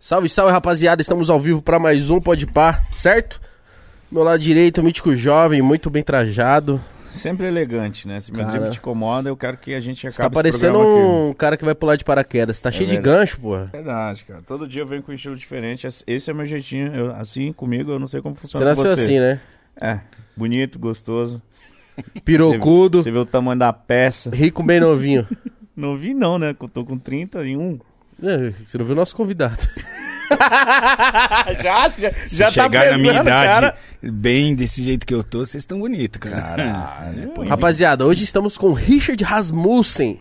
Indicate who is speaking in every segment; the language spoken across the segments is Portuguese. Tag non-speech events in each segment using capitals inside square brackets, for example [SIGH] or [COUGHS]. Speaker 1: Salve, salve, rapaziada. Estamos ao vivo para mais um Pode Par, certo? Meu lado direito, mítico jovem, muito bem trajado.
Speaker 2: Sempre elegante, né? Se meu
Speaker 1: Cara.
Speaker 2: drible te incomoda, eu quero que a gente
Speaker 1: Você tá
Speaker 2: acabe esse
Speaker 1: parecendo
Speaker 2: programa aqui.
Speaker 1: um cara que vai pular de paraquedas. Tá cheio de
Speaker 2: verdade.
Speaker 1: gancho, porra.
Speaker 2: Verdade, cara. Todo dia eu venho com um estilo diferente. Esse- Esse é o meu jeitinho. Eu- assim, comigo, eu não sei como
Speaker 1: Você
Speaker 2: funciona com
Speaker 1: nasceu assim, né?
Speaker 2: É. Bonito, gostoso.
Speaker 1: Pirocudo,
Speaker 2: Você vê o tamanho da peça.
Speaker 1: rico bem novinho.
Speaker 2: Não vi não, né? Eu tô com 30 em um.
Speaker 1: É, Você não viu o nosso convidado.
Speaker 2: [LAUGHS] já, já, já tá
Speaker 1: tá
Speaker 3: Se chegar na minha idade, bem desse jeito que eu tô, vocês estão bonitos, cara. [LAUGHS]
Speaker 2: Caralho.
Speaker 3: põe
Speaker 1: Uhum. Rapaziada, hoje estamos com Richard Rasmussen.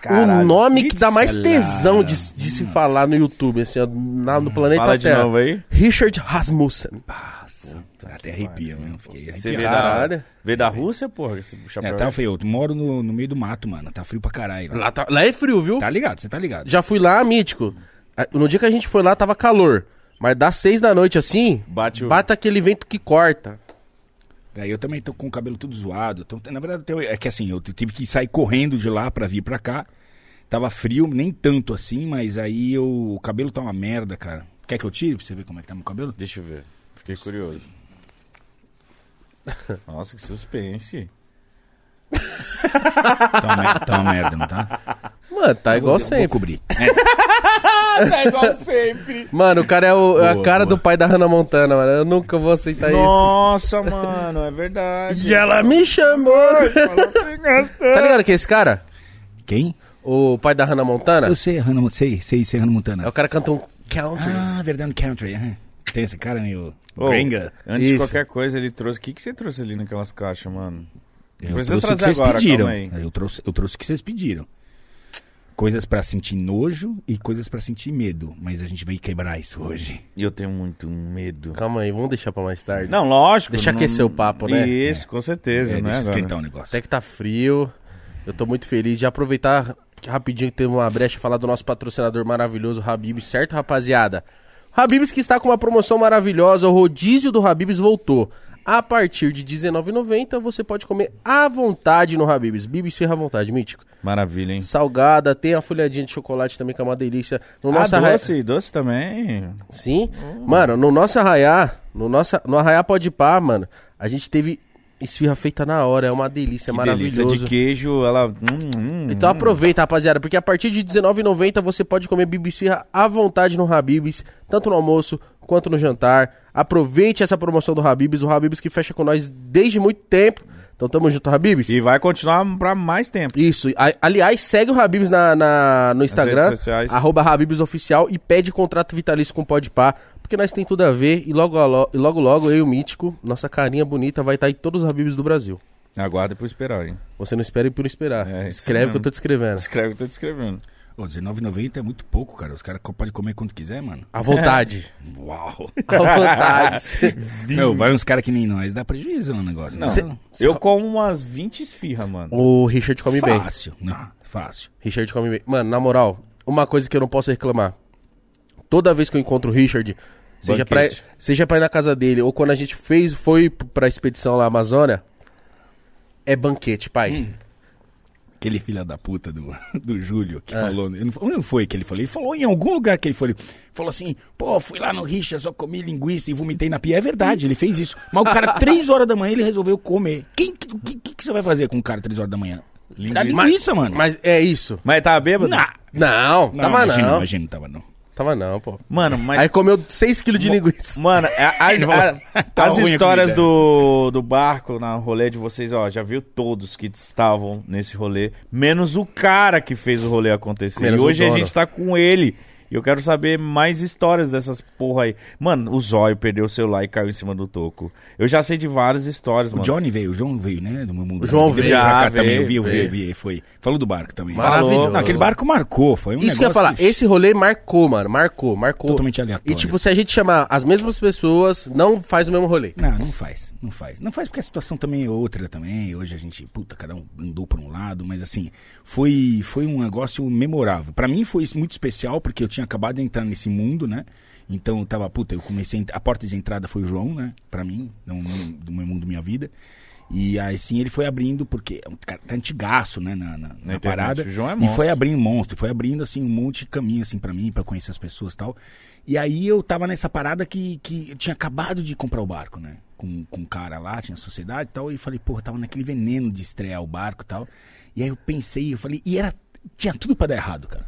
Speaker 2: Caralho.
Speaker 1: o nome que dá mais
Speaker 3: Sei
Speaker 1: tesão
Speaker 3: lá.
Speaker 1: de, de se falar no YouTube, assim, ó, na- no planeta
Speaker 2: Fala de
Speaker 1: Terra.
Speaker 2: novo aí.
Speaker 1: Richard Rasmussen.
Speaker 3: Nossa, até arrepia mesmo. Fiquei
Speaker 2: Você
Speaker 3: arrepiado.
Speaker 2: veio
Speaker 1: Caralho.
Speaker 2: da, veio da Rússia, porra, esse
Speaker 3: É,
Speaker 2: chapéu.
Speaker 3: tá, eu falei, eu moro no, no meio do mato, mano. Tá frio pra caralho. Lá.
Speaker 1: Lá, tá- lá é frio, viu?
Speaker 3: Tá ligado, você tá ligado.
Speaker 1: Já fui lá, mítico. Ah, No dia que a gente foi lá, tava calor. Mas das seis da noite, assim,
Speaker 2: Bate o-
Speaker 1: bata aquele vento que corta.
Speaker 3: Daí eu também tô com o cabelo tudo zoado. Então, na verdade, eu- é que assim, eu t- tive que sair correndo de lá pra vir pra cá. Tava frio, nem tanto assim, mas aí eu- o cabelo tá uma merda, cara. Quer que eu tire pra você ver como é que tá meu cabelo?
Speaker 2: Deixa eu ver.
Speaker 1: [LAUGHS]
Speaker 2: Fiquei curioso. Nossa, que suspense.
Speaker 3: Tá uma, mer- tá uma merda, não tá?
Speaker 1: Mano, tá igual
Speaker 3: Eu vou- Vou
Speaker 1: sempre.
Speaker 3: cobrir.
Speaker 2: É igual sempre.
Speaker 1: Mano, o cara é, o- é a
Speaker 3: Boa,
Speaker 1: cara
Speaker 3: boa.
Speaker 1: do pai da Hannah Montana, mano. Eu nunca vou aceitar
Speaker 2: Nossa, mano, é verdade.
Speaker 1: isso. E ela me chamou. tá ligado que é esse cara?
Speaker 3: Quem?
Speaker 1: O pai da Hannah Montana?
Speaker 3: Eu sei, Hannah, Mon- sei, sei, sei, Hannah Montana.
Speaker 1: É o cara que canta um country.
Speaker 3: Ah, Verdão Country. aham. Tem esse cara meio.
Speaker 2: Ô,
Speaker 3: Gringa.
Speaker 2: Antes de
Speaker 1: Isso.
Speaker 2: qualquer coisa, ele trouxe. O que, que você trouxe ali naquelas caixas, mano?
Speaker 3: Eu
Speaker 2: Precisa
Speaker 3: trouxe o que
Speaker 2: trazer
Speaker 3: vocês
Speaker 2: agora,
Speaker 3: pediram.
Speaker 2: calma aí.
Speaker 3: Eu trouxe, eu trouxe o que vocês pediram. Coisas pra sentir nojo e coisas pra sentir medo. Mas a gente vai quebrar isso hoje.
Speaker 2: E eu tenho muito medo.
Speaker 1: Calma aí, vamos deixar pra mais tarde.
Speaker 2: Não, lógico.
Speaker 1: Deixa
Speaker 2: não-
Speaker 1: aquecer o papo, né?
Speaker 2: Isso, com certeza,
Speaker 3: É,
Speaker 2: né?
Speaker 3: deixa eu
Speaker 2: agora?
Speaker 3: esquentar o negócio.
Speaker 1: Até que tá frio. Eu tô muito feliz de aproveitar rapidinho que teve uma brecha e falar do nosso patrocinador maravilhoso, Habibs, certo, rapaziada? Habibs que está com uma promoção maravilhosa, o rodízio do Habibs voltou. A partir de R$19,90 você pode comer à vontade no Habibs. Bibis ferra à vontade, mítico.
Speaker 2: um- Maravilha, hein?
Speaker 1: Salgada, tem a folhadinha de chocolate também, que é uma delícia. No nosso
Speaker 2: ah,
Speaker 1: arra-
Speaker 2: doce, doce também.
Speaker 1: Sim. Mano, no nosso arraiá, no, nossa, no arraiá pode pá, mano, a gente teve esfirra feita na hora, é uma delícia, é maravilhoso.
Speaker 2: Delícia de queijo, ela. Hum, hum,
Speaker 1: Então
Speaker 2: hum.
Speaker 1: aproveita, rapaziada, porque a partir de R$19,90 você pode comer bibisfirra à vontade no Habibs, tanto no almoço quanto no jantar. Aproveite essa promoção do Habibs, o Habibs que fecha com nós desde muito tempo. Então tamo junto, Habibs.
Speaker 2: E vai continuar pra mais tempo.
Speaker 1: Isso. A- aliás, segue o Habibs na, na- no Instagram,
Speaker 2: redes sociais.
Speaker 1: arroba Habibs Oficial, e pede contrato vitalício com o Podpah, porque nós tem tudo a ver, e logo, a lo- e logo, logo eu e o Mítico, nossa carinha bonita, vai estar em todos os Habibs do Brasil.
Speaker 2: Aguarda pra eu esperar, hein?
Speaker 1: Você não espera e por esperar.
Speaker 2: É, isso
Speaker 1: Escreve o que
Speaker 2: mesmo.
Speaker 1: eu tô te escrevendo.
Speaker 2: Escreve o que eu tô te escrevendo.
Speaker 3: Ô, R$19,90 é muito pouco, cara. Os caras co- podem comer quanto quiser, mano.
Speaker 1: À
Speaker 2: [LAUGHS]
Speaker 1: vontade.
Speaker 3: Uau.
Speaker 1: À vontade.
Speaker 3: [LAUGHS] Meu, vai uns caras que nem nós. Dá prejuízo no negócio. né?
Speaker 2: Não,
Speaker 3: Cê-
Speaker 2: eu como umas 20 esfirras, mano.
Speaker 1: O Richard come bem.
Speaker 3: Fácil. Não, fácil.
Speaker 1: Richard come bem. Mano, na moral, uma coisa que eu não posso reclamar. Toda vez que eu encontro o Richard, seja pra,
Speaker 2: Banquete.
Speaker 1: seja pra ir na casa dele ou quando a gente fez, foi p- pra expedição lá na Amazônia, é banquete, pai.
Speaker 3: Hum. Aquele filho da puta do, [LAUGHS] do Júlio
Speaker 1: É.
Speaker 3: que falou. eu não- Onde foi que ele falou? Ele falou em algum lugar que ele falou. Ele falou assim: pô, fui lá no Richa, só comi linguiça e vomitei na pia. É verdade, ele fez isso. Mas o
Speaker 1: [LAUGHS]
Speaker 3: cara, três horas da manhã, ele resolveu comer. Quem que, que, que- que você vai fazer com o cara três horas da manhã? Dá
Speaker 2: Linguiça.
Speaker 3: linguiça, mano.
Speaker 1: Mas é isso.
Speaker 2: Mas tava bêbado?
Speaker 3: Nah.
Speaker 1: Não,
Speaker 3: Não,
Speaker 1: tava
Speaker 3: imagina,
Speaker 1: não.
Speaker 3: imagina, tava não.
Speaker 1: Tava não, pô.
Speaker 2: Mano, mas.
Speaker 1: Aí comeu 6kg de linguiça.
Speaker 2: Mano, a- a-
Speaker 3: Ele falou,
Speaker 2: a-
Speaker 3: "Tá
Speaker 2: as
Speaker 3: ruim a
Speaker 2: histórias
Speaker 3: comida."
Speaker 2: do, do barco na rolê de vocês, ó, já viu todos que estavam nesse rolê, menos o cara que fez o rolê acontecer.
Speaker 1: Menos
Speaker 2: e
Speaker 1: o
Speaker 2: hoje a
Speaker 1: dono.
Speaker 2: gente tá com ele. E eu quero saber mais histórias dessas porra aí. Mano, o Zóio perdeu o celular e caiu em cima do toco. Eu já sei de várias histórias,
Speaker 3: O
Speaker 2: mano.
Speaker 3: Johnny veio, o João veio, né? Do meu mundo.
Speaker 1: O João
Speaker 3: Ele
Speaker 1: veio. ah,
Speaker 3: pra cá
Speaker 2: Já
Speaker 3: também, eu vi, eu vi,
Speaker 1: veio.
Speaker 3: eu vi. Foi. Falou do barco também.
Speaker 1: Maravilhoso.
Speaker 3: Não, aquele barco marcou, foi um
Speaker 1: Isso que eu ia
Speaker 3: negócio
Speaker 1: falar, esse rolê marcou, mano. Marcou, marcou.
Speaker 3: Totalmente aleatório.
Speaker 1: E tipo, se a gente chamar as mesmas pessoas, não faz o mesmo rolê.
Speaker 3: Não, não faz, não faz. Não faz porque a situação também é outra também. Hoje a gente, puta, cada um andou para um lado, mas assim, foi foi um negócio memorável. Para mim foi isso muito especial porque eu tinha acabado de entrar nesse mundo, né? Então eu tava, puta, eu comecei a porta de entrada foi o João, né? Para mim, não, não- do meu mundo, minha vida. E aí sim ele foi abrindo, porque é um cara tá antigaço, né, na, na, na
Speaker 2: internet,
Speaker 3: parada.
Speaker 2: o João é
Speaker 3: e
Speaker 2: monstro.
Speaker 3: foi abrindo monstro, foi abrindo assim um monte de caminho assim para mim, para conhecer as pessoas e tal. E aí eu tava nessa parada que, que eu tinha acabado de comprar o barco, né? Com, com um cara lá, tinha sociedade e tal, e falei, porra, tava naquele veneno de estrear o barco e tal. E aí eu pensei, eu falei, e era tinha tudo pra dar errado, cara.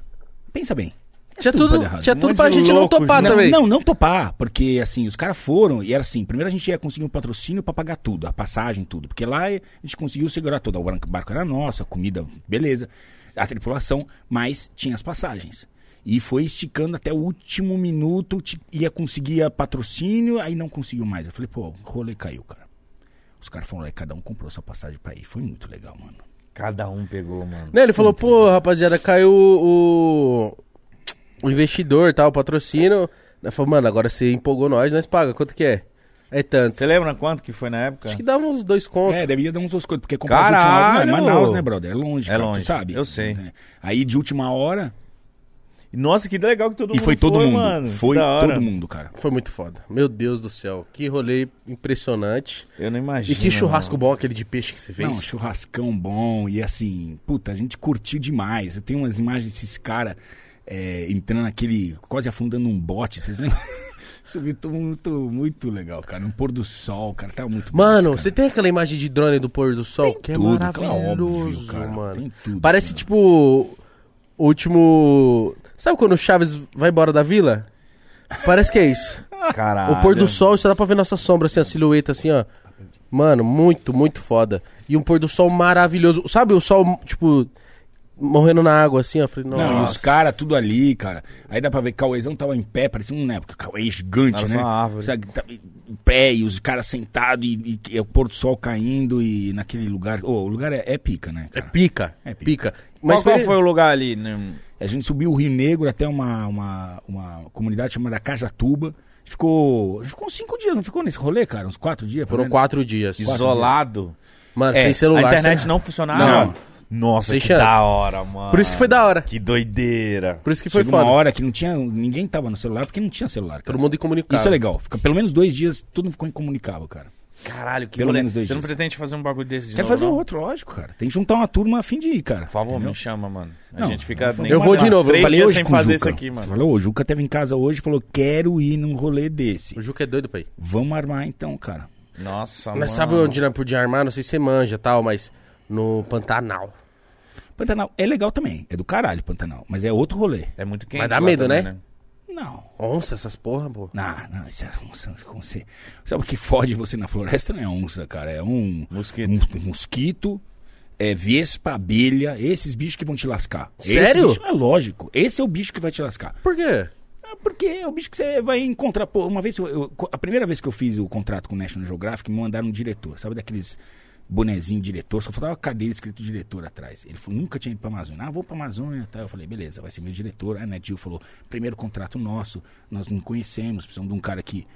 Speaker 3: Pensa bem.
Speaker 1: Tinha
Speaker 3: pra
Speaker 1: tudo,
Speaker 3: dar errado.
Speaker 1: tinha
Speaker 2: Um
Speaker 1: tudo
Speaker 2: monte
Speaker 1: pra
Speaker 2: de
Speaker 1: gente não
Speaker 2: louco
Speaker 1: topar
Speaker 2: junto.
Speaker 1: também.
Speaker 3: Não, não topar, porque assim, os caras foram e era assim, primeiro a gente ia conseguir um patrocínio pra pagar tudo, a passagem, tudo, porque lá eh, a gente conseguiu segurar todo, o barco- barco era nosso, a comida, beleza, a tripulação, mas tinha as passagens. E foi esticando até o último minuto, ti- ia conseguir a patrocínio, aí não conseguiu mais. Eu falei, pô, o rolê caiu, cara. Os caras foram lá e cada um comprou sua passagem pra ir. Foi muito legal, mano.
Speaker 2: Cada um pegou, mano.
Speaker 1: Né, ele falou, pô, rapaziada, caiu o, o investidor, tal, o patrocínio. Ele falou, mano, agora você empolgou nós, nós paga, quanto que é? É tanto.
Speaker 2: Você lembra quanto que foi na época?
Speaker 1: Acho que dava uns dois contos.
Speaker 3: É, devia dar uns outros coisas, porque comprar de última hora não é
Speaker 2: Caralho!
Speaker 3: Manaus, né, brother? É longe,
Speaker 2: É
Speaker 3: cara,
Speaker 2: longe,
Speaker 3: tu sabe?
Speaker 2: eu sei.
Speaker 3: É. Aí de última hora,
Speaker 2: Nossa, que legal que todo mundo
Speaker 3: e foi todo mundo.
Speaker 2: mano.
Speaker 3: Foi
Speaker 2: Que da hora.
Speaker 3: todo mundo, cara.
Speaker 1: Foi muito foda. Meu Deus do céu, que rolê impressionante.
Speaker 2: Eu não
Speaker 1: E
Speaker 2: imagino.
Speaker 1: que churrasco
Speaker 2: mano.
Speaker 1: bom aquele de peixe que você fez.
Speaker 3: Não, churrascão bom e assim, puta, a gente curtiu demais. Eu tenho umas imagens desses caras é, entrando naquele, quase afundando um bote, vocês lembram? [LAUGHS] Subiu muito, muito legal, cara. Um pôr do sol, cara, tá muito
Speaker 1: Mano,
Speaker 3: bonito,
Speaker 1: você tem aquela imagem de drone do pôr do sol? que é
Speaker 3: tudo, cara,
Speaker 1: maravilhoso,
Speaker 3: óbvio, cara,
Speaker 1: mano.
Speaker 3: tem tudo,
Speaker 1: Parece
Speaker 3: cara.
Speaker 1: tipo o último. Sabe quando o Chaves vai embora da vila? Parece que é isso.
Speaker 2: Caralho.
Speaker 1: o pôr do sol, só dá pra ver nossa sombra, assim, a silhueta, assim, ó. Mano, muito, muito foda. E um pôr do sol maravilhoso. Sabe o sol, tipo, morrendo na água, assim, ó. Eu Falei,
Speaker 3: Não, e os
Speaker 1: nossa.
Speaker 3: caras tudo ali, cara. Aí dá pra ver que Cauêzão tava em pé, parecia um, né? Porque Cauê é gigante,
Speaker 2: Tava
Speaker 3: né?
Speaker 2: só uma árvore.
Speaker 3: Sabe, tá- em pé, e os caras sentados, e, e- e o pôr do sol caindo, e naquele lugar. Ô, o lugar é, é pica, né?
Speaker 1: É
Speaker 3: Cara?
Speaker 1: pica,
Speaker 3: É
Speaker 1: é
Speaker 3: pica.
Speaker 1: pica.
Speaker 2: Mas
Speaker 1: Mas
Speaker 2: qual,
Speaker 1: peraí-
Speaker 2: foi o lugar ali? né?
Speaker 3: A gente subiu o Rio Negro até uma, uma, uma comunidade chamada Cajatuba. Ficou. a gente Ficou uns cinco dias, não ficou nesse rolê, cara? Uns quatro dias? pelo
Speaker 1: Foram
Speaker 3: menos?
Speaker 1: quatro dias.
Speaker 2: Isolado.
Speaker 1: Mano,
Speaker 2: É,
Speaker 1: sem celular.
Speaker 2: A internet
Speaker 1: sem-
Speaker 2: não funcionava?
Speaker 1: Não.
Speaker 2: Nossa,
Speaker 1: Sem
Speaker 2: que
Speaker 1: chance.
Speaker 2: da hora, mano.
Speaker 1: Por isso que foi da hora.
Speaker 2: Que doideira.
Speaker 1: Por isso que foi
Speaker 3: Chegou
Speaker 1: foda.
Speaker 3: uma hora que não tinha. Ninguém tava no celular porque não tinha celular. Cara.
Speaker 1: Todo mundo incomunicado.
Speaker 3: Isso é legal. Fica, pelo menos dois dias, tudo ficou incomunicável, cara.
Speaker 2: Caralho, que
Speaker 3: Pelo
Speaker 2: rolê.
Speaker 3: menos dois
Speaker 2: Você não
Speaker 3: dias.
Speaker 2: pretende fazer um bagulho desse de
Speaker 3: Quero
Speaker 2: novo,
Speaker 3: fazer
Speaker 2: não?
Speaker 3: outro, lógico, cara. Tem que juntar uma turma a fim de ir, cara.
Speaker 2: Por favor,
Speaker 3: entendeu?
Speaker 2: me chama, mano. A
Speaker 3: Não,
Speaker 2: gente fica...
Speaker 3: não,
Speaker 2: nem
Speaker 1: eu vou de novo, eu
Speaker 2: Três
Speaker 3: falei
Speaker 2: dias
Speaker 3: hoje
Speaker 2: sem
Speaker 3: com o
Speaker 2: fazer isso
Speaker 3: Juca.
Speaker 2: aqui, mano.
Speaker 3: Falou, o Juca teve em casa hoje e falou: quero ir num rolê desse.
Speaker 1: O Juca é doido pra ir.
Speaker 3: Vamos armar então, cara.
Speaker 2: Nossa, Ah, mano.
Speaker 1: Mas sabe onde nós podia armar? Não sei se você manja tal, mas no Pantanal.
Speaker 3: Pantanal é legal também. É do caralho, Pantanal. Mas é outro rolê.
Speaker 2: É muito quente
Speaker 1: Mas dá
Speaker 2: lá
Speaker 1: medo,
Speaker 2: também,
Speaker 1: né?
Speaker 3: Não.
Speaker 1: Onça, essas porra, pô.
Speaker 3: Não, não, isso é onça. Como você... Sabe o que fode você na floresta? Não é onça, cara. É um.
Speaker 2: Mosquito.
Speaker 3: um mosquito. É vespa, abelha. Esses bichos que vão te lascar. Esse
Speaker 1: Sério?
Speaker 3: bicho- é lógico. Esse é o bicho que vai te lascar.
Speaker 1: Por quê?
Speaker 3: É Porque é o bicho que você vai encontrar. Pô, uma vez, eu- eu- co- a primeira vez que eu fiz o contrato com o National Geographic, me mandaram um diretor, sabe daqueles bonezinho diretor, só faltava a cadeira escrito diretor atrás. Ele falou, nunca tinha ido pra Amazônia. Ah, vou pra Amazônia, tá? Eu falei, beleza, vai ser meu diretor. Aí a Netil falou, primeiro contrato nosso, nós não conhecemos, precisamos de um cara que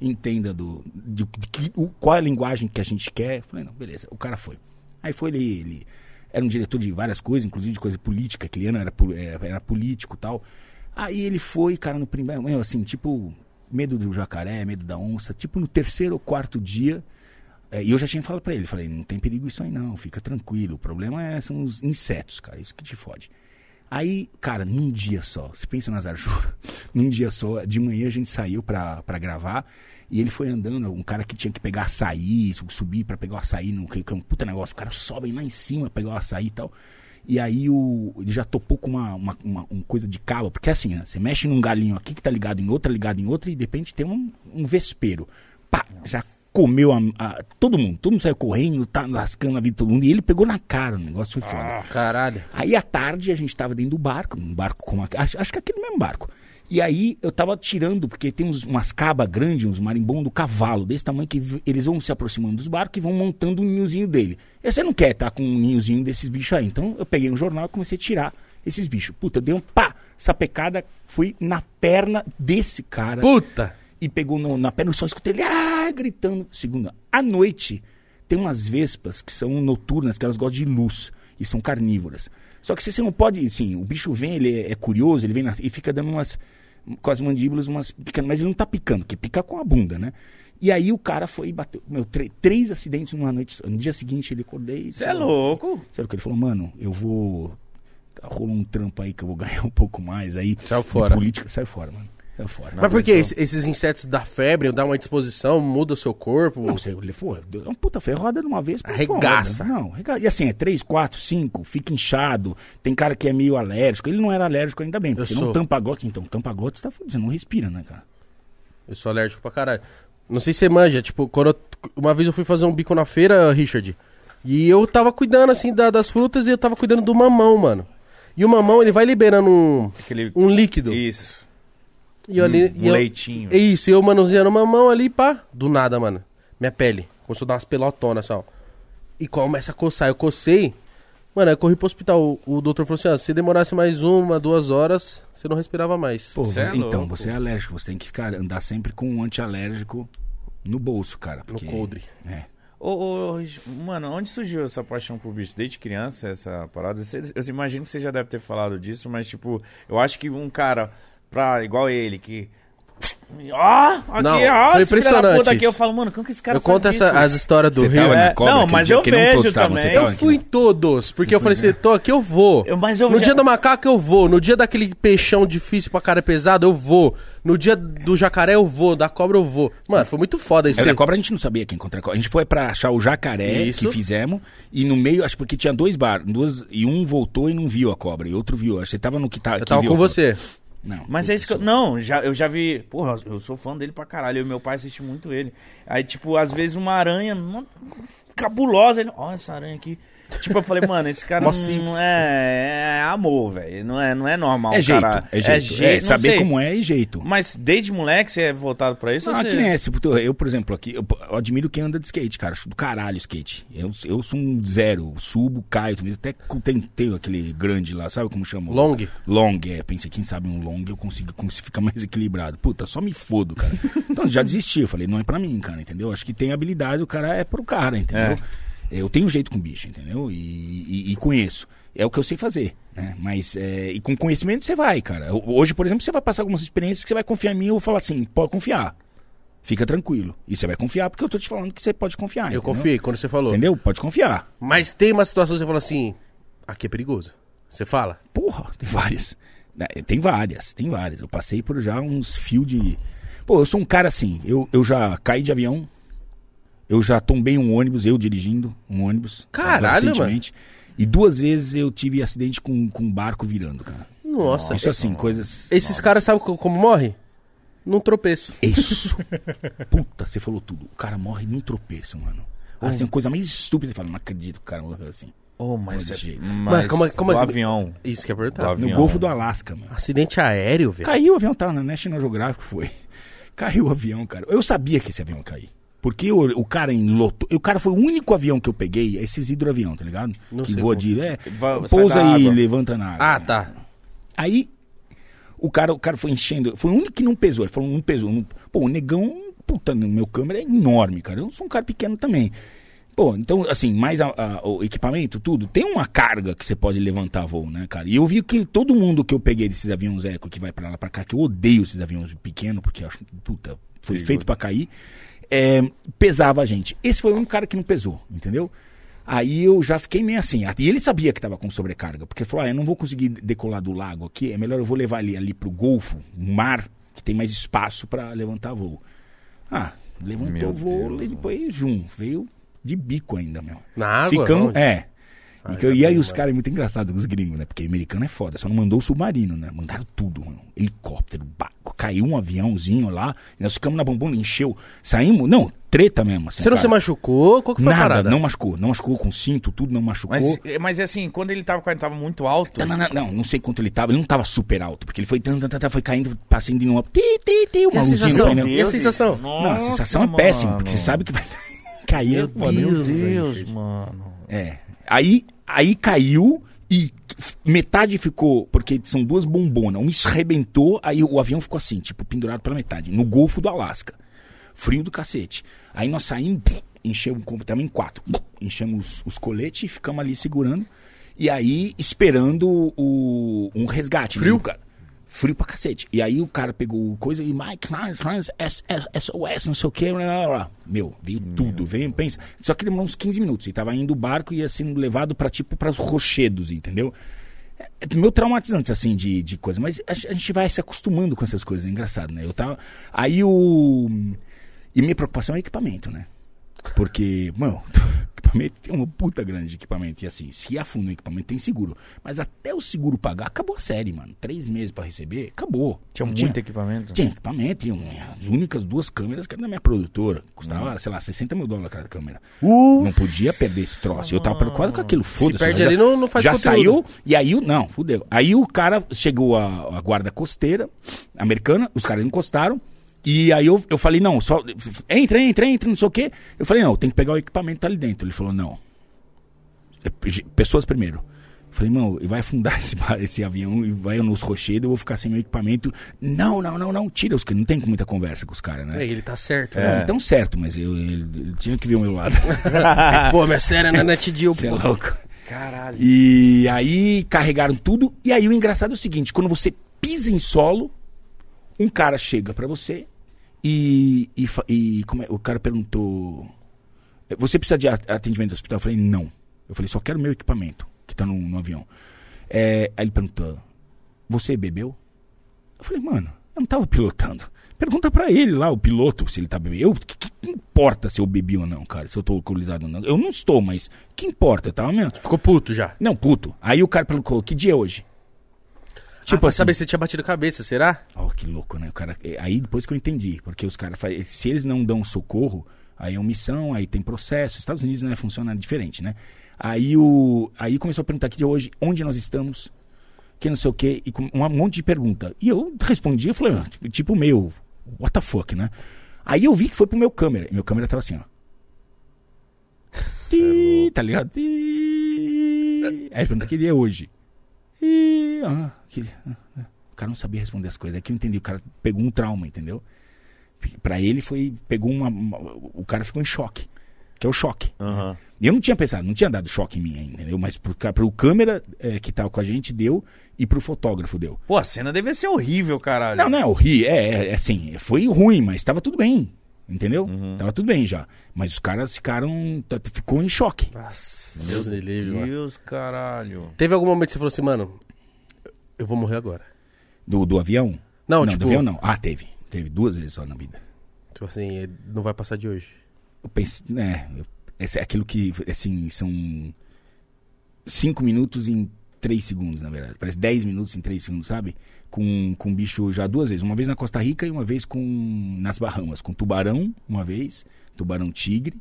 Speaker 3: entenda do, de, de que- o- qual é a linguagem que a gente quer. Eu falei, não, beleza, o cara foi. Aí foi ele, ele era um diretor de várias coisas, inclusive de coisa política, que ele era, pol- eh, era político e tal. Aí ele foi, cara, no primeiro, meu, assim, tipo, medo do jacaré, medo da onça, tipo no terceiro ou quarto dia. eh, E eu já tinha falado pra ele, falei, não tem perigo isso aí não, fica tranquilo, o problema é, são os insetos, cara, isso que te fode. Aí, cara, num dia só, você pensa nas Arju, [LAUGHS] num dia só, de manhã a gente saiu pra, pra gravar e ele foi andando, um cara que tinha que pegar açaí, subir pra pegar o açaí, no, que que é um puta negócio, o cara sobe lá em cima pegar o açaí e tal. E aí o, ele já topou com uma, uma, uma- um coisa de cabo, porque assim, né, você mexe num galinho aqui que tá ligado em outra, ligado em outra, e de repente tem um, um vespeiro. Pá, já comeu a, a- todo mundo, todo mundo saiu correndo, tá lascando a vida de todo mundo, e ele pegou na cara o negócio, foi foda.
Speaker 1: Caralho.
Speaker 3: Aí à tarde a gente tava dentro do barco, um barco como aquele, acho, acho que aquele mesmo barco. E aí eu tava tirando, porque tem uns, umas cabas grandes, uns marimbondos, cavalo, desse tamanho que v- eles vão se aproximando dos barcos e vão montando um ninhozinho dele. E você não quer estar com um ninhozinho desses bichos aí. Então eu peguei um jornal e comecei a tirar esses bichos. Puta, eu dei um pá, sapecada, fui na perna desse cara
Speaker 1: Puta!
Speaker 3: e pegou no- na perna, eu só escutei ele ah, gritando. Segunda, à noite tem umas vespas que são noturnas, que elas gostam de luz e são carnívoras. Só que você não pode, assim, o bicho vem, ele é, é curioso, ele vem na- e fica dando umas com as mandíbulas, umas picando, mas ele não tá picando, porque pica com a bunda, né? E aí o cara foi e bateu. Meu, tre- três acidentes numa noite. só. No dia seguinte ele acordei.
Speaker 2: Você é louco?
Speaker 3: Sério que ele falou, mano, eu vou. tá, Rolou um trampo aí que eu vou [LAUGHS] ganhar um pouco mais aí.
Speaker 1: Saiu
Speaker 3: de
Speaker 1: fora.
Speaker 3: Política, saiu fora, mano. Saiu fora.
Speaker 1: Mas por que esse- esses insetos dá febre, dá uma disposição, muda o seu corpo?
Speaker 3: Não, você, ele, pô, deu uma puta ferroada de uma vez. pô,
Speaker 1: Arregaça.
Speaker 3: foda. Não, arrega- e assim, é três, quatro, cinco, fica inchado. Tem cara que é meio alérgico. Ele não era alérgico ainda bem, porque
Speaker 1: sou.
Speaker 3: não tampa glote. Então, tampa glote, você tá fudido, você não respira, né, cara?
Speaker 1: Eu sou alérgico pra caralho. Não sei se você manja, tipo, quando eu- uma vez eu fui fazer um bico na feira, Richard, e eu tava cuidando, assim, da- das frutas e eu tava cuidando do mamão, mano. E o mamão, ele vai liberando um,
Speaker 2: Aquele...
Speaker 1: um líquido.
Speaker 2: Isso.
Speaker 1: e eu ali,
Speaker 2: um
Speaker 1: e eu-
Speaker 2: leitinho.
Speaker 1: É isso, e eu manuseando o mamão ali, pá, do nada, mano. Minha pele, começou a dar umas pelotonas, só. E começa a coçar, eu cocei. Mano, eu corri pro hospital, o, o doutor falou assim, ó, se demorasse mais uma, duas horas, você não respirava mais.
Speaker 3: Pô,
Speaker 2: Você
Speaker 3: você
Speaker 2: é
Speaker 3: então,
Speaker 2: louco.
Speaker 3: você é alérgico, você tem que ficar, andar sempre com um antialérgico no bolso, cara.
Speaker 1: no
Speaker 3: Porque,
Speaker 1: coldre.
Speaker 3: É.
Speaker 2: Ô, ô, ô, mano, onde surgiu essa paixão por bicho? Desde criança, essa parada? Cê- eu imagino que você já deve ter falado disso, mas, tipo, eu acho que um cara, pra, igual ele, que. Ó, aqui,
Speaker 1: Não,
Speaker 2: ó,
Speaker 1: foi
Speaker 2: esse filho da
Speaker 1: impressionante
Speaker 2: puta aqui. Eu
Speaker 1: isso.
Speaker 2: falo, mano, como que esse cara
Speaker 1: eu conto
Speaker 2: faz
Speaker 1: essa,
Speaker 2: isso?
Speaker 1: as histórias do
Speaker 3: Você
Speaker 1: Rio.
Speaker 3: tava
Speaker 2: É,
Speaker 3: na cobra
Speaker 2: não,
Speaker 3: aquele
Speaker 2: mas
Speaker 3: dia,
Speaker 2: eu
Speaker 3: que não
Speaker 2: vejo
Speaker 3: todos estavam,
Speaker 2: também.
Speaker 3: você
Speaker 1: Eu
Speaker 3: tava aqui,
Speaker 1: fui em
Speaker 3: né?
Speaker 1: todos, porque eu falei assim, tô aqui, eu vou.
Speaker 2: Eu- mas eu
Speaker 1: no
Speaker 2: já-
Speaker 1: dia do macaco eu vou, no dia daquele peixão difícil pra cara pesado eu vou, no dia do jacaré eu vou, da cobra eu vou. Mano, foi muito foda isso.
Speaker 3: É,
Speaker 1: aí.
Speaker 3: na cobra a gente não sabia quem encontrar a cobra. A gente foi pra achar o jacaré
Speaker 1: Isso.
Speaker 3: que fizemos. E no meio, acho porque tinha dois bar, duas, e um voltou e não viu a cobra, e outro viu. Acho que você tava no que tá.
Speaker 1: Eu tava com você.
Speaker 3: Não.
Speaker 2: Mas é isso que eu. Não, já, eu já vi. Porra, eu sou fã dele pra caralho. Eu e meu pai assiste muito ele. Aí, tipo, às vezes uma aranha mó- cabulosa. Ele, ó, essa aranha aqui. Tipo, eu falei, mano, esse cara
Speaker 1: Mó
Speaker 2: não,
Speaker 1: simples.
Speaker 2: é, é amor, velho. Não é, não é normal.
Speaker 3: É
Speaker 2: o
Speaker 3: jeito,
Speaker 2: cara,
Speaker 3: é jeito. É,
Speaker 2: não
Speaker 3: saber
Speaker 2: sei.
Speaker 3: como é e jeito.
Speaker 2: Mas desde moleque você é voltado pra isso?
Speaker 3: Não,
Speaker 2: ou você...
Speaker 3: aqui nem é, se, puto, eu, por exemplo, aqui, eu, eu admiro quem anda de skate, cara. Acho do caralho skate. Eu, eu sou um zero, subo, caio, também. até cu- tem, tem aquele grande lá, sabe como chama?
Speaker 1: Long?
Speaker 3: Long, é. Pensei, quem sabe um long eu consigo, como se fica mais [LAUGHS] equilibrado. Puta, só me fodo, cara. Então já desisti, eu falei, não é pra mim, cara, entendeu? Acho que tem habilidade, o cara é pro cara, entendeu? Eu tenho jeito com bicho, entendeu? E, e- e conheço. É o que eu sei fazer, né? Mas, é, e com conhecimento você vai, cara. Ho- Hoje, por exemplo, você vai passar algumas experiências que você vai confiar em mim, eu vou falar assim, pode confiar. Fica tranquilo. E você vai confiar, porque eu tô te falando que você pode confiar.
Speaker 1: Eu
Speaker 3: entendeu?
Speaker 1: confiei quando você falou.
Speaker 3: Entendeu? Pode confiar.
Speaker 1: Mas tem uma situação que você fala assim, aqui é perigoso. Você fala.
Speaker 3: Porra, [LAUGHS] tem várias. Né, Tem várias, tem várias. Eu passei por já uns fios de. Pô, eu sou um cara assim. Eu, eu já caí de avião. Eu já tombei um ônibus, eu dirigindo um ônibus.
Speaker 1: Caralho, mano.
Speaker 3: recentemente. E duas vezes eu tive acidente com, com um barco virando, cara.
Speaker 1: Nossa.
Speaker 3: Isso assim, coisas.
Speaker 1: Esses caras sabem co- como morre? Num tropeço.
Speaker 3: Isso. Puta, você falou tudo. O cara morre num tropeço, mano. Assim, uma coisa mais estúpida. Você fala, não acredito que o cara morreu assim.
Speaker 2: Oh, mas,
Speaker 3: Desse jeito.
Speaker 2: mas
Speaker 1: como é- como é
Speaker 2: o
Speaker 1: que-
Speaker 2: avião.
Speaker 1: Isso que é
Speaker 2: Do
Speaker 1: perguntar.
Speaker 2: avião.
Speaker 3: No Golfo do Alasca, mano.
Speaker 1: Acidente aéreo, velho.
Speaker 3: Caiu o avião, tá? Na National Geographic foi. Caiu o avião, cara. Eu sabia que esse avião ia cair. Porque o, o cara em loto. O cara foi o único avião que eu peguei, esses hidroavião, tá ligado?
Speaker 1: Não
Speaker 3: que
Speaker 1: sei
Speaker 3: voa
Speaker 1: como.
Speaker 3: de. É,
Speaker 2: Vai- sai
Speaker 3: pousa
Speaker 2: da
Speaker 3: aí,
Speaker 2: água.
Speaker 3: levanta na água.
Speaker 1: Ah,
Speaker 3: né?
Speaker 1: tá.
Speaker 3: Aí o cara, o cara foi enchendo. Foi o único que não pesou. Ele falou, não pesou. não- Pô, o negão, puta, no meu câmera é enorme, cara. Eu sou um cara pequeno também. Pô, então, assim, mais a- a- o equipamento, tudo, tem uma carga que você pode levantar voo, né, cara? E eu vi que todo mundo que eu peguei desses aviões eco que vai pra lá, pra cá, que eu odeio esses aviões pequenos, porque eu acho, puta, foi feito pra cair, é, pesava a gente. Esse foi um cara que não pesou, entendeu? Aí eu já fiquei meio assim. E ele sabia que estava com sobrecarga, porque ele falou: ah, eu não vou conseguir decolar do lago aqui, é melhor eu vou levar ele ali pro Golfo, um mar, que tem mais espaço para levantar voo. Ah, levantou
Speaker 2: Meu
Speaker 3: o voo
Speaker 2: Deus,
Speaker 3: e depois jum, veio de bico ainda, meu.
Speaker 1: Na água?
Speaker 3: Ficamos,
Speaker 1: Onde?
Speaker 3: é. E, que-
Speaker 1: tá
Speaker 3: e aí
Speaker 1: bom,
Speaker 3: os
Speaker 1: mano.
Speaker 3: caras, é muito engraçado, os gringos, né? Porque americano é foda, só não mandou o submarino, né? Mandaram tudo, mano. Helicóptero, barco, caiu um aviãozinho lá, e nós ficamos na bombona, encheu, saímos, não, treta mesmo. assim,
Speaker 1: Você não se
Speaker 3: cara.
Speaker 1: machucou? Qual que foi a
Speaker 3: Nada,
Speaker 1: parada?
Speaker 3: não machucou, não machucou com cinto, tudo, não machucou.
Speaker 2: Mas, mas assim, quando ele tava, quando ele tava muito alto.
Speaker 3: Tá, Não, não, não, não sei quanto ele tava, ele não tava super alto, porque ele foi, tan, tan, tan, tan, foi caindo, passando de um up, ti, ti, ti,
Speaker 1: E a
Speaker 3: uma luzinha no
Speaker 1: sensação?
Speaker 3: painel.
Speaker 1: E a sensação?
Speaker 3: Não, a sensação é péssima, porque você sabe que vai [LAUGHS] cair. é foda.
Speaker 2: Meu
Speaker 1: Deus,
Speaker 2: Deus, mano.
Speaker 3: É. Aí, aí caiu e f- metade ficou, porque são duas bombonas, um esrebentou, aí o avião ficou assim, tipo, pendurado pela metade, no Golfo do Alasca. Frio do cacete. Aí nós saímos, pum, enchemos o computador em quatro, pum, enchemos os, os coletes e ficamos ali segurando. E aí, esperando o, um resgate. né?
Speaker 1: Frio?
Speaker 3: O cara. Frio pra cacete. E aí o cara pegou o coisa e Mike Hines, Hines, S- S- SOS, não sei o que. Blá, blá, blá. Meu, veio tudo, veio, pensa. Só que demorou uns 15 minutos. E tava indo o barco e ia sendo levado pra tipo, para rochedos, entendeu? É, é Meu traumatizante, assim, de, de coisa. Mas a, a gente vai se acostumando com essas coisas, é engraçado, né? Eu tava. Aí o. E minha preocupação é equipamento, né? Porque, mano, [LAUGHS] equipamento tem uma puta grande de equipamento. E assim, se afunda o equipamento, tem seguro. Mas até o seguro pagar, acabou a série, mano. Três meses pra receber, acabou.
Speaker 2: Tinha
Speaker 3: Não
Speaker 2: muito equipamento.
Speaker 3: Tinha equipamento, tinha um- as únicas duas câmeras que era da minha produtora. Custava,
Speaker 1: Hum.
Speaker 3: sei lá, 60 mil dólares cada câmera. Não podia perder esse troço. Eu tava preocupado com aquilo, foda-se.
Speaker 1: perde
Speaker 3: mas
Speaker 1: ali,
Speaker 3: já-
Speaker 1: não- não faz
Speaker 3: Já
Speaker 1: conteúdo.
Speaker 3: saiu, e aí, o- não, fudeu. Aí o cara, chegou a, a guarda costeira americana, os caras encostaram. E aí eu, eu falei, não, só, entra, entra, entra, não sei o quê. Eu falei, não, tem que pegar o equipamento que tá ali dentro. Ele falou, não, é, ge- pessoas primeiro. Falei, irmão, vai afundar [LAUGHS] esse, bar- esse avião e vai nos rochedos, eu vou ficar sem meu equipamento. Não, não, não, não, tira os caras. Não tem muita conversa com os caras,
Speaker 1: É,
Speaker 3: né?
Speaker 1: ele tá
Speaker 3: [LAUGHS]
Speaker 1: certo.
Speaker 3: Não,
Speaker 1: né?
Speaker 3: então certo, mas eu, ele, ele tinha que ver o meu lado.
Speaker 1: Pô, mas sério, na Net Deal,
Speaker 3: Você é
Speaker 1: pô.
Speaker 3: louco.
Speaker 2: Caralho.
Speaker 3: E aí carregaram tudo. E aí o engraçado é o seguinte: quando você pisa em solo, um cara chega pra você e, e, fa- e como é? o cara perguntou: Você precisa de a- atendimento do hospital? Eu falei: Não. Eu falei: Só quero meu equipamento que tá no, no avião. É, aí ele perguntou: Você bebeu? Eu falei, mano, eu não tava pilotando. Pergunta pra ele lá, o piloto, se ele tá bebendo. Eu, que, que- que importa se eu bebi ou não, cara? Se eu tô alcoolizado ou não. Eu não estou, mas que importa, tá, eu tava mesmo.
Speaker 1: Ficou puto já.
Speaker 3: Não, puto. Aí o cara perguntou, que dia é hoje?
Speaker 1: Tipo, ah,
Speaker 3: Tipo
Speaker 1: pra
Speaker 3: assim,
Speaker 1: saber se tinha batido cabeça, será?
Speaker 3: ó, que louco, né? O cara, é, aí depois que eu entendi, porque os caras fazem, se eles não dão socorro, aí é omissão, aí tem processo. Estados Unidos né, funciona diferente, né? Aí o aí começou a perguntar que dia é hoje, onde nós estamos, que não sei o quê, e com um monte de pergunta. E eu respondi, eu falei, ah, tipo- tipo, meu, what the fuck, né? Aí eu vi que foi pro meu câmera, e meu câmera tava assim, ó. Ti, tá ligado? Ti. Aí pergunta que dia é hoje. Ih, ah, que- ah, ah. O cara não sabia responder as coisas. Aqui eu entendi. O cara pegou um trauma, entendeu? Pra ele foi. Pegou uma. uma- o cara ficou em choque. Que é o choque.
Speaker 2: Aham.
Speaker 3: E eu não tinha pensado, não tinha dado choque em mim ainda, entendeu? Mas pro, ca- pro câmera eh, que tava com a gente deu e pro fotógrafo deu.
Speaker 2: Pô, a cena deve ser horrível, caralho.
Speaker 3: Não, não, eu ri, é, é, é assim, foi ruim, mas tava tudo bem, entendeu?
Speaker 1: Uhum.
Speaker 3: Tava tudo bem já. Mas os caras ficaram. t- Ficou em choque.
Speaker 1: Nossa, Deus me livre,
Speaker 2: Meu
Speaker 1: mano.
Speaker 2: Deus, caralho.
Speaker 1: Teve algum momento que você falou assim, mano, eu vou morrer agora.
Speaker 3: Do, do avião?
Speaker 1: Não,
Speaker 3: não
Speaker 1: tipo-
Speaker 3: do avião não. Ah, teve. Teve duas vezes só na vida.
Speaker 1: Tipo assim, eh, não vai passar de hoje.
Speaker 3: Eu pensei, né? eu- esse- aquilo que, assim, são cinco minutos em três segundos, na verdade. Parece dez minutos em três segundos, sabe? Com, com um bicho já duas vezes. Uma vez na Costa Rica e uma vez com nas Bahamas. Com tubarão, uma vez. Tubarão tigre.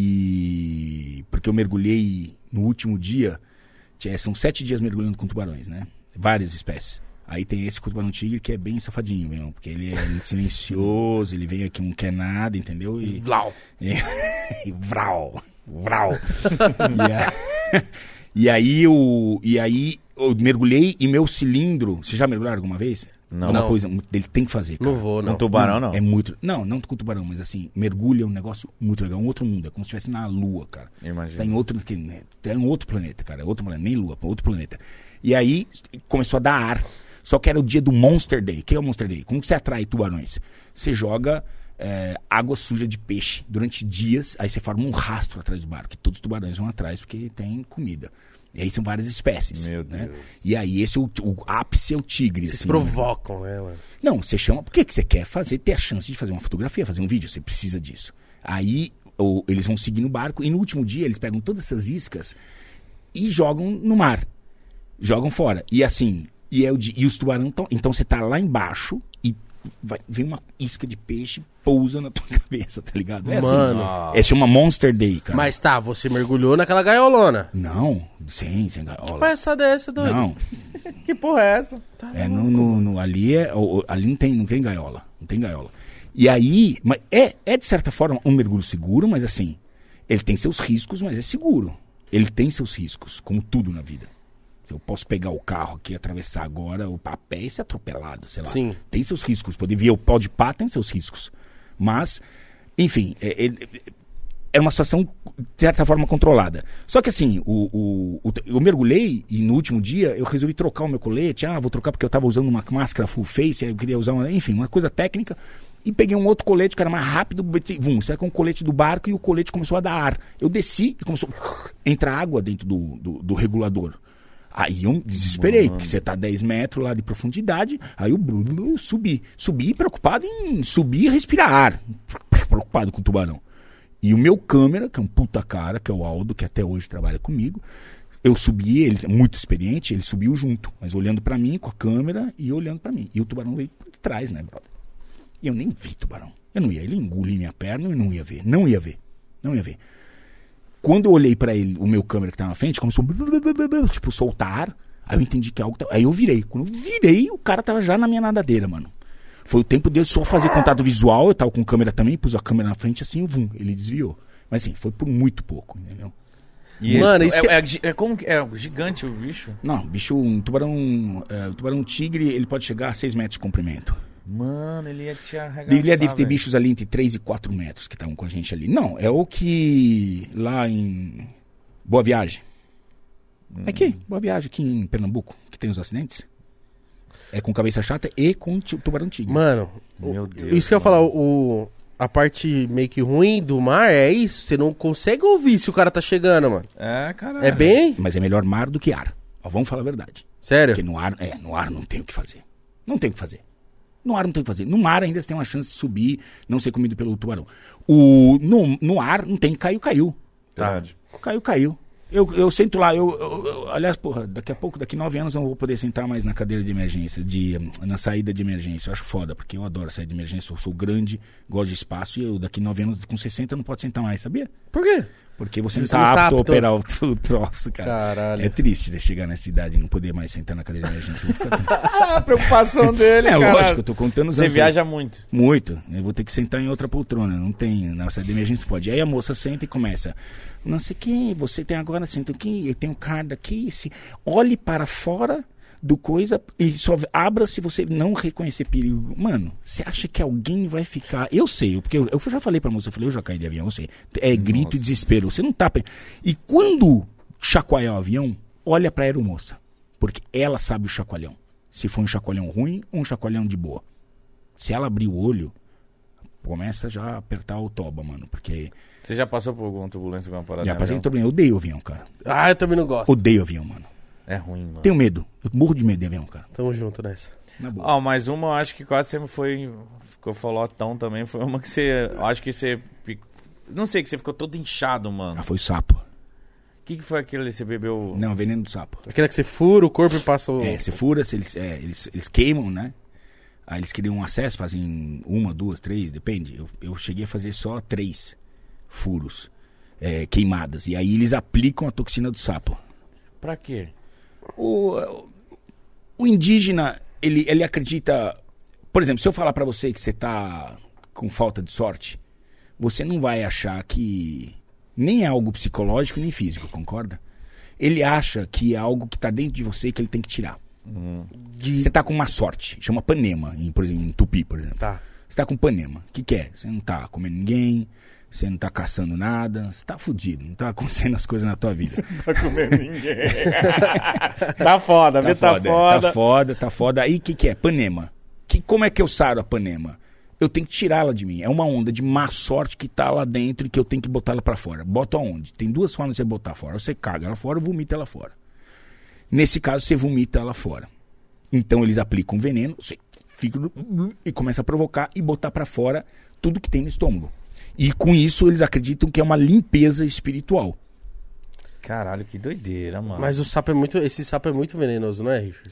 Speaker 3: E... Porque eu mergulhei no último dia. tinha- são sete dias mergulhando com tubarões, né? Várias espécies. Aí tem esse com o tubarão tigre que é bem safadinho mesmo. Porque ele é silencioso, ele vem aqui, não quer nada, entendeu? E...
Speaker 1: Vlau.
Speaker 3: E, [LAUGHS] e vral, vral. e, a- [LAUGHS] e aí eu, e aí eu mergulhei e meu cilindro. Vocês já mergulharam alguma vez?
Speaker 2: Não.
Speaker 3: É uma
Speaker 1: Não.
Speaker 3: coisa, ele tem que fazer.
Speaker 1: Não
Speaker 3: cara.
Speaker 1: vou, não.
Speaker 2: Com tubarão, não.
Speaker 3: É muito. Não, não com tubarão, mas assim, mergulha é um negócio muito legal, um outro mundo, é como se estivesse na lua, cara. Você tá
Speaker 2: Imagina.
Speaker 3: em outro, que- né, tá em outro planeta, cara. Outro planeta, nem lua, pô, outro planeta. E aí começou a dar ar. Só que era o dia do Monster Day. O que é o Monster Day? Como que você atrai tubarões? Você joga é, água suja de peixe durante dias, aí você forma um rastro atrás do barco, que todos os tubarões vão atrás porque tem comida. E aí são várias espécies.
Speaker 2: Meu
Speaker 3: né?
Speaker 2: Deus.
Speaker 3: E aí esse é o, o ápice é o tigre.
Speaker 1: Vocês
Speaker 3: assim, né?
Speaker 1: provocam, né, mano?
Speaker 3: Não, você chama. Por que que você quer fazer? Ter a chance de fazer uma fotografia, fazer um vídeo, você precisa disso. Aí o- eles vão seguir no barco e no último dia eles pegam todas essas iscas e jogam no mar. Jogam fora. E assim, e, é o di- e os tubarão estão. Então você tá lá embaixo e vai- vem uma isca de peixe, pousa na tua [LAUGHS] cabeça, tá ligado? É
Speaker 1: Mano.
Speaker 3: assim. É chama Monster Day, cara.
Speaker 1: Mas tá, você mergulhou naquela gaiolona.
Speaker 3: Não, sem, sem gaiola.
Speaker 1: Essa dessa, doido. Tá.
Speaker 3: Não,
Speaker 2: Que porra é essa?
Speaker 3: É, no, no- no- ali, é, o- o- ali não, tem, não tem gaiola. Não tem gaiola. E aí, mas é, é de certa forma um mergulho seguro, mas assim, ele tem seus riscos, mas é seguro. Ele tem seus riscos, como tudo na vida. Eu posso pegar o carro aqui, atravessar agora o papel e ser atropelado, sei lá.
Speaker 1: Sim.
Speaker 3: Tem seus riscos. Poder vir o pau de pá tem seus riscos. Mas, enfim, é- é- era uma situação, de certa forma, controlada. Só que assim, o, o, o- eu mergulhei e no último dia eu resolvi trocar o meu colete. Ah, vou trocar porque eu tava usando uma máscara full face, aí eu queria usar uma, enfim, uma coisa técnica. E peguei um outro colete que era mais rápido, bati- vum, saiu com o colete do barco e o colete começou a dar ar. Eu desci e começou. Entra água dentro do, do, do regulador. Aí eu desesperei, porque você tá 10 metros lá de profundidade, aí eu blu, blu, blu, subi. Subi preocupado em subir e respirar ar. Preocupado com o tubarão. E o meu câmera, que é um puta cara, que é o Aldo, que até hoje trabalha comigo, eu subi, ele é muito experiente, ele subiu junto, mas olhando pra mim com a câmera e olhando pra mim. E o tubarão veio por trás, né, brother? E eu nem vi tubarão. Eu não ia, ele engoliu minha perna, eu não ia ver, não ia ver, não ia ver. Quando eu olhei pra ele, o meu câmera que tava na frente, começou blu, blu, blu, blu, blu, tipo soltar. Aí eu entendi que é algo tava... aí eu virei. Quando eu virei, o cara tava já na minha nadadeira, mano. Foi o tempo dele só fazer contato visual, eu tava com câmera também, pus a câmera na frente assim, vum, ele desviou. Mas assim, foi por muito pouco, entendeu?
Speaker 2: E
Speaker 1: Mano,
Speaker 2: ele-
Speaker 1: isso
Speaker 2: é,
Speaker 1: que-
Speaker 2: é gi- é como que é gigante o bicho?
Speaker 3: Não, bicho, um tubarão, é, um tubarão tigre, ele pode chegar a 6 metros de comprimento.
Speaker 2: Mano, ele ia te arregaçar.
Speaker 3: Deveria deve ter
Speaker 2: velho.
Speaker 3: bichos ali entre 3 e 4 metros que estavam com a gente ali. Não, é o que lá em Boa Viagem. Aqui, Boa Viagem, aqui em Pernambuco, que tem os acidentes. É com cabeça chata e com ti- tubarão tigre.
Speaker 1: Mano,
Speaker 2: Meu
Speaker 1: o-
Speaker 2: Deus,
Speaker 1: isso que eu ia
Speaker 2: mano.
Speaker 1: falar, o, a parte meio que ruim do mar é isso. Você não consegue ouvir se o cara tá chegando, mano.
Speaker 2: É, caralho.
Speaker 1: É bem.
Speaker 3: Mas é melhor mar do que ar. Ó, vamos falar a verdade. Porque
Speaker 1: Sério?
Speaker 3: no ar, é, no ar não tem o que fazer. Não tem o que fazer. No ar não tem o que fazer. No mar ainda você tem uma chance de subir, não ser comido pelo tubarão. O, no, no ar não tem, caiu, caiu.
Speaker 2: Verdade.
Speaker 3: Caiu, caiu. Eu, eu sento lá, eu, eu- eu- aliás, porra, daqui a pouco, daqui nove anos eu não vou poder sentar mais na cadeira de emergência, de, hum, na saída de emergência. Eu acho foda, porque eu adoro sair de emergência, eu sou grande, gosto de espaço, e eu daqui nove anos, com 60, não pode sentar mais, sabia?
Speaker 1: Por quê?
Speaker 3: Porque você,
Speaker 1: Você
Speaker 3: não
Speaker 1: não
Speaker 3: está
Speaker 1: está
Speaker 3: apto a
Speaker 1: apto.
Speaker 3: operar o [LAUGHS] tro- troço, cara.
Speaker 1: Caralho.
Speaker 3: É triste né, chegar nessa idade e não poder mais sentar na cadeira de emergência. Eu vou ficar-
Speaker 2: Ah, a preocupação dele,
Speaker 3: é
Speaker 2: cara.
Speaker 3: lógico, eu tô contando os
Speaker 2: Você
Speaker 3: anos.
Speaker 2: viaja muito.
Speaker 3: Muito. Eu vou ter que sentar em outra poltrona. Não tem. Na saída de emergência não pode. Aí a moça senta e começa. Não sei quem, você tem agora, senta aqui, eu tenho carga aqui. Se... Olhe para fora do coisa e só abra se você não reconhecer perigo. Mano, você acha que alguém vai ficar. Eu sei, porque eu, eu já falei pra moça, eu falei, eu já caí de avião, eu sei. É grito e desespero. Você não tá. pe- E quando chacoalhar o avião, olha pra aeromoça. Porque ela sabe o chacoalhão. Se for um chacoalhão ruim ou um chacoalhão de boa. Se ela abrir o olho, começa já a apertar o toba, mano. Porque
Speaker 2: Você já passou por alguma turbulência, alguma parada?
Speaker 3: já
Speaker 2: né,
Speaker 3: passei
Speaker 2: avião?
Speaker 3: turbulência. Eu odeio avião, cara.
Speaker 1: [LAUGHS] Ah, eu também não gosto.
Speaker 3: Odeio avião, mano.
Speaker 2: É ruim, mano.
Speaker 3: Tenho medo. Eu morro de medo de avião, cara.
Speaker 1: Tamo junto nessa.
Speaker 3: Na boa.
Speaker 2: Ó, mais uma, eu acho que quase sempre foi. Ficou folotão também. Foi uma que você. eu Acho que você. pic- Não sei, que você ficou todo inchado, mano.
Speaker 3: Ah, foi sapo.
Speaker 2: O que, que foi aquilo ali? Você bebeu.
Speaker 3: Não, veneno do sapo.
Speaker 1: Aquela que você fura o corpo e passa o.
Speaker 3: É, se fura, se eles, é, eles, eles queimam, né? Aí eles criam um acesso, fazem uma, duas, três, depende. Eu, eu cheguei a fazer só três furos é, queimadas. E aí eles aplicam a toxina do sapo.
Speaker 2: Pra quê?
Speaker 3: o, o indígena, ele, ele acredita. Por exemplo, se eu falar pra você que você tá com falta de sorte, você não vai achar que. Nem é algo psicológico nem físico, concorda? Ele acha que é algo que tá dentro de você que ele tem que tirar.
Speaker 1: De...
Speaker 3: Você tá com uma sorte, chama panema, em, por exemplo, em tupi, por exemplo.
Speaker 1: Tá.
Speaker 3: Você tá com panema. O que, que é? Você não tá comendo ninguém, você não tá caçando nada, você tá fudido, não tá acontecendo as coisas na tua vida.
Speaker 2: Tá comendo ninguém. [LAUGHS] tá foda, viu? Tá
Speaker 3: Tá foda, é.
Speaker 2: foda.
Speaker 3: tá foda, tá foda. Aí o que, que é? Panema. Que, como é que eu saro a Panema? Eu tenho que tirá-la de mim. É uma onda de má sorte que tá lá dentro e que eu tenho que botá-la pra fora. Boto aonde? Tem duas formas de você botar fora. Ou Você caga ela fora ou vomita ela fora. Nesse caso, você vomita ela fora. Então eles aplicam veneno, você fica no- e começa a provocar e botar pra fora tudo que tem no estômago. E com isso eles acreditam que é uma limpeza espiritual.
Speaker 2: Caralho, que doideira, mano.
Speaker 1: Mas o sapo é muito. Esse sapo é muito venenoso, não é, Richard?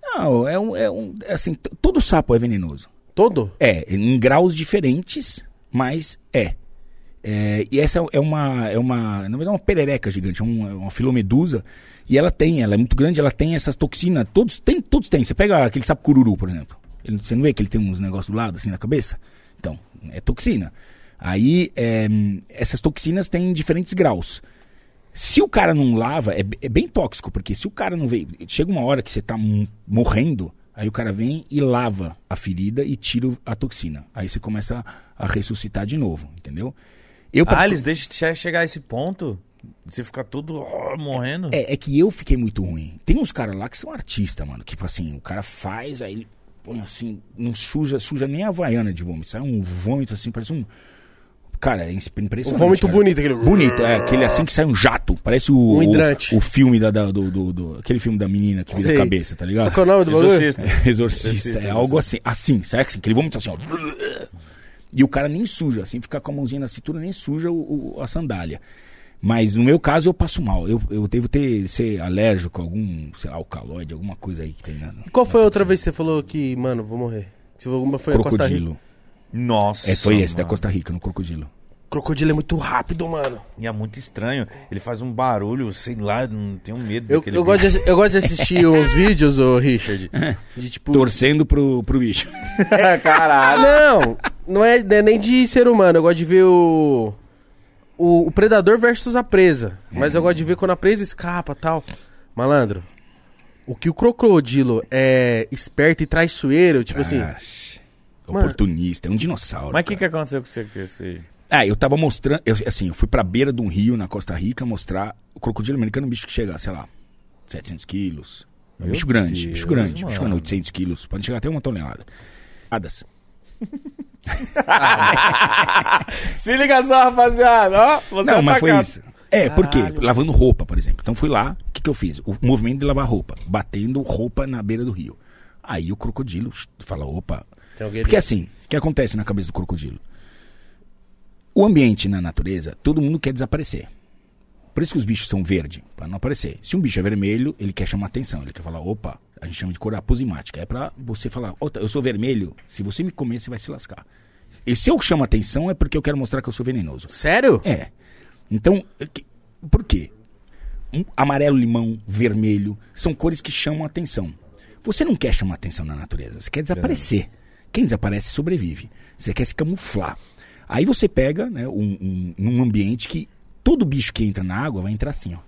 Speaker 3: Não, é um, é um é assim, t- todo sapo é venenoso.
Speaker 1: Todo?
Speaker 3: É, em graus diferentes, mas é. É, e essa é uma, é uma, na verdade, é uma perereca gigante, é um- é uma filomedusa. E ela tem, ela é muito grande, ela tem essas toxinas. Todos tem, todos têm. Você pega aquele sapo cururu, por exemplo. Ele- você não vê que ele tem uns negócios do lado, assim, na cabeça? Então, é toxina. Aí, é, hum, essas toxinas têm diferentes graus. Se o cara não lava, é, be- é bem tóxico, porque se o cara não veio. Chega uma hora que você tá m- morrendo, aí o cara vem e lava a ferida e tira o- a toxina. Aí você começa a ressuscitar de novo, entendeu? Eu,
Speaker 2: Ah,
Speaker 3: particu-
Speaker 2: eles deixam che- chegar a esse ponto. Você ficar tudo ó,
Speaker 1: Hum.
Speaker 2: morrendo.
Speaker 3: É, é que eu fiquei muito ruim. Tem uns caras lá que são artistas, mano. Que, tipo assim, o cara faz, aí ele põe assim, não suja, suja nem a vaiana de vômito. Sai um vômito assim, parece um. Cara, é imp-
Speaker 1: O
Speaker 3: impressionante.
Speaker 1: Um vômito
Speaker 3: cara.
Speaker 1: bonito. Aquele...
Speaker 3: Bonito, é aquele assim que sai um jato. Parece o.
Speaker 1: Um
Speaker 3: o-
Speaker 1: hidrante.
Speaker 3: O, filme da. da- do, do- do- aquele filme da menina que vira
Speaker 1: Sei.
Speaker 3: a cabeça, tá ligado?
Speaker 1: Qual que é o nome do bagulho?
Speaker 2: Exorcista.
Speaker 3: É,
Speaker 2: Exorcista,
Speaker 3: Exorcista, é algo assim, assim, sabe assim, aquele vômito assim, ó. E o cara nem suja, assim, ficar com a mãozinha na cintura, nem suja o, o- a sandália. Mas no meu caso eu passo mal. Eu, eu devo ter, ser alérgico a algum, sei lá, alcaloide, alguma coisa aí que tem na.
Speaker 1: Qual foi a outra vez que você falou que, mano, vou morrer? Que você falou, Uma foi em Costa Rica.
Speaker 3: Crocodilo.
Speaker 2: Nossa.
Speaker 3: É, foi
Speaker 1: né?
Speaker 3: esse, da
Speaker 2: mano.
Speaker 3: Costa Rica, no crocodilo.
Speaker 1: Crocodilo é muito rápido, mano.
Speaker 2: E é muito estranho. Ele faz um barulho, sei lá, não tenho medo
Speaker 1: Eu,
Speaker 2: daquele É.
Speaker 1: eu gosto de, assi- eu gosto de
Speaker 2: [LAUGHS]
Speaker 1: assistir uns vídeos, ô Richard, de tipo...
Speaker 3: Torcendo pro, pro bicho.
Speaker 2: de... Caralho.
Speaker 1: Não, não é, não é nem de ser humano. Eu gosto de ver o, o, o predador versus a presa.
Speaker 2: É.
Speaker 1: Mas eu gosto de ver quando a presa escapa tal. Malandro, o que o crocodilo é esperto e traiçoeiro, tipo assim...
Speaker 3: Ah, oportunista, é um dinossauro.
Speaker 2: Mas o que,
Speaker 3: cara.
Speaker 2: que aconteceu com você com esse...
Speaker 3: Ah, eu tava mostrando. eu- assim, eu fui pra beira de um rio na Costa Rica mostrar o crocodilo americano, um bicho que chega, sei lá, 700 quilos. É um
Speaker 2: Meu
Speaker 3: bicho grande,
Speaker 2: Deus,
Speaker 3: bicho grande, bicho
Speaker 2: mano.
Speaker 3: grande, 800 quilos. Pode chegar até uma tonelada. Adas.
Speaker 2: Se liga só, rapaziada. Ó, você
Speaker 3: Não, mas foi
Speaker 2: atacado.
Speaker 3: isso. É, por quê? Lavando roupa, por exemplo. Então fui lá, o que, que eu fiz? O movimento de lavar roupa, batendo roupa na beira do rio. Aí o crocodilo fala, opa.
Speaker 1: Tem alguém
Speaker 3: Porque assim, o que acontece na cabeça do crocodilo? O ambiente na natureza, todo mundo quer desaparecer. Por isso que os bichos são verde, pra não aparecer. Se um bicho é vermelho, ele quer chamar atenção, ele quer falar, opa, a gente chama de cor aposimática. É pra você falar, "Ó, eu sou vermelho, se você me comer, você vai se lascar. E se eu chamo atenção é porque eu quero mostrar que eu sou venenoso.
Speaker 1: Sério?
Speaker 3: É. Então, é que- por quê? Um amarelo, limão, vermelho, são cores que chamam a atenção. Você não quer chamar atenção na natureza, você quer desaparecer. Quem desaparece sobrevive. Você quer se camuflar. Aí você pega né, um, um, um ambiente que todo bicho que entra na água vai entrar assim, ó.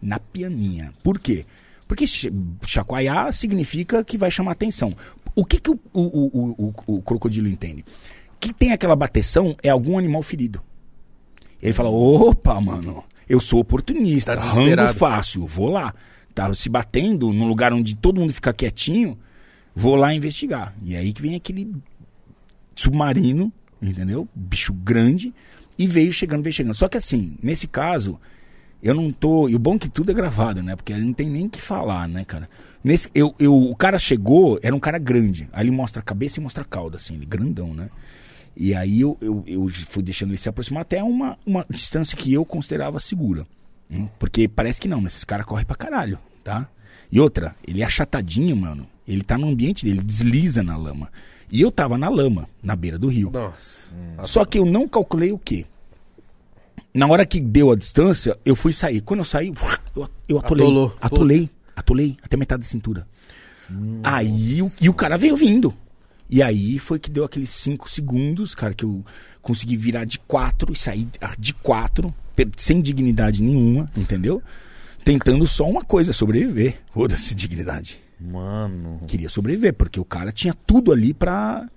Speaker 3: Na pianinha. Por quê? Porque ch- chacoalhar significa que vai chamar atenção. O que, que o, o- o- o- o crocodilo entende? Que tem aquela bateção é algum animal ferido. Ele fala: opa, mano, eu sou oportunista,
Speaker 1: Tá
Speaker 3: rango
Speaker 1: desesperado.
Speaker 3: fácil, vou lá. Tá se batendo num lugar onde todo mundo fica quietinho, vou lá investigar. E é aí que vem aquele submarino, entendeu? Bicho grande, e veio chegando, veio chegando. Só que assim, nesse caso, eu não tô. E o bom é que tudo é gravado, né? Porque não tem nem o que falar, né, cara? Nesse, eu, eu, o cara chegou, era um cara grande. Aí ele mostra a cabeça e mostra a cauda, assim, ele grandão, né? E aí eu, eu, eu fui deixando ele se aproximar até uma, uma distância que eu considerava segura. né? Porque parece que não, mas esses caras correm pra caralho, tá? E outra, ele é achatadinho, mano. Ele tá no ambiente dele, ele desliza na lama. E eu tava na lama, na beira do rio.
Speaker 1: Nossa.
Speaker 3: Só que eu não calculei o quê? Na hora que deu a distância, eu fui sair. Quando eu saí, eu, eu atolei.
Speaker 1: Atolou.
Speaker 3: Atolei, atolei, até metade da cintura. Aí, o- e o cara veio vindo. E aí foi que deu aqueles cinco segundos, cara, que eu consegui virar de quatro e sair de quatro, per- sem dignidade nenhuma, entendeu? Tentando só uma coisa, sobreviver. Foda-se dignidade
Speaker 2: Mano.
Speaker 3: queria sobreviver, porque o cara tinha tudo ali pra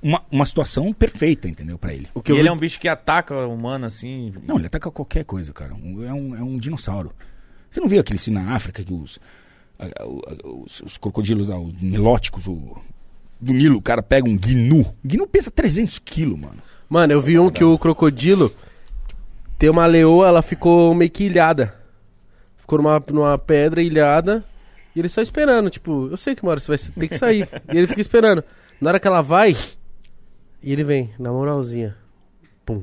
Speaker 3: uma, uma situação perfeita, entendeu? Pra ele.
Speaker 1: O que
Speaker 2: E
Speaker 1: eu
Speaker 2: ele
Speaker 1: vi-
Speaker 2: é um bicho que ataca o humano assim.
Speaker 3: Não, ele ataca qualquer coisa, cara. Um- é, um, é um dinossauro. Você não viu aquele assim na África que os, a- a- a- os, os crocodilos, ah, os nilóticos, o, do Nilo, o cara pega um gnu. Gnu pesa 300 quilos, mano.
Speaker 1: Mano, eu vi um que o crocodilo tem uma leoa, ela ficou meio que ilhada. Ficou numa, numa pedra ilhada e ele só esperando, tipo, eu sei que uma hora você vai ter que
Speaker 2: [LAUGHS]
Speaker 1: sair. e ele fica esperando. Na hora que ela vai, e ele vem, na moralzinha. Pum.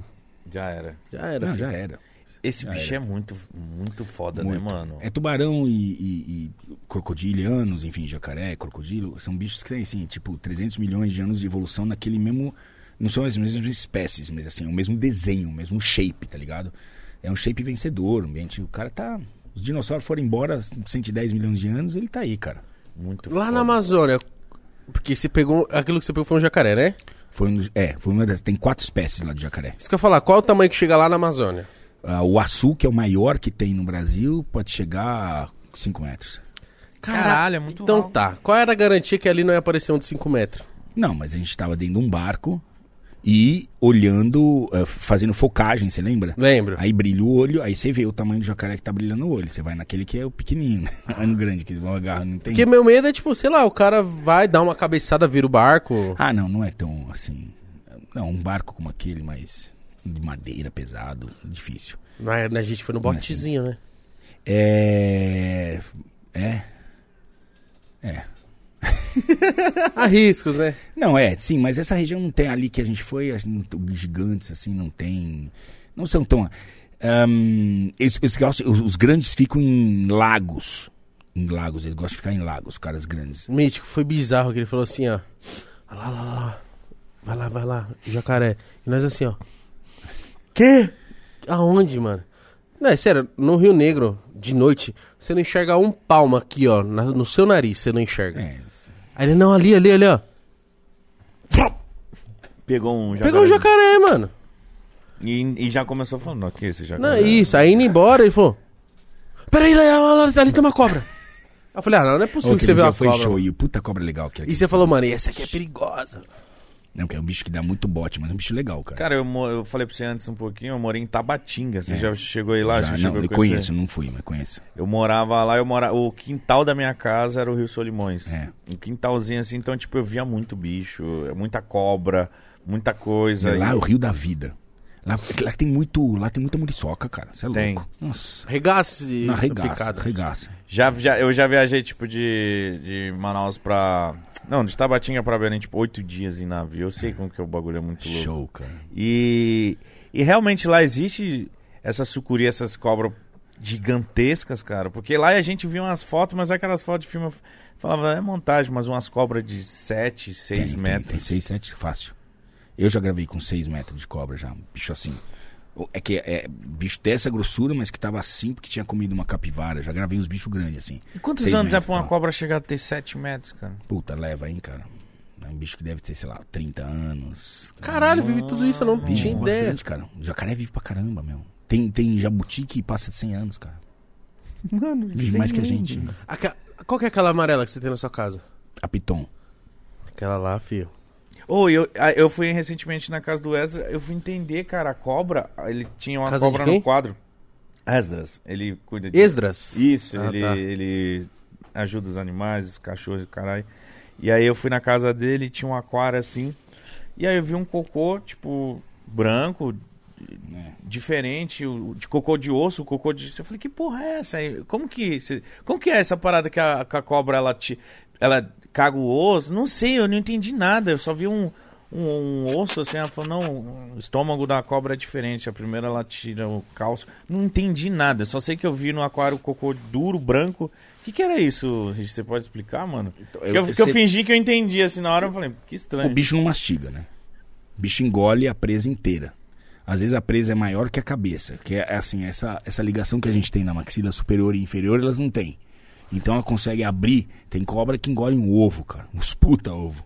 Speaker 2: Já era.
Speaker 1: Já era.
Speaker 3: Não, já era.
Speaker 2: Esse bicho é muito, muito foda,
Speaker 3: Muito.
Speaker 2: né, mano?
Speaker 3: É tubarão e, e, e crocodilianos, enfim, jacaré, crocodilo, são bichos que têm, assim, tipo, 300 milhões de anos de evolução naquele mesmo. Não são as mesmas espécies, mas assim, é o mesmo desenho, o mesmo shape, tá ligado? É um shape vencedor, o ambiente. O cara tá. Os dinossauros foram embora 110 milhões de anos, ele tá aí, cara.
Speaker 2: Muito
Speaker 1: Lá
Speaker 2: foda.
Speaker 1: na Amazônia, porque você pegou. Aquilo que você pegou foi um jacaré, né?
Speaker 3: Foi um dos- é, foi uma das. Tem quatro espécies lá de jacaré.
Speaker 1: Isso que eu ia falar, qual é o tamanho que chega lá na Amazônia?
Speaker 3: Ah, o açu, que é o maior que tem no Brasil, pode chegar a 5 metros.
Speaker 2: Caralho, é muito
Speaker 1: Então
Speaker 2: alto.
Speaker 1: tá. Qual era a garantia que ali não ia aparecer um de 5 metros?
Speaker 3: Não, mas a gente tava dentro de um barco. e olhando, eh, fazendo focagem, você lembra?
Speaker 1: Lembro.
Speaker 3: Aí brilha o olho, aí você vê o tamanho do jacaré que tá brilhando o olho. Você vai naquele que é o pequenininho, né? Aí no grande, que uma garra não tem.
Speaker 1: Porque meu medo é tipo, sei lá, o cara vai dar uma cabeçada, vira o barco.
Speaker 3: Ah, não, não é tão assim. Não, um barco como aquele, mas de madeira, pesado, difícil.
Speaker 1: Mas Ah, é, né, A gente foi no botezinho, né?
Speaker 3: É. É. É.
Speaker 1: Há riscos, né?
Speaker 3: Não, é, sim, mas essa região não tem ali que a gente foi, a gente não tem- gigantes assim, não tem. Não são tão. Ahn, eles- eles gostam- os, os grandes ficam em lagos. Em lagos, eles gostam de ficar em lagos, os caras grandes.
Speaker 1: Mítico, foi bizarro que ele falou assim, ó. Olha lá, lá, lá. Vai lá, vai lá, jacaré. E nós assim, ó. Quê? Aonde, mano? Não, é sério, no Rio Negro, de noite, você não enxerga um palmo aqui, ó, na- no seu nariz, você não enxerga.
Speaker 3: É.
Speaker 1: Aí ele, não, ali, ali, ali, ó.
Speaker 2: Pegou um jacaré.
Speaker 1: Pegou o jacaré, mano.
Speaker 2: E, e já começou falando, não, que esse jacaré. é-"
Speaker 1: Não, isso, aí indo embora, ele falou: Peraí, lá, lá, lá, ali tem uma cobra. Aí eu falei: Ah, não, não é possível que
Speaker 3: Outro
Speaker 1: você viu
Speaker 3: dia
Speaker 1: a
Speaker 3: foi
Speaker 1: cobra.
Speaker 3: show e o puta cobra legal que
Speaker 1: E
Speaker 3: é aquele.
Speaker 1: você falou, mano, e essa aqui é perigosa.
Speaker 3: Não, que é um bicho que dá muito bote, mas é um bicho legal, cara.
Speaker 2: Cara, eu, mo- eu falei pra você antes um pouquinho, eu morei em Tabatinga. Você já chegou aí lá?
Speaker 3: Já,
Speaker 2: Você
Speaker 3: não, né?
Speaker 2: chegou a
Speaker 3: eu
Speaker 2: conhecer?
Speaker 3: conheço, não fui, mas conheço.
Speaker 2: Eu morava lá, eu morava, o quintal da minha casa era o Rio Solimões.
Speaker 3: É.
Speaker 2: Um quintalzinho assim, então tipo, eu via muito bicho, muita cobra, muita coisa.
Speaker 3: É lá
Speaker 2: E-
Speaker 3: o Rio da Vida. Lá, lá tem muito, lá tem muita muriçoca, cara. Você é
Speaker 2: Tem.
Speaker 3: louco. Nossa.
Speaker 1: Regaça
Speaker 3: Na regaça,
Speaker 1: picada.
Speaker 3: regaça.
Speaker 2: já, já, eu já viajei tipo de, de Manaus pra... Não, de Tabatinga pra Belém, tipo, oito dias em navio. Eu sei como que o bagulho é muito louco.
Speaker 3: Show, cara.
Speaker 2: E, e realmente lá existe essa sucuri, essas cobras gigantescas, cara. Porque lá a gente via umas fotos, mas aquelas fotos de filme eu falava, é montagem, mas umas cobras de 7, 6 metros.
Speaker 3: Tem, né? 6, 7, é fácil. Eu já gravei com 6 metros de cobra já. um Bicho assim. O- É que é bicho dessa grossura, mas que tava assim porque tinha comido uma capivara. Já gravei uns bichos grandes assim.
Speaker 2: E quantos
Speaker 3: Seis
Speaker 2: anos é
Speaker 3: metros,
Speaker 2: pra uma
Speaker 3: tá?
Speaker 2: cobra chegar a ter 7 metros, cara?
Speaker 3: Puta, leva, hein, cara. É um bicho que deve ter, sei lá, 30 anos.
Speaker 1: Caralho, vivi tudo isso, eu não
Speaker 3: Vive
Speaker 1: tinha
Speaker 3: bastante,
Speaker 1: ideia.
Speaker 3: cara. O jacaré vive pra caramba, meu. Tem, tem jabuti que passa de 100 anos, cara.
Speaker 2: Mano,
Speaker 3: Vive mais que a gente.
Speaker 1: Aca- Qual que é aquela amarela que você tem na sua casa?
Speaker 3: A piton.
Speaker 1: Aquela lá, filho.
Speaker 2: Ô, eu, a- eu fui recentemente na casa do Ezra, eu fui entender, cara, a cobra, ele tinha uma
Speaker 1: Casa de
Speaker 2: cobra
Speaker 1: quem?
Speaker 2: no quadro. Esdras, ele cuida de...
Speaker 1: Esdras.
Speaker 2: Isso,
Speaker 1: Ah,
Speaker 2: ele,
Speaker 1: tá.
Speaker 2: ele ajuda os animais, os cachorros, caralho. E aí eu fui na casa dele, tinha um aquário assim. E aí eu vi um cocô, tipo, branco,
Speaker 3: né?
Speaker 2: diferente, o- o de cocô de osso, o cocô de. Eu falei, que porra é essa aí? Como que. cê- Como que é essa parada que a, que a cobra ela te. Ela caga o osso? Não sei, eu não entendi nada. Eu só vi um, um, um osso assim. Ela falou, não, o estômago da cobra é diferente. A primeira ela tira o calço. Não entendi nada. Só sei que eu vi no aquário cocô duro, branco. O que, que era isso, Rich? Você pode explicar, mano? Que eu, que eu
Speaker 3: Cê-
Speaker 2: fingi que eu entendi assim na hora. Eu falei, que
Speaker 3: Então, O
Speaker 2: estranho.
Speaker 3: bicho não mastiga, né? O bicho engole a presa inteira. Às vezes a presa é maior que a cabeça, que é assim, essa, essa ligação que a gente tem na maxila superior e inferior, elas não têm. Então ela consegue abrir, tem cobra que engole um ovo, cara, uns puta ovo.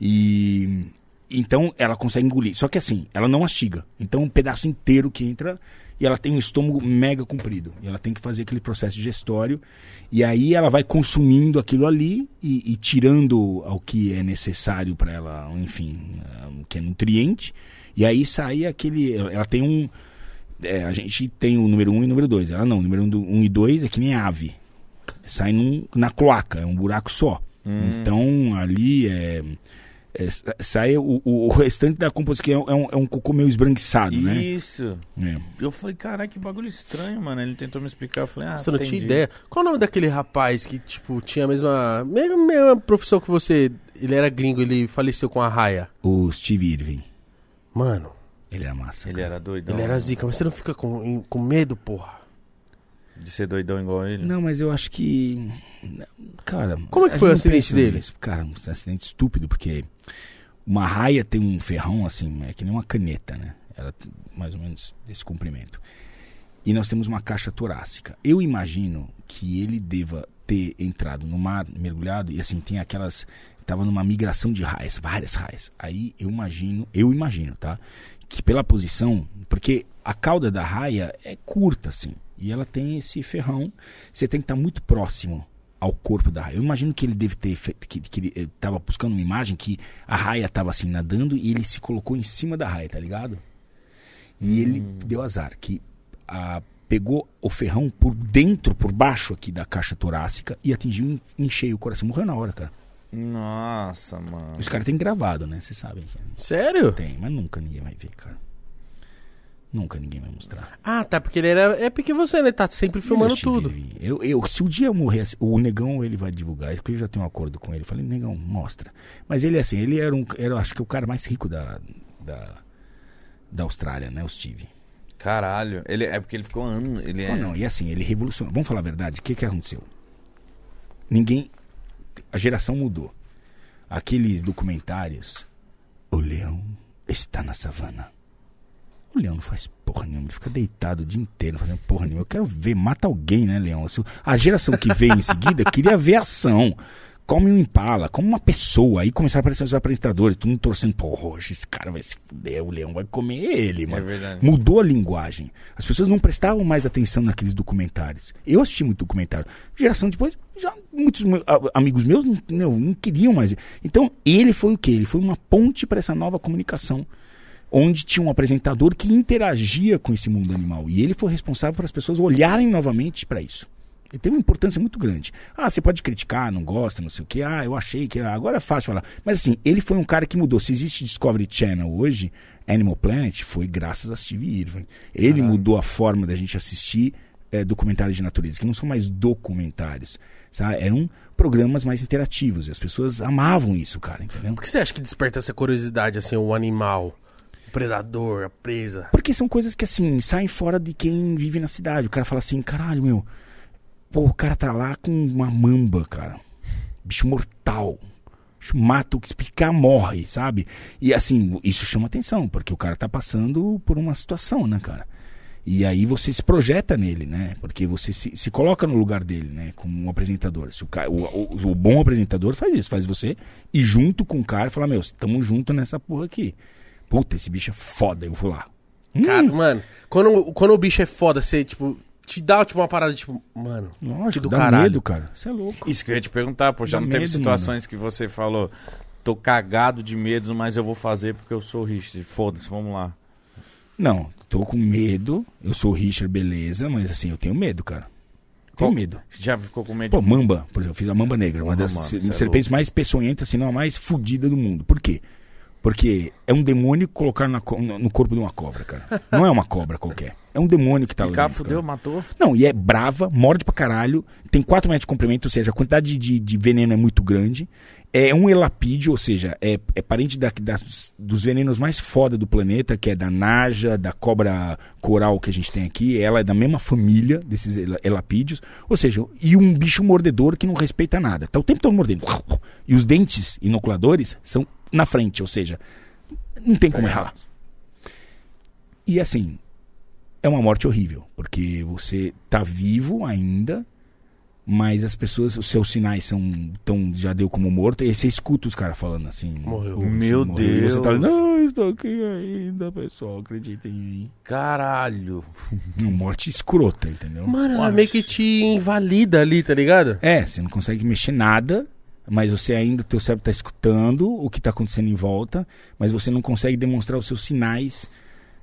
Speaker 3: E então ela consegue engolir, só que assim, ela não mastiga. Então um pedaço inteiro que entra e ela tem um estômago mega comprido. E ela tem que fazer aquele processo digestório e aí ela vai consumindo aquilo ali e, e tirando o que é necessário para ela, enfim, ah, o que é nutriente. E aí sai aquele, ela tem um é, a gente tem o número 1 um e o número 2. Ela não, o número 1 um, do- um e 2 é que nem ave. Sai num- na cloaca, é um buraco só.
Speaker 2: Hum.
Speaker 3: Então ali é, é, sa- sai o, o- o restante da composição, que é, um- é um, é um cocô meio esbranquiçado, né?
Speaker 2: Isso.
Speaker 3: É.
Speaker 2: Eu falei, caraca, que bagulho estranho, mano. Ele tentou me explicar, eu falei, ah,
Speaker 1: Você não tinha
Speaker 2: entendi.
Speaker 1: ideia. Qual o nome daquele rapaz que, tipo, tinha a mesma. Mesma, mesma profissão que você. Ele era gringo, ele faleceu com a raia.
Speaker 3: O Steve Irving,
Speaker 1: Mano,
Speaker 3: ele era massa.
Speaker 2: Ele
Speaker 3: cara.
Speaker 2: era doidão.
Speaker 1: ele era zica, mas você não fica com, em- com medo, porra.
Speaker 2: De ser doidão igual ele?
Speaker 3: Não, mas eu acho que. Cara.
Speaker 1: Como é que
Speaker 3: a
Speaker 1: foi o
Speaker 3: gente não
Speaker 1: acidente
Speaker 3: pensa
Speaker 1: dele?
Speaker 3: nisso. Cara, um acidente estúpido, porque uma raia tem um ferrão assim, é que nem uma caneta, né? Era mais ou menos desse comprimento. E nós temos uma caixa torácica. Eu imagino que ele deva ter entrado no mar, mergulhado, e assim, tem aquelas. Tava numa migração de raias, várias raias. Aí eu imagino, eu imagino, tá? Que pela posição, porque a cauda da raia é curta, assim, e ela tem esse ferrão, você tem que estar tá muito próximo ao corpo da raia. Eu imagino que ele deve ter fe- que, que ele eh, tava buscando uma imagem que a raia tava assim nadando e ele se colocou em cima da raia, tá ligado? E ele
Speaker 1: Hum.
Speaker 3: deu azar que a- pegou o ferrão por dentro, por baixo aqui da caixa torácica e atingiu em, em cheio o coração. Morreu na hora, cara.
Speaker 2: Nossa, mano.
Speaker 3: Os caras têm gravado, né? Vocês sabem. que
Speaker 1: Sério?
Speaker 3: Tem, mas nunca ninguém vai ver, cara. Nunca ninguém vai mostrar.
Speaker 1: Ah, tá, porque ele era. É porque você, né? Tá sempre filmando
Speaker 3: Deixa eu
Speaker 1: tudo.
Speaker 3: ver. Eu, eu, se o dia eu morrer, assim, o negão ele vai divulgar, porque eu já tenho um acordo com ele. Eu falei, negão, mostra. Mas ele assim, ele era um, era, acho que o cara mais rico da, da, da Austrália, né? O Steve.
Speaker 2: Caralho. Ele, é porque ele ficou ano. Ele é.
Speaker 3: Ou não, e assim, ele revolucionou. Vamos falar a verdade, o que, que aconteceu? Ninguém. A geração mudou. Aqueles documentários. O leão está na savana. O leão não faz porra nenhuma, ele fica deitado o dia inteiro, não fazendo porra nenhuma. Eu quero ver, mata alguém, né, leão? Se- A geração que veio em seguida queria ver ação. Come um impala, come uma pessoa. Aí começaram a aparecer os apresentadores, todo mundo torcendo. Porra, hoje esse cara vai se fuder, o leão vai comer ele, mano.
Speaker 2: É verdade.
Speaker 3: Mudou a linguagem. As pessoas não prestavam mais atenção naqueles documentários. Eu assisti muito documentário. Geração depois, já muitos me- a- amigos meus não, não- não queriam mais. Então, ele foi o quê? Ele foi uma ponte para essa nova comunicação. Onde tinha um apresentador que interagia com esse mundo animal. E ele foi responsável para as pessoas olharem novamente para isso. Ele tem uma importância muito grande. Ah, você pode criticar, não gosta, não sei o quê. Ah, eu achei que era. Agora é fácil falar. Mas assim, ele foi um cara que mudou. Se existe Discovery Channel hoje, Animal Planet foi graças a Steve Irwin. Ele mudou a forma da gente assistir eh, documentários de natureza, que não são mais documentários. Sabe? Eram programas mais interativos. E as pessoas amavam isso, cara, entendeu?
Speaker 1: Por que você acha que desperta essa curiosidade, assim, o animal, o predador, a presa?
Speaker 3: Porque são coisas que, assim, saem fora de quem vive na cidade. O cara fala assim, caralho, meu. Pô, o cara tá lá com uma mamba, cara. Bicho mortal. Bicho mata o que se picar, morre, sabe? E, assim, isso chama atenção, porque o cara tá passando por uma situação, né, cara? E aí você se projeta nele, né? Porque você se, se coloca no lugar dele, né? Como um apresentador. Se o, ca- o, o- o bom apresentador faz isso, faz você e junto com o cara fala, meu, estamos junto nessa porra aqui. Puta, esse bicho é foda, eu vou lá. Hum,
Speaker 1: Cara, mano, quando, quando o bicho é foda, você, tipo, te dá, tipo, uma parada, tipo, mano, que
Speaker 3: lógico,
Speaker 1: do
Speaker 3: dá
Speaker 1: caralho.
Speaker 3: medo, cara. Você é louco.
Speaker 2: Isso que eu ia te perguntar, pô. Já
Speaker 3: Dá
Speaker 2: não teve
Speaker 3: medo,
Speaker 2: situações que você falou. Tô cagado de medo, mas eu vou fazer porque eu sou Richard. Foda-se, vamos lá.
Speaker 3: Não, tô com medo. Eu sou o Richard, beleza, mas assim, eu tenho medo, cara. Tenho
Speaker 2: Qual-
Speaker 3: medo.
Speaker 2: Já ficou com medo?
Speaker 3: Pô, mamba, por exemplo, eu fiz a mamba negra, uma
Speaker 2: Porra,
Speaker 3: das
Speaker 2: mano,
Speaker 3: se-
Speaker 2: cê é
Speaker 3: serpentes mais peçonhentas, se não a mais fodida do mundo. Por quê? Porque é um demônio colocar na co- no no corpo de uma cobra, cara. Não é uma cobra qualquer. É um demônio que tá lá.
Speaker 2: Ficar,
Speaker 3: dentro,
Speaker 2: fudeu,
Speaker 3: cara.
Speaker 2: matou.
Speaker 3: Não, e é brava, morde pra caralho, tem 4 metros de comprimento, ou seja, a quantidade de, de veneno é muito grande. É um elapide, ou seja, é, é parente da- das- dos venenos mais foda do planeta, que é da naja, da cobra coral que a gente tem aqui. Ela é da mesma família desses ela- elapídeos. Ou seja, e um bicho mordedor que não respeita nada. Tá o tempo todo mordendo. E os dentes inoculadores são na frente, ou seja, não tem
Speaker 2: É.
Speaker 3: como errar. E assim, é uma morte horrível, porque você tá vivo ainda, mas as pessoas, os seus sinais são tão já deu como morto, e aí você escuta os caras falando assim.
Speaker 1: Morreu.
Speaker 3: assim,
Speaker 2: Meu
Speaker 3: E você tá
Speaker 2: Deus.
Speaker 3: ali, não, estou aqui ainda, pessoal, acreditem em mim. [LAUGHS]
Speaker 2: Caralho.
Speaker 3: Uma morte escrota, entendeu?
Speaker 1: Mano, ela meio que te invalida ali, tá ligado?
Speaker 3: É, você não consegue mexer nada, mas você ainda, teu cérebro tá escutando o que tá acontecendo em volta, mas você não consegue demonstrar os seus sinais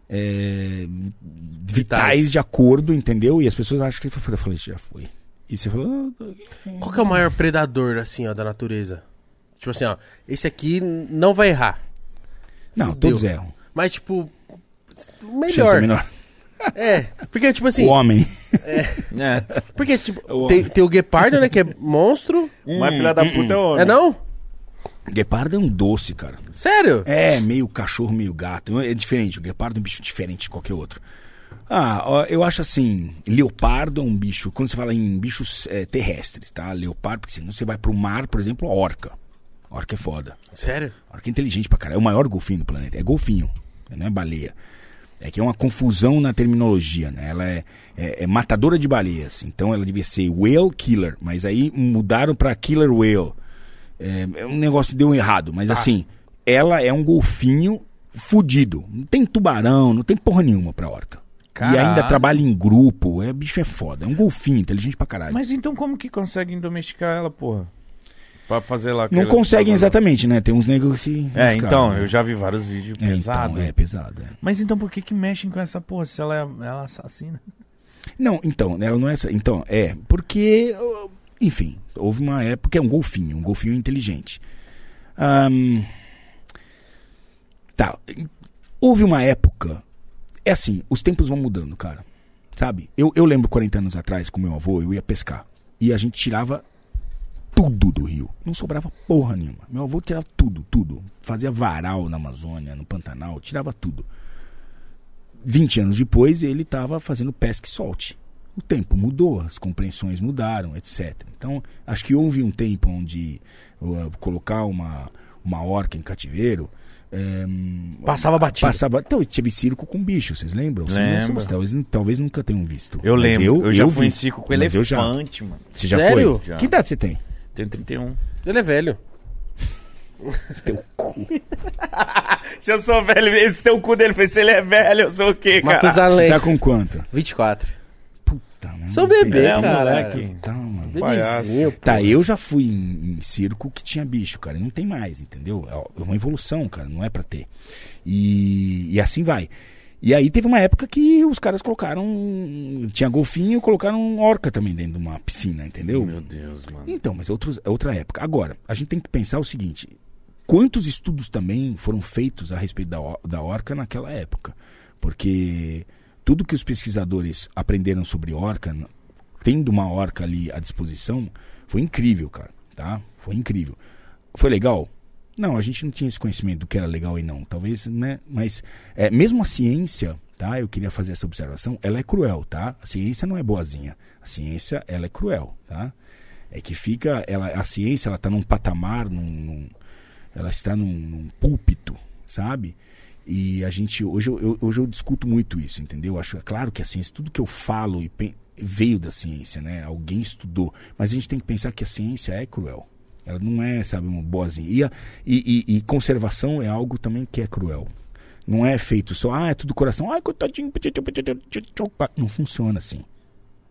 Speaker 3: é, vitais.
Speaker 1: Vitais.
Speaker 3: de acordo, entendeu? E as pessoas acham que eu falei, isso já foi. E você falou, "Ah, "Não, tô aqui."
Speaker 1: Qual que é o maior predador, assim, ó, da natureza? Tipo assim, ó, esse aqui não vai errar.
Speaker 3: não,
Speaker 1: Fudeu.
Speaker 3: todos erram.
Speaker 1: Mas, tipo, o
Speaker 3: Chance
Speaker 1: melhor.
Speaker 3: menor.
Speaker 1: É, porque, tipo assim,
Speaker 3: O homem.
Speaker 2: É.
Speaker 1: porque, tipo,
Speaker 3: O
Speaker 1: tem,
Speaker 3: homem.
Speaker 1: tem o guepardo, né, que é
Speaker 3: [LAUGHS]
Speaker 1: monstro.
Speaker 2: Mas filha
Speaker 3: Hum,
Speaker 2: da puta é homem.
Speaker 1: É não?
Speaker 3: Guepardo é um doce, cara.
Speaker 1: Sério?
Speaker 3: É, meio cachorro, meio gato. É diferente. O guepardo é um bicho diferente de qualquer outro. Ah, ó, eu acho assim, leopardo é um bicho. Quando você fala em bichos eh, terrestres, tá? Leopardo, porque senão você vai pro mar, por exemplo, a orca. Orca é foda.
Speaker 1: Sério?
Speaker 3: Orca é inteligente pra caralho. É o maior golfinho do planeta. É golfinho, não é baleia. É que é uma confusão na terminologia, né? Ela é, é- é matadora de baleias. Então ela devia ser whale killer, mas aí mudaram pra killer whale. É, é um negócio que deu errado,
Speaker 2: Tá.
Speaker 3: mas assim, ela é um golfinho fudido. Não tem tubarão, não tem porra nenhuma pra orca. E
Speaker 2: Caralho.
Speaker 3: ainda trabalha em grupo. É, bicho é foda. É um golfinho, inteligente pra caralho.
Speaker 2: Mas então como que conseguem domesticar ela, porra? Pra fazer lá...
Speaker 3: não
Speaker 2: aquela-
Speaker 3: conseguem exatamente, né? Tem uns negros que se.
Speaker 2: É,
Speaker 3: riscaram,
Speaker 2: então,
Speaker 3: né?
Speaker 2: eu já vi vários vídeos
Speaker 3: É,
Speaker 2: pesados.
Speaker 3: Então, é pesado. é.
Speaker 2: Mas então por que que mexem com essa porra se ela é ela é assassina?
Speaker 3: Não, então, né, ela não é essa. Então, é, porque, ó, enfim, houve uma época, é um golfinho, um golfinho inteligente. Ahn, tá, houve uma época, é assim, os tempos vão mudando, cara, sabe? Eu, eu lembro 40 anos atrás, com meu avô, eu ia pescar, e a gente tirava tudo do rio, não sobrava porra nenhuma. Meu avô tirava tudo, tudo, fazia varal na Amazônia, no Pantanal, tirava tudo. 20 anos depois, ele estava fazendo pesca e solte. O tempo mudou, as compreensões mudaram, etc. Então, acho que houve um tempo onde uh, colocar uma, uma orca em cativeiro. ehm,
Speaker 1: Passava batido.
Speaker 3: Passava, então, tive circo com bicho, vocês lembram? Vocês não-
Speaker 2: Lembro.
Speaker 3: vocês talvez, talvez nunca tenham visto.
Speaker 2: Eu
Speaker 3: Mas
Speaker 2: lembro, eu, já fui em
Speaker 3: vi.
Speaker 2: circo com
Speaker 3: Mas eu já.
Speaker 2: elefante, mano.
Speaker 3: Você já
Speaker 1: Sério?
Speaker 3: foi?
Speaker 2: Já.
Speaker 3: Que idade você tem?
Speaker 2: Tem 31.
Speaker 1: Ele é velho.
Speaker 3: [LAUGHS] Teu cu.
Speaker 2: Se eu sou velho, esse teu cu dele fez, se ele é velho, eu sou o quê, cara?
Speaker 3: Você
Speaker 1: Matusalém.
Speaker 3: tá com quanto?
Speaker 1: 24.
Speaker 3: Puta, merda.
Speaker 1: Sou bebê,
Speaker 2: É,
Speaker 1: cara.
Speaker 2: moleque.
Speaker 3: Tá, mano.
Speaker 1: Bebezinho, pô.
Speaker 3: Tá, eu já fui em, em circo que tinha bicho, cara. e Não tem mais, entendeu? É uma evolução, cara. Não é pra ter. E, e assim vai. E aí teve uma época que os caras colocaram. um, Tinha golfinho, colocaram orca também dentro de uma piscina, entendeu?
Speaker 2: Meu Deus, mano.
Speaker 3: Então, mas outros, é outra época. Agora, a gente tem que pensar o seguinte: quantos estudos também foram feitos a respeito da, or- da orca naquela época? Porque tudo que os pesquisadores aprenderam sobre orca, n- tendo uma orca ali à disposição, foi incrível, cara. Tá? Foi incrível. Foi legal? Não, a gente não tinha esse conhecimento do que era legal e não. Talvez, né? Mas é, mesmo a ciência, tá? Eu queria fazer essa observação. Ela é cruel, tá? A ciência não é boazinha. A ciência, ela é cruel, tá? É que fica, ela, a ciência ela está num patamar, num, num- ela está num, num púlpito, sabe? E a gente hoje eu, eu- hoje eu discuto muito isso, entendeu? Acho é claro que a ciência, tudo que eu falo e pen- veio da ciência, né? Alguém estudou, mas a gente tem que pensar que a ciência é cruel. Ela não é, sabe, uma boazinha. E, a- e, e- e conservação é algo também que é cruel. Não é feito só, ah, é tudo coração, ah, coitadinho, não funciona assim.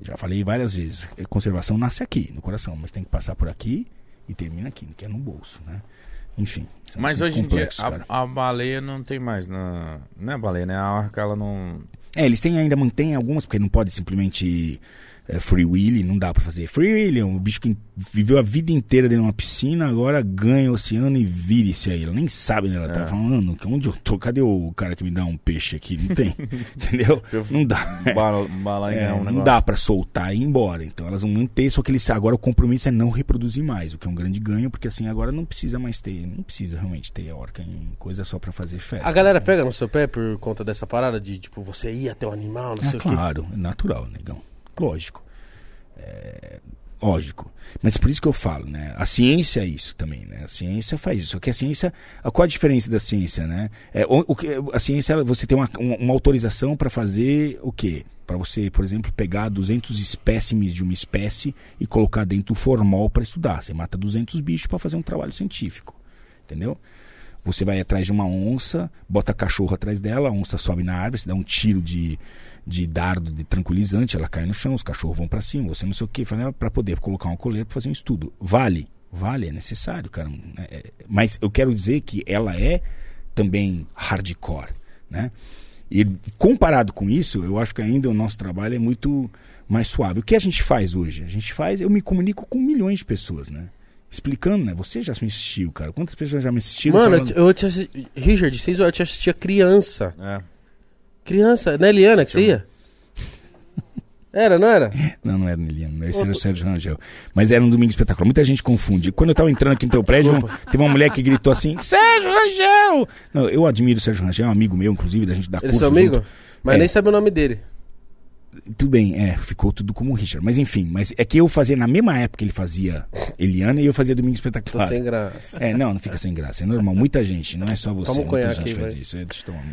Speaker 3: Já falei várias vezes, a conservação nasce aqui, no coração, mas tem que passar por aqui e termina aqui, que é no bolso, né? Enfim. são
Speaker 2: Mas
Speaker 3: assuntos
Speaker 2: hoje em dia,
Speaker 3: complexos, tá cara.
Speaker 2: a, a baleia não tem mais na... Não é baleia, né? A orca, ela não...
Speaker 3: É, eles têm ainda, mantêm algumas, porque não pode simplesmente é, free willy, não dá pra fazer free willy, é um bicho que viveu a vida inteira dentro de uma piscina, agora ganha o oceano e vire-se aí. Ela nem sabe, né? Ela tá
Speaker 2: É.
Speaker 3: falando, onde eu tô? Cadê o cara que me dá um peixe aqui? Não tem, [LAUGHS] entendeu?
Speaker 2: [LAUGHS] Eu-
Speaker 3: Não dá.
Speaker 2: Bala, bala
Speaker 3: É,
Speaker 2: é, um
Speaker 3: não
Speaker 2: negócio.
Speaker 3: dá pra soltar e ir embora. Então elas vão manter, só que eles, agora o compromisso é não reproduzir mais, o que é um grande ganho, porque assim agora não precisa mais ter, não precisa realmente ter orca em coisa só pra fazer festa.
Speaker 1: A galera pega no seu pé por conta dessa parada de, tipo, você ia até o animal, não
Speaker 3: Ah,
Speaker 1: sei o quê.
Speaker 3: claro, é natural, negão. Lógico. É, lógico. Mas por isso que eu falo, né? A ciência é isso também, né? A ciência faz isso. Só que a ciência. a- Qual a diferença da ciência, né? É, o, o que, a ciência, ela- você tem uma, um- uma autorização para fazer o quê? Para você, por exemplo, pegar 200 espécimes de uma espécie e colocar dentro do formol para estudar. Você mata 200 bichos para fazer um trabalho científico. Entendeu? Você vai atrás de uma onça, bota cachorro atrás dela, a onça sobe na árvore, você dá um tiro de, de dardo de tranquilizante, ela cai no chão, os cachorros vão pra cima, você não sei o que, para poder colocar uma coleira para fazer um estudo. Vale, vale, é necessário, cara. É, é, mas eu quero dizer que ela é também hardcore, né? E comparado com isso, eu acho que ainda o nosso trabalho é muito mais suave. O que a gente faz hoje? A gente faz, eu me comunico com milhões de pessoas, né? Explicando, né? Você já me assistiu, cara. Quantas pessoas já me assistiram?
Speaker 1: Mano, é
Speaker 3: falando-
Speaker 1: eu, eu te assisti... Richard, vocês eu te assistia criança.
Speaker 2: É.
Speaker 1: Criança,
Speaker 3: né,
Speaker 1: na Eliana que você ia? [LAUGHS] Era, não era?
Speaker 3: Não, não era Niliano, esse era o Sérgio Rangel. Mas era um domingo espetacular. Muita gente confunde. Quando eu tava entrando aqui
Speaker 1: [LAUGHS]
Speaker 3: no teu prédio, um- teve uma mulher que gritou assim: Sérgio Rangel! Não, eu admiro o Sérgio Rangel, é um amigo meu, inclusive, da gente da
Speaker 1: Eles
Speaker 3: curso.
Speaker 1: são amigos?
Speaker 3: junto.
Speaker 1: Mas
Speaker 3: É.
Speaker 1: nem sabe o nome dele.
Speaker 3: Tudo bem, é, ficou tudo como o Richard. Mas enfim, mas é que eu fazia na mesma época que ele fazia Eliana e eu fazia Domingo
Speaker 1: Tô
Speaker 3: Espetacular.
Speaker 1: sem graça.
Speaker 3: É, não, não fica sem graça. É normal. Muita gente, não é só você.
Speaker 1: Toma um
Speaker 3: muita
Speaker 1: conhaque
Speaker 3: gente
Speaker 1: aí,
Speaker 3: faz
Speaker 1: vai.
Speaker 3: isso. É, deixa eu tomar um.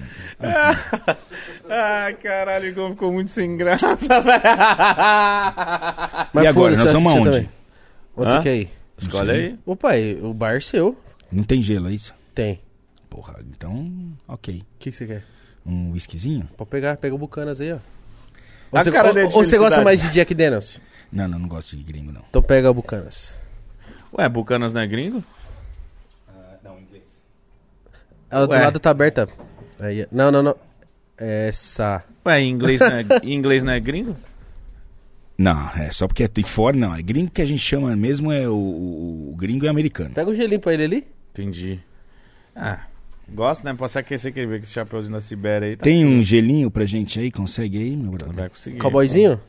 Speaker 2: Ah, caralho, como ficou muito sem graça,
Speaker 1: Ah,
Speaker 2: velho.
Speaker 3: E agora, nós
Speaker 1: eu
Speaker 3: vamos
Speaker 1: assisti
Speaker 3: aonde?
Speaker 1: também. Onde você
Speaker 2: Hã?
Speaker 1: quer ir?
Speaker 2: Escolhe
Speaker 3: sei.
Speaker 2: aí.
Speaker 1: Opa, e o bar é seu?
Speaker 3: Não tem gelo, é isso?
Speaker 1: Tem.
Speaker 3: Porra, então, ok.
Speaker 1: O que, que você quer?
Speaker 3: Um whiskyzinho?
Speaker 1: Pode pegar, pega o Bucanas aí, ó. Ou
Speaker 2: A
Speaker 1: você,
Speaker 2: cara
Speaker 1: ou-
Speaker 2: dele de
Speaker 1: ou você gosta
Speaker 2: felicidade.
Speaker 1: mais de Jack Daniels?
Speaker 3: Não, não, não gosto de gringo, não.
Speaker 1: Então pega Bucanas.
Speaker 2: Ué, Bucanas não é gringo?
Speaker 3: Ah, não, inglês.
Speaker 1: Ela do
Speaker 2: Ué.
Speaker 1: lado tá aberta. Aí, não, não, não. Essa.
Speaker 2: Ué, em inglês
Speaker 3: [LAUGHS]
Speaker 2: não é, em inglês não é gringo?
Speaker 3: Não, é só porque é de fora, não. É gringo que a gente chama mesmo, é o, o- o gringo é americano.
Speaker 1: Pega um gelinho pra ele ali.
Speaker 2: Entendi. Ah, gosto, né? Posso aquecer que ele vê com esse chapeuzinho da Sibéria aí. Tá...
Speaker 3: Tem um gelinho pra gente aí? Consegue aí, meu brother?
Speaker 2: Vai conseguir.
Speaker 1: Cowboyzinho?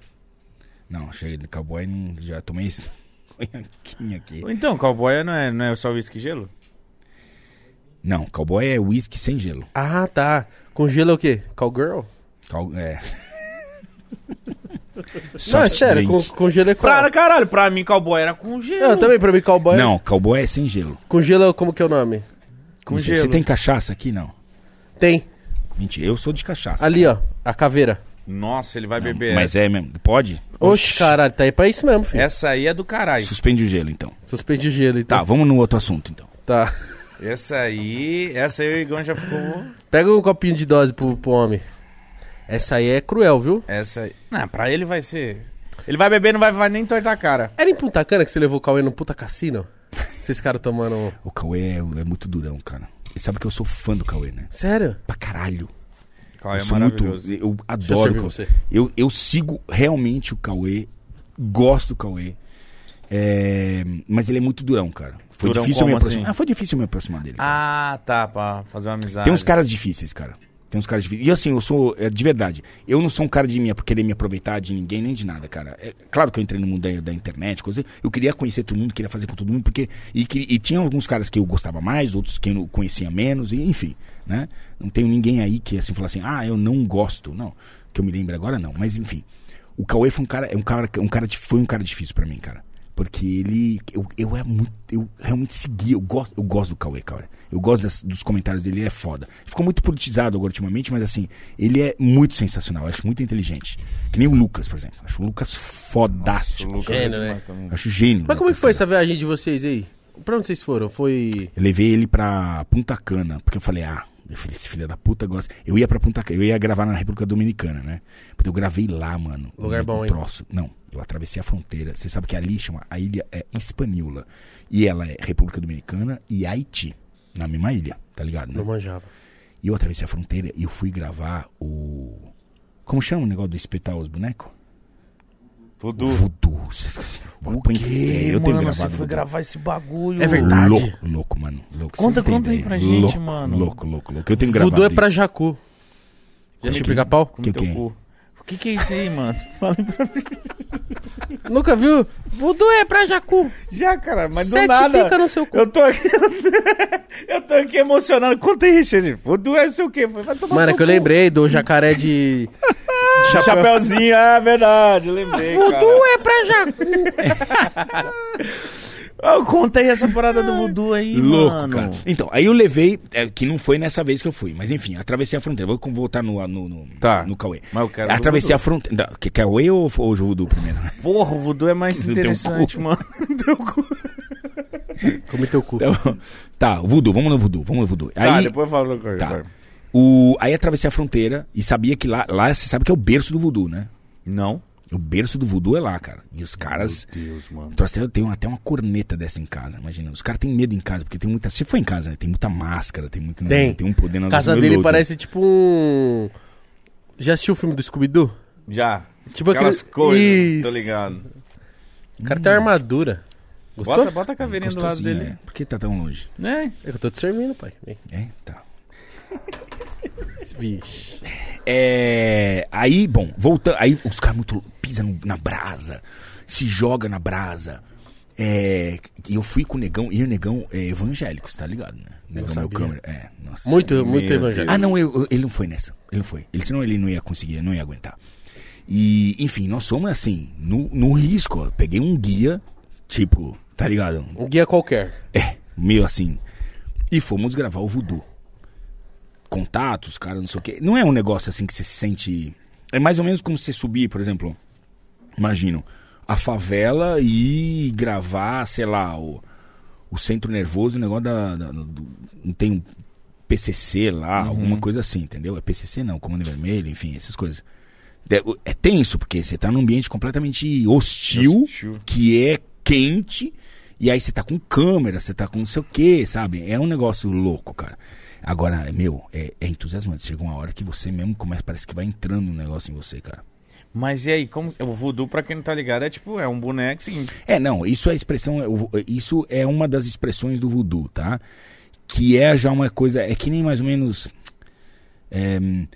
Speaker 3: Não, chega de cowboy, não, já tomei esse conhaquinho aqui.
Speaker 2: Ou Então, cowboy não é, não é só uísque e gelo?
Speaker 3: Não, cowboy é whisky sem gelo.
Speaker 1: Ah, tá. Com gelo é o quê? Cowgirl?
Speaker 3: Cal... É.
Speaker 1: não, é
Speaker 3: Soft
Speaker 1: sério, com,
Speaker 3: drink.
Speaker 1: com gelo é qual?
Speaker 2: Pra, caralho, pra mim cowboy era com
Speaker 3: Ah,
Speaker 2: gelo.
Speaker 1: Não, também pra mim cowboy.
Speaker 3: Não, cowboy é sem gelo.
Speaker 1: Com gelo, como que é o nome?
Speaker 2: Com
Speaker 3: Não sei,
Speaker 2: gelo.
Speaker 3: Você tem cachaça aqui, não?
Speaker 1: Tem.
Speaker 3: Mentira, eu sou de cachaça.
Speaker 1: Ali, ó. A caveira.
Speaker 2: Nossa, ele vai
Speaker 3: Não,
Speaker 2: beber
Speaker 3: Mas
Speaker 2: essa.
Speaker 3: é mesmo. Pode?
Speaker 1: Oxe, caralho, tá aí pra isso mesmo, filho.
Speaker 2: Essa aí é do caralho.
Speaker 3: Suspende o gelo, então.
Speaker 1: Suspende o gelo,
Speaker 3: Tá,
Speaker 1: então.
Speaker 3: vamos no outro assunto, então.
Speaker 1: Tá.
Speaker 2: Essa aí... Essa aí o Igão já ficou...
Speaker 1: Pega um copinho de dose pro, pro homem. Essa aí é cruel, viu?
Speaker 2: Essa aí... Não, pra ele vai ser... Ele vai beber não vai, vai nem tortar a cara.
Speaker 1: Era em Punta Cana que você levou o Cauê no puta cassino? Esses caras tomando... um-
Speaker 3: O Cauê é, é muito durão, cara. Você sabe que eu sou fã do Cauê, né?
Speaker 1: Sério?
Speaker 3: Pra caralho.
Speaker 2: Cowboy
Speaker 3: eu
Speaker 2: é
Speaker 3: sou muito.
Speaker 2: maravilhoso.
Speaker 3: Eu
Speaker 1: eu
Speaker 3: adoro.
Speaker 1: servir
Speaker 3: o Cauê.
Speaker 1: você.
Speaker 3: Eu, eu sigo realmente o Cauê. Gosto do Cauê. É, mas ele é muito durão, cara. Foi
Speaker 2: Durão
Speaker 3: difícil eu me
Speaker 2: como
Speaker 3: aproximar.
Speaker 2: assim?
Speaker 3: Ah, foi difícil eu me aproximar dele. cara.
Speaker 2: Ah, tá, pra fazer uma amizade.
Speaker 3: Tem uns caras difíceis, cara. Tem uns caras difíceis. E assim, eu sou. é, de verdade. Eu não sou um cara de minha, querer me aproveitar de ninguém nem de nada, cara. É, claro que eu entrei no mundo da, da internet, coisa. Eu queria conhecer todo mundo, queria fazer com todo mundo, porque. E, que- e tinha alguns caras que eu gostava mais, outros que eu não conhecia menos, e enfim, né? Não tenho ninguém aí que assim fala assim, ah, eu não gosto. Não. Que eu me lembro agora, não. Mas enfim. O Cauê foi um cara. É um cara, um cara di- foi um cara difícil pra mim, cara. Porque ele. Eu, eu, é muito, eu realmente segui. Eu gosto, eu gosto do Cauê, cara. Eu gosto das- dos comentários dele, ele é foda. Ficou muito politizado agora ultimamente, mas assim, ele é muito sensacional, eu acho muito inteligente. Que nem o Lucas, por exemplo. Acho o Lucas fodástico.
Speaker 2: Lucas
Speaker 3: cara.
Speaker 2: é
Speaker 1: Gênio, né?
Speaker 2: demais também.
Speaker 3: Acho gênio.
Speaker 1: Mas
Speaker 3: né,
Speaker 1: como é que foi
Speaker 3: cara?
Speaker 1: essa viagem de vocês aí? Pra onde vocês foram? Foi...
Speaker 3: Eu levei ele pra Punta Cana, porque eu falei, ah, eu falei, esse filho da puta gosta. Eu ia pra Punta Cana, eu ia gravar na República Dominicana, né? Porque eu gravei lá, mano.
Speaker 1: Lugar
Speaker 3: um
Speaker 1: bom, hein?
Speaker 3: troço. Não, eu atravessei a fronteira. Você sabe que ali chama, a ilha é Hispaniola. E ela é República Dominicana e Haiti, na mesma ilha, tá ligado? né?
Speaker 1: Não manjava.
Speaker 3: E eu atravessei a fronteira e eu fui gravar o. Como chama o negócio do espetar os bonecos?
Speaker 2: Vudu.
Speaker 3: Voodoo. O Eu tenho gravado. voodoo.
Speaker 2: esse bagulho.
Speaker 1: É verdade?
Speaker 3: Louco, louco, mano. Louco,
Speaker 2: Conta-
Speaker 3: você não tem
Speaker 2: conta aí
Speaker 3: ideia.
Speaker 2: pra gente,
Speaker 3: Louco,
Speaker 2: mano.
Speaker 3: Louco, louco, louco. Eu tenho gravado.
Speaker 1: Voodoo é pra
Speaker 3: isso.
Speaker 1: Jacu. Já assistiu Pica-Pau?
Speaker 2: Come
Speaker 3: Que
Speaker 2: teu
Speaker 3: que é?
Speaker 2: cu. O que que é isso aí, mano? [LAUGHS] Fala pra mim.
Speaker 1: Nunca viu? Voodoo é pra Jacu.
Speaker 2: Já, cara, mas
Speaker 1: Sete
Speaker 2: do nada.
Speaker 1: pica no seu cu.
Speaker 2: Eu tô aqui. [LAUGHS] eu tô aqui emocionado. Conta aí, Richard. Vudu é não sei o quê. Vai
Speaker 1: [LAUGHS]
Speaker 2: tomar
Speaker 1: Mano, é
Speaker 2: teu
Speaker 1: que eu
Speaker 2: cu.
Speaker 1: lembrei do jacaré
Speaker 2: [LAUGHS]
Speaker 1: de... de
Speaker 2: Chapéu- Chapeuzinho, ah, verdade, lembrei,
Speaker 1: Voodoo
Speaker 2: cara.
Speaker 1: é pra Jacu. é-
Speaker 2: Ah, conta aí essa parada do voodoo aí,
Speaker 3: Louco,
Speaker 2: mano.
Speaker 3: cara. Então, aí eu levei, é, que não foi nessa vez que eu fui, mas enfim, atravessei a fronteira. Vou com- voltar no, no, no,
Speaker 2: Tá.
Speaker 3: no Cauê.
Speaker 2: Mas eu quero do
Speaker 3: atravessei a fronteira. não, Que Cauê ou, ou Judo primeiro? [LAUGHS]
Speaker 2: Porra, o voodoo é mais
Speaker 3: Do teu
Speaker 2: interessante,
Speaker 3: um cu.
Speaker 2: mano. Teu cu.
Speaker 1: [LAUGHS] Come teu cu.
Speaker 3: Então, tá, o Voodoo, vamos no Voodoo, vamos no Voodoo.
Speaker 2: Tá,
Speaker 3: aí,
Speaker 2: depois eu falo com
Speaker 3: tá. O, aí atravessei a fronteira e sabia que lá, lá você sabe que é o berço do Voodoo, né?
Speaker 2: Não.
Speaker 3: O berço do voodoo é lá, cara. E os caras.
Speaker 2: Deus, mano.
Speaker 3: Trouxe- Eu tenho até uma corneta dessa em casa, imagina. Os caras têm medo em casa, porque tem muita. Você foi em casa, né? Tem muita máscara, tem muito.
Speaker 1: Tem.
Speaker 3: um poder na
Speaker 1: A casa dele parece tipo um... Já assistiu o filme do Scooby-Doo?
Speaker 2: Já.
Speaker 1: Tipo
Speaker 2: Aquelas
Speaker 1: aquele-
Speaker 2: coisas, né?
Speaker 1: Isso.
Speaker 2: tô ligado.
Speaker 1: O cara tem uma armadura. Gostou?
Speaker 2: Bota, bota a caveirinha do lado dele.
Speaker 3: Por que tá tão longe?
Speaker 2: Né?
Speaker 1: É que eu tô te servindo, pai. Vem.
Speaker 3: É, tá.
Speaker 1: Vixe.
Speaker 3: É, aí, bom, voltando. Aí os caras muito pisam no- na brasa, se joga na brasa. É, e eu fui com o negão, e o negão é evangélico, você tá ligado, né? O negão meu
Speaker 1: sabia.
Speaker 3: câmera. É, nossa.
Speaker 1: Muito, muito
Speaker 2: Deus.
Speaker 1: evangélico.
Speaker 3: Ah, não, eu- eu- ele não foi nessa. Ele não foi. Ele, senão ele não ia conseguir, não ia aguentar. E, enfim, nós fomos assim, no, no risco. ó. Peguei um guia, tipo, tá ligado?
Speaker 1: Um guia qualquer.
Speaker 3: É, meio assim. E fomos gravar o voodoo. Contatos, cara, não sei o quê. Não é um negócio assim que você se sente. É mais ou menos como você subir, por exemplo. Imagino, a favela e gravar, sei lá, o, o centro nervoso, o negócio da. da- do- não tem um PCC lá, alguma coisa assim, entendeu? É PCC não, Comando Vermelho, enfim, essas coisas. É, o- é tenso, porque você tá num ambiente completamente hostil,
Speaker 2: Hostil.
Speaker 3: que é quente, e aí você tá com câmera, você tá com não sei o quê, sabe? É um negócio louco, cara. Agora, meu, é, é entusiasmante. Chega uma hora que você mesmo começa, parece que vai entrando um negócio em você, cara.
Speaker 2: Mas e aí, como. O voodoo, pra quem não tá ligado, é tipo, é um boneco assim.
Speaker 3: É, não, isso é a expressão, eu vou- isso é uma das expressões do voodoo, tá? Que é já uma coisa, é que nem mais ou menos é, hum,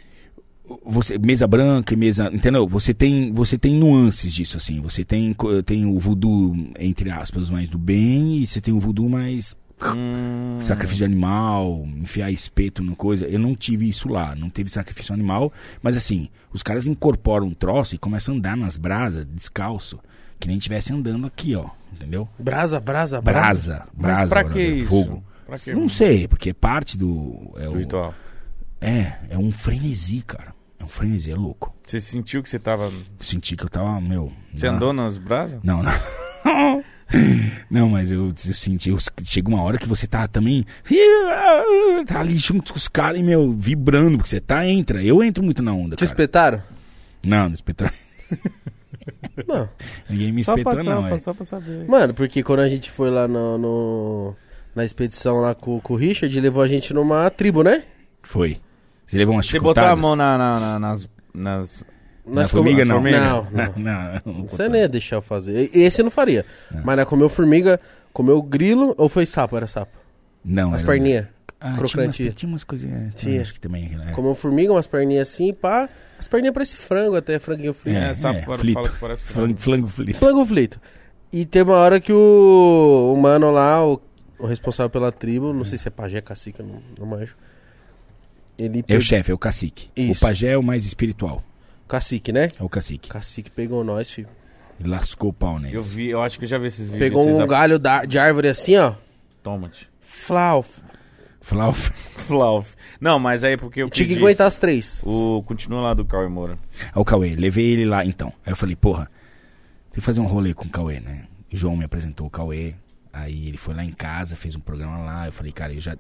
Speaker 3: você, mesa branca e mesa, entendeu? Você tem, você tem nuances disso assim, você tem, co- tem o voodoo entre aspas mais do bem e você tem o voodoo mais
Speaker 2: Hum,
Speaker 3: Uhum. sacrifício de animal, enfiar espeto no coisa. Eu não tive isso lá, não teve sacrifício animal, mas assim, os caras incorporam um troço e começam a andar nas brasas descalço, que nem estivesse andando aqui, ó, entendeu?
Speaker 1: Brasa, brasa, brasa.
Speaker 3: Brasa,
Speaker 2: mas
Speaker 3: brasa,
Speaker 2: pra
Speaker 3: brother,
Speaker 2: que isso?
Speaker 3: fogo.
Speaker 2: Pra que?
Speaker 3: Não sei, porque é parte do é, o-
Speaker 2: Do ritual.
Speaker 3: é, é um frenesi, cara. É um frenesi, é louco.
Speaker 2: Você sentiu que você tava.
Speaker 3: Eu senti que eu tava, meu,
Speaker 2: Você
Speaker 3: na-
Speaker 2: andou nas brasas?
Speaker 3: não,
Speaker 2: [LAUGHS]
Speaker 3: não. Não, mas eu, eu senti, eu, chega uma hora que você tá também. Tá ali junto com os caras e, meu, vibrando, porque você tá, entra. Eu entro muito na onda,
Speaker 1: Te
Speaker 3: cara.
Speaker 1: espetaram?
Speaker 3: Não,
Speaker 2: [LAUGHS]
Speaker 3: não espetar.
Speaker 1: Não.
Speaker 3: Ninguém me espetou, não. é.
Speaker 2: só pra saber.
Speaker 1: Mano, porque quando a gente foi lá no, no- na expedição lá com, com o Richard, ele levou a gente numa tribo, né?
Speaker 3: Foi. Você levou uma
Speaker 2: Você
Speaker 3: chicotada?
Speaker 2: botou a mão na, na- na- nas. nas...
Speaker 3: na
Speaker 1: ficamos-
Speaker 3: formiga, não.
Speaker 2: formiga?
Speaker 1: Não, não.
Speaker 3: [LAUGHS] Não, É. não, não
Speaker 1: Você
Speaker 3: botou.
Speaker 1: nem ia deixar eu fazer. E- Esse eu não faria. Mas né, comeu formiga, comeu grilo, ou foi sapo? Era sapo.
Speaker 3: Não,
Speaker 1: As
Speaker 3: era-
Speaker 1: perninhas.
Speaker 3: Ah,
Speaker 1: crocante.
Speaker 3: Tinha umas, tinha umas coisinhas.
Speaker 1: Tinha.
Speaker 3: Acho que também. É,
Speaker 1: Comeu formiga, umas perninhas assim, pá. As perninhas parece frango até, franguinho frito.
Speaker 2: É, sapo
Speaker 3: é,
Speaker 2: quando
Speaker 3: flito.
Speaker 2: fala que parece que- tá-
Speaker 3: Flango, flango flito.
Speaker 1: Frango frito. E tem uma hora que o, o mano lá, o, o responsável pela tribo, não sei se é pajé, cacique, eu não, não manjo. Ele
Speaker 3: É o
Speaker 1: pegou-
Speaker 3: chefe, é o cacique.
Speaker 1: Isso.
Speaker 3: O pajé é o mais espiritual.
Speaker 1: Cacique, né?
Speaker 3: É o cacique.
Speaker 1: Cacique pegou nós, filho.
Speaker 3: Ele lascou o pau neles.
Speaker 2: Eu vi, eu acho que eu já vi esses vídeos.
Speaker 1: Pegou
Speaker 2: esses
Speaker 1: um galho da- de árvore assim, ó.
Speaker 2: [LAUGHS] Tomate.
Speaker 1: Flau.
Speaker 3: Flau.
Speaker 2: Flauf. Não, mas aí porque eu
Speaker 1: Tinha que
Speaker 2: pedi
Speaker 1: aguentar as três.
Speaker 2: o continua lá do Cauê Moura.
Speaker 3: [LAUGHS] Aí o Cauê, levei ele lá então. Aí eu falei, porra, tem que fazer um rolê com o Cauê, né? O João me apresentou o Cauê. Aí ele foi lá em casa, fez um programa lá. Eu falei, cara, eu já.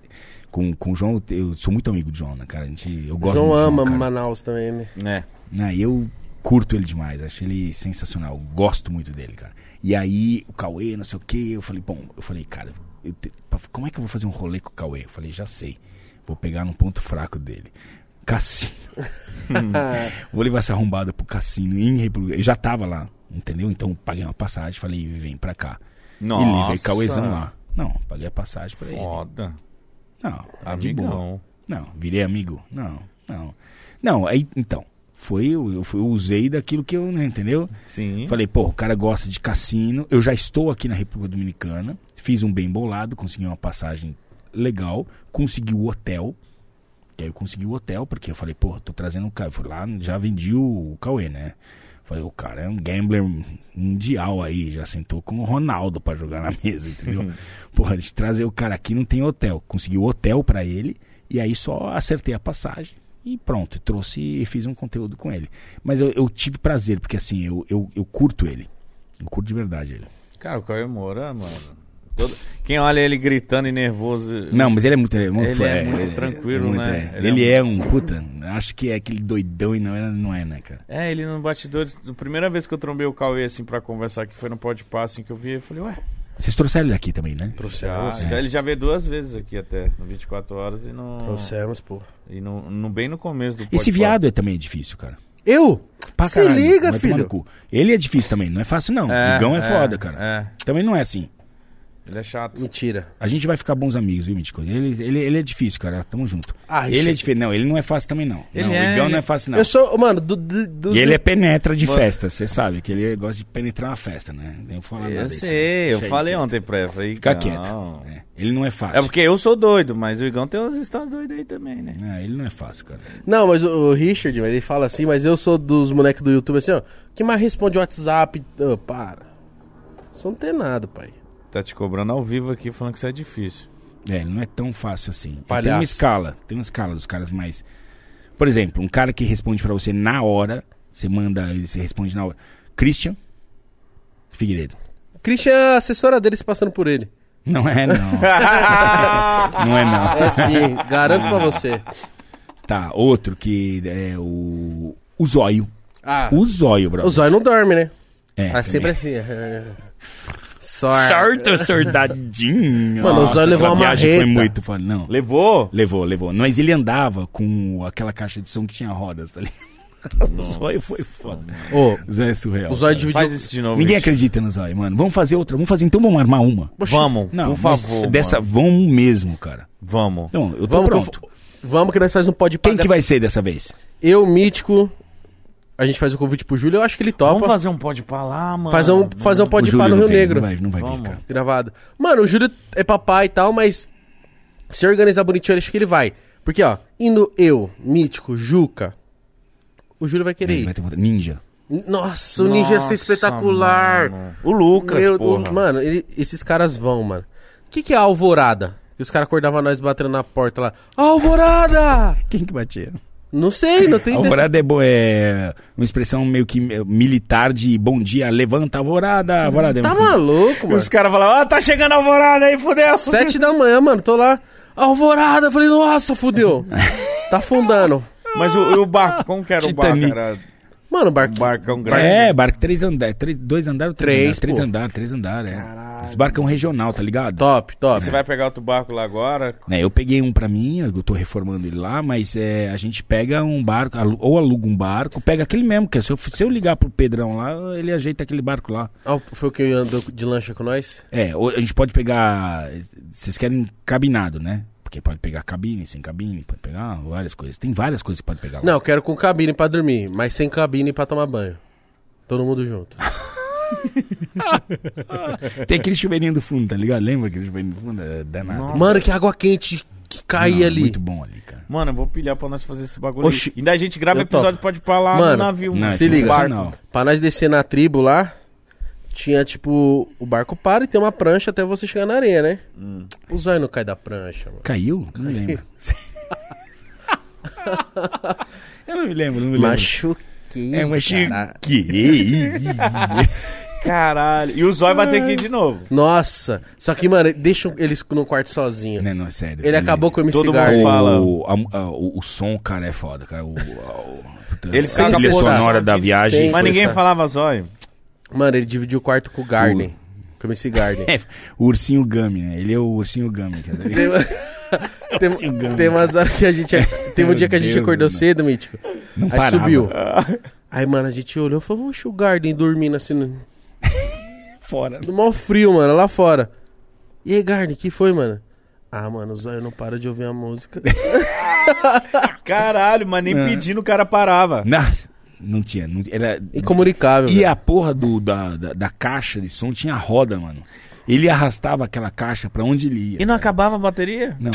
Speaker 3: Com, com o João, eu sou muito amigo do João, né, cara? A gente, eu
Speaker 1: O
Speaker 3: gosto
Speaker 1: João
Speaker 3: muito do
Speaker 1: ama
Speaker 3: cara.
Speaker 1: Manaus também, né?
Speaker 2: Né?
Speaker 3: né? Eu curto ele demais, acho ele sensacional, gosto muito dele, cara. E aí, o Cauê, não sei o que, eu falei, bom, eu falei, cara, eu te- pra- como é que eu vou fazer um rolê com o Cauê? Eu falei, já sei, vou pegar num ponto fraco dele. Cassino. [LAUGHS] vou levar essa arrombada pro cassino em República. Eu já tava lá, entendeu? Então, paguei uma passagem, falei, vem pra cá. E levei o Cauêzão lá. Não, paguei a passagem pra ele.
Speaker 2: Foda.
Speaker 3: Não, tá de boa.
Speaker 2: Amigão.
Speaker 3: Não, virei amigo? Não, não. Não, aí, então, foi, eu, eu fui- eu usei daquilo que eu, né, entendeu?
Speaker 2: Sim.
Speaker 3: Falei, pô, o cara gosta de cassino, eu já estou aqui na República Dominicana, fiz um bem bolado, consegui uma passagem legal, consegui o hotel, que aí eu consegui o hotel, porque eu falei, pô, tô trazendo o cara, eu fui lá, já vendi o, o Cauê, né? Falei, o cara é um gambler mundial aí, já sentou com o Ronaldo pra jogar na mesa, [LAUGHS] entendeu? Porra, de trazer o cara aqui não tem hotel. Consegui o hotel pra ele e aí só acertei a passagem e pronto, trouxe e fiz um conteúdo com ele. Mas eu, eu tive prazer, porque assim, eu, eu, eu curto ele. Eu curto de verdade ele.
Speaker 2: Cara, o Cauê Moura, mano. todo- Quem olha ele gritando e nervoso.
Speaker 3: Não, mas ele é muito. é muito
Speaker 2: Ele
Speaker 3: fo-
Speaker 2: é muito tranquilo, né?
Speaker 3: é.
Speaker 2: Ele
Speaker 3: Ele,
Speaker 2: é
Speaker 3: é, um... Puta, acho que é aquele doidão e não é, não é né, cara?
Speaker 2: É, ele no bastidores. A primeira vez que eu trombei o Cauê assim pra conversar, que foi no Pode assim, que eu vi, eu falei, ué.
Speaker 3: Vocês trouxeram ele aqui também, né?
Speaker 2: Já,
Speaker 1: Trouxemos.
Speaker 2: já- ele já veio duas vezes aqui até, no 24 horas e no.
Speaker 1: Trouxemos, pô.
Speaker 2: E no, no- bem no começo do
Speaker 3: Esse
Speaker 2: Pode
Speaker 3: viado é também difícil, cara.
Speaker 1: Eu?
Speaker 3: Pra
Speaker 1: Se
Speaker 3: caralho,
Speaker 1: liga,
Speaker 3: vai tomar
Speaker 1: filho.
Speaker 3: no cu. Ele é difícil também, não é fácil não.
Speaker 2: É,
Speaker 3: Ligão é, foda, cara.
Speaker 2: É,
Speaker 3: Também não é assim.
Speaker 2: ele é chato.
Speaker 1: Mentira.
Speaker 3: A gente vai ficar bons amigos, viu, Mítico? Ele, ele, ele é difícil, cara. Tamo junto.
Speaker 1: Ah,
Speaker 3: ele é
Speaker 1: Richard.
Speaker 3: difícil. Não, ele não é fácil também, não.
Speaker 2: Ele
Speaker 3: não,
Speaker 2: é,
Speaker 3: o Igão
Speaker 2: ele-
Speaker 3: não é fácil, não.
Speaker 1: Eu sou, mano, do, do, dos-
Speaker 3: E ele é penetra de
Speaker 2: Bo-
Speaker 3: festa, você sabe, que ele gosta de penetrar uma festa, né? Nem falar nada
Speaker 2: Eu
Speaker 3: disso,
Speaker 2: sei,
Speaker 3: né?
Speaker 2: eu
Speaker 3: Chega,
Speaker 2: falei
Speaker 3: quieto.
Speaker 2: ontem pra ela. Falei,
Speaker 3: Fica
Speaker 2: não.
Speaker 3: quieto. É, Ele não é fácil.
Speaker 2: É porque eu sou doido, mas o Igão tem umas histórias doidas aí também, né?
Speaker 3: Não, ele não é fácil, cara.
Speaker 1: Não, mas o o Richard, ele fala assim, mas eu sou dos moleques do YouTube assim, ó. Que mais responde WhatsApp? Ô, para. Só não tem nada, pai.
Speaker 2: Tá te cobrando ao vivo aqui, falando que isso é difícil.
Speaker 3: É, ele não é tão fácil assim. Tem
Speaker 1: Palhaço.
Speaker 3: uma escala, tem uma escala dos caras mais. Por exemplo, um cara que responde pra você na hora, você manda, ele você responde na hora. Christian Figueiredo.
Speaker 1: Christian é a assessora dele se passando por ele.
Speaker 3: Não
Speaker 2: [LAUGHS]
Speaker 3: é, não. não é, não.
Speaker 1: É
Speaker 3: [LAUGHS]
Speaker 1: sim, garanto pra você.
Speaker 3: Tá, outro que é o, o Zóio.
Speaker 1: Ah,
Speaker 3: O zóio, brother.
Speaker 1: o zóio não dorme, né?
Speaker 3: É,
Speaker 2: Ah,
Speaker 1: Tá sempre
Speaker 3: também.
Speaker 1: assim. Sorte.
Speaker 3: Sorto, sordadinho.
Speaker 1: Mano, o
Speaker 3: Nossa,
Speaker 1: zóio levou
Speaker 3: aquela
Speaker 1: uma
Speaker 3: viagem Foi
Speaker 1: marreta.
Speaker 3: muito foda. Não,
Speaker 2: Levou?
Speaker 3: levou, levou. Mas ele andava com aquela caixa de som que tinha rodas, tá ligado? O zóio foi foda.
Speaker 1: Ô,
Speaker 3: O zóio é surreal.
Speaker 1: o zóio
Speaker 3: cara.
Speaker 1: dividiu.
Speaker 2: Faz isso de novo.
Speaker 3: Ninguém
Speaker 2: bicho.
Speaker 3: acredita no zóio, mano. Vamos fazer outra. Vamos fazer, então vamos armar uma.
Speaker 1: Oxi,
Speaker 2: Vamos, por
Speaker 3: mas
Speaker 2: favor.
Speaker 3: Dessa,
Speaker 2: mano.
Speaker 3: vamos mesmo, cara.
Speaker 2: Vamos.
Speaker 3: Então, eu tô
Speaker 1: Vamos, que
Speaker 3: pronto.
Speaker 1: eu- vamos que nós faz um pod
Speaker 3: Quem
Speaker 1: paga-
Speaker 3: que vai ser dessa vez?
Speaker 1: Eu, Mítico. A gente faz o convite pro Júlio, eu acho que ele topa.
Speaker 2: Vamos fazer um pode pra lá, mano.
Speaker 1: Fazer um, fazer um
Speaker 3: O
Speaker 1: pod
Speaker 3: Júlio
Speaker 1: pá no
Speaker 3: não
Speaker 1: Rio
Speaker 3: vem,
Speaker 1: Negro.
Speaker 3: Não vai, não vai vir,
Speaker 2: Vamos.
Speaker 3: cara.
Speaker 1: Gravado. Mano, o Júlio é papai e tal, mas se organizar bonitinho, eu acho que ele vai. Porque, ó, indo eu, Mítico, Juca, o Júlio vai querer
Speaker 3: Vem,
Speaker 1: ir.
Speaker 3: vai ter vontade. Ninja.
Speaker 1: Nossa, o um Ninja ia ser
Speaker 2: Nossa,
Speaker 1: espetacular.
Speaker 2: mano. O Lucas,
Speaker 1: Meu,
Speaker 2: porra.
Speaker 1: o- mano, ele- esses caras vão, mano. O que, que é a alvorada? E os caras acordavam nós batendo na porta lá. Alvorada!
Speaker 3: Quem que batia?
Speaker 1: Não sei, não tem ideia.
Speaker 3: Alvorada é, bo- é uma expressão meio que eh, militar de bom dia, levanta alvorada, alvorada. é
Speaker 1: Tá
Speaker 3: uma coisa-
Speaker 1: maluco, mano.
Speaker 2: Os caras falavam, ah, tá chegando a alvorada aí, fudeu.
Speaker 1: Sete da manhã, mano, tô lá. Alvorada! Eu Falei, nossa,
Speaker 2: [LAUGHS]
Speaker 1: fudeu. Tá afundando.
Speaker 2: Mas o, e o barco, como que era
Speaker 3: Titanic.
Speaker 2: o barco? Era
Speaker 1: Mano,
Speaker 2: um
Speaker 1: barquinho.
Speaker 2: barcão grande.
Speaker 3: É, barco três andares, três, dois andares,
Speaker 1: Três,
Speaker 3: três, três
Speaker 1: pô.
Speaker 3: andares, três andares, três andares, é. Esse barcão regional, tá ligado?
Speaker 1: Top, top.
Speaker 2: Você vai pegar outro barco lá agora?
Speaker 3: Né, eu peguei um pra mim, eu tô reformando ele lá, mas é, a gente pega um barco, alu- ou aluga um barco, pega aquele mesmo, que é, se, eu, se eu ligar pro Pedrão lá, ele ajeita aquele barco lá.
Speaker 1: Ah, foi o que andou de lancha com nós?
Speaker 3: É, ou a gente pode pegar. Vocês querem cabinado, né? Porque pode pegar cabine, sem cabine, pode pegar várias coisas. Tem várias coisas que pode pegar lá.
Speaker 1: Não, eu quero com cabine pra dormir, mas sem cabine pra tomar banho. Todo mundo junto.
Speaker 3: Tem aquele chuveirinho do fundo, tá ligado? Lembra aquele chuveirinho do fundo? É danado.
Speaker 2: Nossa.
Speaker 1: Mano, que água quente que
Speaker 3: Não, é
Speaker 1: caía ali.
Speaker 3: Muito bom ali, cara.
Speaker 2: Mano, eu vou pilhar pra nós fazer esse bagulho.
Speaker 1: Oxi.
Speaker 2: aí. Ainda a gente grava
Speaker 1: Eu
Speaker 2: episódio,
Speaker 1: topo.
Speaker 2: pode ir pra lá
Speaker 1: Mano,
Speaker 2: no navio.
Speaker 3: Não,
Speaker 2: mano.
Speaker 3: é
Speaker 1: se liga.
Speaker 3: sensacional.
Speaker 1: Pra nós descer na tribo lá, tinha tipo. O barco para e tem uma prancha até você chegar na areia, né?
Speaker 3: Hum.
Speaker 1: O zóio não cai da prancha, mano.
Speaker 3: Caiu? Não lembro. eu não me lembro, não me lembro.
Speaker 1: Machuquei.
Speaker 3: É uma
Speaker 1: cara.
Speaker 3: chique.
Speaker 2: Caralho. E o Zói vai ter que ir de novo.
Speaker 1: Nossa. Só que, mano, deixa eles no quarto sozinho.
Speaker 3: Não, não, é sério.
Speaker 1: Ele acabou com o MC
Speaker 2: Todo mundo
Speaker 1: Garden.
Speaker 2: fala.
Speaker 3: O, a- a- o, o som, cara, é foda, cara. O, a- o- puta,
Speaker 2: Ele
Speaker 3: a
Speaker 2: caga
Speaker 3: trilha
Speaker 1: fora.
Speaker 3: sonora da viagem.
Speaker 1: Sem
Speaker 2: Mas
Speaker 3: foi-
Speaker 2: ninguém
Speaker 1: forçar.
Speaker 2: falava Zói.
Speaker 1: Mano, ele dividiu o quarto com o Garden. Com o MC Garden.
Speaker 3: É, o ursinho Gummy, né? Ele é o ursinho Gummy. Cara.
Speaker 1: Tem, uma-
Speaker 3: [LAUGHS]
Speaker 1: tem, tem umas horas que a gente. Tem um
Speaker 3: Meu
Speaker 1: dia que a gente
Speaker 3: Deus,
Speaker 1: acordou
Speaker 3: mano.
Speaker 1: cedo, Mítico.
Speaker 3: Não
Speaker 1: aí
Speaker 3: parava.
Speaker 1: subiu. Aí, mano, a gente olhou e falou: Oxe, o Garden dormindo assim, no,
Speaker 3: é Fora.
Speaker 1: no maior frio, mano, lá fora. E aí, Garden, que foi, mano? Ah, mano, o zóio não para de ouvir a
Speaker 3: [LAUGHS]
Speaker 1: música.
Speaker 2: Caralho, mas nem
Speaker 3: É.
Speaker 2: pedindo o cara parava.
Speaker 3: Não, não tinha. Não, era,
Speaker 1: Incomunicável.
Speaker 3: E
Speaker 1: velho.
Speaker 3: a porra do, da, da, da caixa de som tinha roda, mano. Ele arrastava aquela caixa pra onde ele ia.
Speaker 2: E não acabava a bateria?
Speaker 3: Não.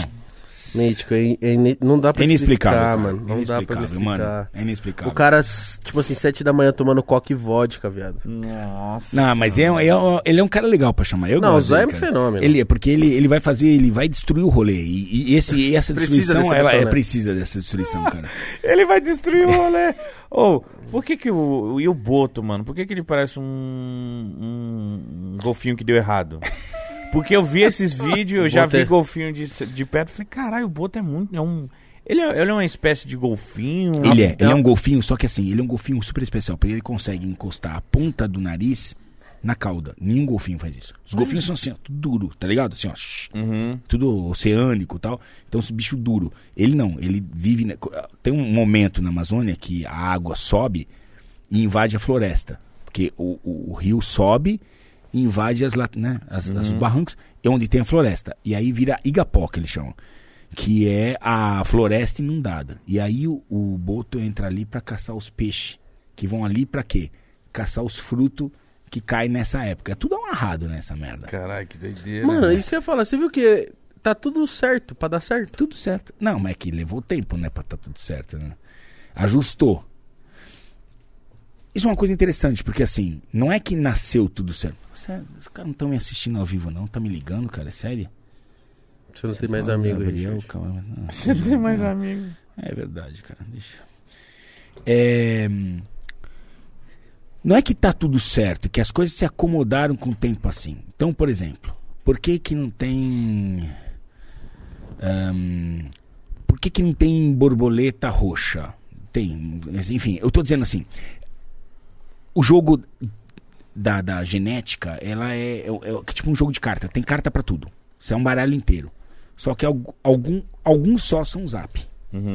Speaker 1: Mítico, é, in- é in- não dá pra
Speaker 3: É inexplicável.
Speaker 1: explicar,
Speaker 3: cara.
Speaker 1: mano. Não dá pra
Speaker 3: inexplicável,
Speaker 1: explicar.
Speaker 3: mano. É inexplicável.
Speaker 1: O cara, s- tipo assim, sete da manhã tomando coque e vodka, viado.
Speaker 2: Nossa.
Speaker 3: Não, mas é, um- é um- ele é um cara legal pra chamar. Eu
Speaker 1: Não, o
Speaker 3: gosto
Speaker 1: Zóio
Speaker 3: dele,
Speaker 1: é um
Speaker 3: cara.
Speaker 1: fenômeno.
Speaker 3: Ele é, porque ele, ele vai fazer, ele vai destruir o rolê. E, e esse, e
Speaker 1: Precisa
Speaker 3: essa destruição,
Speaker 1: dessa
Speaker 3: ela
Speaker 1: pessoa,
Speaker 3: é,
Speaker 1: né?
Speaker 3: precisa dessa destruição, cara.
Speaker 2: Ele vai destruir o [LAUGHS] rolê. Ô, por que que o... E o Boto, mano? Por que que ele parece um... um golfinho que deu errado? Porque eu vi esses vídeos, eu já
Speaker 1: Boto
Speaker 2: vi
Speaker 1: é-
Speaker 2: golfinho de, de perto. Falei, caralho, o Boto é muito... É um... ele, é, ele é uma espécie de golfinho.
Speaker 3: Ele
Speaker 1: Ah,
Speaker 3: é, ele é
Speaker 1: não.
Speaker 3: um golfinho, só que assim, ele é um golfinho super especial, porque ele consegue encostar a ponta do nariz na cauda. Nenhum golfinho faz isso.
Speaker 1: Hum.
Speaker 3: Os golfinhos são assim, ó, tudo duro, tá ligado? Assim, ó, shh,
Speaker 2: Uhum.
Speaker 3: tudo oceânico e tal. Então, esse bicho duro. Ele não, ele vive. na- co- Tem um momento na Amazônia que a água sobe e invade a floresta. Porque o, o- o rio sobe e invade as, lat- né, as, as- os barrancos, é onde tem a floresta. E aí vira igapó, que eles chamam. Que é a floresta inundada. E aí o, o boto entra ali para caçar os peixes. Que vão ali para quê? Caçar os frutos que caem nessa época. É tudo amarrado nessa merda.
Speaker 2: Caralho, que doideira.
Speaker 3: é.
Speaker 1: Mano, isso que eu ia falar. Você viu que tá tudo certo pra dar certo?
Speaker 3: Tudo certo. Não, mas é que levou tempo, né, pra tá tudo certo, né? Ajustou. Isso é uma coisa interessante, porque assim, não é que nasceu tudo certo. Sério, os caras não estão me assistindo ao vivo, não? Tá me ligando, cara? É sério?
Speaker 1: Você não tem mais amigo,
Speaker 3: Gabriel,
Speaker 1: Richard.
Speaker 3: calma, não.
Speaker 2: Você tem mais amigo.
Speaker 3: É verdade, cara. Deixa. É, hum, Não é que tá tudo certo, que as coisas se acomodaram com o tempo assim. Então, por exemplo, por que que não tem... hum, por que que não tem borboleta roxa? Tem, enfim, eu tô dizendo assim, o jogo da, da genética, ela é, é, é tipo um jogo de carta. Tem carta pra tudo. Isso é um baralho inteiro. Só que algu- algum, alguns só são zap.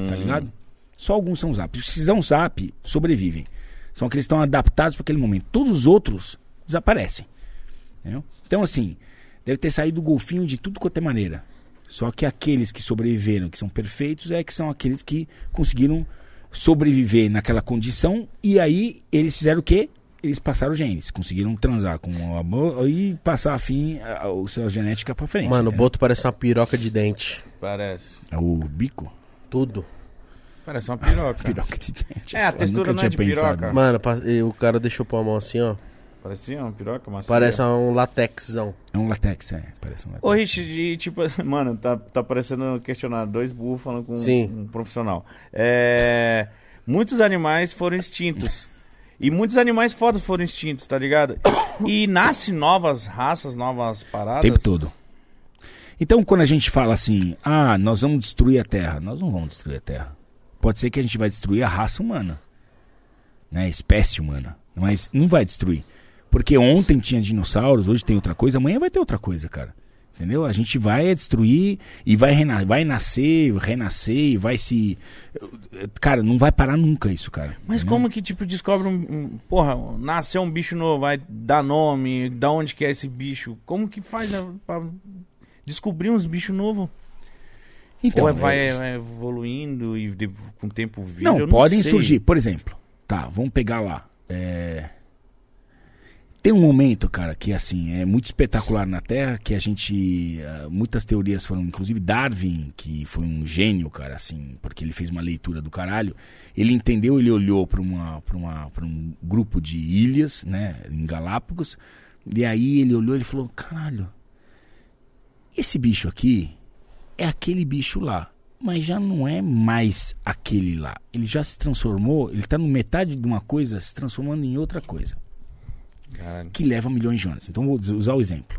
Speaker 3: Tá ligado? Só alguns são zap. Se são zap, sobrevivem. São aqueles que estão adaptados para aquele momento. Todos os outros desaparecem. Entendeu? Então, assim, deve ter saído golfinho de tudo quanto é maneira. Só que aqueles que sobreviveram, que são perfeitos, é que são aqueles que conseguiram sobreviver naquela condição. E aí, eles fizeram o quê? Eles passaram genes, conseguiram transar com o amor e passar afim a, a, a sua genética pra frente.
Speaker 1: Mano, o
Speaker 3: entendeu?
Speaker 1: Boto parece uma piroca de dente.
Speaker 2: Parece.
Speaker 3: É o bico?
Speaker 1: Tudo.
Speaker 2: Parece uma piroca.
Speaker 3: Piroca de dente.
Speaker 2: É, a
Speaker 3: Eu
Speaker 2: textura
Speaker 3: nunca
Speaker 2: não é
Speaker 3: tinha
Speaker 2: de
Speaker 3: pensado
Speaker 2: piroca.
Speaker 3: nisso.
Speaker 1: Mano, pa- e o cara deixou pôr a mão assim, ó.
Speaker 2: Parecia uma piroca macia.
Speaker 1: Parece um latexão.
Speaker 3: É um latex, é. Parece um latex.
Speaker 2: Ô, Rich, de, tipo, [LAUGHS] mano, tá, tá parecendo questionar dois burros falando com um-
Speaker 1: Sim.
Speaker 2: um profissional. É, muitos animais foram extintos. E muitos animais fodas foram extintos, tá ligado? E nasce novas raças, novas
Speaker 3: O
Speaker 2: paradas.
Speaker 3: tempo todo. Então, quando a gente fala assim, ah, nós vamos destruir a Terra. Nós não vamos destruir a Terra. Pode ser que a gente vai destruir a raça humana. Né? A espécie humana. Mas não vai destruir. Porque ontem tinha dinossauros, hoje tem outra coisa, amanhã vai ter outra coisa, cara. Entendeu? A gente vai destruir e vai, rena vai nascer, renascer e vai se. Cara, não vai parar nunca isso, cara.
Speaker 2: Mas
Speaker 3: Entendeu?
Speaker 2: como que, tipo, descobre um, um- Porra, nasceu um bicho novo, vai dar nome, da onde que é esse bicho? Como que faz né, pra descobrir uns bichos novos?
Speaker 3: Então,
Speaker 2: Ou é- vai,
Speaker 3: é-
Speaker 2: vai evoluindo e de- com o tempo vira?
Speaker 3: Não,
Speaker 2: eu
Speaker 3: podem
Speaker 2: sei.
Speaker 3: surgir. Por exemplo, tá, vamos pegar lá. é, Tem um momento, cara, que assim, é muito espetacular na Terra, que a gente. ah, Muitas teorias foram, inclusive Darwin, que foi um gênio, cara, assim, porque ele fez uma leitura do caralho. Ele entendeu, ele olhou para uma, pra uma, pra um grupo de ilhas, né, em Galápagos, e aí ele olhou e ele falou: caralho, esse bicho aqui é aquele bicho lá, mas já não é mais aquele lá. Ele já se transformou, ele está no metade de uma coisa se transformando em outra coisa,
Speaker 2: Caralho.
Speaker 3: que leva milhões de anos. Então vou usar o exemplo.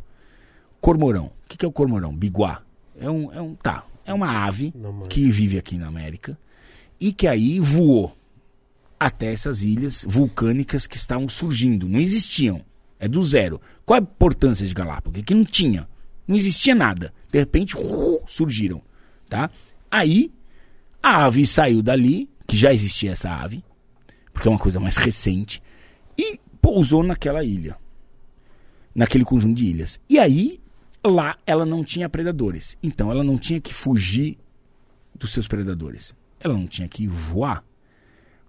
Speaker 3: Cormorão. O que que é o cormorão? Biguá. É um, é um, tá, é uma ave
Speaker 1: Não, mano.
Speaker 3: que vive aqui na América e que aí voou até essas ilhas vulcânicas que estavam surgindo, não existiam. É do zero. Qual a importância de Galápagos? É Que não tinha, não existia nada. De repente, uu, surgiram, tá? Aí a ave saiu dali, que já existia essa ave, porque é uma coisa mais recente, e pousou naquela ilha, naquele conjunto de ilhas. E aí lá ela não tinha predadores, então ela não tinha que fugir dos seus predadores. Ela não tinha que voar,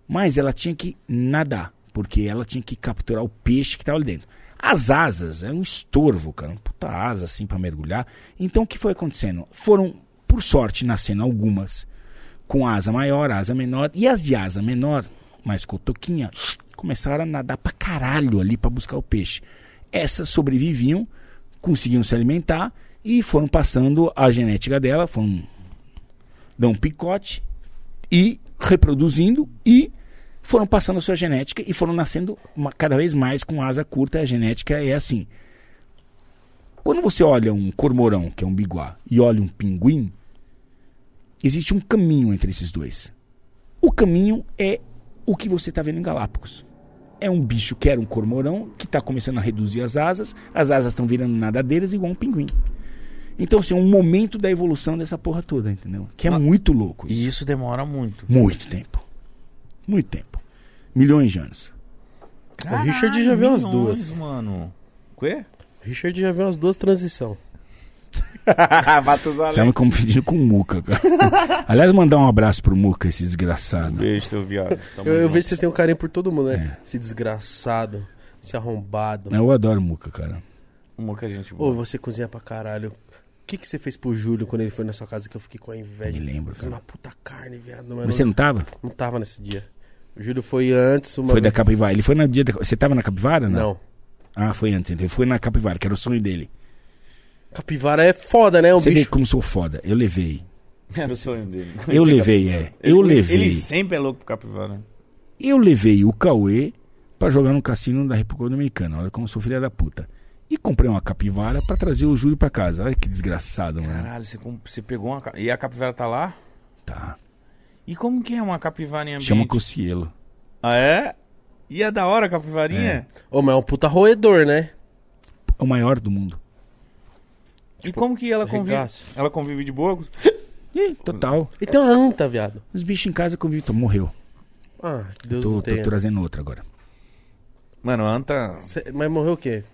Speaker 3: mas ela tinha que nadar, porque ela tinha que capturar o peixe que estava ali dentro. As asas, é um estorvo, cara, uma puta asa assim para mergulhar. Então o que foi acontecendo? Foram, por sorte, nascendo algumas com asa maior, asa menor, e as de asa menor, mais cotoquinha, começaram a nadar pra caralho ali pra buscar o peixe. Essas sobreviviam, conseguiam se alimentar e foram passando a genética dela, foram dão um picote e reproduzindo e foram passando a sua genética e foram nascendo uma- cada vez mais com asa curta. A genética é assim. Quando você olha um cormorão, que é um biguá, e olha um pinguim, existe um caminho entre esses dois. O caminho é o que você está vendo em Galápagos. É um bicho que era um cormorão, que está começando a reduzir as asas, as asas estão virando nadadeiras igual um pinguim. Então, assim, é um momento da evolução dessa porra toda, entendeu? Que é
Speaker 2: Ah,
Speaker 3: muito louco.
Speaker 2: E isso demora muito.
Speaker 3: Muito tempo. Muito tempo. Milhões de anos.
Speaker 1: O Richard já viu
Speaker 2: Caralho,
Speaker 1: as duas.
Speaker 2: Mano. O [LAUGHS] quê?
Speaker 1: Richard já viu umas duas transições.
Speaker 2: Batuzalém.
Speaker 3: Estamos confundindo com o Muca, [LAUGHS] cara. Aliás, mandar um abraço pro Muca, esse desgraçado.
Speaker 2: Um Beijo, seu viado. Tamo
Speaker 1: Eu, eu
Speaker 2: junto.
Speaker 1: vejo que vocês têm um carinho por todo mundo,
Speaker 3: É.
Speaker 1: né? Esse desgraçado, esse arrombado.
Speaker 3: Eu adoro o Muca, cara.
Speaker 2: Uma Um que a gente
Speaker 1: Ô, você cozinha pra caralho. O que, que você fez pro Júlio quando ele foi na sua casa que eu fiquei com a inveja?
Speaker 3: Me lembro,
Speaker 1: Fiz uma
Speaker 3: cara.
Speaker 1: puta carne, viado. Mas
Speaker 3: Mas você
Speaker 1: não,
Speaker 3: não tava?
Speaker 1: não tava nesse dia. O Júlio foi antes, uma
Speaker 3: Foi da
Speaker 1: vez-
Speaker 3: Capivara. Ele foi no dia da... Você tava na Capivara? né?
Speaker 1: Não.
Speaker 3: Ah, foi antes. Ele foi na Capivara, que era o sonho dele.
Speaker 1: Capivara é foda, né? O
Speaker 3: você vê
Speaker 1: bicho.
Speaker 3: como sou foda. Eu levei.
Speaker 2: Era o sonho dele.
Speaker 3: Eu levei, é. Eu
Speaker 2: Ele- Ele
Speaker 3: levei.
Speaker 2: sempre é louco pro capivara.
Speaker 3: Eu levei o Cauê pra jogar no cassino da República Dominicana. Olha como eu sou filha da puta. E comprei uma capivara pra trazer o Júlio pra casa. Olha que desgraçado,
Speaker 1: É.
Speaker 3: né? mano.
Speaker 2: Caralho, você, com- você pegou uma. ca- E a capivara tá lá?
Speaker 3: Tá.
Speaker 2: E como que é uma capivara em ambiente?
Speaker 3: Chama Cocielo.
Speaker 2: Ah, é? E é da hora a capivarinha?
Speaker 1: Ô, mas é um puta roedor, né?
Speaker 3: É o maior do mundo.
Speaker 1: É.
Speaker 2: E como que
Speaker 1: Tipo,
Speaker 3: Tá
Speaker 2: ela convive?
Speaker 1: arregaça.
Speaker 2: Ela convive de boa?
Speaker 3: Ih, total.
Speaker 1: Ele tem uma anta, viado.
Speaker 3: Os bichos em casa convivem. Tô, morreu.
Speaker 1: Ah, que Deus
Speaker 3: Tô,
Speaker 1: não
Speaker 3: tô
Speaker 1: tenha.
Speaker 3: trazendo outra agora.
Speaker 2: Mano, anta.
Speaker 1: Cê- Mas morreu o quê?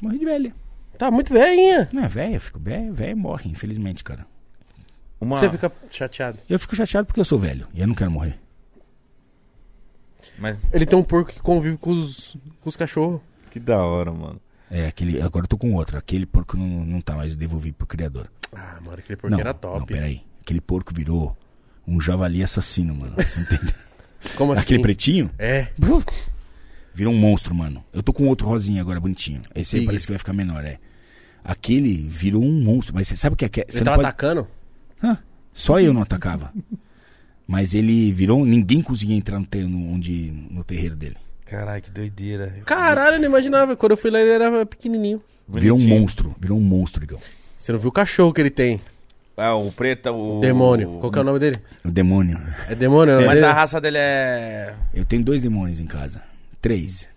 Speaker 3: Morri de velha.
Speaker 1: Tá muito velhinha.
Speaker 3: Não, é velha, eu fico velha, velha morre, infelizmente, cara.
Speaker 2: Uma...
Speaker 1: Você fica chateado.
Speaker 3: Eu fico chateado porque eu sou velho e eu não quero morrer.
Speaker 2: Mas
Speaker 1: Ele tem um porco que convive com os, com os cachorros.
Speaker 2: que da hora, mano.
Speaker 3: É, aquele. Agora eu tô com outro. Aquele porco não, não tá mais, eu devolvi pro criador.
Speaker 1: Ah, mano, aquele porco
Speaker 3: não,
Speaker 1: era
Speaker 3: Não,
Speaker 1: top.
Speaker 3: peraí. Aquele porco virou um javali assassino, mano. Você entende?
Speaker 1: Como assim?
Speaker 3: [LAUGHS] Aquele pretinho
Speaker 1: É.
Speaker 3: virou um monstro, mano. Eu tô com outro rosinho agora, bonitinho. Esse aí
Speaker 1: Big.
Speaker 3: parece que vai ficar menor, é. Aquele virou um monstro, mas você sabe o que é que é? Você
Speaker 1: Ele
Speaker 3: não
Speaker 1: tava
Speaker 3: pode-
Speaker 1: atacando?
Speaker 3: Hã? Só eu não atacava. Mas ele virou. Ninguém conseguia entrar no, te- no- onde, no terreiro dele.
Speaker 2: Caralho, que doideira.
Speaker 1: Caralho, eu não imaginava. Quando eu fui lá, ele era pequenininho.
Speaker 2: Bonitinho.
Speaker 3: Virou um monstro. Virou um monstro, Igão.
Speaker 1: Você não viu o cachorro que ele tem?
Speaker 2: Ah, o preto, o.
Speaker 1: Demônio. Qual que é o nome dele?
Speaker 3: O demônio.
Speaker 1: É demônio, né?
Speaker 2: Mas
Speaker 1: Dele?
Speaker 2: a raça dele é.
Speaker 3: Eu tenho dois demônios em casa. Três.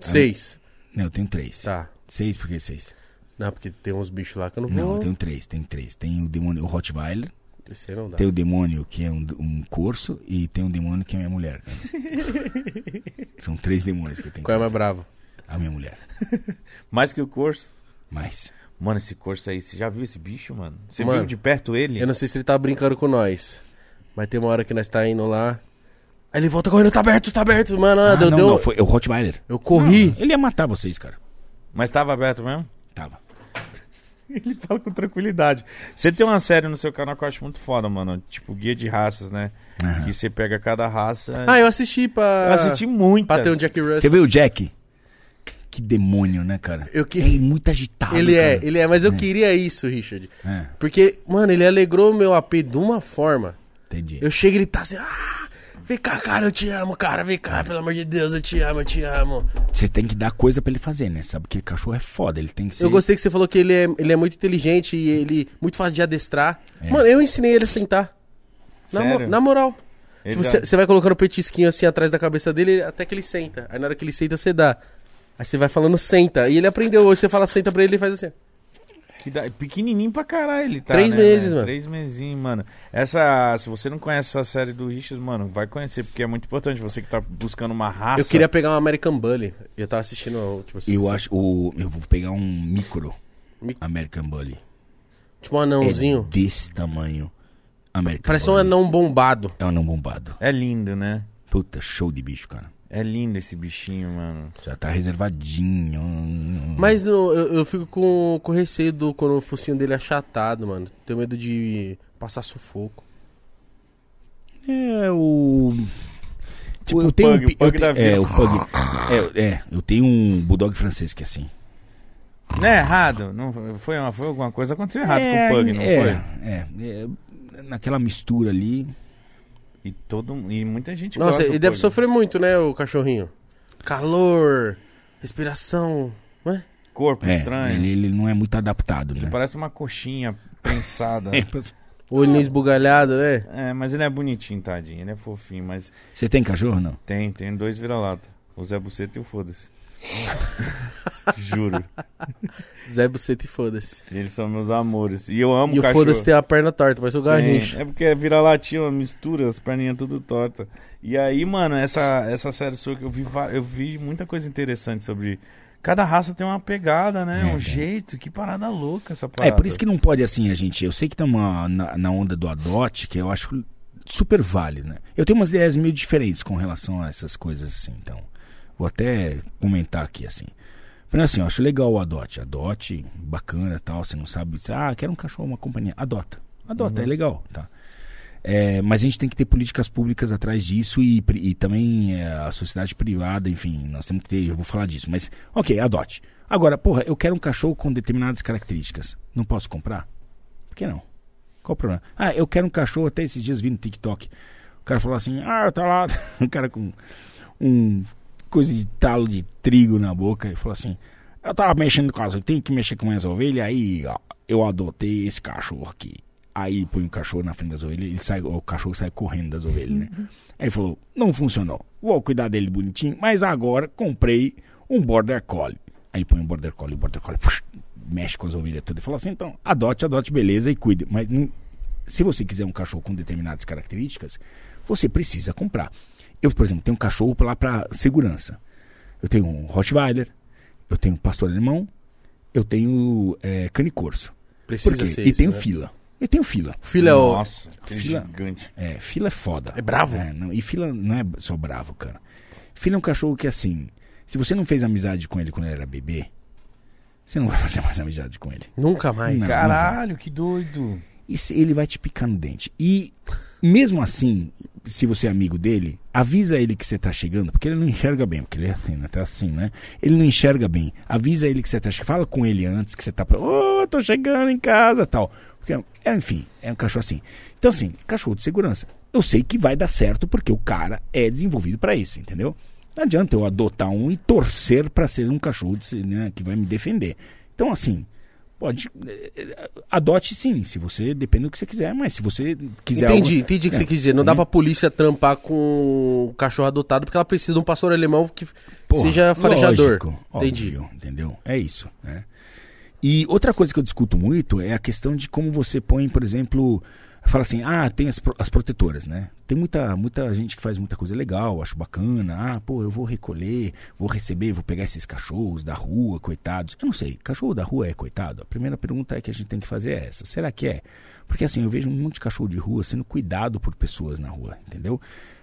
Speaker 1: Seis.
Speaker 3: Não, eu tenho três.
Speaker 1: Tá.
Speaker 3: Seis, por que seis?
Speaker 1: Não, porque tem uns bichos lá que eu não vou.
Speaker 3: Não, eu tenho três, tem três. Tem o demônio, o Rottweiler,
Speaker 1: Esse aí não dá.
Speaker 3: tem o demônio que é um, um corso e tem um demônio que é minha mulher.
Speaker 1: [LAUGHS]
Speaker 3: cara. São três demônios que eu tenho. em
Speaker 1: Qual é mais
Speaker 3: casa.
Speaker 1: bravo?
Speaker 3: A minha mulher.
Speaker 2: Mais que o corso.
Speaker 3: Mas.
Speaker 2: Mano, esse corso aí, você já viu esse bicho, mano? Você
Speaker 1: Mano,
Speaker 2: viu de perto ele?
Speaker 1: Eu não sei se ele tá brincando com nós. Mas tem uma hora que nós tá indo lá. Aí ele volta correndo, tá aberto, tá aberto, mano.
Speaker 3: Ah,
Speaker 1: deu,
Speaker 3: não,
Speaker 1: deu- um-
Speaker 3: não, foi o Rottweiler.
Speaker 1: Eu corri.
Speaker 3: Ele ia matar vocês, cara.
Speaker 2: Mas tava aberto mesmo? [LAUGHS]
Speaker 3: Tava.
Speaker 2: Ele fala com tranquilidade. Você tem uma série no seu canal que eu acho muito foda, mano. Tipo, guia de raças, né?
Speaker 3: Aham.
Speaker 2: Que você pega cada raça.
Speaker 1: Ah, eu assisti pra.
Speaker 2: Eu assisti muito.
Speaker 1: Pra ter um Jack
Speaker 3: Você
Speaker 1: Russell.
Speaker 3: viu o Jack? Que demônio, né, cara?
Speaker 1: Eu que-
Speaker 3: É muito agitado.
Speaker 1: Ele é,
Speaker 3: cara.
Speaker 1: ele é, mas eu
Speaker 3: É.
Speaker 1: queria isso, Richard.
Speaker 3: É,
Speaker 1: Porque, mano, ele alegrou o meu AP de uma forma.
Speaker 3: entendi.
Speaker 1: Eu chego e ele tá assim, ah, vem cá, cara, eu te amo, cara, vem cá, pelo amor de Deus, eu te amo, eu te amo.
Speaker 3: Você tem que dar coisa pra ele fazer, né? Sabe que cachorro é foda, ele tem que ser.
Speaker 1: Eu gostei que você falou que ele é, ele é muito inteligente e ele muito fácil de adestrar.
Speaker 3: É.
Speaker 1: Mano, eu ensinei ele a sentar. Na, mo-
Speaker 2: Sério?
Speaker 1: na moral.
Speaker 2: Ele
Speaker 1: Tipo,
Speaker 2: já-
Speaker 1: você vai colocando o petisquinho assim atrás da cabeça dele até que ele senta. Aí na hora que ele senta, você dá. Aí você vai falando senta. E ele aprendeu. Hoje você fala senta pra ele, ele faz assim.
Speaker 2: Que dá- Pequenininho pra caralho ele tá,
Speaker 1: Três
Speaker 2: né,
Speaker 1: meses,
Speaker 2: velho?
Speaker 1: mano.
Speaker 2: Três mesinhos, mano. Essa, se você não conhece essa série do Richard, mano, vai conhecer, porque é muito importante. Você que tá buscando uma raça.
Speaker 1: Eu queria pegar um American Bully. Eu tava assistindo tipo assim, o que você
Speaker 3: Eu acho. O, eu vou pegar um micro
Speaker 1: Mi-
Speaker 3: American Bully.
Speaker 1: Tipo um
Speaker 3: É
Speaker 1: anãozinho.
Speaker 3: desse tamanho. American
Speaker 1: Parece um
Speaker 3: Bully.
Speaker 1: anão bombado.
Speaker 3: É um anão bombado.
Speaker 2: É lindo, né?
Speaker 3: Puta, show de bicho, cara.
Speaker 2: É lindo esse bichinho, mano.
Speaker 3: Já tá reservadinho.
Speaker 1: Mas eu, eu- eu fico com, com receio do quando o focinho dele é achatado, mano. Tenho medo de passar sufoco.
Speaker 3: É o.
Speaker 2: Tipo
Speaker 3: eu
Speaker 2: o
Speaker 3: tenho
Speaker 2: Pug,
Speaker 3: um, pi-
Speaker 2: o Pug
Speaker 3: eu
Speaker 2: da
Speaker 3: te- É,
Speaker 2: vida.
Speaker 3: o Pug. É, é, eu tenho um bulldog francês que é assim.
Speaker 2: Não é errado? Não foi- foi, uma, foi alguma coisa aconteceu errado
Speaker 3: é,
Speaker 2: com o Pug, não
Speaker 3: é,
Speaker 2: foi?
Speaker 3: É, é, naquela mistura ali.
Speaker 2: E, todo, e muita gente
Speaker 1: Nossa,
Speaker 2: gosta
Speaker 1: ele
Speaker 2: do
Speaker 1: deve
Speaker 2: Pug.
Speaker 1: sofrer muito, né, o cachorrinho? Calor, respiração, né?
Speaker 2: Corpo
Speaker 3: É,
Speaker 2: estranho.
Speaker 3: ele, ele não é muito adaptado, né?
Speaker 2: Parece uma coxinha
Speaker 1: [LAUGHS]
Speaker 2: prensada.
Speaker 3: Tipo,
Speaker 1: Olhinho esbugalhado, né?
Speaker 2: é, mas ele é bonitinho, tadinho. Ele é fofinho, mas
Speaker 3: Você tem cachorro não?
Speaker 2: tem, tem dois vira-lata. O Zé Buceta e o
Speaker 1: [LAUGHS]
Speaker 2: Foda-se. Juro.
Speaker 1: Zé Buceta e foda-se.
Speaker 2: Eles são meus amores. E eu amo
Speaker 1: E o
Speaker 2: cachorro.
Speaker 1: foda-se tem a perna torta, parece o Garrincha.
Speaker 2: É, é porque é vira-latinha, uma mistura, as perninhas tudo torta. E aí, mano, essa, essa série sua que eu vi, va- eu vi muita coisa interessante sobre. Cada raça tem uma pegada, né?
Speaker 3: É,
Speaker 2: um
Speaker 3: tem.
Speaker 2: jeito. Que parada louca essa
Speaker 3: É,
Speaker 2: parada.
Speaker 3: por isso que não pode assim, a gente. Eu sei que estamos na, na onda do adote, que eu acho super válido, né? Eu tenho umas ideias meio diferentes com relação a essas coisas assim, então. Vou até comentar aqui assim. Primeiro assim, eu acho legal o adote. Adote, bacana tal, você não sabe. você, Ah, quero um cachorro, uma companhia. Adota. Adota, é legal, tá? É, mas a gente tem que ter políticas públicas atrás disso e, pri- e também é, a sociedade privada, enfim, nós temos que ter, eu vou falar disso, mas ok, adote. Agora, porra, eu quero um cachorro com determinadas características. Não posso comprar? Por que não? Qual o problema? Ah, eu quero um cachorro, até esses dias vi no TikTok. O cara falou assim, ah, tá lá, [LAUGHS] um cara com um coisa de talo de trigo na boca, ele falou assim, eu tava mexendo com as tem que mexer com minhas ovelhas, aí ó, eu adotei esse cachorro aqui. Aí põe o cachorro na frente das ovelhas, ele sai, o cachorro sai correndo das ovelhas, né? Aí ele falou, não funcionou. vou cuidar dele bonitinho, mas agora comprei um Border Collie. Aí põe um Border Collie, o Border Collie pux, mexe com as ovelhas tudo. E fala assim, então, adote, adote, beleza, e cuide. Mas não- se você quiser um cachorro com determinadas características, você precisa comprar. Eu, por exemplo, tenho um cachorro lá para segurança. Eu tenho um Rottweiler, eu tenho um pastor alemão, eu tenho é, canicorso. Por
Speaker 1: Precisa
Speaker 3: quê?
Speaker 1: ser
Speaker 3: E
Speaker 1: isso,
Speaker 3: tenho
Speaker 1: né?
Speaker 3: fila. Eu tenho fila.
Speaker 1: Filho é o...
Speaker 2: Nossa, que
Speaker 3: Fila.
Speaker 2: gigante.
Speaker 3: É, fila é foda.
Speaker 1: É bravo?
Speaker 3: É, não, e fila não é só bravo, cara. Fila é um cachorro que, assim, se você não fez amizade com ele quando ele era bebê, você não vai [LAUGHS] fazer mais amizade com ele.
Speaker 1: Nunca mais.
Speaker 3: Não.
Speaker 2: Caralho, que doido.
Speaker 3: E se- ele vai te picar no dente. E, mesmo assim, se você é amigo dele, avisa ele que você tá chegando, porque ele não enxerga bem, porque ele é assim, né? Tá assim, né? Ele não enxerga bem. Avisa ele que você tá chegando. Fala com ele antes que você tá. pra- Ô, tô chegando em casa tal. Porque, é, enfim, é um cachorro assim. Então, assim, cachorro de segurança. Eu sei que vai dar certo porque o cara é desenvolvido pra isso, entendeu? Não adianta eu adotar um e torcer pra ser um cachorro de se- né, que vai me defender. Então, assim, pode. eh, eh, Adote sim, se você. Depende do que você quiser, mas se você quiser.
Speaker 1: Entendi,
Speaker 3: alguma-
Speaker 1: entendi o que
Speaker 3: É.
Speaker 1: você quis dizer. Não dá pra polícia trampar com o cachorro adotado porque ela precisa de um pastor alemão que
Speaker 3: Porra,
Speaker 1: seja farejador.
Speaker 3: lógico,
Speaker 1: Entendi.
Speaker 3: óbvio, entendeu? É isso, né? E outra coisa que eu discuto muito é a questão de como você põe, por exemplo, fala assim, ah, tem as, pro- as protetoras, né? Tem muita, muita gente que faz muita coisa legal, acho bacana, ah, pô, eu vou recolher, vou receber, vou pegar esses cachorros da rua, coitados. Eu não sei, cachorro da rua é coitado? A primeira pergunta é que a gente tem que fazer é essa, será que é? Porque assim, eu vejo um monte de cachorro de rua sendo cuidado por pessoas na rua, entendeu?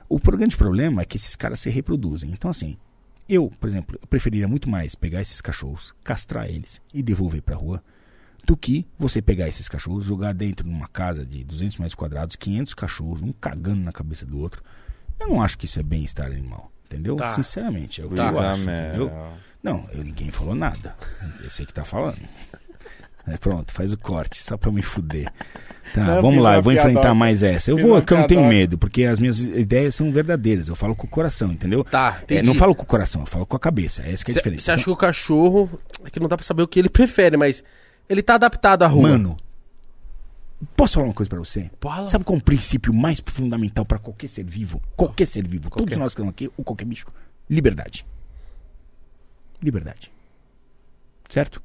Speaker 3: O pro- grande problema é que esses caras se reproduzem. Então assim, eu, por exemplo, eu preferiria muito mais pegar esses cachorros, castrar eles e devolver para rua, do que você pegar esses cachorros, jogar dentro de uma casa de 200 metros quadrados, 500 cachorros, um cagando na cabeça do outro. Eu não acho que isso é bem-estar animal, entendeu?
Speaker 1: Tá.
Speaker 3: Sinceramente, é o que
Speaker 2: Luiz
Speaker 3: eu acho,
Speaker 2: Amel.
Speaker 3: entendeu? Não, eu, ninguém falou nada. Eu sei que tá falando. É, pronto, faz o corte, só pra eu me fuder. Tá,
Speaker 2: Não,
Speaker 3: vamos
Speaker 2: fiz
Speaker 3: lá,
Speaker 2: uma
Speaker 3: eu vou enfrentar
Speaker 2: piadoca.
Speaker 3: mais essa. Eu
Speaker 2: Fiz
Speaker 3: vou, é
Speaker 2: uma
Speaker 3: que eu não tenho
Speaker 2: piadoca.
Speaker 3: medo, porque as minhas ideias são verdadeiras. Eu falo com o coração, entendeu?
Speaker 1: Tá,
Speaker 3: É,
Speaker 1: entendi.
Speaker 3: não falo com o coração, eu falo com a cabeça. Essa que é a
Speaker 1: Você
Speaker 3: diferença.
Speaker 1: acha que o cachorro. É que não dá pra saber o que ele [LAUGHS] prefere, mas. Ele tá adaptado à rua.
Speaker 3: Mano, posso falar uma coisa pra você?
Speaker 1: Fala.
Speaker 3: Sabe qual é o princípio mais fundamental pra qualquer ser vivo? Qualquer ser vivo,
Speaker 1: Qualquer.
Speaker 3: todos nós que estamos aqui, ou qualquer bicho. Liberdade. Liberdade. Certo?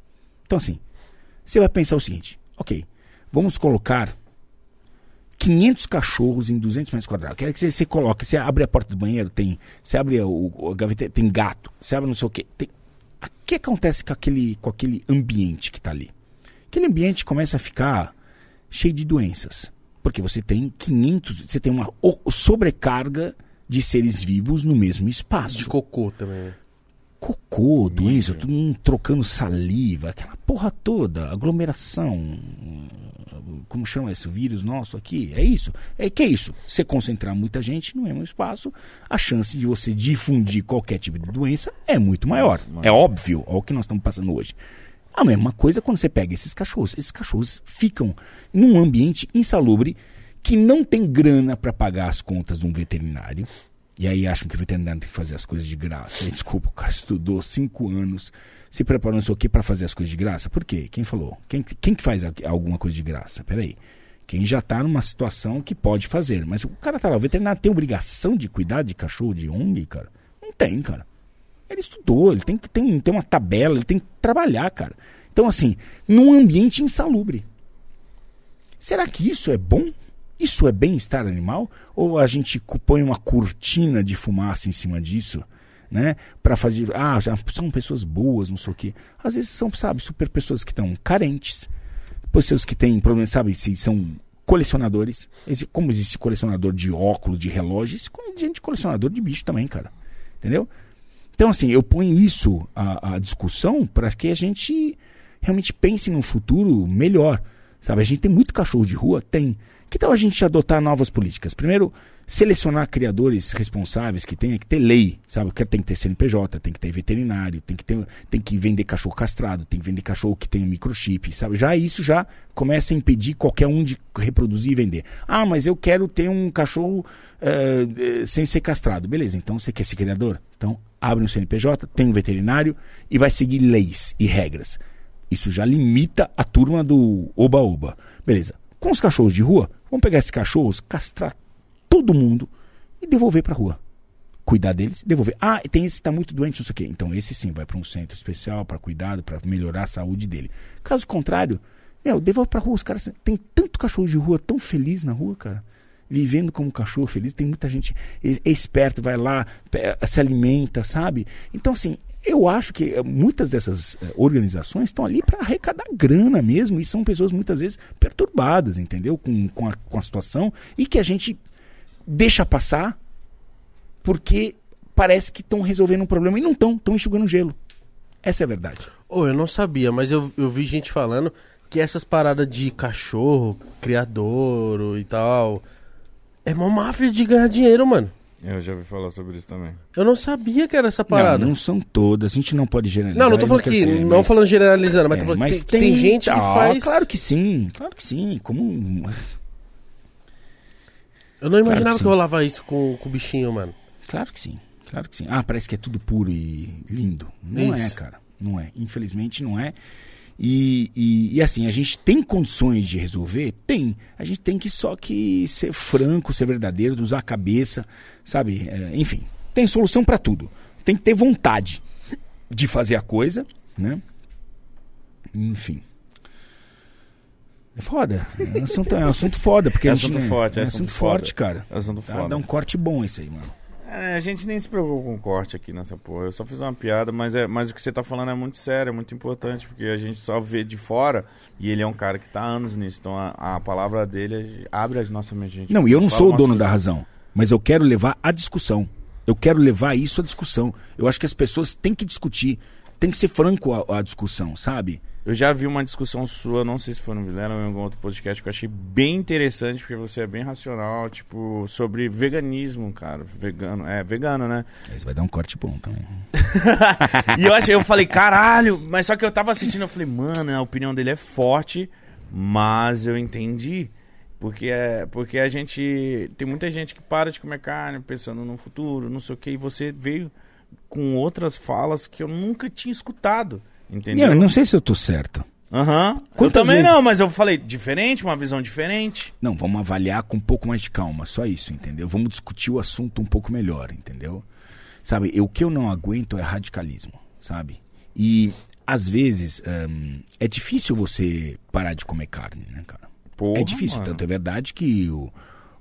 Speaker 3: Então assim, você vai pensar o seguinte, ok, vamos colocar 500 cachorros em 200 metros quadrados. Quer que você, você coloque, você abre a porta do banheiro, tem, você abre o, o a gaveta, tem gato, você abre não sei o quê. tem- o que acontece com aquele, com aquele ambiente que está ali? Aquele ambiente começa a ficar cheio de doenças, porque você tem 500, você tem uma o- sobrecarga de seres vivos no mesmo espaço
Speaker 1: De cocô também. né?
Speaker 3: cocô, doença, todo mundo trocando saliva, aquela porra toda, aglomeração. hum, Como chama esse vírus nosso aqui? É isso? É que é isso? Você concentrar muita gente no mesmo espaço, a chance de você difundir qualquer tipo de doença é muito maior. É óbvio, ao que nós estamos passando hoje. A mesma coisa quando você pega esses cachorros. Esses cachorros ficam num ambiente insalubre que não tem grana para pagar as contas de um veterinário. E aí acham que o veterinário tem que fazer as coisas de graça. E, desculpa, o cara estudou cinco anos, se preparou não sei o que para fazer as coisas de graça. Por quê? Quem falou? Quem, quem que faz a- alguma coisa de graça? Peraí. Quem já está numa situação que pode fazer. Mas o cara tá lá, o veterinário tem obrigação de cuidar de cachorro, de ONG, cara? Não tem, cara. Ele estudou, ele tem que tem, tem uma tabela, ele tem que trabalhar, cara. Então, assim, num ambiente insalubre. Será que isso é bom? Isso é bem-estar animal? Ou a gente cu- põe uma cortina de fumaça em cima disso, né? Para fazer, ah, já são pessoas boas, não sei o quê. Às vezes são, sabe, super pessoas que estão carentes, pessoas que têm problemas, sabe, se são colecionadores. Exi- Como existe colecionador de óculos, de relógio, existe co- gente colecionador de bicho também, cara. Entendeu? Então, assim, eu ponho isso à, à discussão para que a gente realmente pense num futuro melhor. Sabe, a gente tem muito cachorro de rua? Tem. Que tal a gente adotar novas políticas? Primeiro, selecionar criadores responsáveis que tenha que ter lei, sabe? Que tem que ter CNPJ, tem que ter veterinário, tem que, ter, tem que vender cachorro castrado, tem que vender cachorro que tenha microchip, sabe? Já isso já começa a impedir qualquer um de reproduzir e vender. Ah, mas eu quero ter um cachorro eh, eh, sem ser castrado. Beleza, então você quer ser criador? Então abre um CNPJ, tem um veterinário e vai seguir leis e regras. Isso já limita a turma do oba-oba. Beleza. Com os cachorros de rua, vamos pegar esses cachorros, castrar todo mundo e devolver pra rua. cuidar deles, devolver. Ah, tem esse que está muito doente, não sei o quê. Então esse sim vai para um centro especial para cuidado, para melhorar a saúde dele. Caso contrário, meu, devolve para rua. Os caras tem tanto cachorro de rua tão feliz na rua, cara. Vivendo como um cachorro feliz, tem muita gente e- esperto, vai lá, pe- se alimenta, sabe? Então, assim, eu acho que eh, muitas dessas eh, organizações estão ali para arrecadar grana mesmo, e são pessoas muitas vezes perturbadas, entendeu? Com, com, a, com a situação, e que a gente deixa passar porque parece que estão resolvendo um problema e não estão, estão enxugando gelo. Essa é a verdade.
Speaker 1: Ô, eu não sabia, mas eu, eu vi gente falando que essas paradas de cachorro, criadouro e tal. É mó máfia de ganhar dinheiro, mano.
Speaker 2: Eu já ouvi falar sobre isso também.
Speaker 1: Eu não sabia que era essa parada.
Speaker 3: Não,
Speaker 1: Não,
Speaker 3: não são todas, a gente não pode generalizar.
Speaker 1: não, tô
Speaker 3: eu
Speaker 1: falando
Speaker 3: quero
Speaker 1: que.
Speaker 3: ser,
Speaker 1: não
Speaker 3: mas-
Speaker 1: falando generalizando, mas tô
Speaker 3: É,
Speaker 1: falando que tem, tem gente que
Speaker 3: Ah,
Speaker 1: faz.
Speaker 3: Claro que sim, claro que sim. Como. um-
Speaker 1: Eu não imaginava
Speaker 3: que
Speaker 1: que,
Speaker 3: sim.
Speaker 1: rolava isso com, com o bichinho, mano.
Speaker 3: Claro que sim, claro que sim. Ah, parece que é tudo puro e lindo. Não é,
Speaker 1: Isso.
Speaker 3: cara. Não é. Infelizmente não é. E, e, e assim, a gente tem condições de resolver? Tem. A gente tem que só que ser franco, ser verdadeiro, usar a cabeça, sabe? É, enfim, tem solução pra tudo. Tem que ter vontade de fazer a coisa, né? Enfim. É foda. É um assunto, é um assunto foda, porque
Speaker 2: É
Speaker 3: a gente,
Speaker 2: assunto
Speaker 3: né,
Speaker 2: forte, é
Speaker 3: é
Speaker 2: assunto
Speaker 3: assunto
Speaker 2: foda.
Speaker 3: forte, cara.
Speaker 2: É assunto
Speaker 3: Dá-
Speaker 2: foda.
Speaker 3: Dá um corte bom esse aí, mano.
Speaker 2: É, a gente nem se preocupa com corte aqui nessa porra. Eu só fiz uma piada, mas, é, mas o que você tá falando é muito sério, é muito importante, porque a gente só vê de fora e ele é um cara que tá há anos nisso. Então a, a palavra dele é- abre as nossas mentes. a gente
Speaker 3: Não, e eu não
Speaker 2: fala
Speaker 3: sou o
Speaker 2: umas
Speaker 3: dono da
Speaker 2: coisas-
Speaker 3: razão, mas eu quero levar à discussão. Eu quero levar isso à discussão. Eu acho que as pessoas têm que discutir, tem que ser franco à, à discussão, sabe?
Speaker 2: Eu já vi uma discussão sua, não sei se foi no Vilela ou em algum outro podcast, que eu achei bem interessante, porque você é bem racional, tipo, sobre veganismo, cara. Vegano, é, vegano, né?
Speaker 3: Mas vai dar um corte bom também.
Speaker 2: [LAUGHS] E eu achei, eu falei, caralho, mas só que eu tava assistindo, eu falei, mano, a opinião dele é forte, mas eu entendi. Porque, é, porque a gente. Tem muita gente que para de comer carne pensando no futuro, não sei o que, e você veio com outras falas que eu nunca tinha escutado.
Speaker 3: Eu
Speaker 2: Entendeu?
Speaker 3: não sei se eu tô certo.
Speaker 2: Aham. Eu
Speaker 3: Quantas
Speaker 2: também
Speaker 3: vezes-
Speaker 2: não, mas eu falei diferente, uma visão diferente.
Speaker 3: Não, vamos avaliar com um pouco mais de calma, só isso, entendeu? Vamos discutir o assunto um pouco melhor, entendeu? Sabe, eu- o que eu não aguento é radicalismo, sabe? E às vezes hum, é difícil você parar de comer carne, né, cara?
Speaker 2: Porra,
Speaker 3: é difícil,
Speaker 2: mano.
Speaker 3: tanto é verdade que o-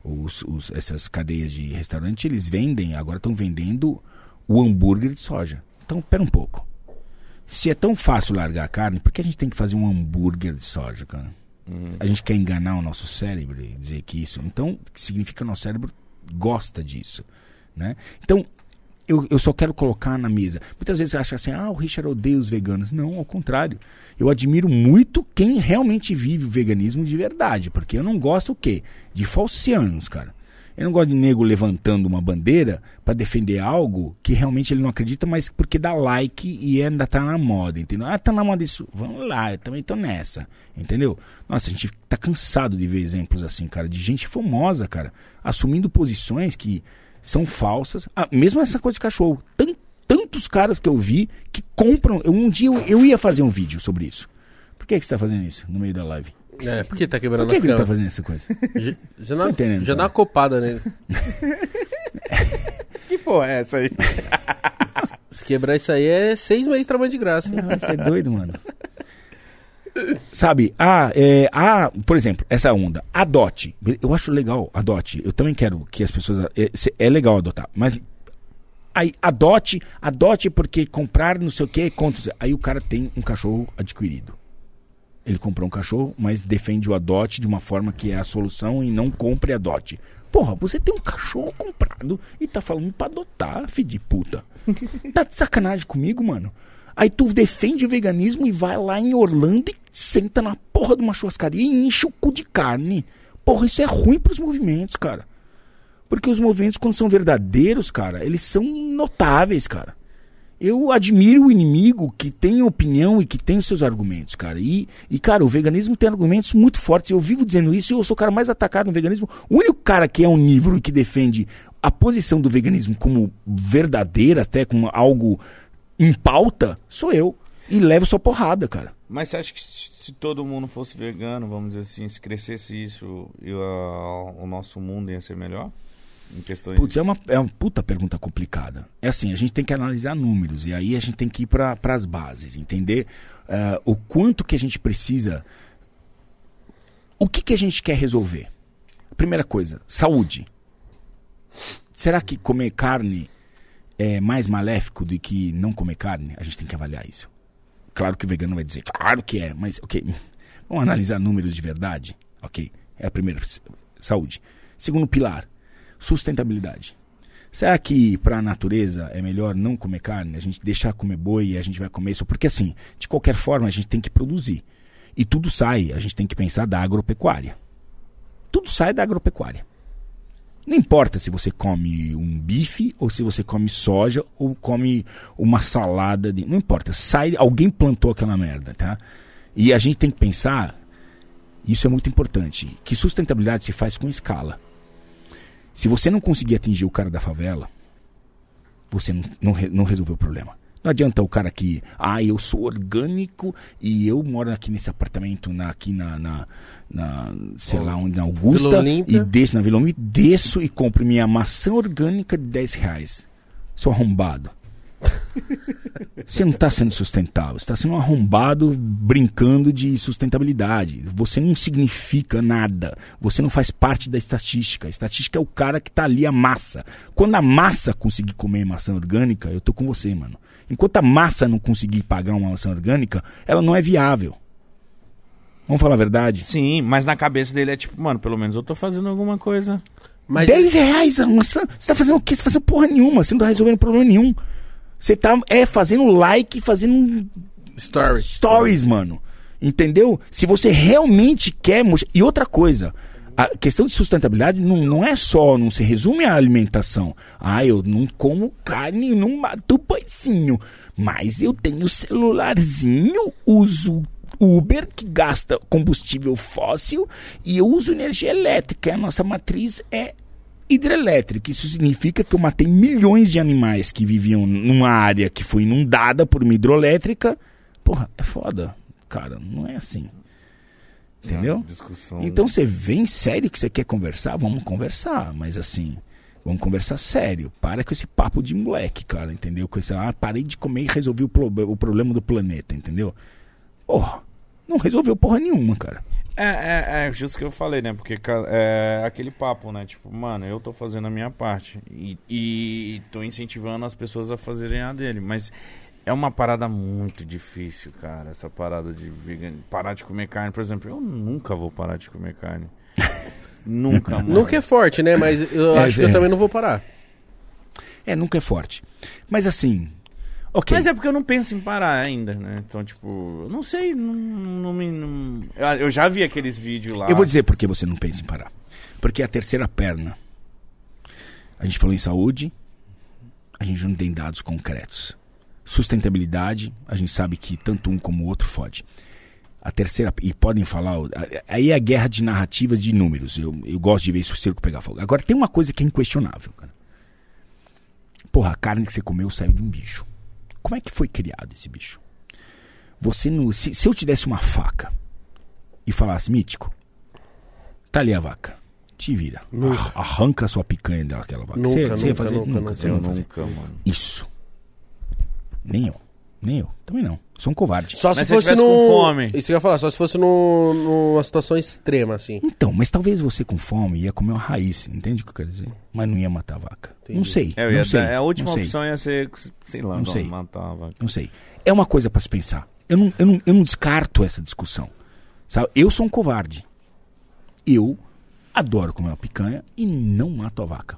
Speaker 3: os- os- essas cadeias de restaurante, eles vendem, agora estão vendendo o hambúrguer de soja. Então, pera um pouco. Se é tão fácil largar a carne, por que a gente tem que fazer um hambúrguer de soja, cara? A gente quer enganar o nosso cérebro e dizer que isso... Então, significa que o nosso cérebro gosta disso, né? Então, eu, eu só quero colocar na mesa. Muitas vezes você acha assim, ah, o Richard odeia os veganos. Não, ao contrário. Eu admiro muito quem realmente vive o veganismo de verdade. Porque eu não gosto o quê? De falcianos, cara. Eu não gosto de nego levantando uma bandeira pra defender algo que realmente ele não acredita, mas porque dá like e ainda tá na moda, entendeu? Ah, tá na moda isso. Vamos lá, eu também tô nessa, entendeu? Nossa, a gente tá cansado de ver exemplos assim, cara, de gente famosa, cara, assumindo posições que são falsas. Ah, mesmo essa coisa de cachorro. Tan- tantos caras que eu vi que compram. Eu, um dia eu, eu ia fazer um vídeo sobre isso. Por que, que você tá fazendo isso no meio da live?
Speaker 1: É, por que tá
Speaker 3: Por
Speaker 1: quebrando
Speaker 3: que,
Speaker 1: as
Speaker 3: que ele tá
Speaker 1: câmeras?
Speaker 3: fazendo essa coisa?
Speaker 1: Já- Já dá,
Speaker 3: entendendo, tá.
Speaker 1: já dá
Speaker 3: cara.
Speaker 1: uma copada né? nele.
Speaker 2: Que porra é essa aí?
Speaker 1: Se quebrar isso aí é seis meses de trabalho de graça. hein?
Speaker 3: Você é doido, mano. Sabe, ah, é, ah, por exemplo, essa onda, adote. Eu acho legal, adote. Eu também quero que as pessoas. É, se- é legal adotar, mas. Aí, adote, adote porque comprar não sei o que é contra. Aí o cara tem um cachorro adquirido. Ele comprou um cachorro, mas defende o adote de uma forma que é a solução e não compre adote. Porra, você tem um cachorro comprado e tá falando pra adotar, filho de puta. Tá de sacanagem comigo, mano? Aí tu defende o veganismo e vai lá em Orlando e senta na porra de uma churrascaria e enche o cu de carne. Porra, isso é ruim pros movimentos, cara. Porque os movimentos, quando são verdadeiros, cara, eles são notáveis, cara. Eu admiro o inimigo que tem opinião e que tem os seus argumentos, cara. E, e, cara, o veganismo tem argumentos muito fortes. Eu vivo dizendo isso e eu sou o cara mais atacado no veganismo. O único cara que é onívoro e que defende a posição do veganismo como verdadeira, até como algo em pauta, sou eu. E levo só porrada, cara.
Speaker 2: Mas você acha que se se todo mundo fosse vegano, vamos dizer assim, se crescesse isso, e, ah, o nosso mundo ia ser melhor? Em questão de-
Speaker 3: Putz, é uma, é uma puta pergunta complicada. É assim, a gente tem que analisar números e aí a gente tem que ir para as bases, entender ah, o quanto que a gente precisa. O que, que a gente quer resolver? Primeira coisa, saúde. Será que comer carne é mais maléfico do que não comer carne? A gente tem que avaliar isso. Claro que o vegano vai dizer, claro que é, mas ok. [LAUGHS] Vamos analisar números de verdade? Ok. É a primeira. Saúde. Segundo pilar, sustentabilidade. Será que para a natureza é melhor não comer carne? A gente deixar comer boi e a gente vai comer isso? Porque assim, de qualquer forma, a gente tem que produzir. E tudo sai, a gente tem que pensar da agropecuária. Tudo sai da agropecuária. Não importa se você come um bife ou se você come soja ou come uma salada, de... não importa. Sai, alguém plantou aquela merda, tá? E a gente tem que pensar, isso é muito importante, que sustentabilidade se faz com escala. Se você não conseguir atingir o cara da favela, você não, não, re- não resolveu o problema. Não adianta o cara que, ah, eu sou orgânico e eu moro aqui nesse apartamento, na, aqui na, na, na- sei lá onde, na Augusta,
Speaker 1: Vila Olinda.
Speaker 3: e desço na Vila Olinda, desço e compro minha maçã orgânica de 10 reais. Sou arrombado. Você não está sendo sustentável, você está sendo um arrombado brincando de sustentabilidade. Você não significa nada, você não faz parte da estatística. A estatística é o cara que está ali, a massa. Quando a massa conseguir comer maçã orgânica, eu tô com você, mano. Enquanto a massa não conseguir pagar uma maçã orgânica, ela não é viável. Vamos falar a verdade?
Speaker 2: Sim, mas na cabeça dele é tipo, mano, pelo menos eu tô fazendo alguma coisa.
Speaker 1: Mas
Speaker 3: 10 reais a maçã. Você tá fazendo o quê? Você tá fazendo porra nenhuma. Você não tá resolvendo problema nenhum. Você tá é, fazendo like, fazendo um
Speaker 1: story.
Speaker 3: stories, mano. Entendeu? Se você realmente quer. mos- E outra coisa. A questão de sustentabilidade não, não é só, não se resume à alimentação. Ah, eu não como carne, não mato pãezinho. Mas eu tenho celularzinho, uso Uber, que gasta combustível fóssil, e eu uso energia elétrica. A nossa matriz é hidrelétrica. Isso significa que eu matei milhões de animais que viviam numa área que foi inundada por uma hidrelétrica. Porra, é foda. Cara, não é assim. Entendeu?
Speaker 2: Uma discussão.
Speaker 3: Então você vem sério que você quer conversar? Vamos conversar, mas assim, vamos conversar sério. Para com esse papo de moleque, cara, entendeu? Com esse, ah, parei de comer e resolvi o, probe- o problema do planeta, entendeu? Porra, não resolveu porra nenhuma, cara.
Speaker 2: É, é, é justo o que eu falei, né? Porque ca- é aquele papo, né? Tipo, mano, eu tô fazendo a minha parte. E, e tô incentivando as pessoas a fazerem a dele. Mas é uma parada muito difícil, cara. Essa parada de vegan... parar de comer carne. Por exemplo, eu nunca vou parar de comer
Speaker 3: [LAUGHS]
Speaker 2: carne. nunca, mano.
Speaker 1: Nunca é forte, né? Mas eu
Speaker 3: É,
Speaker 1: acho que eu
Speaker 3: é.
Speaker 1: também não vou parar.
Speaker 3: É, nunca é forte. Mas assim, ok.
Speaker 2: Mas é porque eu não penso em parar ainda, né? Então, tipo, eu não sei, não, não me. não- Ah, Eu já vi aqueles vídeos lá.
Speaker 3: Eu vou dizer por que você não pensa em parar. Porque é a terceira perna. A gente falou em saúde, a gente não tem dados concretos. Sustentabilidade, a gente sabe que tanto um como o outro fode. A terceira, e podem falar, o- a- aí é a guerra de narrativas de números. Eu, eu gosto de ver isso o circo pegar fogo. Agora, tem uma coisa que é inquestionável, cara. Porra, a carne que você comeu saiu de um bicho. Como é que foi criado esse bicho? Você não. Se, se eu te desse uma faca e falasse, mítico, tá ali a vaca. Te vira. Arranca Arranca a sua picanha dela, aquela vaca.
Speaker 1: Nunca,
Speaker 3: você, você ia
Speaker 1: nunca,
Speaker 3: fazer?
Speaker 1: nunca, nunca.
Speaker 3: você
Speaker 2: Eu
Speaker 3: não ia fazer.
Speaker 2: nunca, mano.
Speaker 3: Isso. Nem eu. Nem eu. Também não. Sou um covarde.
Speaker 1: Só
Speaker 2: Mas
Speaker 1: se
Speaker 2: se eu
Speaker 1: fosse
Speaker 2: tivesse
Speaker 1: num...
Speaker 2: com fome.
Speaker 1: Isso que eu ia falar, só se fosse num- numa situação extrema, assim.
Speaker 3: Então, mas talvez você com fome ia comer uma raiz, entende o que eu quero dizer? Mas não ia matar a vaca. Não
Speaker 1: Entendi.
Speaker 3: sei.
Speaker 2: É, eu
Speaker 3: não
Speaker 2: ia
Speaker 3: sei.
Speaker 2: dar- a última
Speaker 3: não sei.
Speaker 2: opção ia ser, sei lá,
Speaker 3: Não sei.
Speaker 2: matava.
Speaker 3: Não sei. É uma coisa pra se pensar. Eu não, eu, não, eu não descarto essa discussão. Sabe? Eu sou um covarde. Eu adoro comer uma picanha e não mato a vaca.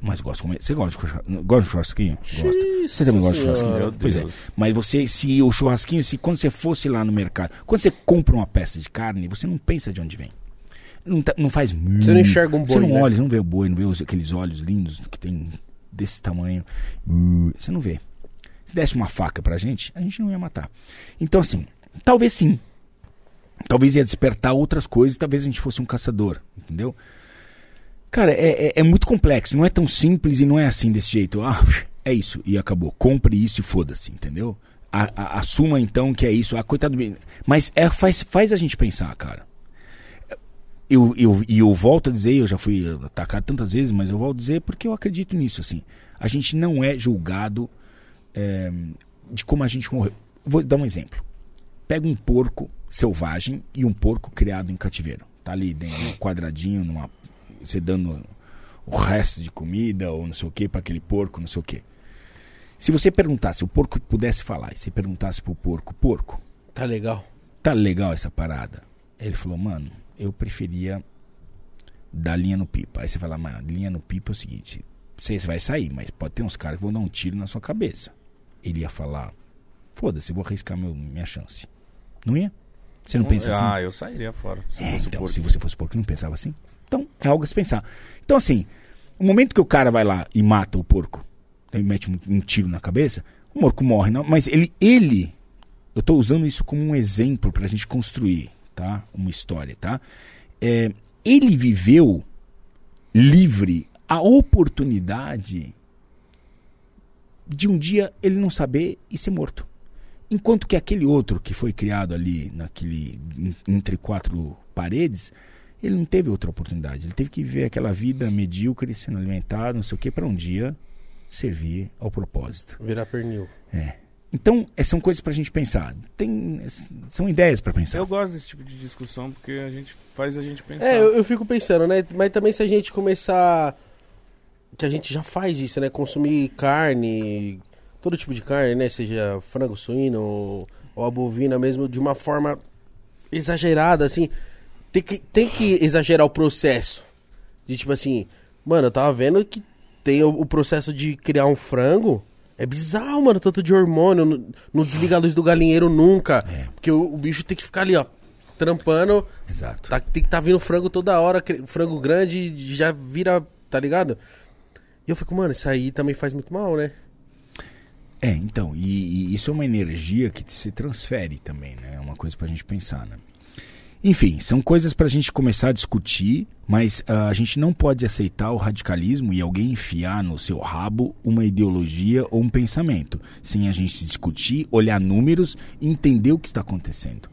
Speaker 3: Mas gosto de comer. Você gosta de churrasquinho? Gosta de churrasquinho? Gosto. Você também gosta de churrasquinho?
Speaker 1: Senhora.
Speaker 2: Meu
Speaker 3: Pois é.
Speaker 2: Deus.
Speaker 3: Mas você, se o churrasquinho, se quando você fosse lá no mercado, quando você compra uma peça de carne, você não pensa de onde vem. Não, tá- não faz muito.
Speaker 1: Você não enxerga um
Speaker 3: Você
Speaker 1: boi,
Speaker 3: não
Speaker 1: né?
Speaker 3: olha, você não vê o boi, não vê os- aqueles olhos lindos que tem desse tamanho. Hum, Você não vê. Se desse uma faca pra gente, a gente não ia matar. Então, assim, talvez sim. Talvez ia despertar outras coisas, talvez a gente fosse um caçador, entendeu? Cara, é, é- é muito complexo, não é tão simples e não é assim desse jeito. Ah, é isso, e acabou. Compre isso e foda-se, entendeu? A- a- assuma então que é isso. Ah, coitado do menino. Mas é, faz, faz a gente pensar, cara. eu, eu, e eu volto a dizer, eu já fui atacado tantas vezes, mas eu volto a dizer porque eu acredito nisso, assim. A gente não é julgado é, de como a gente morreu. Vou dar um exemplo. Pega um porco selvagem e um porco criado em cativeiro. Tá ali dentro, num quadradinho, numa, você dando o resto de comida ou não sei o que para aquele porco, não sei o que. Se você perguntasse, o porco pudesse falar, e você perguntasse pro porco, porco,
Speaker 1: Tá legal.
Speaker 3: tá legal essa parada? Ele falou, mano, eu preferia dar linha no pipa. Aí você fala, mano, linha no pipa é o seguinte, você vai sair, mas pode ter uns caras que vão dar um tiro na sua cabeça. Ele ia falar, foda-se, eu vou arriscar meu- minha chance. Não ia? Você não pensa assim?
Speaker 2: Ah, eu sairia fora. Se
Speaker 3: É,
Speaker 2: fosse
Speaker 3: então,
Speaker 2: porco.
Speaker 3: se você fosse porco, não pensava assim. Então, é algo a se pensar. Então, assim, o momento que o cara vai lá e mata o porco, e mete um, um tiro na cabeça, o porco morre, não, mas ele, ele, eu tô usando isso como um exemplo pra gente construir, tá? Uma história, tá? É, ele viveu livre a oportunidade de um dia ele não saber e ser morto. Enquanto que aquele outro que foi criado ali naquele en- entre quatro paredes, ele não teve outra oportunidade. Ele teve que viver aquela vida medíocre, sendo alimentado, não sei o que, para um dia servir ao propósito.
Speaker 1: Virar pernil.
Speaker 3: Então, eh, são coisas para a gente pensar. Tem, eh, são ideias para pensar.
Speaker 2: Eu gosto desse tipo de discussão porque a gente faz a gente pensar.
Speaker 1: É, eu, eu fico pensando, né? Mas também se a gente começar. Que a gente já faz isso, né? Consumir carne, todo tipo de carne, né? Seja frango suíno ou, ou a bovina mesmo, de uma forma exagerada, assim. Tem que, tem que exagerar o processo. De tipo assim, mano, eu tava vendo que tem o, o processo de criar um frango. É bizarro, mano, tanto de hormônio. Não, não desliga a luz do galinheiro nunca.
Speaker 3: É.
Speaker 1: Porque o- o bicho tem que ficar ali, ó, trampando.
Speaker 3: Exato.
Speaker 1: Tá- tem que tá vindo frango toda hora, cre- frango grande já vira, tá ligado? E eu fico, mano, isso aí também faz muito mal, né?
Speaker 3: É, então, e, e isso é uma energia que se transfere também, né? É uma coisa pra gente pensar, né? Enfim, são coisas pra gente começar a discutir, mas ah, a gente não pode aceitar o radicalismo e alguém enfiar no seu rabo uma ideologia ou um pensamento, sem a gente discutir, olhar números e entender o que está acontecendo.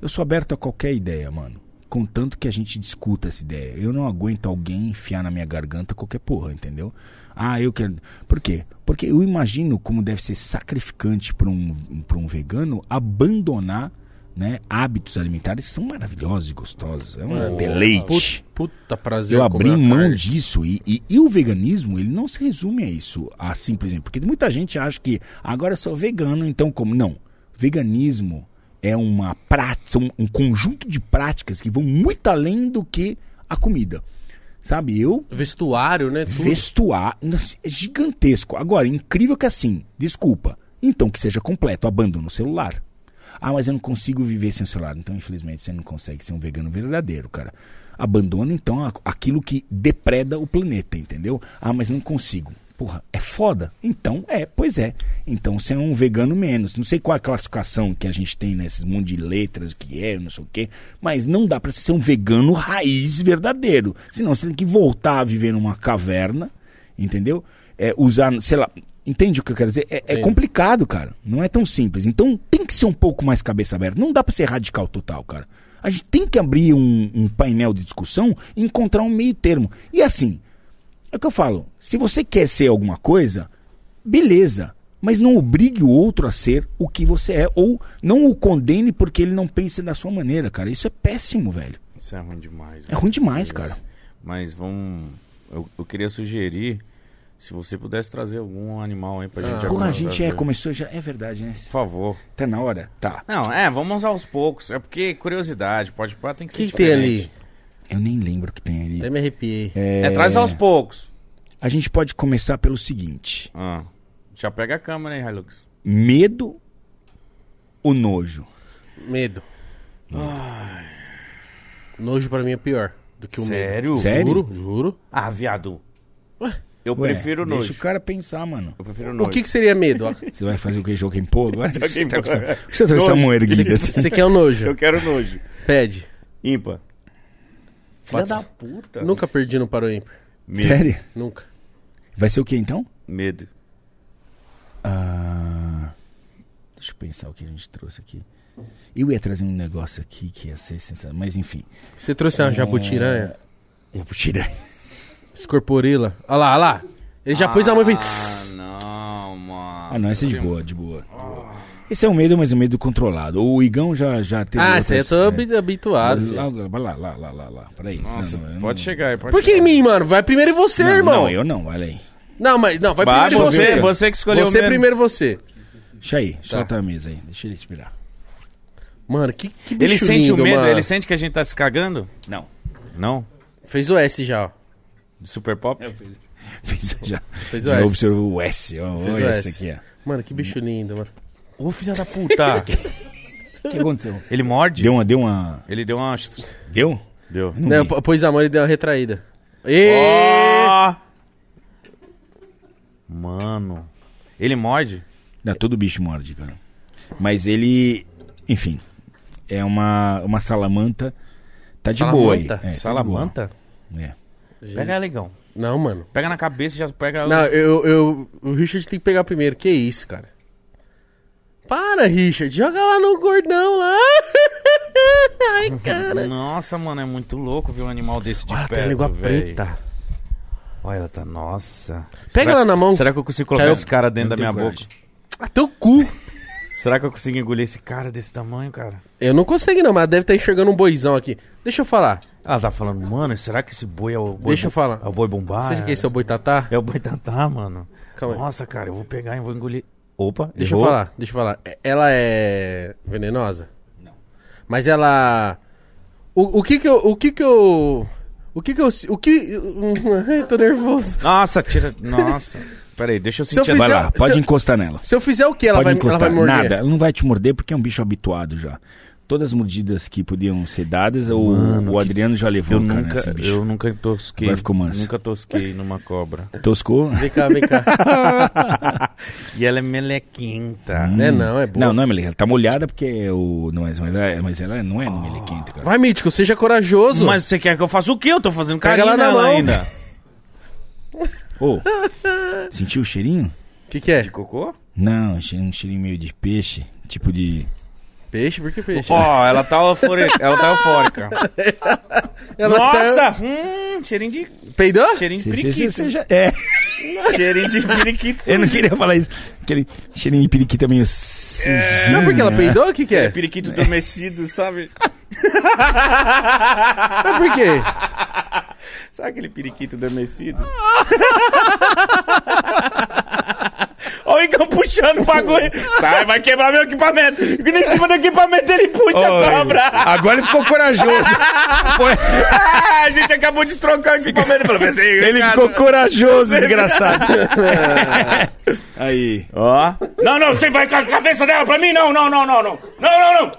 Speaker 3: Eu sou aberto a qualquer ideia, mano. Contanto que a gente discuta essa ideia. Eu não aguento alguém enfiar na minha garganta qualquer porra, entendeu? Ah, eu quero. Por quê? Porque eu imagino como deve ser sacrificante para um, pra um vegano abandonar né, hábitos alimentares que são maravilhosos e gostosos. É um
Speaker 1: Mano,
Speaker 3: deleite.
Speaker 1: Put- puta prazer.
Speaker 3: Eu
Speaker 1: comer
Speaker 3: abri
Speaker 1: a
Speaker 3: mão
Speaker 1: carne.
Speaker 3: disso e, e- e o veganismo ele não se resume a isso, assim, por exemplo, porque muita gente acha que agora eu sou vegano, então como não? Veganismo é uma prática, um, um conjunto de práticas que vão muito além do que a comida, sabe? Eu
Speaker 1: Vestuário, né? Tudo.
Speaker 3: Vestuário nossa, é gigantesco. Agora, incrível que assim, desculpa. Então que seja completo, abandona o celular. Ah, mas eu não consigo viver sem o celular. Então, infelizmente, você não consegue ser um vegano verdadeiro, cara. Abandona, então, a- aquilo que depreda o planeta, entendeu? Ah, mas não consigo. Porra, é foda? Então, é, pois é. Então você é um vegano menos. Não sei qual é a classificação que a gente tem nesses monte de letras que é, não sei o quê, mas não dá pra ser um vegano raiz verdadeiro. Senão você tem que voltar a viver numa caverna, entendeu? É, usar, sei lá, entende o que eu quero dizer? É, é
Speaker 1: Entendo.
Speaker 3: complicado, cara. Não é tão simples. Então tem que ser um pouco mais cabeça aberta. Não dá pra ser radical total, cara. A gente tem que abrir um, um painel de discussão e encontrar um meio termo. E assim, é o que eu falo. Se você quer ser alguma coisa, beleza. Mas não obrigue o outro a ser o que você é. Ou não o condene porque ele não pensa da sua maneira, cara. Isso é péssimo, velho.
Speaker 2: Isso é ruim demais.
Speaker 3: É ruim demais,
Speaker 2: Isso.
Speaker 3: cara.
Speaker 2: Mas vamos. Eu, eu queria sugerir, se você pudesse trazer algum animal aí pra gente
Speaker 3: Porra, a
Speaker 2: agora,
Speaker 3: gente
Speaker 2: pra
Speaker 3: é,
Speaker 2: ver.
Speaker 3: começou já. É verdade, né?
Speaker 2: Por favor.
Speaker 3: Tá na hora? Tá.
Speaker 2: Não, é, vamos aos poucos. É porque curiosidade, pode pá, tem que
Speaker 1: O
Speaker 2: ser
Speaker 1: que, que tem
Speaker 2: diferente.
Speaker 1: ali?
Speaker 3: Eu nem lembro o que tem
Speaker 1: Até
Speaker 3: ali.
Speaker 1: me arrepiei.
Speaker 2: É, traz aos poucos.
Speaker 3: A gente pode começar pelo seguinte:
Speaker 2: Ah, já pega a câmera aí, Hilux.
Speaker 3: medo ou nojo?
Speaker 1: Medo. Nojo pra mim é pior do que o medo.
Speaker 2: Sério?
Speaker 3: Sério?
Speaker 1: Juro, juro.
Speaker 2: Ah, viado. Eu
Speaker 3: Ué,
Speaker 2: prefiro
Speaker 3: deixa
Speaker 2: nojo.
Speaker 3: o cara pensar, mano.
Speaker 2: Eu prefiro
Speaker 1: O
Speaker 2: nojo.
Speaker 1: que, que seria medo? ó?
Speaker 3: Você vai fazer o que? Jogo em pô
Speaker 2: [LAUGHS]
Speaker 3: agora?
Speaker 2: Jogo em
Speaker 3: Você tá
Speaker 2: pô.
Speaker 3: com essa- Você tá com essa
Speaker 2: Nojo. [LAUGHS]
Speaker 3: mão erguida assim?
Speaker 1: Você quer o nojo?
Speaker 2: Eu quero nojo.
Speaker 1: Pede.
Speaker 2: Ímpar. Filha
Speaker 1: Pode
Speaker 2: da
Speaker 1: ser.
Speaker 2: puta.
Speaker 1: Nunca perdi no Paro Ímpar.
Speaker 2: Medo.
Speaker 3: Sério?
Speaker 1: Nunca.
Speaker 3: Vai ser o que então?
Speaker 2: Medo.
Speaker 3: Ah, Deixa eu pensar o que a gente trouxe aqui. Eu ia trazer um negócio aqui que ia ser sensacional, mas enfim.
Speaker 1: Você trouxe uma
Speaker 3: É,
Speaker 1: jabutiranha?
Speaker 3: Eu
Speaker 2: [LAUGHS]
Speaker 3: vou tirar.
Speaker 1: Escorporila. Olha lá, olha lá. Ele já pôs a mão e fez.
Speaker 4: Ah, não, mano.
Speaker 3: Ah, não, essa é de
Speaker 2: um-
Speaker 3: boa, de boa.
Speaker 2: Ah.
Speaker 3: Esse é um medo, mas um medo controlado. O Igão já, já teve.
Speaker 1: Ah, isso aí eu
Speaker 3: outras-
Speaker 1: tô
Speaker 3: é.
Speaker 1: habi- habituado.
Speaker 3: Lá,
Speaker 1: filho.
Speaker 3: lá, lá, lá, lá, lá. Peraí.
Speaker 2: Nossa,
Speaker 3: Não, não, eu
Speaker 2: pode
Speaker 3: não-
Speaker 2: chegar aí, pode
Speaker 1: Por que em
Speaker 2: chegar.
Speaker 1: mim, mano? Vai primeiro você,
Speaker 3: Não,
Speaker 1: irmão.
Speaker 3: Não, eu não, olha aí.
Speaker 1: Não, mas não, vai
Speaker 2: Bah,
Speaker 1: primeiro
Speaker 2: você,
Speaker 1: você.
Speaker 2: você que escolheu
Speaker 1: Você
Speaker 2: mesmo.
Speaker 1: primeiro você.
Speaker 3: Deixa aí,
Speaker 1: Tá.
Speaker 3: solta a mesa aí. Deixa ele respirar. [LAUGHS]
Speaker 1: Mano, que, que bicho
Speaker 2: Ele sente
Speaker 1: lindo,
Speaker 2: o medo,
Speaker 1: mano.
Speaker 2: ele sente que a gente tá se cagando?
Speaker 3: Não.
Speaker 2: Não?
Speaker 1: Fez o S já, ó.
Speaker 2: De Super Pop?
Speaker 3: Fez, já,
Speaker 1: Fez o
Speaker 3: já
Speaker 1: S.
Speaker 3: observou o S. Ó,
Speaker 1: Fez
Speaker 3: ó,
Speaker 1: o
Speaker 3: esse
Speaker 1: S.
Speaker 3: aqui,
Speaker 1: Mano, que bicho lindo, mano.
Speaker 2: Ô, filha da puta!
Speaker 3: ó. O que aconteceu?
Speaker 2: Tá. Ele morde?
Speaker 3: Deu uma, deu uma...
Speaker 2: Ele deu uma...
Speaker 3: Deu?
Speaker 2: Deu.
Speaker 3: Não
Speaker 1: Não,
Speaker 3: vi.
Speaker 1: p- pôs a mão e deu uma retraída. Ê!
Speaker 2: Hum. Ó! Mano. Ele morde?
Speaker 3: Não, todo bicho morde, cara. Mas ele... Enfim. É uma, uma salamanta. Tá de boa aí.
Speaker 1: Salamanta?
Speaker 3: É, tá de
Speaker 2: Salamanta?
Speaker 3: boa. É.
Speaker 2: Pega legal.
Speaker 1: Não, mano.
Speaker 2: Pega na cabeça e já pega...
Speaker 1: Não, eu, eu. O Richard tem que pegar primeiro. Que isso, cara? Para, Richard. Joga lá no gordão lá. [LAUGHS] Ai, cara.
Speaker 2: Nossa, mano, é muito louco ver um animal desse de
Speaker 1: Olha,
Speaker 2: perto,
Speaker 1: tem a língua
Speaker 2: véi.
Speaker 1: preta.
Speaker 2: Olha, ela tá... Nossa.
Speaker 1: Pega
Speaker 2: Será-
Speaker 1: ela na mão.
Speaker 2: Será que eu consigo colocar
Speaker 1: Caiu.
Speaker 2: esse cara dentro
Speaker 3: Não
Speaker 2: da
Speaker 3: tenho
Speaker 2: minha boca?
Speaker 3: coragem.
Speaker 1: Ah, teu cu.
Speaker 2: Será que eu consigo engolir esse cara desse tamanho, cara?
Speaker 1: Eu não consigo, não, mas deve estar enxergando um boizão aqui. Deixa eu falar.
Speaker 2: Ela tá falando, mano, será que esse boi é o boi
Speaker 1: Deixa eu falar.
Speaker 2: É o boi bombar?
Speaker 1: Você acha que esse é o boitatá?
Speaker 2: É o boi tatá, mano.
Speaker 1: Calma aí.
Speaker 2: Nossa, cara, eu vou pegar e vou engolir. Opa,
Speaker 1: Deixa eu
Speaker 2: errou.
Speaker 1: falar, deixa eu falar. É- Ela é venenosa? Não. Mas ela. O, o que que eu. O que que eu. O que que eu. O que. [LAUGHS] Ai, tô nervoso.
Speaker 2: Nossa, tira. Nossa. Peraí, deixa eu
Speaker 1: Se eu
Speaker 2: sentir.
Speaker 1: fizer- um
Speaker 3: Vai lá, pode
Speaker 1: se eu-
Speaker 3: encostar nela.
Speaker 1: Se eu fizer o que ela,
Speaker 3: pode
Speaker 1: vai, ela
Speaker 3: encostar.
Speaker 1: vai morder?
Speaker 3: Nada, ela não vai te morder porque é um bicho habituado já. Todas as mordidas que podiam ser dadas, o, o Adriano já levou,
Speaker 2: Eu
Speaker 3: cara,
Speaker 2: nunca,
Speaker 3: nesse bicho.
Speaker 2: eu nunca tosquei.
Speaker 3: Agora ficou manso.
Speaker 2: Nunca tosquei numa cobra. [LAUGHS]
Speaker 3: Toscou?
Speaker 1: Vem cá, vem cá.
Speaker 2: E ela é melequinta.
Speaker 1: é não, é boa.
Speaker 3: Não, não é melequenta. Tá molhada porque o. Não é, mas, ela, é- mas ela não é melequenta, cara.
Speaker 1: Vai, Mítico, seja corajoso.
Speaker 2: Mas você quer que eu faça o quê? Eu tô fazendo
Speaker 1: Pega
Speaker 2: carinho
Speaker 1: ela na
Speaker 2: nela
Speaker 1: mão. [LAUGHS]
Speaker 2: ainda.
Speaker 3: Ô, sentiu o cheirinho?
Speaker 1: O que, que é?
Speaker 2: De cocô?
Speaker 3: Não, um cheirinho, um cheirinho meio de peixe. Tipo de.
Speaker 1: Peixe? Por que peixe?
Speaker 2: Ó, ela tá [LAUGHS] eufórica. Ela tá eufórica. [LAUGHS]
Speaker 1: Ela
Speaker 2: Nossa! tá- Hum, cheirinho de.
Speaker 1: Tá... Peidou?
Speaker 2: Cheirinho de
Speaker 3: Cê- cê- cê-
Speaker 2: periquito.
Speaker 3: cê já- É,
Speaker 2: Cheirinho de [LAUGHS] periquito.
Speaker 3: eu não queria falar isso. Aquele cheirinho de periquita
Speaker 2: É.
Speaker 3: meio. É,
Speaker 1: Não, porque ela peidou? O que que é?
Speaker 2: [LAUGHS] Periquito adormecido, sabe?
Speaker 1: Mas por quê?
Speaker 2: Sabe aquele periquito adormecido? [LAUGHS] Olha o Igão puxando o bagulho. Sai, vai quebrar meu equipamento. E em cima do equipamento ele puxa a cobra.
Speaker 3: Agora ele ficou corajoso.
Speaker 2: [LAUGHS]
Speaker 3: Foi-
Speaker 2: Ah, a gente acabou de trocar o equipamento. Falou, pensei,
Speaker 3: Ele
Speaker 2: cara.
Speaker 3: ficou corajoso, desgraçado.
Speaker 2: [LAUGHS]
Speaker 3: Aí.
Speaker 2: Ó. Não, não, você vai com a cabeça dela pra mim? Não, não, não, não, não. Não, não, não.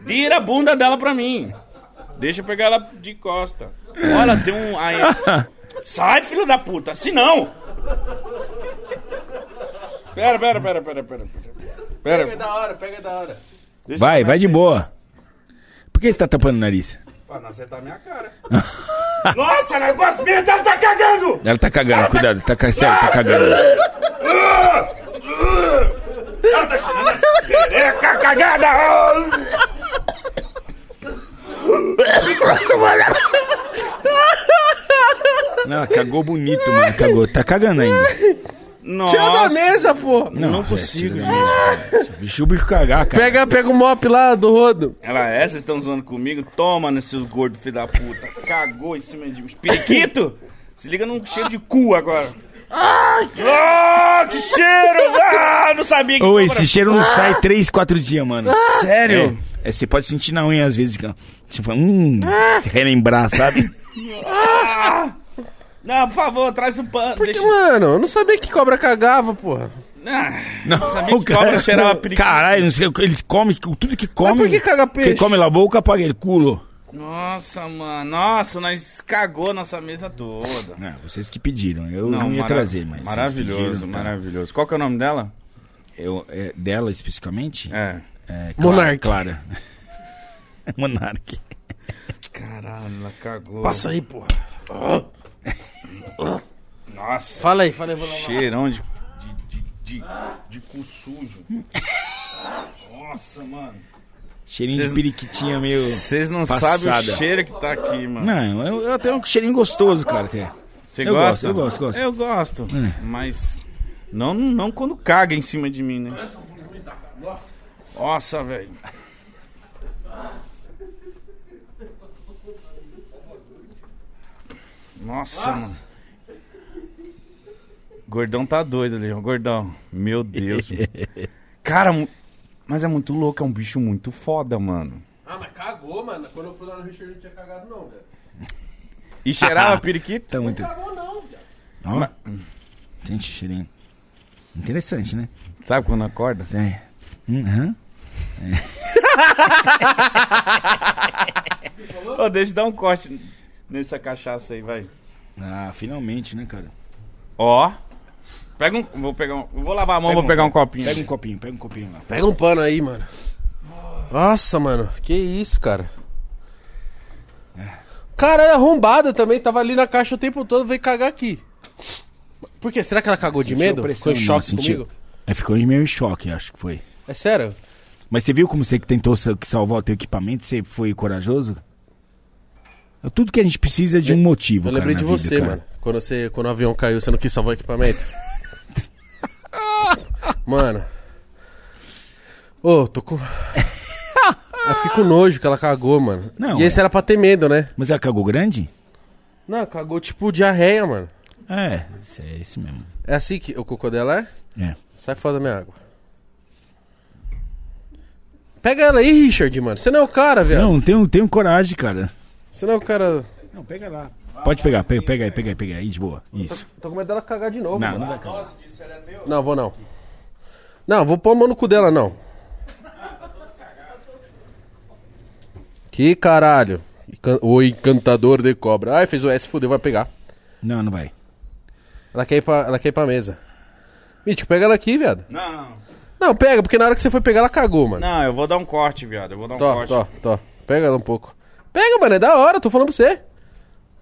Speaker 2: Vira a bunda dela pra mim. Deixa eu pegar ela de costa. Olha, tem
Speaker 1: [LAUGHS]
Speaker 2: um. Aí. Sai, filho da puta, assim não! Pera, pera, pera, pera, pera. Pera. pera.
Speaker 1: da hora, pega da hora.
Speaker 3: Vai, vai de boa. Por que ele tá tapando o nariz?
Speaker 2: tá [LAUGHS] Nossa, negócio mesmo, ela tá cagando! Ah,
Speaker 3: Ela tá cagando, cuidado, tá, ca- sério, tá cagando.
Speaker 2: tá É ca- cagada! Ah!
Speaker 3: Não, ela cagou bonito, mano. Cagou. Tá cagando ainda.
Speaker 2: Nossa!
Speaker 1: Tira da Tá mesa, pô.
Speaker 3: Não, consigo, gente. Bicho, o bicho cagar, cara.
Speaker 1: Pega, pega o mop lá do rodo.
Speaker 2: Ela é, vocês estão zoando comigo? Toma nesses gordos, filho da puta. Cagou em cima de mim. Periquito! Se liga num cheiro de cu agora. Ah, que cheiro! Ah, não sabia que
Speaker 3: Ô,
Speaker 2: cobra-
Speaker 3: esse cheiro não sai três, quatro dias, mano. [LAUGHS]
Speaker 2: Sério?
Speaker 3: É, é, você pode sentir na unha às vezes. cara. Você fala, hum, relembrar, sabe?
Speaker 2: Não, por favor, traz um pano.
Speaker 1: Porque, mano, eu não sabia que cobra cagava, porra.
Speaker 2: Ah,
Speaker 3: Não,
Speaker 2: sabia que cobra cheirava periquito.
Speaker 3: Caralho, não sei, o que, ele come tudo que come.
Speaker 1: Mas por que caga peixe?
Speaker 3: Quem come lá a boca, apaga ele, culo.
Speaker 2: Nossa, mano. Nossa, nós cagou nossa mesa toda.
Speaker 3: Não, Ah, vocês que pediram. Eu não, ia
Speaker 2: mara-
Speaker 3: trazer, mas. vocês
Speaker 2: Maravilhoso,
Speaker 3: pediram, tá?
Speaker 2: maravilhoso. Qual que é o nome dela?
Speaker 3: Eu, é, dela especificamente?
Speaker 2: É.
Speaker 3: É, Clara-
Speaker 1: Monark.
Speaker 3: Clara. [LAUGHS] Monark.
Speaker 2: Caralho, ela cagou.
Speaker 1: aí, porra.
Speaker 2: Nossa.
Speaker 1: Fala aí, fala aí, vou lá.
Speaker 2: Cheirão de, de, de, de, de cu sujo. [LAUGHS]
Speaker 3: Nossa, mano. Cheirinho
Speaker 2: Vocês-
Speaker 3: de periquitinha meio.
Speaker 2: Vocês não sabem
Speaker 3: Passada.
Speaker 2: o cheiro que tá aqui, mano.
Speaker 3: Não, eu, eu tenho um cheirinho gostoso, cara. até.
Speaker 2: Você
Speaker 3: Eu
Speaker 2: gosta?
Speaker 3: gosto, eu gosto, É. gosto.
Speaker 2: Eu gosto. Mas não, não quando caga em cima de mim, né? Nossa, velho. Nossa, mano. Gordão tá doido ali, ó. Gordão. Meu Deus.
Speaker 3: [LAUGHS]
Speaker 2: mano. Cara, mu- mas é muito louco. É um bicho muito foda, mano.
Speaker 1: Ah, mas cagou, mano. Quando eu fui lá no Richard não tinha cagado, não, velho.
Speaker 2: E cheirava
Speaker 3: [LAUGHS]
Speaker 2: periquito?
Speaker 3: Tá muito.
Speaker 1: Cagou, não, velho.
Speaker 3: Ó. Gente, cheirinho. Interessante, né?
Speaker 2: Sabe quando acorda?
Speaker 3: É. Uhum.
Speaker 2: Ô, deixa eu dar um corte nessa cachaça aí, vai.
Speaker 3: Ah, finalmente, né, cara?
Speaker 2: Ó. Pega um. Vou pegar um. Vou lavar a mão,
Speaker 3: Pega
Speaker 2: vou
Speaker 3: um-
Speaker 2: pegar um copinho.
Speaker 3: Pega um copinho, pega um copinho lá.
Speaker 1: Pega um pano aí, mano. Nossa, mano. Que isso, cara. Cara, é arrombada também. Tava ali na caixa o tempo todo, veio cagar aqui. Por quê? Será que ela cagou de
Speaker 3: Sentiu
Speaker 1: medo? Ficou
Speaker 3: pressão,
Speaker 1: em
Speaker 3: não,
Speaker 1: choque
Speaker 3: sentiu.
Speaker 1: comigo?
Speaker 3: É, ficou meio em choque, acho que foi.
Speaker 1: É sério?
Speaker 3: Mas você viu como você que tentou sa- que salvar o teu equipamento? Você foi corajoso? É Tudo que a gente precisa é de um motivo,
Speaker 1: Eu lembrei
Speaker 3: cara,
Speaker 1: de
Speaker 3: na vida,
Speaker 1: você,
Speaker 3: cara.
Speaker 1: mano. Quando, você, quando o avião caiu, você não quis salvar o
Speaker 3: [LAUGHS]
Speaker 1: equipamento? mano. Ô, tô
Speaker 3: [LAUGHS]
Speaker 1: com. Eu fiquei com nojo que ela cagou, mano.
Speaker 3: Não, é.
Speaker 1: e esse era pra ter medo, né?
Speaker 3: Mas ela cagou grande?
Speaker 1: Não, cagou tipo diarreia, mano.
Speaker 3: É, esse é esse mesmo.
Speaker 1: É assim que o cocô dela é?
Speaker 3: É.
Speaker 1: Sai fora da minha água. Pega ela aí, Richard, mano. Você não é o cara, velho.
Speaker 3: Não, não tenho, tenho coragem, cara.
Speaker 1: Você não é o cara.
Speaker 3: Não, pega lá. Pode pegar, pega, pega aí, pega aí, pega aí, de boa. Isso.
Speaker 1: Tô com medo dela cagar de novo,
Speaker 3: Não,
Speaker 1: mano.
Speaker 3: não vai cagar.
Speaker 1: Não, vou não. Não, vou pôr a mão no cu dela, não. Que caralho. Encan- O encantador de cobra. Ai, fez o S, fudeu, vai pegar.
Speaker 3: Não, não vai.
Speaker 1: Ela quer ir pra, ela quer ir pra mesa. Mítico, pega ela aqui, viado.
Speaker 2: Não, não.
Speaker 1: Não, pega, porque na hora que você foi pegar, ela cagou, mano.
Speaker 2: Não, eu vou dar um corte, viado. Eu vou dar um
Speaker 1: Tó,
Speaker 2: corte.
Speaker 1: tó, tó. Pega ela um pouco. Pega, mano, é da hora, tô falando pra você.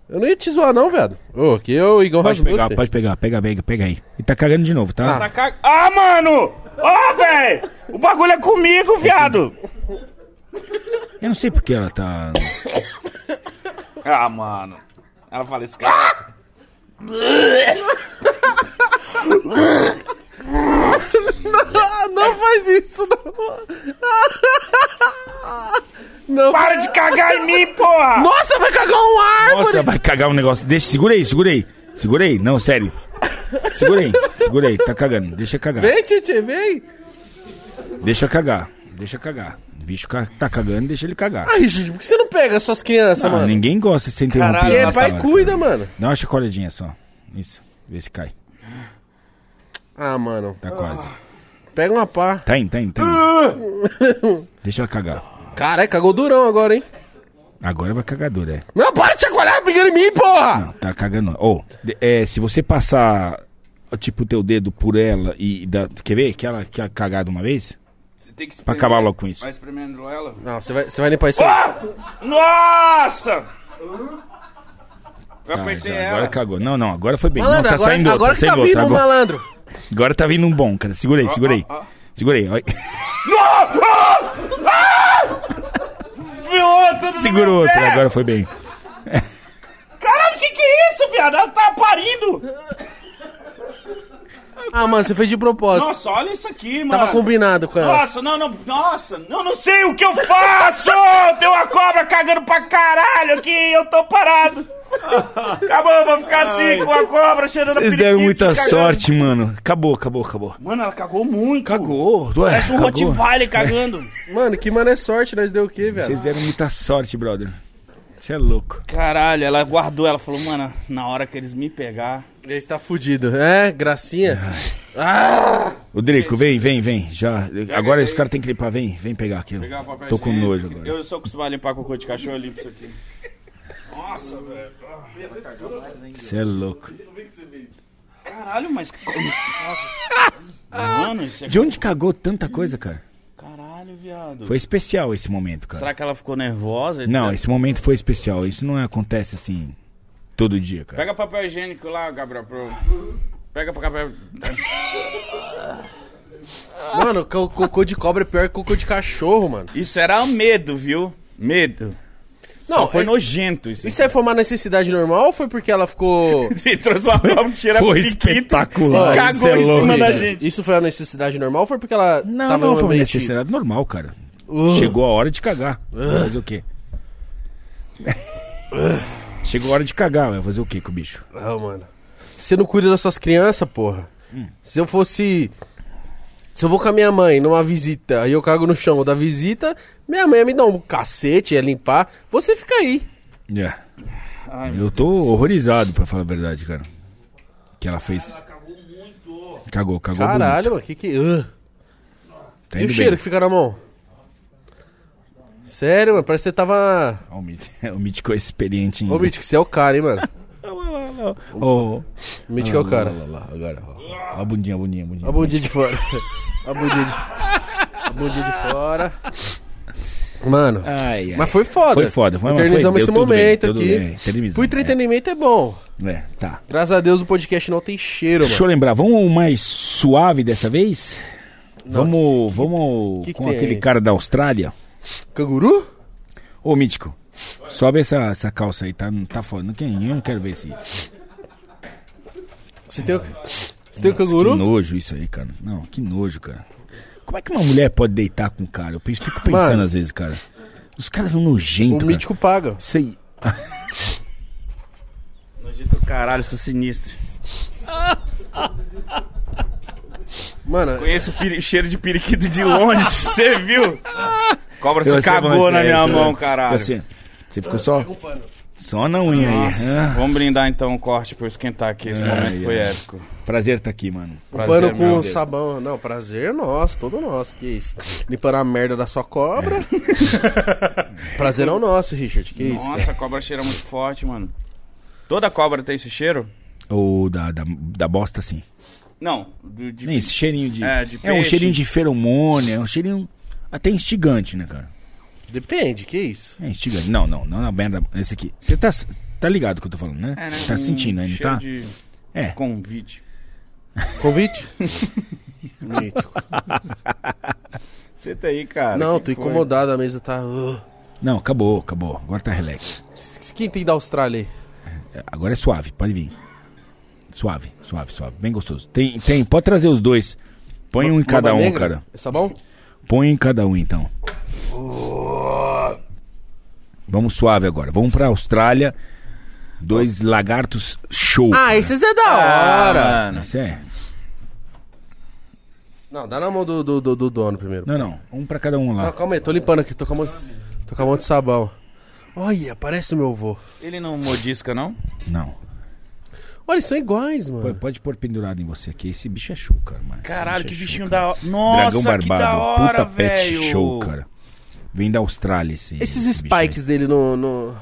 Speaker 1: Eu não ia te zoar, não, viado. Ô, aqui é o Igor
Speaker 3: Pode pegar,
Speaker 1: Rasmussen. [LAUGHS]
Speaker 3: pode pegar, pega, pega, pega aí. E tá cagando de novo, tá?
Speaker 2: Tá ca- Ah, mano! Ó, velho! O bagulho é comigo, viado!
Speaker 3: Eu não sei porque ela tá.
Speaker 2: Ah, mano. Ela fala, esse cara. é-"
Speaker 1: Ah, não faz isso, não. [LAUGHS] Não.
Speaker 2: Para de cagar em mim, porra!
Speaker 1: Nossa, vai cagar um árvore!
Speaker 3: Nossa, vai cagar um negócio. Deixa, segura aí, segura aí. Segura aí, não, sério. Segura aí, segura aí, tá cagando. Deixa cagar.
Speaker 1: Vem, Titi, vem!
Speaker 3: Deixa cagar, deixa cagar. O bicho ca- tá cagando, deixa ele cagar.
Speaker 1: Ai, gente, Ah, por que você não pega suas crianças,
Speaker 3: Ah,
Speaker 1: mano?
Speaker 3: ninguém gosta de ser interrompido.
Speaker 2: Caralho,
Speaker 1: E é
Speaker 3: nessa
Speaker 1: pai
Speaker 3: hora,
Speaker 1: cuida,
Speaker 3: cara.
Speaker 1: mano.
Speaker 3: Dá uma chacoalhadinha só. Isso, vê se cai.
Speaker 1: Ah, mano.
Speaker 3: Tá quase.
Speaker 1: Pega uma pá.
Speaker 3: Tá indo, tá indo, tá indo.
Speaker 1: Ah!
Speaker 3: Deixa ela cagar.
Speaker 1: Caralho, cagou durão agora, hein?
Speaker 3: Agora vai cagar dura, é.
Speaker 1: Não, para de chacoalhar, pegando em mim, porra!
Speaker 3: Tá cagando. Ou, é, se você passar, tipo, o teu dedo por ela e... dá- quer ver que ela que ela cagada uma vez?
Speaker 2: Você tem que
Speaker 3: Pra
Speaker 2: espremer.
Speaker 3: acabar logo com isso.
Speaker 2: Vai espremendo ela.
Speaker 1: Não, você vai, você vai limpar isso aí.
Speaker 2: Ah! Nossa! Eu
Speaker 3: Ah,
Speaker 2: apertei
Speaker 3: já,
Speaker 2: ela.
Speaker 3: agora cagou. Não, não, agora foi bem. não,
Speaker 1: Malandro,
Speaker 3: tá
Speaker 1: agora,
Speaker 3: saindo outro,
Speaker 1: agora
Speaker 3: tá
Speaker 1: que tá
Speaker 3: saindo outro.
Speaker 1: vindo um
Speaker 3: agora.
Speaker 1: malandro.
Speaker 3: agora tá vindo um bom, cara. Segura aí, segura aí.
Speaker 2: ó, ó.
Speaker 3: Segura aí. [LAUGHS] ó.
Speaker 2: Viu, tudo no
Speaker 3: Segura
Speaker 2: meu
Speaker 3: outro,
Speaker 2: pé.
Speaker 3: agora foi bem.
Speaker 2: Caralho, o que que é isso, viado? Ela tá parindo!
Speaker 1: Ah, mano, você fez de propósito.
Speaker 2: Nossa, olha isso aqui, mano.
Speaker 1: Tava combinado com ela.
Speaker 2: Nossa, não, não, nossa, eu não sei o que eu faço! [LAUGHS] Tem uma cobra cagando pra caralho aqui, eu tô parado. Acabou, eu vou ficar assim com a cobra cheirando a
Speaker 3: Vocês
Speaker 2: periquito, tá
Speaker 3: deram muita
Speaker 2: cagando.
Speaker 3: sorte, mano. Acabou, acabou, acabou.
Speaker 2: Mano, ela cagou muito.
Speaker 3: Cagou, ué,
Speaker 2: Parece um
Speaker 3: cagou. [LAUGHS]
Speaker 2: Rottweiler cagando.
Speaker 1: Mano, que mano é sorte, nós deu o quê, velho?
Speaker 3: Vocês deram muita sorte, brother. Você é louco.
Speaker 2: Caralho, ela guardou, ela falou, mano, na hora que eles me pegar...
Speaker 1: Ele tá fudido. É, gracinha.
Speaker 3: Ô, Drico, vem, vem, vem. Já. Agora os caras têm que limpar. Vem, vem pegar aquilo. Tô com nojo agora.
Speaker 2: Eu sou acostumado a limpar cocô de cachorro, eu limpo isso aqui. Nossa, velho.
Speaker 3: Você é louco.
Speaker 2: Caralho, mas...
Speaker 3: [LAUGHS]
Speaker 2: Nossa, mano, isso é...
Speaker 3: De onde cagou tanta coisa, cara?
Speaker 2: Caralho, viado.
Speaker 3: Foi especial esse momento, cara.
Speaker 2: Será que ela ficou nervosa? etc?
Speaker 3: Não, esse momento foi especial. Isso não acontece assim todo dia, cara.
Speaker 2: Pega papel higiênico lá, Gabriel. Pro... Pega papel.
Speaker 1: Ah! Mano, co- cocô de cobra é pior que cocô de cachorro, mano.
Speaker 2: Isso era medo, viu? Medo. Não,
Speaker 1: Não,
Speaker 2: Só foi
Speaker 1: é-
Speaker 2: nojento isso.
Speaker 1: Isso aí foi é uma necessidade normal ou foi porque ela ficou.
Speaker 2: [LAUGHS] Ele trouxe uma tira
Speaker 3: foi
Speaker 2: piquito,
Speaker 3: espetacular,
Speaker 2: [LAUGHS] Cagou
Speaker 3: isso é
Speaker 2: em
Speaker 3: louco.
Speaker 2: cima da
Speaker 1: Isso-
Speaker 2: gente.
Speaker 1: Isso foi uma necessidade normal ou foi porque ela
Speaker 3: Não,
Speaker 1: tava
Speaker 3: não,
Speaker 1: em um
Speaker 3: foi uma
Speaker 1: ambiente-
Speaker 3: necessidade normal, cara.
Speaker 1: Uh.
Speaker 3: Chegou a hora de cagar. Vai fazer o quê? Chegou a hora de cagar, vai fazer o quê com o bicho?
Speaker 1: Ah, mano. Você não cuida das suas crianças, porra.
Speaker 2: Hum.
Speaker 1: Se eu fosse. Se eu vou com a minha mãe numa visita e eu cago no chão da visita, minha mãe ia me dá um cacete, ia limpar. Você fica aí.
Speaker 3: É. Eu tô horrorizado, pra falar a verdade, cara. O que ela fez? Cagou, cagou
Speaker 1: Caralho, mano, que que. Ah.
Speaker 3: bonito. Tá
Speaker 1: E o cheiro que fica na mão? Sério, mano, parece que você tava.
Speaker 3: Tá, O Mítico, [LAUGHS] o Mítico é experiente em...
Speaker 1: Ô, Mítico, você é o cara, hein, mano.
Speaker 3: Ó, ó,
Speaker 1: O Mítico é o
Speaker 2: Ah,
Speaker 3: ó,
Speaker 1: cara.
Speaker 3: ó, ó, agora, ó. Ó a bundinha, a bundinha, a bundinha.
Speaker 1: A bundinha de fora. A bundinha de, a bundinha de fora. Mano.
Speaker 3: Ai, ai.
Speaker 1: Mas foi foda.
Speaker 3: Ah, Foi foda, foi- mas foi-
Speaker 1: Eternizamos
Speaker 3: deu
Speaker 1: esse
Speaker 3: tudo bem,
Speaker 1: momento
Speaker 3: tudo
Speaker 1: aqui.
Speaker 3: bem, eternizamos,
Speaker 1: Pro entretenimento é. bom.
Speaker 3: É, tá.
Speaker 1: Graças a Deus o podcast não tem cheiro, mano.
Speaker 3: Deixa eu lembrar, vamos mais suave dessa vez? vamos vamos
Speaker 1: que que
Speaker 3: com
Speaker 1: tem
Speaker 3: aquele
Speaker 1: aí?
Speaker 3: cara da Austrália.
Speaker 1: Canguru?
Speaker 3: Ô, Mítico, sobe essa, essa calça aí, tá, tá foda. Não, quem- eu não quero ver esse...
Speaker 1: Você tem o, você tem o
Speaker 3: Que
Speaker 1: canguru?
Speaker 3: nojo isso aí, cara. Não, que nojo, cara. Como é que uma mulher pode deitar com um cara? Eu penso, fico pensando
Speaker 1: Mano.
Speaker 3: às vezes, cara. Os caras são
Speaker 1: O
Speaker 3: nojentos, cara.
Speaker 1: mítico paga.
Speaker 3: Isso aí...
Speaker 2: Nojento do caralho, sou sinistro.
Speaker 1: Mano,
Speaker 2: Conheço o piri- cheiro de periquito de longe, [LAUGHS] você viu? Cobra se
Speaker 3: Eu sei como
Speaker 2: cagou
Speaker 3: é
Speaker 2: na
Speaker 3: isso aí,
Speaker 2: minha
Speaker 3: você-
Speaker 2: mão, caralho.
Speaker 3: Você, assim, você ficou só... Só na unha aí.
Speaker 2: Nossa,
Speaker 3: Ah,
Speaker 2: vamos brindar então o corte pra eu esquentar aqui. Esse
Speaker 3: Ai,
Speaker 2: momento foi
Speaker 3: ai.
Speaker 2: épico.
Speaker 3: prazer tá aqui, mano.
Speaker 2: Prazer,
Speaker 1: pano com
Speaker 2: meu.
Speaker 1: sabão. Não, prazer é nosso, todo nosso, que isso. Limpando a merda da sua cobra. prazer é o nosso, Richard, que isso. cara.
Speaker 2: Nossa, a cobra cheira muito forte, mano. Toda cobra tem esse cheiro?
Speaker 3: Ou da, da, da bosta, sim.
Speaker 2: Não, de, de-
Speaker 3: Nem esse cheirinho de...
Speaker 2: É, de
Speaker 3: um
Speaker 2: peixe.
Speaker 3: cheirinho de feromônio, é um cheirinho até instigante, né, cara?
Speaker 1: Depende, que isso.
Speaker 3: É instigante. Não, não, não na merda. Esse aqui. Você tá, tá ligado o que eu tô falando, né?
Speaker 2: É, né,
Speaker 3: Tá
Speaker 2: um
Speaker 3: sentindo aí, não
Speaker 2: cheiro
Speaker 3: tá?
Speaker 2: De
Speaker 3: É.
Speaker 2: convite.
Speaker 3: [LAUGHS]
Speaker 1: Convite? Mítico.
Speaker 2: Senta tá aí, cara.
Speaker 1: Não, tô
Speaker 2: que foi?
Speaker 1: incomodado, a mesa tá. uh.
Speaker 3: Não, acabou, acabou. Agora tá relax.
Speaker 1: Quem tem da Austrália aí?
Speaker 3: É, Agora é suave, pode vir. Suave, suave, suave. Bem gostoso. Tem, tem, pode trazer os dois. Põe um em cada
Speaker 1: Barba
Speaker 3: um,
Speaker 1: Negra?
Speaker 3: cara.
Speaker 1: É sabão?
Speaker 3: Põe em cada um, então. Vamos suave agora. Vamos pra Austrália. Dois lagartos show.
Speaker 1: Ah, esses é da hora!
Speaker 2: Ah, mano.
Speaker 3: Isso é.
Speaker 1: Não, dá na mão do, do, do- do dono primeiro.
Speaker 3: Não, não. Um pra cada um
Speaker 2: Ah.
Speaker 1: Não,
Speaker 3: lá.
Speaker 1: calma aí, tô limpando aqui, tô com a mão, tô com a mão de sabão. Olha, parece o meu avô.
Speaker 2: Ele não modisca, não?
Speaker 3: Não.
Speaker 1: Olha, eles são iguais, mano.
Speaker 3: Pô, Pode pôr pendurado em você aqui. Esse bicho é show, cara. Mano. Esse
Speaker 2: Caralho,
Speaker 3: bicho
Speaker 2: que
Speaker 3: é show,
Speaker 2: bichinho
Speaker 3: cara.
Speaker 2: da hora. Nossa,
Speaker 3: Dragão Barbado.
Speaker 2: que da hora,
Speaker 3: Puta pet
Speaker 2: velho.
Speaker 3: show, cara. Vem da Austrália esse.
Speaker 1: Esses
Speaker 3: esse bicho aí.
Speaker 1: spikes dele no, no-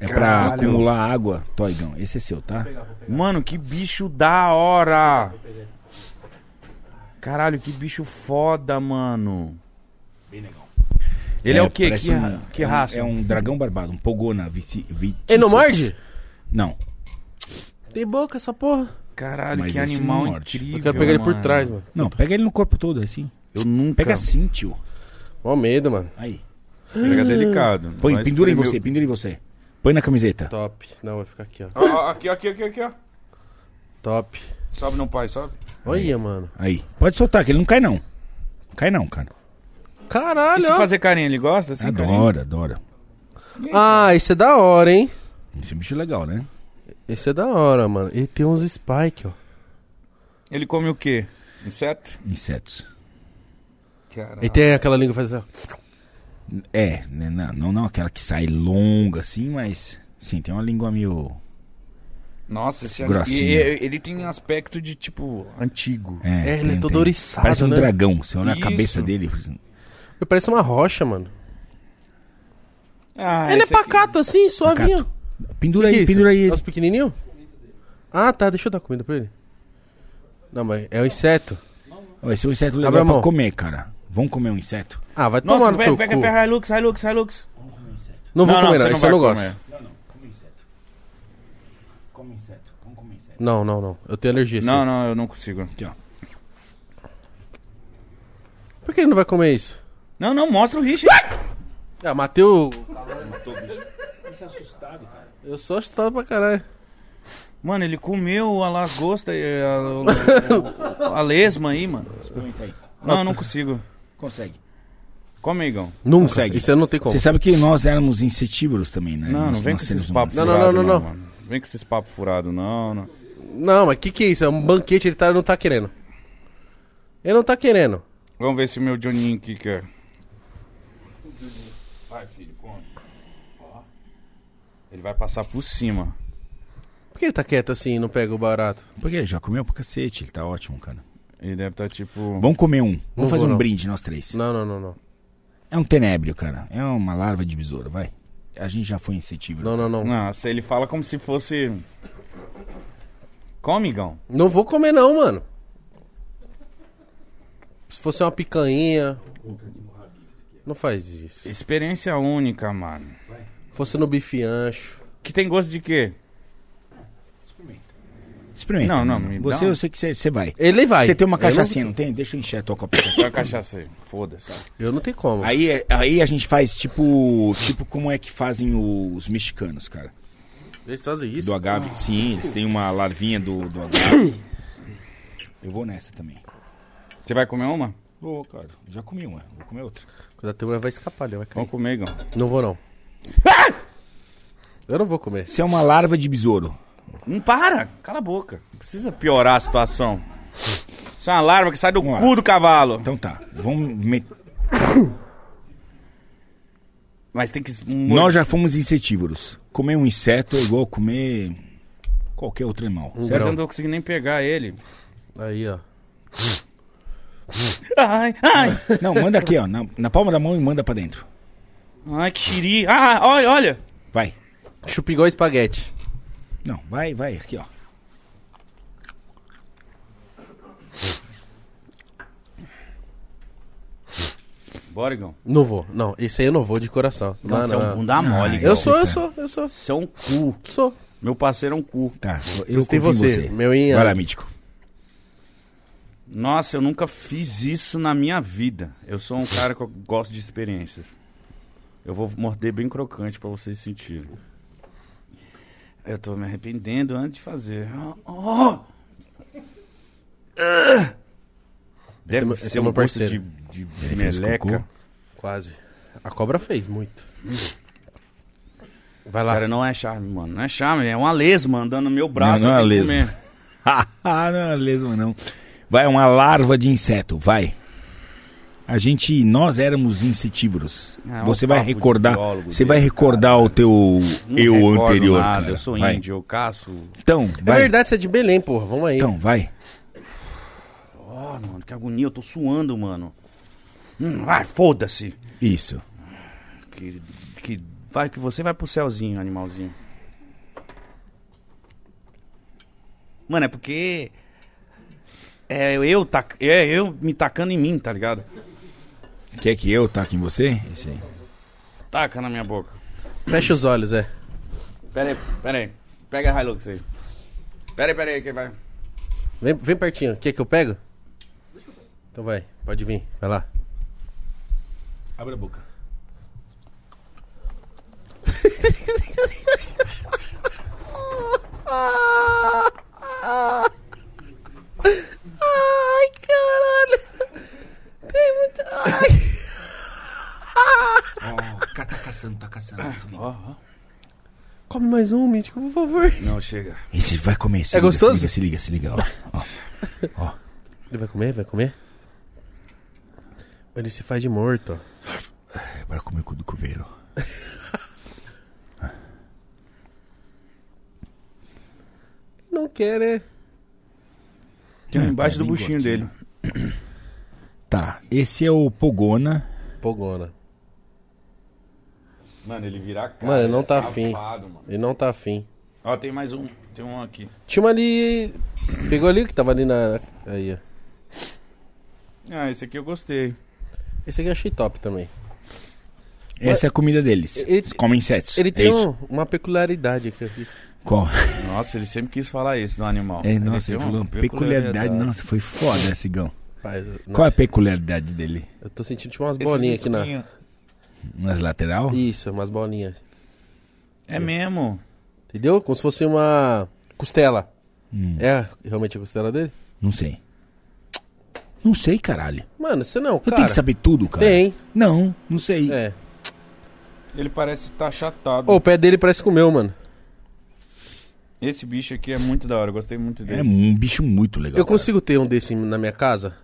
Speaker 3: É pra
Speaker 2: Caralho.
Speaker 3: acumular água, Toigão. Esse é seu, tá?
Speaker 2: Mano, que bicho da hora. Caralho, que bicho foda, mano. Ele é, o quê?
Speaker 3: parece
Speaker 2: Que,
Speaker 3: um-
Speaker 2: que
Speaker 3: é um-
Speaker 2: raça?
Speaker 3: É um dragão barbado, um pogona viti, viticeps.
Speaker 1: Ele não morde?
Speaker 3: Não.
Speaker 1: Tem boca essa porra.
Speaker 2: Caralho,
Speaker 3: Mas
Speaker 2: que
Speaker 3: esse
Speaker 2: animal
Speaker 3: não morde.
Speaker 2: incrível.
Speaker 1: é Eu quero pegar ele por
Speaker 2: mano.
Speaker 1: trás, mano.
Speaker 3: Não, pega ele no corpo todo, assim.
Speaker 2: Eu nunca.
Speaker 3: Pega assim, tio.
Speaker 1: Ó medo, mano.
Speaker 3: Aí.
Speaker 2: Pega delicado.
Speaker 3: Põe,
Speaker 2: Mas
Speaker 3: pendura em
Speaker 2: primeiro-
Speaker 3: você, pendura em você. Põe na camiseta.
Speaker 1: Top. Não, vai ficar aqui, ó.
Speaker 2: Ó, ó, Aqui, ó, aqui, aqui, aqui, ó.
Speaker 1: Top.
Speaker 2: Sobe não, pai, sobe.
Speaker 1: Olha, mano.
Speaker 3: Aí. Pode soltar, que ele não cai, não. Cai não, cara.
Speaker 2: E
Speaker 1: Caralho,
Speaker 2: se
Speaker 1: ó.
Speaker 2: fazer carinho, ele gosta? Assim, carinho?
Speaker 3: Adora, adora.
Speaker 1: Ah, esse é da hora, hein?
Speaker 3: Esse bicho é legal, né?
Speaker 1: Esse é da hora, mano. Ele tem uns spikes, ó.
Speaker 2: Ele come o quê? Inseto?
Speaker 3: Insetos.
Speaker 2: Caralho.
Speaker 1: Ele tem aquela língua que faz assim, ó.
Speaker 3: É, né, não, não, não aquela que sai longa, assim, mas. Sim, tem uma língua meio.
Speaker 2: Nossa, esse
Speaker 3: Grossinho.
Speaker 2: e- e- ele tem um aspecto de tipo antigo.
Speaker 1: É, ele é
Speaker 3: tem,
Speaker 1: todo
Speaker 3: tem.
Speaker 1: ouriçado,
Speaker 3: Parece um
Speaker 1: né?
Speaker 3: dragão. Você olha a
Speaker 2: Isso.
Speaker 3: cabeça dele.
Speaker 1: Ele parece uma rocha, mano.
Speaker 2: Ah,
Speaker 1: ele é
Speaker 2: esse aqui.
Speaker 1: pacato assim, suavinho.
Speaker 3: Pendura
Speaker 1: Que
Speaker 3: aí,
Speaker 1: isso?
Speaker 3: pendura aí.
Speaker 1: É os pequenininhos? Ah, tá. Deixa eu dar comida pra ele. Não, mas é o inseto.
Speaker 3: Ó, Esse é um inseto legal
Speaker 1: Abre a mão.
Speaker 3: pra comer, cara. Vamos comer um inseto?
Speaker 1: Ah, vai tomar
Speaker 2: Nossa,
Speaker 1: no teu
Speaker 2: pega,
Speaker 1: cu.
Speaker 2: pega, pega, Hilux, Hilux, Hilux.
Speaker 1: Não vou comer, não.
Speaker 2: você
Speaker 1: Esse eu não
Speaker 2: vai
Speaker 1: gosto.
Speaker 2: comer.
Speaker 3: Come inseto. Vamos comer inseto.
Speaker 1: Não, não, não. Eu tenho alergia. sim.
Speaker 2: Não, não, eu não consigo.
Speaker 3: Aqui, ó.
Speaker 1: Por que ele não vai comer isso?
Speaker 5: Não, não, mostra o Richard.
Speaker 1: Ah, matei o. Eu sou assustado pra caralho.
Speaker 5: Mano, ele comeu a lagosta e a, o-
Speaker 1: [LAUGHS]
Speaker 5: a lesma aí, mano.
Speaker 3: Experimenta aí.
Speaker 5: Não, eu não consigo.
Speaker 3: Consegue.
Speaker 5: Come, aí, Igão.
Speaker 1: Nunca.
Speaker 3: Consegue.
Speaker 1: Isso eu não tenho como.
Speaker 3: Você sabe que nós éramos insetívoros também,
Speaker 1: É,
Speaker 3: né?
Speaker 5: Não,
Speaker 3: Nós-
Speaker 5: não vem
Speaker 3: nós
Speaker 5: com esses
Speaker 3: seres
Speaker 5: papos
Speaker 1: Não, não,
Speaker 3: humanos.
Speaker 5: furados,
Speaker 1: não, não, não.
Speaker 5: mano. Não Vem com esses papos furados, não, não.
Speaker 1: Não, mas o que, que é isso? É um banquete, ele, tá, ele não tá querendo. Ele não tá querendo.
Speaker 5: Vamos ver se o meu Johninho aqui quer. Vai, filho, come. Ele vai passar por cima.
Speaker 1: Por que ele tá quieto assim e não pega o barato?
Speaker 3: Porque ele já comeu pra cacete, ele tá ótimo, cara.
Speaker 5: Ele deve estar tipo.
Speaker 3: Vamos comer um. Vamos
Speaker 1: Não
Speaker 3: fazer
Speaker 1: vou,
Speaker 3: um
Speaker 1: não.
Speaker 3: brinde, nós três.
Speaker 1: Não, não, não, não.
Speaker 3: É um tenébrio, cara. É uma larva de besouro, vai. A gente já foi insetívoro.
Speaker 1: Não, não, não. Não,
Speaker 5: Nossa, ele fala como se fosse. Come, Igão.
Speaker 1: vou comer não, mano. Se fosse uma picanha. Não faz isso.
Speaker 5: Experiência única, mano.
Speaker 1: Se fosse no bife ancho.
Speaker 5: Que tem gosto de quê?
Speaker 3: Experimenta.
Speaker 5: Não, não,
Speaker 3: mano.
Speaker 5: me dá
Speaker 3: Você,
Speaker 5: um-
Speaker 3: eu sei que você- você vai.
Speaker 1: Ele vai.
Speaker 3: Você tem uma
Speaker 1: Eu não-
Speaker 3: cachaçinha, não... tem? Deixa eu encher a tua copa de cachaça.
Speaker 5: É a cachaça aí. Foda-se.
Speaker 1: Eu não tenho como.
Speaker 3: Aí, é- aí a gente faz tipo. Tipo, como é que fazem os mexicanos, cara?
Speaker 1: Eles fazem isso.
Speaker 3: Do agave. Sim, eles têm uma larvinha do, do agave. Eu vou nessa também.
Speaker 5: Você vai comer uma?
Speaker 3: Vou, cara. Já comi uma, vou comer outra.
Speaker 1: Quando a turma vai escapar, ele vai cair.
Speaker 5: Vamos comer, Igão.
Speaker 1: Não vou não. Eu não vou comer.
Speaker 3: Você é uma larva de besouro.
Speaker 5: Não para! Cala a boca. Não Precisa piorar a situação. Isso é uma larva que sai do
Speaker 3: Vamos lá.
Speaker 5: cu do cavalo.
Speaker 3: Então tá, vamos. me-
Speaker 5: Mas tem que. se-
Speaker 3: Nós já fomos insetívoros. Comer um inseto é igual comer qualquer outro animal.
Speaker 1: Uhum.
Speaker 5: Certo,
Speaker 3: certo?
Speaker 5: eu não tô conseguindo nem pegar ele.
Speaker 1: Aí, ó.
Speaker 5: Ai, ai!
Speaker 3: Não, manda aqui,
Speaker 1: [LAUGHS]
Speaker 3: ó, na, na palma da mão e manda pra dentro.
Speaker 5: Ai, que xiri! Ah, olha, olha!
Speaker 3: Vai.
Speaker 1: Chupa igual espaguete.
Speaker 3: Não, vai, vai, aqui, ó.
Speaker 5: Bora, Igão.
Speaker 1: Não vou. Não, esse aí eu não vou de coração. Não,
Speaker 5: Nossa, é
Speaker 1: não,
Speaker 5: um
Speaker 1: não.
Speaker 5: bunda mole,
Speaker 3: Ai,
Speaker 5: Igão.
Speaker 1: Eu sou, eu
Speaker 3: Puta.
Speaker 1: sou, eu sou.
Speaker 5: Você é um cu.
Speaker 1: Sou.
Speaker 5: Meu parceiro é um cu.
Speaker 3: Tá, eu
Speaker 1: Gostei
Speaker 3: confio
Speaker 1: você,
Speaker 3: você. em você.
Speaker 1: meu Ian.
Speaker 3: Vai lá, mítico.
Speaker 5: Nossa, eu nunca fiz isso na minha vida. Eu sou um cara que eu gosto de experiências. Eu vou morder bem crocante pra vocês sentirem. Eu tô me arrependendo antes de fazer. Oh! Ah!
Speaker 1: é meu-
Speaker 5: Deve
Speaker 1: esse é
Speaker 5: ser
Speaker 1: meu
Speaker 5: um gosto
Speaker 1: parceiro.
Speaker 5: de, de, de
Speaker 3: Ele fez
Speaker 5: meleca.
Speaker 3: cocô.
Speaker 1: Quase. A cobra fez muito. Vai lá.
Speaker 5: Cara, não é charme, mano. Não é charme, é uma lesma andando no meu braço.
Speaker 3: Não, não
Speaker 5: eu
Speaker 3: é
Speaker 5: tenho que
Speaker 3: lesma.
Speaker 5: comer.
Speaker 3: [LAUGHS] Ah, não é lesma, não. Vai, uma larva de inseto, vai. A gente, nós éramos insetívoros.
Speaker 5: Ah, é um
Speaker 3: você vai
Speaker 5: papo de
Speaker 3: recordar,
Speaker 5: biólogo
Speaker 3: você
Speaker 5: desse
Speaker 3: vai recordar o teu
Speaker 5: Não
Speaker 3: eu
Speaker 5: recordo
Speaker 3: anterior,
Speaker 5: nada,
Speaker 3: cara.
Speaker 5: Eu sou
Speaker 3: vai.
Speaker 5: índio, eu caço.
Speaker 3: Então,
Speaker 1: É
Speaker 3: vai.
Speaker 1: verdade, você é de Belém, porra. Vamos aí.
Speaker 3: então, vai.
Speaker 5: Oh, mano, que agonia, eu tô suando, mano. Hum, ai, foda-se.
Speaker 3: Isso.
Speaker 5: Que, que vai que você vai pro céuzinho, animalzinho. Mano, é porque é eu tac, é eu me tacando em mim, tá ligado?
Speaker 3: Quer que eu taque em você? Esse aí.
Speaker 5: Taca na minha boca.
Speaker 1: Fecha os olhos, é.
Speaker 5: Pera aí, pera aí. Pega a Hilux aí. Pera aí, pera aí, que vai.
Speaker 1: Vem, vem pertinho. Quer que eu pego? Então vai. Pode vir. Vai lá.
Speaker 3: Abre a boca.
Speaker 1: Ai, caralho. Tem muito...
Speaker 3: tá caçando, tá caçando.
Speaker 1: Come mais um, Mítico, por favor.
Speaker 5: Não, chega.
Speaker 3: Esse vai comer. Se
Speaker 1: É
Speaker 3: liga,
Speaker 1: gostoso?
Speaker 3: Se liga, se liga, se liga. Ó, ó, ó.
Speaker 1: Ele vai comer? Vai comer? Ele se faz de morto, ó.
Speaker 3: É pra comer o cu do coveiro.
Speaker 1: Não quer, né?
Speaker 5: Tem um
Speaker 3: É,
Speaker 5: embaixo
Speaker 3: tá
Speaker 5: do
Speaker 3: bem
Speaker 5: buchinho
Speaker 3: gordinho.
Speaker 5: dele.
Speaker 3: Tá, esse é o Pogona.
Speaker 1: Pogona.
Speaker 5: Mano, ele virar a cara.
Speaker 1: Mano, ele não
Speaker 5: é
Speaker 1: tá afim.
Speaker 5: safado, mano.
Speaker 1: Ele não tá afim.
Speaker 5: Ó, tem mais um. Tem um aqui.
Speaker 1: Tinha uma ali... Pegou ali que tava ali na... Aí, ó.
Speaker 5: Ah, esse aqui eu gostei.
Speaker 1: Esse aqui eu achei top também.
Speaker 3: Essa é a comida deles.
Speaker 1: Ele-
Speaker 3: Eles comem insetos.
Speaker 1: Ele
Speaker 3: É
Speaker 1: tem
Speaker 3: isso.
Speaker 1: um- uma peculiaridade aqui. aqui.
Speaker 3: Qual? [LAUGHS]
Speaker 5: Nossa, ele sempre quis falar isso do animal.
Speaker 3: É, nossa,
Speaker 5: tem
Speaker 3: ele
Speaker 5: uma
Speaker 3: falou peculiaridade. Nossa, foi foda, Cigão.
Speaker 1: Rapaz, eu-
Speaker 3: Qual é a
Speaker 1: nossa,
Speaker 3: peculiaridade dele?
Speaker 1: eu tô sentindo tipo umas bolinhas aqui na.
Speaker 3: Nas lateral?
Speaker 1: Isso, umas bolinhas.
Speaker 5: É mesmo.
Speaker 1: Entendeu? Como se fosse uma costela.
Speaker 3: Hum,
Speaker 1: É realmente a costela dele?
Speaker 3: não sei. Não sei, caralho.
Speaker 1: Mano, você não,
Speaker 3: Não
Speaker 1: cara.
Speaker 3: tem que saber tudo, cara.
Speaker 1: Tem.
Speaker 3: Não, não sei.
Speaker 1: É.
Speaker 5: Ele parece estar tá achatado.
Speaker 1: Ô, o pé dele parece com o meu, mano.
Speaker 5: Esse bicho aqui é muito da hora, eu gostei muito dele.
Speaker 3: É um bicho muito legal.
Speaker 1: Eu
Speaker 3: cara.
Speaker 1: consigo ter um desse na minha casa?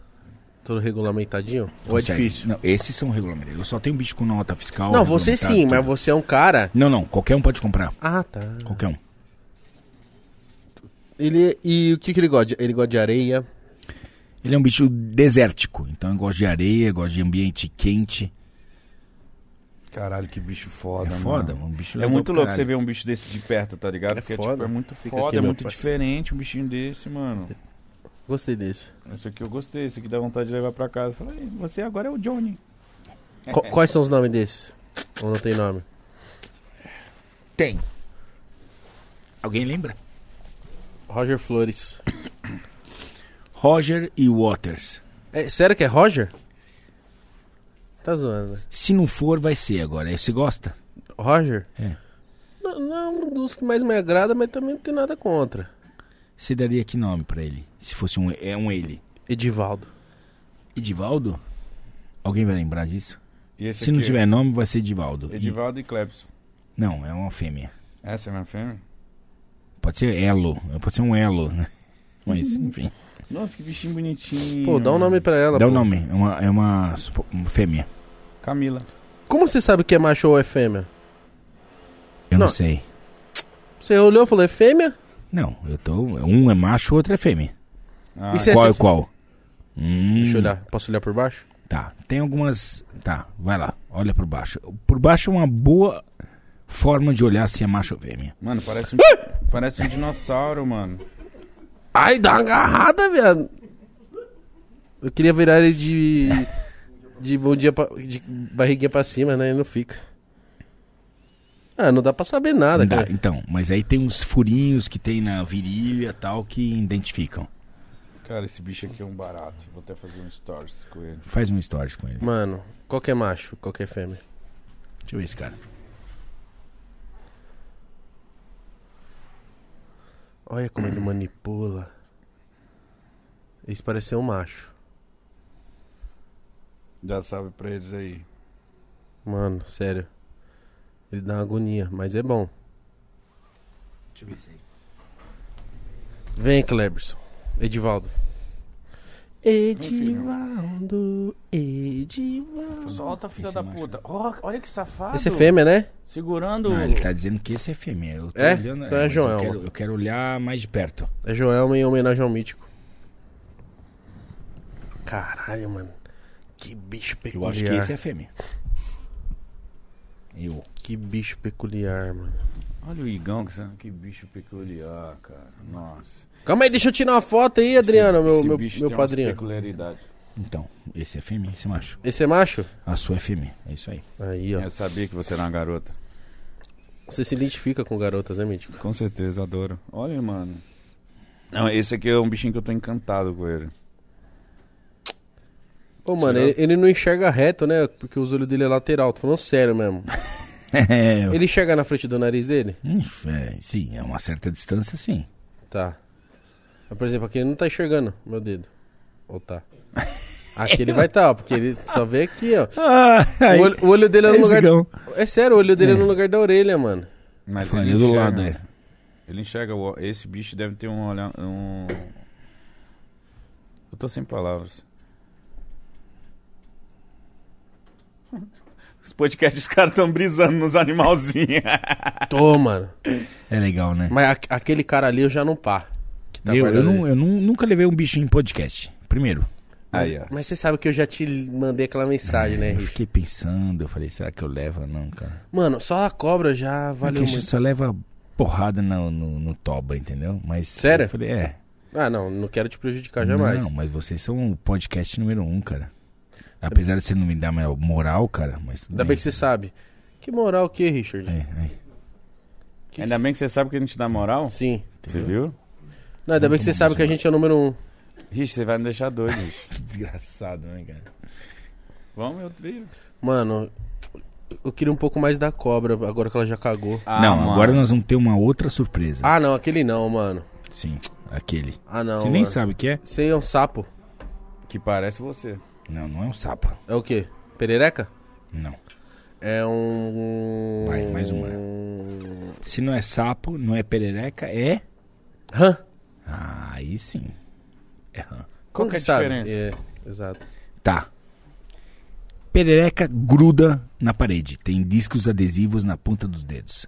Speaker 1: Todo regulamentadinho? Ou é
Speaker 3: Consegue.
Speaker 1: difícil?
Speaker 3: Não, esses são regulamentados. Eu só tenho bicho com nota fiscal.
Speaker 1: Não, você
Speaker 3: regulamentado,
Speaker 1: sim, mas
Speaker 3: tudo.
Speaker 1: você é um cara.
Speaker 3: Não, não. Qualquer um pode comprar.
Speaker 1: Ah, tá.
Speaker 3: Qualquer um.
Speaker 1: Ele. E o que, que ele gosta? de- Ele gosta de areia.
Speaker 3: Ele é um bicho desértico. Então eu gosto de areia, gosto de ambiente quente.
Speaker 5: Caralho, que bicho
Speaker 3: É
Speaker 5: foda,
Speaker 3: foda, um bicho
Speaker 5: É
Speaker 3: legal
Speaker 5: muito
Speaker 3: pra
Speaker 5: louco
Speaker 3: caralho.
Speaker 5: você ver um bicho desse de perto, tá ligado?
Speaker 1: É
Speaker 5: Porque
Speaker 1: foda.
Speaker 5: Tipo, é muito
Speaker 1: Fica
Speaker 5: foda,
Speaker 1: aqui,
Speaker 5: é
Speaker 1: meu
Speaker 5: muito
Speaker 1: parceiro.
Speaker 5: diferente um bichinho desse, mano.
Speaker 1: Gostei desse.
Speaker 5: Esse aqui eu gostei, esse aqui dá vontade de levar pra casa. Fala, "Ei, você agora é o Johnny.
Speaker 1: Qu- Quais são os nomes desses? Ou não tem nome?
Speaker 3: Tem. Alguém lembra?
Speaker 1: Roger Flores.
Speaker 3: Roger e Waters.
Speaker 1: É, sério que é Roger? Tá zoando, né?
Speaker 3: Se não for, vai ser agora. Você gosta?
Speaker 1: Roger?
Speaker 3: É.
Speaker 1: Não, não é um dos que mais me agrada, mas também não tem nada contra.
Speaker 3: Você daria que nome pra ele? Se fosse um, é um ele.
Speaker 1: Edivaldo.
Speaker 3: Edivaldo? Alguém vai lembrar disso?
Speaker 5: E esse
Speaker 3: Se não
Speaker 5: aqui,
Speaker 3: tiver nome, vai ser Edivaldo. E-
Speaker 5: Edivaldo e Clebson.
Speaker 3: Não, é uma fêmea.
Speaker 5: Essa é minha fêmea?
Speaker 3: Pode ser Elo. Pode ser um Elo,
Speaker 1: [LAUGHS]
Speaker 3: né? Mas, enfim.
Speaker 5: Nossa, que bichinho bonitinho.
Speaker 1: Pô, dá um nome pra ela.
Speaker 3: Hum. Dá o
Speaker 1: pô.
Speaker 3: nome. É uma, é uma supo- uma fêmea.
Speaker 5: Camila.
Speaker 1: Como você sabe que é macho ou é fêmea?
Speaker 3: Eu não,
Speaker 1: Não.
Speaker 3: sei.
Speaker 1: Você olhou e falou, é fêmea?
Speaker 3: Não, eu tô. Um é macho, o outro é fêmea.
Speaker 5: Ah,
Speaker 1: Isso é-
Speaker 3: qual é
Speaker 1: aqui.
Speaker 3: qual? Hum,
Speaker 1: Deixa eu olhar. Posso olhar por baixo?
Speaker 3: Tá. Tem algumas. Tá, vai lá. Olha por baixo. Por baixo é uma boa forma de olhar se é macho ou fêmea.
Speaker 5: Mano, parece um, parece um dinossauro, mano.
Speaker 1: Ai, dá uma agarrada, viado. Eu queria virar ele de. De bom dia pra, de barriguinha pra cima, né? Ele não fica. Ah, não dá pra saber nada,
Speaker 3: Não dá,
Speaker 1: cara.
Speaker 3: Então, mas aí tem uns furinhos que tem na virilha e tal que identificam.
Speaker 5: Cara, esse bicho aqui é um barato. Vou até fazer um stories com ele.
Speaker 3: Faz um stories com ele.
Speaker 1: Mano, qual que é macho? Qual que é fêmea?
Speaker 3: Deixa eu ver esse cara.
Speaker 1: Olha como ele manipula. Isso parece ser um macho.
Speaker 5: Dá salve pra eles aí.
Speaker 1: Mano, sério. Ele dá uma agonia, mas é bom.
Speaker 3: Deixa eu ver esse aí.
Speaker 1: Vem, Cleberson. Edivaldo. Edivaldo, Edivaldo.
Speaker 5: Solta,
Speaker 3: filha da
Speaker 5: é
Speaker 3: puta.
Speaker 5: olha que safado.
Speaker 1: Esse é fêmea, né?
Speaker 5: Segurando.
Speaker 3: Não, ele tá dizendo que esse é fêmea. Eu tô
Speaker 1: É?
Speaker 3: olhando.
Speaker 1: Então é
Speaker 3: mas
Speaker 1: Joelma.
Speaker 3: Eu quero, eu quero olhar mais de perto.
Speaker 1: É Joelma em homenagem ao mítico. Caralho, mano. Que bicho
Speaker 3: Eu
Speaker 1: peculiar.
Speaker 3: acho que esse é fêmea. Eu.
Speaker 1: Que bicho peculiar, mano.
Speaker 5: Olha o Igão, que, sa- que bicho peculiar, cara. Nossa.
Speaker 1: Calma aí, deixa eu tirar uma foto aí, Adriano,
Speaker 5: Esse-
Speaker 1: meu,
Speaker 5: esse
Speaker 1: meu,
Speaker 5: bicho
Speaker 1: meu
Speaker 5: tem umas
Speaker 1: padrinho.
Speaker 5: peculiaridades.
Speaker 3: Então, esse é fêmea, esse é macho.
Speaker 1: Esse é macho?
Speaker 3: A sua é fêmea, é isso aí.
Speaker 1: Aí, ó.
Speaker 5: Eu sabia que você era uma garota.
Speaker 1: Você se identifica com garotas, né, mítico?
Speaker 5: Com certeza, adoro. Olha, mano. Não, esse aqui é um bichinho que eu tô encantado com ele.
Speaker 1: Ô, mano,
Speaker 5: Tirou.
Speaker 1: ele, ele não enxerga reto, né? Porque os olhos dele é lateral. Tô falando sério
Speaker 3: [LAUGHS]
Speaker 1: mesmo.
Speaker 3: [LAUGHS] É,
Speaker 1: Ele enxerga na frente do nariz dele?
Speaker 3: hum, é, sim, é uma certa distância, sim.
Speaker 1: Tá. Mas, Por exemplo, aqui ele não tá enxergando meu dedo. Ou tá? Aqui ele vai tá, ó, porque ele só vê aqui, ó.
Speaker 3: [LAUGHS] Ah,
Speaker 1: O olho, o olho
Speaker 3: tá
Speaker 1: dele é no lugar.
Speaker 3: Gão.
Speaker 1: É sério, o olho dele é, no
Speaker 3: É.
Speaker 1: lugar da orelha, mano.
Speaker 5: Mas
Speaker 3: Falei do lado, é.
Speaker 5: Ele enxerga. o- Esse bicho deve ter um olhar. Um... Eu tô sem palavras. [LAUGHS] Os podcasts, os caras tão brisando nos animalzinhos.
Speaker 1: Tô, mano.
Speaker 3: É legal, né?
Speaker 1: Mas a- aquele cara ali eu já não pá. Que tá
Speaker 3: eu, eu,
Speaker 1: guardado
Speaker 3: não,
Speaker 1: ali.
Speaker 3: eu nu- nunca levei um bicho em podcast. Primeiro,
Speaker 1: Mas,
Speaker 5: Aí, ó.
Speaker 1: mas você sabe que eu já te mandei aquela mensagem, né,
Speaker 3: É, eu
Speaker 1: Richard?
Speaker 3: fiquei pensando, eu falei, será que eu levo? Não, cara.
Speaker 1: Mano, só a cobra já valeu
Speaker 3: Porque a
Speaker 1: muito.
Speaker 3: gente só leva porrada no, no, no toba, entendeu? Mas
Speaker 1: Sério?
Speaker 3: Eu falei, é.
Speaker 1: Ah, não, não quero te prejudicar jamais.
Speaker 3: Não, mas vocês são o podcast número um, cara. Apesar de você não me dar moral, cara, mas tudo
Speaker 1: Ainda bem que você sabe. Que moral que, Richard?
Speaker 3: É, é.
Speaker 1: [LAUGHS] Que
Speaker 5: Ainda bem que você sabe que a gente dá moral.
Speaker 1: Sim.
Speaker 5: Você viu?
Speaker 1: Não, ainda bem que você
Speaker 3: Muito bom,
Speaker 1: sabe que a
Speaker 3: muito
Speaker 1: gente é o número um.
Speaker 5: Rich, você vai me deixar doido, bicho.
Speaker 3: Desgraçado, né, cara?
Speaker 5: [LAUGHS] Vamos, eu trilho.
Speaker 1: Mano, eu queria um pouco mais da cobra, agora que ela já cagou.
Speaker 5: Ah,
Speaker 3: não,
Speaker 5: mano.
Speaker 3: agora nós vamos ter uma outra surpresa.
Speaker 1: Ah, não, aquele não, mano.
Speaker 3: Sim, aquele.
Speaker 1: Ah, não.
Speaker 3: Você nem
Speaker 1: mano.
Speaker 3: sabe o que é?
Speaker 1: Sei é um sapo.
Speaker 5: Que parece você.
Speaker 3: Não, não é um sapo.
Speaker 1: É o quê? Perereca?
Speaker 3: Não.
Speaker 1: É um.
Speaker 3: Vai, mais uma. Se não é sapo, não é perereca, é.
Speaker 1: Hã?
Speaker 3: Ah, aí sim. É rã.
Speaker 5: Qual
Speaker 1: Como
Speaker 5: que é a
Speaker 1: sabe?
Speaker 5: diferença?
Speaker 1: É, exato.
Speaker 3: Tá. Perereca gruda na parede. Tem discos adesivos na ponta dos dedos.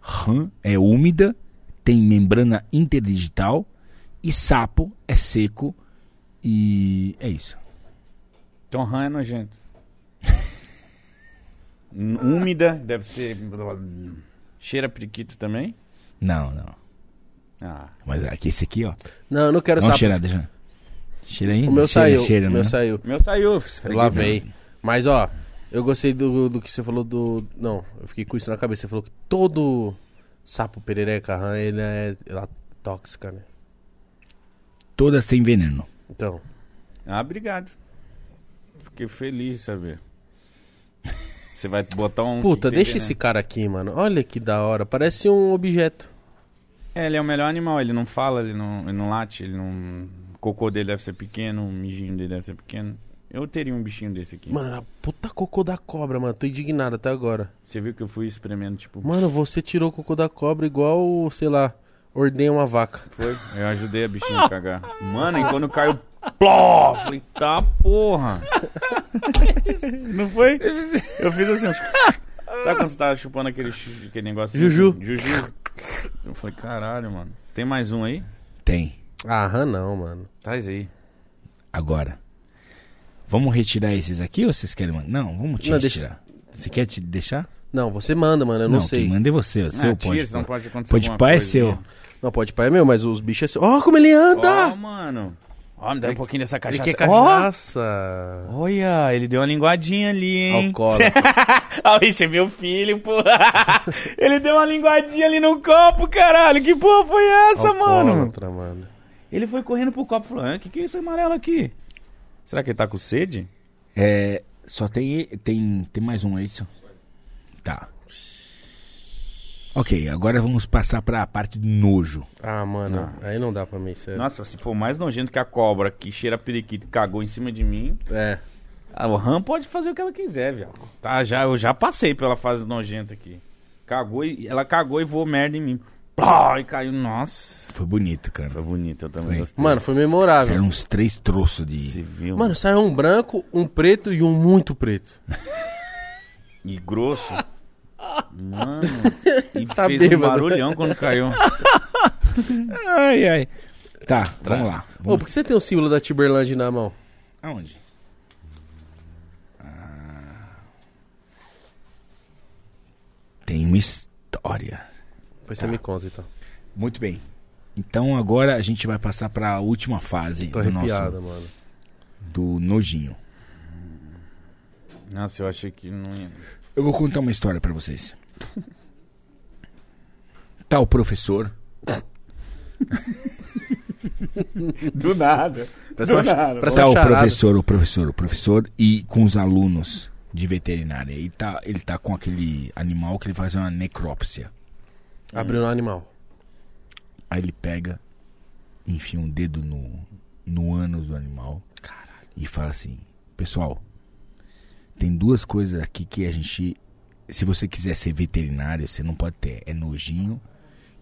Speaker 3: Rã é úmida, tem membrana interdigital. E sapo é seco. E é isso.
Speaker 5: Então rã é nojento. N- [LAUGHS] Úmida, deve ser. Cheira a periquito também?
Speaker 3: Não, não.
Speaker 5: Ah.
Speaker 3: Mas aqui, esse aqui, ó.
Speaker 1: Não, eu não quero
Speaker 3: Vamos
Speaker 1: sapo.
Speaker 3: cheirar, deixa. Cheira aí.
Speaker 1: O meu
Speaker 3: cheira,
Speaker 1: saiu.
Speaker 3: Cheira,
Speaker 1: o meu
Speaker 3: né?
Speaker 1: saiu.
Speaker 5: Meu saiu, esfreguei.
Speaker 1: Lavei. Mas, ó, eu gostei do, do que você falou do. Não, eu fiquei com isso na cabeça. Você falou que todo sapo perereca rã, ele é, ela é tóxica, né?
Speaker 3: Todas têm veneno.
Speaker 1: Então.
Speaker 5: Ah, obrigado. Fiquei feliz de saber. Você vai botar um.
Speaker 1: Puta,
Speaker 5: que
Speaker 1: deixa
Speaker 5: teve,
Speaker 1: esse
Speaker 5: né?
Speaker 1: cara aqui, mano. Olha que da hora. Parece um objeto.
Speaker 5: É, ele é o melhor animal, ele não fala, ele não, ele não late, ele não. O cocô dele deve ser pequeno, o mijinho dele deve ser pequeno. Eu teria um bichinho desse aqui.
Speaker 1: Mano, a puta cocô da cobra, mano. Tô indignado até agora.
Speaker 5: Você viu que eu fui espremendo, tipo.
Speaker 1: Mano, você tirou o cocô da cobra igual, sei lá, ordenha uma vaca.
Speaker 5: Foi? Eu ajudei a bichinha a cagar. Mano, e quando caiu. Pló! Falei, tá porra! [LAUGHS] Não foi? Eu fiz assim. ó. Sabe quando você tava chupando aquele, chu- aquele negócio? assim?
Speaker 1: Juju.
Speaker 5: Juju. Eu falei, caralho, mano. Tem mais um aí?
Speaker 3: Tem.
Speaker 1: Ah, rã não, mano.
Speaker 5: Traz aí.
Speaker 3: Agora. Vamos retirar esses aqui ou vocês querem mandar? Não, vamos te
Speaker 1: Não, deixa-
Speaker 3: retirar. Você quer te deixar?
Speaker 1: Não, você manda, mano. Eu não, sei.
Speaker 3: quem manda é você. O seu
Speaker 5: Ah,
Speaker 3: pode.
Speaker 5: senão pode acontecer
Speaker 3: pode
Speaker 5: alguma
Speaker 3: pá é
Speaker 5: coisa,
Speaker 3: seu.
Speaker 5: né?
Speaker 1: Não, pode pai é meu, mas os bichos é seu. Ó, como ele
Speaker 5: Ó,
Speaker 1: anda!
Speaker 5: mano. Ó, me dá um pouquinho dessa
Speaker 1: ele
Speaker 5: cachaça.
Speaker 1: quer
Speaker 5: Ó!
Speaker 1: cachaça.
Speaker 5: Olha, ele deu uma linguadinha ali, hein? [LAUGHS]
Speaker 1: Alcoólatra.
Speaker 5: Ah, esse é meu filho, pô. [LAUGHS] ele deu uma linguadinha ali no copo, caralho. Que porra foi essa, é, mano?
Speaker 1: Alcoólatra, mano.
Speaker 5: Ele foi correndo pro copo e falou: "Ah, que que é isso amarelo aqui? Será que ele tá com sede?
Speaker 3: É, só tem, tem, tem mais um, é isso? Tá. Ok, agora vamos passar pra parte do nojo.
Speaker 1: Ah, mano, aí não dá pra mim, sério.
Speaker 5: Nossa, se for mais nojento que a cobra que cheira periquito e cagou em cima de mim,
Speaker 1: É.
Speaker 5: a Ram pode fazer o que ela quiser, viado. Tá, já, eu já passei pela fase nojenta aqui. Cagou e ela cagou e voou merda em mim. Plá, e caiu. Nossa.
Speaker 3: Foi bonito, cara.
Speaker 5: Foi bonito, eu também
Speaker 3: Foi.
Speaker 5: gostei.
Speaker 1: Mano, foi memorável.
Speaker 3: Eram uns três troços de.
Speaker 5: Você viu?
Speaker 1: Mano, saiu um branco, um preto e um muito preto.
Speaker 5: E grosso. Mano. E
Speaker 1: Tá
Speaker 5: fez um
Speaker 1: bêbado.
Speaker 5: barulhão quando caiu.
Speaker 3: Ai, ai. Tá, vamos lá.
Speaker 1: Ô,
Speaker 3: Vamos-
Speaker 1: por que você tem o símbolo da Tiberland na mão?
Speaker 3: Aonde? Ah. Tem uma história.
Speaker 1: Depois você me conta, então.
Speaker 3: Muito bem. Então agora a gente vai passar pra última fase
Speaker 1: Tô
Speaker 3: do
Speaker 1: arrepiado,
Speaker 3: nosso
Speaker 1: mano.
Speaker 3: do nojinho.
Speaker 5: Nossa, eu achei que não ia.
Speaker 3: Eu vou contar uma história pra vocês. [LAUGHS] Tá o professor.
Speaker 5: Do nada.
Speaker 1: Parece uma,
Speaker 5: [LAUGHS]
Speaker 1: parece
Speaker 3: Tá
Speaker 1: uma
Speaker 3: o
Speaker 1: charada.
Speaker 3: professor, o professor, o professor e com os alunos de veterinária. E tá, ele tá com aquele animal que ele faz uma necrópsia.
Speaker 1: Abriu no animal.
Speaker 3: Aí ele pega, enfia um dedo no, no ânus do animal e fala assim: Pessoal, tem duas coisas aqui que a gente. Se você quiser ser veterinário, você não pode ter. É nojinho.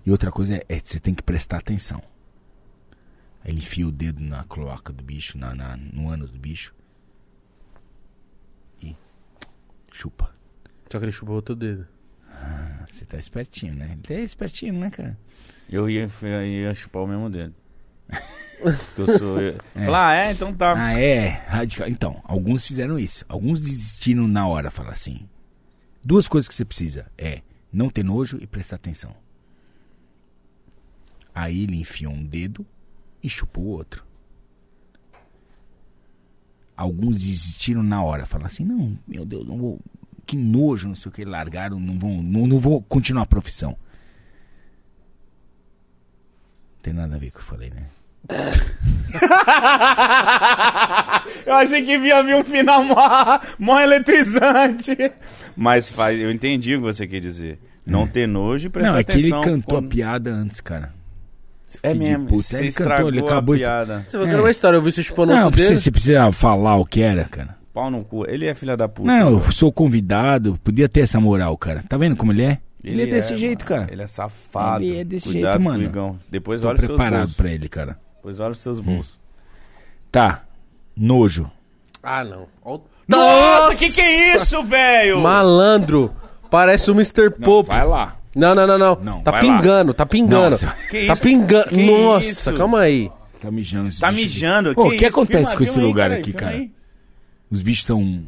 Speaker 3: E outra coisa é, é que você tem que prestar atenção. Aí ele enfia o dedo na cloaca do bicho, na, na- no ânus do bicho. E chupa.
Speaker 1: Só que ele chupou outro dedo.
Speaker 3: Ah, Você tá espertinho, né? Ele é espertinho, né, cara?
Speaker 5: Eu ia, eu ia chupar o mesmo dedo. Porque eu sou. Eu... Falar, ah, é, então tá.
Speaker 3: Ah, é? Radical. Então, alguns fizeram isso. Alguns desistiram na hora, falar assim. Duas coisas que você precisa é não ter nojo e prestar atenção. Aí ele enfiou um dedo e chupou o outro. Alguns desistiram na hora, falaram assim, não, meu Deus, não vou. Que nojo, não sei o que, largaram, não vão, não, não vou continuar a profissão. Não tem nada a ver com o que eu falei, né?
Speaker 5: Eu achei que vinha vir um final mó, mó eletrizante. Mas faz, eu entendi o que você quer dizer. Não ter nojo e prestar
Speaker 3: Não, é que ele
Speaker 5: atenção.
Speaker 3: cantou
Speaker 5: quando-
Speaker 3: a piada antes, cara.
Speaker 5: É
Speaker 3: filho de
Speaker 5: mesmo,
Speaker 3: puta.
Speaker 5: você
Speaker 3: Ele cantou,
Speaker 5: estragou
Speaker 3: ele acabou
Speaker 5: a
Speaker 3: de-
Speaker 5: piada.
Speaker 1: Você vai é. uma história, eu vi você chupando
Speaker 3: Não,
Speaker 1: outro
Speaker 3: precisa-
Speaker 1: dedo.
Speaker 3: você precisa falar o que era, cara.
Speaker 5: Pau no cu. Ele é filha da puta.
Speaker 3: Não,
Speaker 5: cara.
Speaker 3: eu sou convidado, podia ter essa moral, cara. Tá vendo como ele é? Ele, é desse
Speaker 5: mano.
Speaker 3: jeito, cara.
Speaker 5: Ele é safado.
Speaker 3: Ele é desse
Speaker 5: Cuidado
Speaker 3: jeito,
Speaker 5: com o
Speaker 3: mano.
Speaker 5: Igão. Depois
Speaker 3: Tô
Speaker 5: olha os seus
Speaker 3: preparado Hum.
Speaker 5: bolsos.
Speaker 3: pra ele, cara.
Speaker 5: Depois olha os seus bolsos.
Speaker 3: Tá. Nojo.
Speaker 1: Ah, não. Ó o-
Speaker 5: Nossa, que que é isso, velho?
Speaker 1: Malandro. Parece o Mr. Pope.
Speaker 3: Vai lá.
Speaker 1: Não, não, não, não.
Speaker 3: Não,
Speaker 1: tá
Speaker 5: vai lá.
Speaker 1: pingando, tá pingando.
Speaker 3: Não, você-
Speaker 5: Que
Speaker 1: tá
Speaker 5: isso?
Speaker 1: pingando.
Speaker 5: Que
Speaker 1: Nossa,
Speaker 5: isso?
Speaker 1: calma aí.
Speaker 3: Tá mijando esse
Speaker 5: Tá
Speaker 3: bicho aqui.
Speaker 5: mijando.
Speaker 3: Pô, o
Speaker 5: que
Speaker 3: que,
Speaker 5: isso?
Speaker 3: acontece
Speaker 5: Filma-
Speaker 3: com esse
Speaker 5: filma aí,
Speaker 3: lugar
Speaker 5: cara,
Speaker 3: aqui,
Speaker 5: filma
Speaker 3: cara?
Speaker 5: aí.
Speaker 3: Os bichos estão.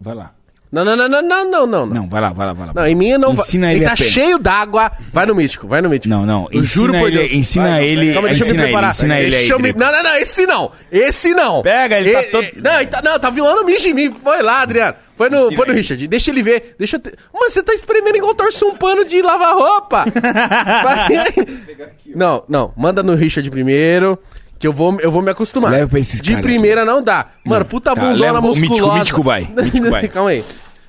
Speaker 3: Vai lá.
Speaker 1: Não, não, não, não, não, não, não. Não,
Speaker 3: Não, vai lá, vai lá, vai lá.
Speaker 1: não em mim não vai.
Speaker 3: Ensina ele
Speaker 1: ele tá
Speaker 3: a pena.
Speaker 1: cheio d'água. Vai no mítico, vai no mítico.
Speaker 3: Não, não.
Speaker 1: Eu juro por
Speaker 3: ele,
Speaker 1: Deus.
Speaker 3: Ensina
Speaker 5: Vai,
Speaker 3: ele.
Speaker 1: Calma, deixa eu me
Speaker 3: ensina ele,
Speaker 1: preparar.
Speaker 3: Ensina ele aí.
Speaker 1: deixa eu me...
Speaker 3: direito.
Speaker 1: Não, não, não, esse não. Esse não.
Speaker 5: Pega, ele tá
Speaker 1: E-
Speaker 5: todo-
Speaker 1: e- Não, ele tá... não, tá vilando mijo em mim. Foi lá, Adriano. Foi no,
Speaker 5: Ensina
Speaker 1: foi no
Speaker 5: ele.
Speaker 1: Richard. Deixa ele ver. Deixa eu te- Mano, você tá espremendo igual torce um pano de lavar
Speaker 3: [LAUGHS]
Speaker 1: roupa. Vai- não, não. Manda no Richard primeiro. Que eu vou, eu vou me acostumar.
Speaker 3: Leva pra esses
Speaker 1: De
Speaker 3: caras
Speaker 1: primeira não dá. Mano, puta
Speaker 3: Tá,
Speaker 1: bundona
Speaker 3: leva- o Mítico,
Speaker 1: musculosa.
Speaker 3: o Mítico vai, o Mítico
Speaker 1: [LAUGHS]
Speaker 3: vai.
Speaker 1: calma aí.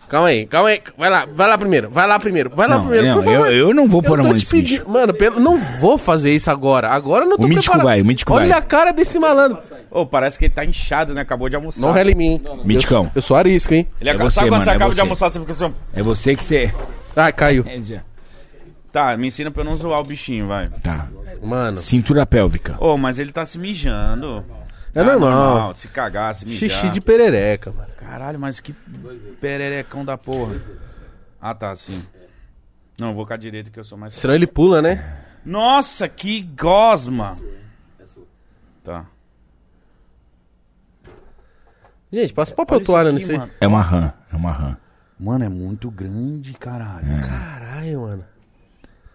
Speaker 1: Calma aí, calma aí. Vai lá, vai lá primeiro. Vai lá primeiro. Vai lá
Speaker 3: Não,
Speaker 1: primeiro.
Speaker 3: não,
Speaker 1: por favor.
Speaker 3: eu- eu não vou pôr a
Speaker 1: tô
Speaker 3: mão
Speaker 1: te
Speaker 3: nesse bicho.
Speaker 1: Mano, pelo... não vou fazer isso agora. Agora eu não tô
Speaker 3: O Mítico
Speaker 1: preparado.
Speaker 3: vai, o Mítico
Speaker 1: Olha
Speaker 3: vai.
Speaker 1: a cara desse malandro.
Speaker 5: Ô, parece que ele tá inchado, né? Acabou de almoçar.
Speaker 1: Não rela em mim. hein?
Speaker 3: Míticão.
Speaker 1: Eu, eu sou arisco, hein?
Speaker 5: Ele
Speaker 3: É
Speaker 5: acaba...
Speaker 3: você,
Speaker 5: Sabe quando
Speaker 3: mano,
Speaker 5: você
Speaker 3: é
Speaker 5: acaba de
Speaker 3: você.
Speaker 5: almoçar, você fica assim...
Speaker 3: É você que você.
Speaker 1: Ah, caiu.
Speaker 3: É, já.
Speaker 5: Tá, me ensina pra eu não zoar o bichinho, vai.
Speaker 3: Tá.
Speaker 1: Mano,
Speaker 3: Cintura pélvica.
Speaker 5: Ô, mas ele tá se mijando.
Speaker 1: é
Speaker 5: Tá
Speaker 1: normal.
Speaker 5: Se cagar, se mijar.
Speaker 1: Xixi de perereca, mano.
Speaker 5: Caralho, mas que pererecão da porra. Ah, tá, sim. Não, eu vou com a direita que eu sou mais...
Speaker 1: Senão ele pula, né?
Speaker 5: Nossa, que gosma! Tá.
Speaker 1: Gente, passa um
Speaker 5: Olha
Speaker 1: papel
Speaker 5: isso
Speaker 1: toalha
Speaker 5: aqui,
Speaker 1: nisso aí.
Speaker 5: mano.
Speaker 3: É uma rã. É uma rã.
Speaker 5: Mano, é muito grande, caralho.
Speaker 1: É. Caralho, mano.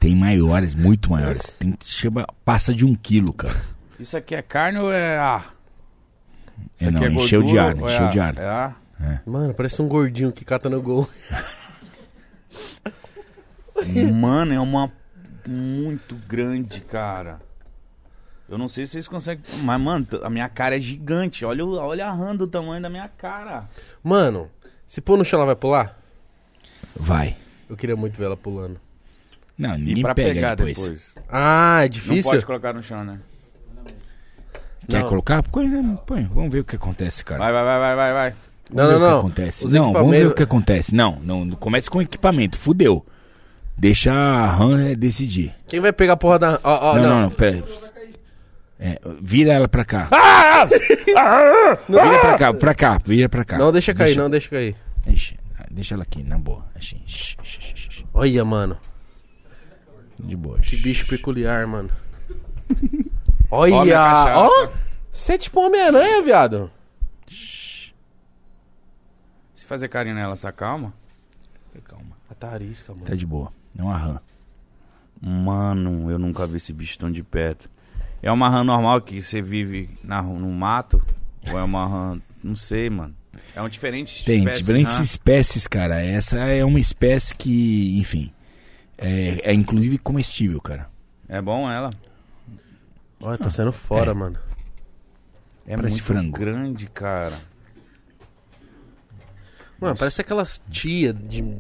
Speaker 3: Tem maiores, muito maiores. Tem que chama, passa de um quilo, cara.
Speaker 5: Isso aqui é carne ou é A?
Speaker 3: É, não, encheu de ar, encheu de ar.
Speaker 5: É A?
Speaker 1: Mano, parece um gordinho que cata no gol. [LAUGHS]
Speaker 5: Mano, é uma muito grande, cara. Eu não sei se vocês conseguem. Mas, mano, t- a minha cara é gigante. Olha, o- olha a rã do tamanho da minha cara.
Speaker 1: Mano, se pôr no chão, ela vai pular?
Speaker 3: Vai.
Speaker 1: Eu queria muito ver ela pulando.
Speaker 3: Não,
Speaker 5: E
Speaker 3: ninguém
Speaker 5: pra
Speaker 3: pega
Speaker 5: pegar
Speaker 3: depois.
Speaker 5: depois.
Speaker 1: Ah, é
Speaker 5: Não
Speaker 1: difícil?
Speaker 5: pode colocar no chão, né?
Speaker 3: Quer
Speaker 1: Não.
Speaker 3: colocar? Põe, né? Põe. Vamos ver o que acontece, cara.
Speaker 5: Vai, vai, vai, vai, vai, vai.
Speaker 1: Não,
Speaker 3: Vamos ver
Speaker 1: não,
Speaker 3: o que
Speaker 1: não.
Speaker 3: acontece.
Speaker 1: Os
Speaker 3: não, vamos ver
Speaker 1: equipamentos-
Speaker 3: o que acontece. Não, não, não começa com equipamento. Fudeu. Deixa a RAM decidir.
Speaker 1: Quem vai pegar a porra da. Ó, ó,
Speaker 3: não,
Speaker 1: Ah, não.
Speaker 3: não, não, pera. É, vira ela pra cá.
Speaker 5: Ah!
Speaker 3: Vira pra cá, pra cá, vira pra cá.
Speaker 1: Não, deixa cair, não, deixa cair.
Speaker 3: Ixi, deixa ela aqui, na boa. Assim, shh, shh, shh, shh, shh.
Speaker 1: Olha, mano.
Speaker 3: De boa.
Speaker 1: Que
Speaker 3: shh.
Speaker 1: bicho peculiar, [LAUGHS] mano.
Speaker 5: Ó, minha
Speaker 1: Olha!
Speaker 5: cachaça.
Speaker 1: Ó! Você é tipo Homem-Aranha, viado.
Speaker 5: Se fazer carinho nela, essa calma.
Speaker 3: Calma.
Speaker 1: A tarisca, mano.
Speaker 3: Tá de boa. É uma RAM.
Speaker 5: Mano, eu nunca vi esse bicho tão de perto. É uma rã normal que você vive na, ru- no mato? Ou é uma rã. Não sei, mano. É um diferente.
Speaker 3: Tem
Speaker 5: espécie né? de
Speaker 3: diferentes
Speaker 5: rã.
Speaker 3: espécies, cara. Essa é uma espécie que, enfim, é, é inclusive comestível, cara.
Speaker 5: É bom ela.
Speaker 1: Olha, tá saindo fora, mano.
Speaker 5: É
Speaker 3: Parece
Speaker 5: muito
Speaker 3: frango.
Speaker 5: grande, cara.
Speaker 1: Mano, parece aquelas tia de.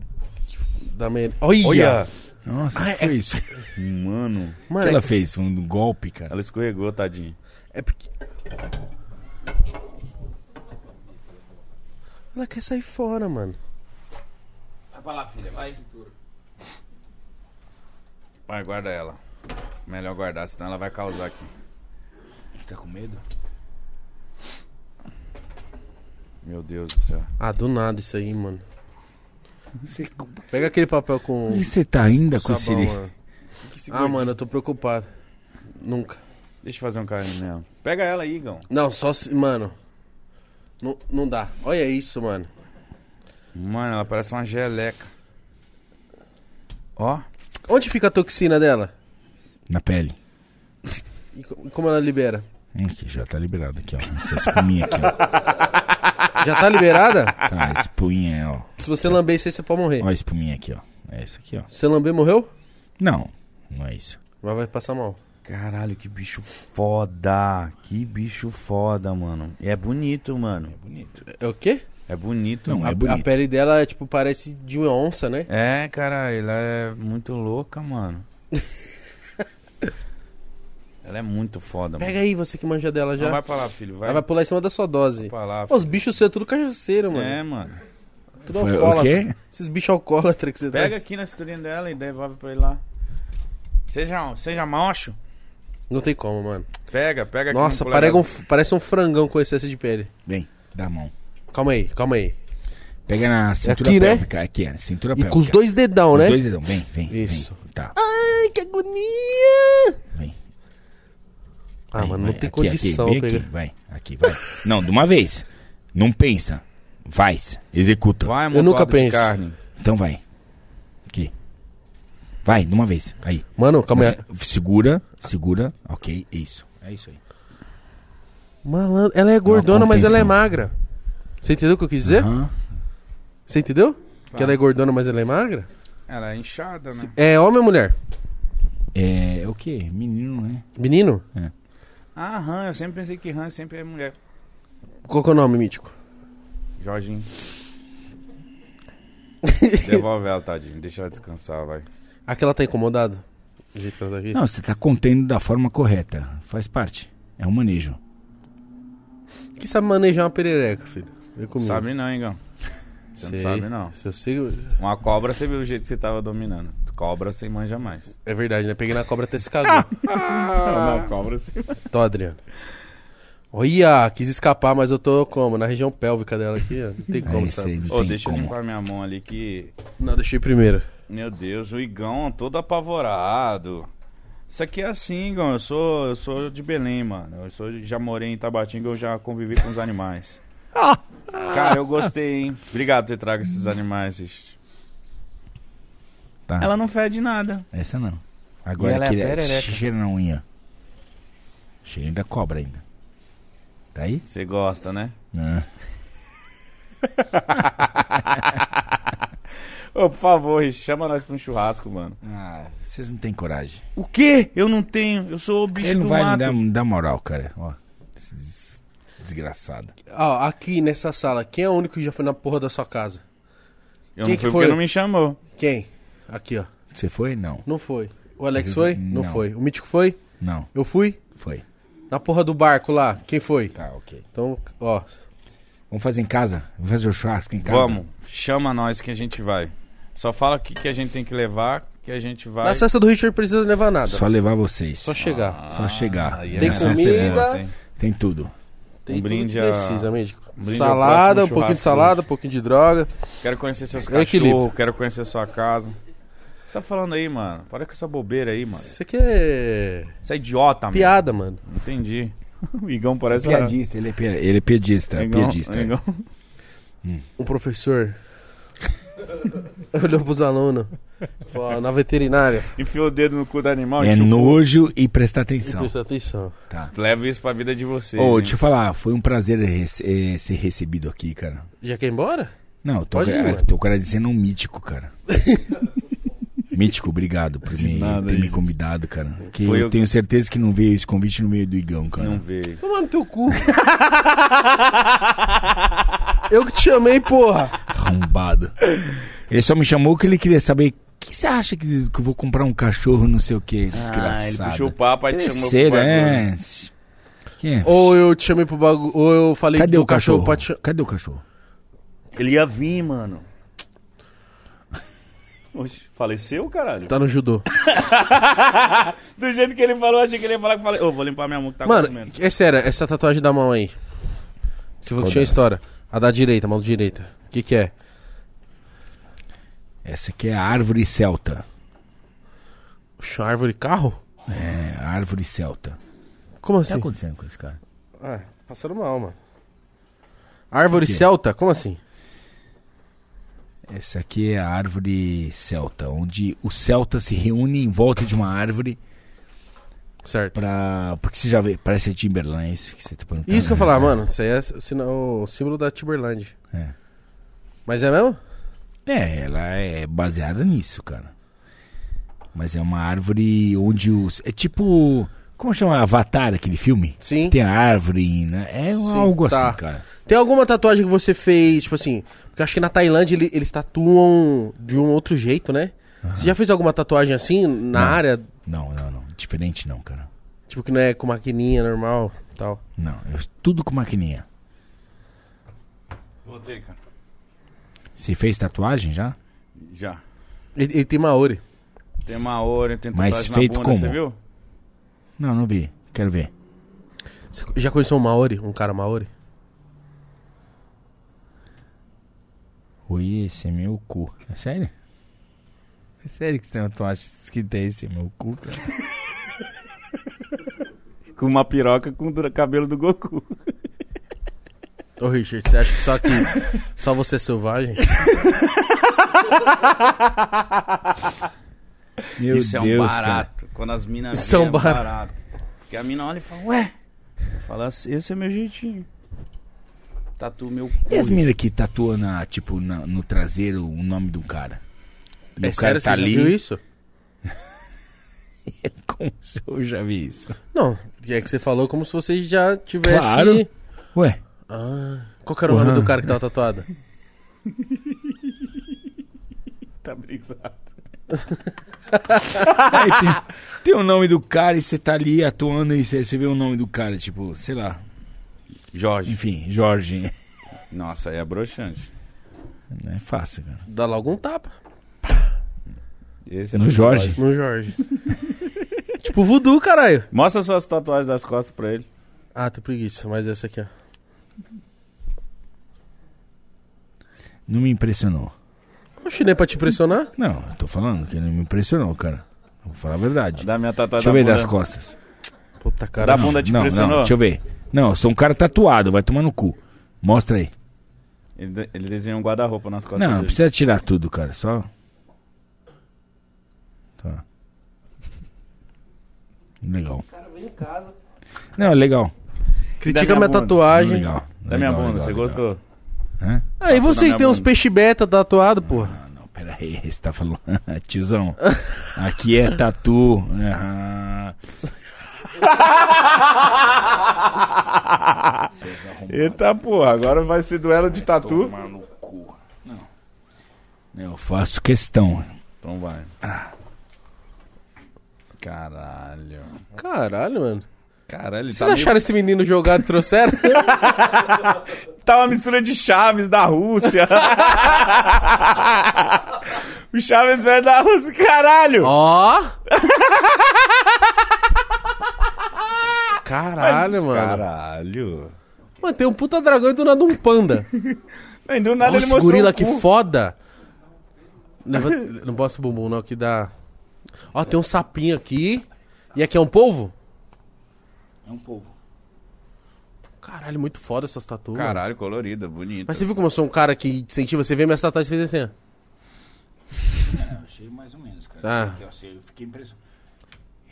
Speaker 1: Da Ameri- Olha!
Speaker 3: Nossa, que foi isso? O
Speaker 5: Mano.
Speaker 1: Ah, é Mano,
Speaker 3: que
Speaker 1: é,
Speaker 3: ela fez? Foi Um golpe, cara.
Speaker 5: Ela escorregou, tadinho.
Speaker 1: é porque. Ela quer sair fora, mano.
Speaker 5: Vai pra lá, filha, vai. Vai, guarda ela. Melhor guardar, senão ela vai causar aqui.
Speaker 3: Tá com medo?
Speaker 5: Meu Deus do céu.
Speaker 1: Ah, do nada isso aí, mano. Pega aquele papel com.
Speaker 3: E você tá ainda com esse...
Speaker 1: sabão, mano. Ah, mano, eu tô preocupado. Nunca.
Speaker 5: Deixa eu fazer um carinho nela. Pega ela aí, Igão.
Speaker 1: Não, só se. Mano. Não, não dá. Olha isso, mano.
Speaker 5: Mano, ela parece uma geleca. Ó.
Speaker 1: Onde fica a toxina dela?
Speaker 3: Na pele.
Speaker 1: E co- e como ela libera?
Speaker 3: Aqui, já tá liberado aqui, ó. Essa espuminha aqui, ó.
Speaker 1: Já tá
Speaker 3: [LAUGHS]
Speaker 1: liberada?
Speaker 3: Tá, a espuminha é, ó.
Speaker 1: Se você lamber isso aí, você pode morrer.
Speaker 3: Ó a espuminha aqui, ó. É essa aqui, ó.
Speaker 1: Se você lamber, morreu?
Speaker 3: Não, não é isso.
Speaker 1: Mas vai passar mal.
Speaker 5: Caralho, que bicho foda. Que bicho foda, mano. E é bonito, mano.
Speaker 3: Bonito.
Speaker 1: É o quê?
Speaker 5: É bonito,
Speaker 3: Não,
Speaker 5: mano.
Speaker 1: a,
Speaker 3: é bonito.
Speaker 1: a pele dela, tipo, parece de uma onça, né?
Speaker 5: É, cara, ela é muito louca, [LAUGHS] mano. ela é muito foda,
Speaker 1: Pega
Speaker 5: mano.
Speaker 1: aí você que manja dela já.
Speaker 5: Não, vai pra lá, filho. Vai,
Speaker 1: Ela vai pular em cima da sua dose.
Speaker 5: pra lá,
Speaker 1: Pô, os bichos seus é tudo cachaceiro, mano.
Speaker 5: É, mano.
Speaker 1: Tudo
Speaker 3: Foi- o
Speaker 1: alcoólatra.
Speaker 3: quê?
Speaker 1: Esses bichos alcoólatra que você
Speaker 5: Pega
Speaker 1: traz.
Speaker 5: aqui na cinturinha dela e devolve pra ele lá. Seja, seja macho.
Speaker 1: Não tem como, mano.
Speaker 5: Pega, pega aqui
Speaker 1: Nossa,
Speaker 5: no
Speaker 1: parece
Speaker 5: colega-
Speaker 1: um, parece um frangão com excesso de pele.
Speaker 3: Vem, dá a mão.
Speaker 1: Calma aí, calma aí.
Speaker 3: Pega na cintura
Speaker 1: aqui, né?
Speaker 3: pélvica. Aqui, é, cintura
Speaker 1: E
Speaker 3: pélvica.
Speaker 1: com os dois dedão,
Speaker 3: Os
Speaker 1: né?
Speaker 3: dois dedão. Vem, vem. vem.
Speaker 1: Isso.
Speaker 3: Tá,
Speaker 1: Ai, que agonia!
Speaker 3: vem.
Speaker 1: Ah,
Speaker 3: Aí,
Speaker 1: mano,
Speaker 3: vai,
Speaker 1: não tem
Speaker 3: aqui,
Speaker 1: condição,
Speaker 3: aqui, bem
Speaker 1: pegar.
Speaker 3: aqui, vai, aqui, vai. Não, de uma vez. Não pensa. Faz. Executa.
Speaker 5: Vai,
Speaker 1: Eu nunca
Speaker 5: amontoado de
Speaker 1: penso.
Speaker 5: Carne.
Speaker 3: Então vai. Aqui. Vai, de uma vez. Aí.
Speaker 1: Mano, calma aí.
Speaker 3: F- Segura, segura. Ok, isso. É isso aí.
Speaker 1: Malandro, ela é gordona, mas ela é
Speaker 3: contenção.
Speaker 1: magra. Você entendeu o que eu quis dizer?
Speaker 3: Aham.
Speaker 1: Você entendeu? Que ela é gordona, mas ela é magra?
Speaker 5: Ela é inchada, né?
Speaker 1: É homem ou mulher?
Speaker 3: É, é o quê? Menino, né?
Speaker 1: Menino?
Speaker 5: Ah, Han, eu sempre pensei que Han sempre é mulher.
Speaker 1: Qual que é o nome, mítico? [LAUGHS]
Speaker 5: Jorginho. Devolve ela, tadinho. Deixa ela descansar, vai.
Speaker 1: Aquela tá incomodada? Do jeito que ela tá aqui?
Speaker 3: Não, você tá contendo da forma correta. Faz parte. É um manejo.
Speaker 1: Quem sabe manejar uma perereca, filho? Vem comigo.
Speaker 5: Sabe não, hein, Gão? Você
Speaker 1: Sei.
Speaker 5: não sabe, não.
Speaker 1: Se eu sei, eu-
Speaker 5: Uma cobra, você viu o jeito que você tava dominando. Cobra, você manja mais.
Speaker 1: É verdade, né? Peguei na cobra até se cagou.
Speaker 5: Não, não, cobra, você...
Speaker 1: Tô, Adriano. Olha, quis escapar, mas eu tô como? Na região pélvica dela aqui, ó. Não tem como,
Speaker 3: É isso aí,
Speaker 1: sabe?
Speaker 3: não
Speaker 5: Ô,
Speaker 3: tem
Speaker 5: deixa eu
Speaker 3: como.
Speaker 5: limpar minha mão ali que...
Speaker 1: Não, deixei primeiro.
Speaker 5: Meu Deus, o Igão todo apavorado. Isso aqui é assim, Igão. Eu sou, eu sou de Belém, mano. Eu sou, já morei em Tabatinga, eu já convivi com os [LAUGHS] animais. Cara, eu gostei, hein? Obrigado por ter trago esses animais. gente.
Speaker 3: Tá.
Speaker 5: Ela não fede nada.
Speaker 3: Essa não. Agora
Speaker 5: ela é
Speaker 3: que
Speaker 5: a
Speaker 3: é
Speaker 5: perereca.
Speaker 3: cheira na unha. Cheira da cobra ainda. Tá aí?
Speaker 5: Você gosta, né?
Speaker 3: Ah.
Speaker 5: Ô, por favor, Rich, chama nós pra um churrasco, mano.
Speaker 3: Ah, vocês não têm coragem.
Speaker 5: O quê? Eu não tenho. Eu sou o bicho
Speaker 3: Ele não
Speaker 5: do
Speaker 3: vai me
Speaker 5: mato.
Speaker 3: dar, me dar moral, cara. Ó, esse des- desgraçado.
Speaker 1: Ó, aqui nessa sala, quem é o único que já foi na porra da sua casa?
Speaker 5: Eu
Speaker 1: Quem
Speaker 5: não
Speaker 1: que
Speaker 5: fui
Speaker 1: foi?
Speaker 5: porque não me chamou.
Speaker 1: Quem? Aqui, ó.
Speaker 3: Você foi? Não.
Speaker 1: Não foi. O Alex foi? Não,
Speaker 3: Não.
Speaker 1: foi. O Mítico foi?
Speaker 3: Não,
Speaker 1: Eu fui?
Speaker 3: foi.
Speaker 1: Na porra do barco lá. Quem foi?
Speaker 3: Tá, ok.
Speaker 1: Então, ó.
Speaker 3: Vamos fazer em casa? Vamos fazer o churrasco em casa?
Speaker 5: Vamos, chama nós que a gente vai. Só fala o que, que a gente tem que levar, que a gente vai.
Speaker 1: Na cesta do Richard precisa levar nada.
Speaker 3: Só levar vocês.
Speaker 1: Só chegar.
Speaker 3: Só chegar.
Speaker 5: aí é
Speaker 1: Tem
Speaker 3: Na
Speaker 5: melhor.
Speaker 3: sexta
Speaker 1: comida.
Speaker 3: é boa.
Speaker 5: Tem.
Speaker 3: Tem tudo.
Speaker 1: Tem
Speaker 5: Um
Speaker 1: tudo
Speaker 5: brinde
Speaker 1: que
Speaker 5: a-
Speaker 1: precisa, médico.
Speaker 5: brinde ao
Speaker 1: salada,
Speaker 5: próximo
Speaker 1: um pouquinho de
Speaker 5: churrasco
Speaker 1: salada, um pouquinho de droga.
Speaker 5: Quero conhecer seus
Speaker 1: É equilíbrio.
Speaker 5: cachorros, quero conhecer sua casa. O que você tá falando aí, mano? Para com essa bobeira aí, mano.
Speaker 1: Isso aqui é
Speaker 5: Você é idiota, mano.
Speaker 1: piada, mano.
Speaker 5: Entendi. [LAUGHS] O Igão parece.
Speaker 3: Piadista, ele é, pia- ele é piadista.
Speaker 5: Igão, um
Speaker 3: piadista. é.
Speaker 5: Igão.
Speaker 1: Um professor [LAUGHS] olhou pros alunos falou, na veterinária.
Speaker 5: Enfiou o dedo no cu do animal e
Speaker 3: É
Speaker 5: chupou.
Speaker 3: nojo e prestar
Speaker 1: E
Speaker 3: atenção.
Speaker 1: presta atenção.
Speaker 3: Tá.
Speaker 5: Leva isso pra vida de vocês.
Speaker 3: Ô,
Speaker 5: hein?
Speaker 3: deixa eu falar, foi um prazer rece- eh, ser recebido aqui, cara.
Speaker 1: Já quer ir embora?
Speaker 3: Não, eu tô,
Speaker 1: Pode ir,
Speaker 3: ah,
Speaker 1: mano.
Speaker 3: tô agradecendo um mítico,
Speaker 5: [LAUGHS]
Speaker 3: cara. mítico, obrigado por me,
Speaker 5: nada,
Speaker 3: ter me
Speaker 5: gente.
Speaker 3: convidado, cara. Que eu,
Speaker 5: Foi eu-
Speaker 3: tenho certeza que não veio esse convite no meio do Igão, cara.
Speaker 5: Não veio.
Speaker 1: Toma no teu cu. Eu que te chamei, porra.
Speaker 3: Arrombado. Ele só me chamou que ele queria saber o que você acha que, que eu vou comprar um cachorro, não sei o que, desgraçado.
Speaker 5: Ah, ele puxou o papo aí te chamou pro
Speaker 3: Terceiro,
Speaker 5: bagulho.
Speaker 3: é. Quem é?
Speaker 1: Ou eu te chamei pro bagulho, ou eu falei
Speaker 3: Cadê
Speaker 1: do
Speaker 3: o cachorro?
Speaker 1: pra te cha-
Speaker 3: Cadê o cachorro?
Speaker 5: Ele ia vir, mano. [LAUGHS] Oxe, faleceu, caralho?
Speaker 1: Tá no judô.
Speaker 5: Do jeito que ele falou, achei que ele ia falar que eu falei. Ô, vou limpar minha mão que tá
Speaker 1: Mano,
Speaker 5: comendo.
Speaker 1: é sério, essa tatuagem da mão aí. Se for que tinha
Speaker 3: delas?
Speaker 1: história. A da direita, a mão direita. O que que é?
Speaker 3: Essa aqui é a árvore celta.
Speaker 1: Oxe, uma árvore carro?
Speaker 3: É, a árvore celta.
Speaker 1: Como
Speaker 3: O que tá
Speaker 1: assim?
Speaker 3: acontecendo com esse cara?
Speaker 1: Ah, passando mal, mano. Árvore
Speaker 3: Por quê?
Speaker 1: celta? Como assim?
Speaker 3: Essa aqui é a árvore celta, onde os celtas se reúnem em volta de uma árvore
Speaker 1: Certo.
Speaker 3: pra. Porque você já vê, parece Timberland esse que você tá perguntando.
Speaker 1: Isso que eu
Speaker 3: né?
Speaker 1: falar, mano. Isso aí é sina- o símbolo da Timberland.
Speaker 3: É.
Speaker 1: Mas é mesmo?
Speaker 3: É, ela é baseada nisso, cara. Mas é uma árvore onde os. É tipo. Como chama? Avatar, aquele filme?
Speaker 1: Sim.
Speaker 3: Tem a árvore, né? É um-
Speaker 1: Sim,
Speaker 3: algo
Speaker 1: tá.
Speaker 3: assim, cara.
Speaker 1: Tem alguma tatuagem que você fez, tipo assim, porque eu acho que na Tailândia ele- eles tatuam de um outro jeito, né? Você já fez alguma tatuagem assim na
Speaker 3: Não.
Speaker 1: área?
Speaker 3: Não, não, não. Diferente não, cara.
Speaker 1: Tipo que não é com maquininha normal tal.
Speaker 3: Não, eu- tudo com maquininha.
Speaker 5: Voltei, cara.
Speaker 3: Você fez tatuagem já?
Speaker 5: Já.
Speaker 1: Ele, ele tem Maori.
Speaker 5: Tem uma hora, tem
Speaker 3: Mas
Speaker 5: tatuagem
Speaker 3: feito
Speaker 5: na bunda,
Speaker 3: como?
Speaker 5: você viu?
Speaker 3: Não, não vi. Quero ver.
Speaker 1: Você já conheceu um Maori? Um cara Maori?
Speaker 3: Oi, esse é meu cu. É sério? É sério que você tem uma tatuagem escrita esse é meu cu, cara?
Speaker 5: Com uma piroca com o cabelo do Goku.
Speaker 1: Ô Richard, você acha que [LAUGHS] só que só você é selvagem?
Speaker 3: Meu
Speaker 5: Isso é um
Speaker 3: Deus, cara.
Speaker 5: barato. Quando as minas
Speaker 1: Isso é um
Speaker 5: veem,
Speaker 1: barato.
Speaker 5: Porque a mina olha e fala, ué. Fala assim, esse é meu jeitinho. Tatu meu cu.
Speaker 3: E as minas que tatuam, na, tipo, na- no traseiro o nome do cara? tá E
Speaker 1: é sério, você já viu isso?
Speaker 3: [LAUGHS] Como se eu já vi isso?
Speaker 1: Não, é que você falou como se você já tivesse.
Speaker 3: Claro. Ué,
Speaker 1: Ah, qual que era o nome
Speaker 3: Uau.
Speaker 1: do cara que tava tatuado?
Speaker 5: Tá brisado.
Speaker 3: aí tem, tem o nome do cara e você tá ali atuando e você você vê o nome do cara, tipo, sei lá.
Speaker 5: Jorge.
Speaker 3: Enfim, Jorge.
Speaker 5: Nossa, aí é broxante.
Speaker 3: Não é fácil, cara.
Speaker 1: Dá logo um tapa
Speaker 5: Esse é
Speaker 3: No
Speaker 5: meu
Speaker 3: Jorge.
Speaker 1: no [LAUGHS] Jorge. tipo voodoo, caralho.
Speaker 5: Mostra suas tatuagens das costas pra ele.
Speaker 1: Ah, tô preguiça, mas essa aqui, ó.
Speaker 3: Não me impressionou.
Speaker 1: Oxe, nem pra te impressionar?
Speaker 3: Não, eu tô falando que não me impressionou, cara. Vou falar a verdade.
Speaker 5: Da minha tatuagem
Speaker 3: Deixa eu ver
Speaker 5: da
Speaker 3: das
Speaker 5: bunda.
Speaker 3: costas.
Speaker 1: Puta cara.
Speaker 5: Da bunda te
Speaker 3: não,
Speaker 5: impressionou?
Speaker 3: Não, deixa eu ver. Não, eu sou um cara tatuado, vai tomar no cu. Mostra aí.
Speaker 5: Ele, de- ele desenhou um guarda-roupa nas costas
Speaker 3: não, não
Speaker 5: dele.
Speaker 3: precisa tirar tudo, cara. Só. Tá. Legal. Não, é legal.
Speaker 1: Critica
Speaker 5: Da minha
Speaker 1: minha
Speaker 5: bunda.
Speaker 1: tatuagem.
Speaker 3: Legal.
Speaker 5: Da É minha
Speaker 3: legal,
Speaker 5: bunda,
Speaker 3: legal,
Speaker 5: você
Speaker 3: legal.
Speaker 5: gostou?
Speaker 3: Hã?
Speaker 1: Ah, e
Speaker 5: Passou na
Speaker 1: você
Speaker 5: minha
Speaker 1: que tem uns
Speaker 5: bunda.
Speaker 1: peixe beta tatuado, porra?
Speaker 3: Ah, não, pera aí, [LAUGHS] você tá falando. Tiozão, aqui é tatu. Ah. Aham.
Speaker 5: Eita porra, agora vai ser duelo de tatu.
Speaker 3: Eu faço questão.
Speaker 5: Então vai.
Speaker 3: Ah.
Speaker 5: Caralho.
Speaker 1: Caralho, mano.
Speaker 5: Caralho, ele
Speaker 1: Vocês
Speaker 5: tá meio-
Speaker 1: acharam esse menino jogado e
Speaker 5: [LAUGHS]
Speaker 1: trouxeram?
Speaker 5: Tá uma mistura de Chaves da Rússia. o Chaves velho da Rússia, caralho.
Speaker 1: Ó! Caralho, mano.
Speaker 5: Caralho.
Speaker 1: Mano, tem um puta dragão e do nada um panda.
Speaker 5: Aí, do nada [LAUGHS] ele
Speaker 1: Nossa,
Speaker 5: mostrou
Speaker 1: gorila,
Speaker 5: o
Speaker 1: que
Speaker 5: cu.
Speaker 1: foda. Levanta- [LAUGHS] não posso o bumbum, não, que dá... Ó, tem um sapinho aqui. E aqui é um polvo?
Speaker 3: É um povo.
Speaker 1: Caralho, muito foda essas tatuas.
Speaker 5: Caralho, colorida, bonito.
Speaker 1: Mas você viu como eu sou um cara que incentiva? Você vê minhas tatuagens e fez assim, ó.
Speaker 3: Eu achei mais ou menos, cara.
Speaker 1: Tá.
Speaker 3: Eu fiquei impressionado.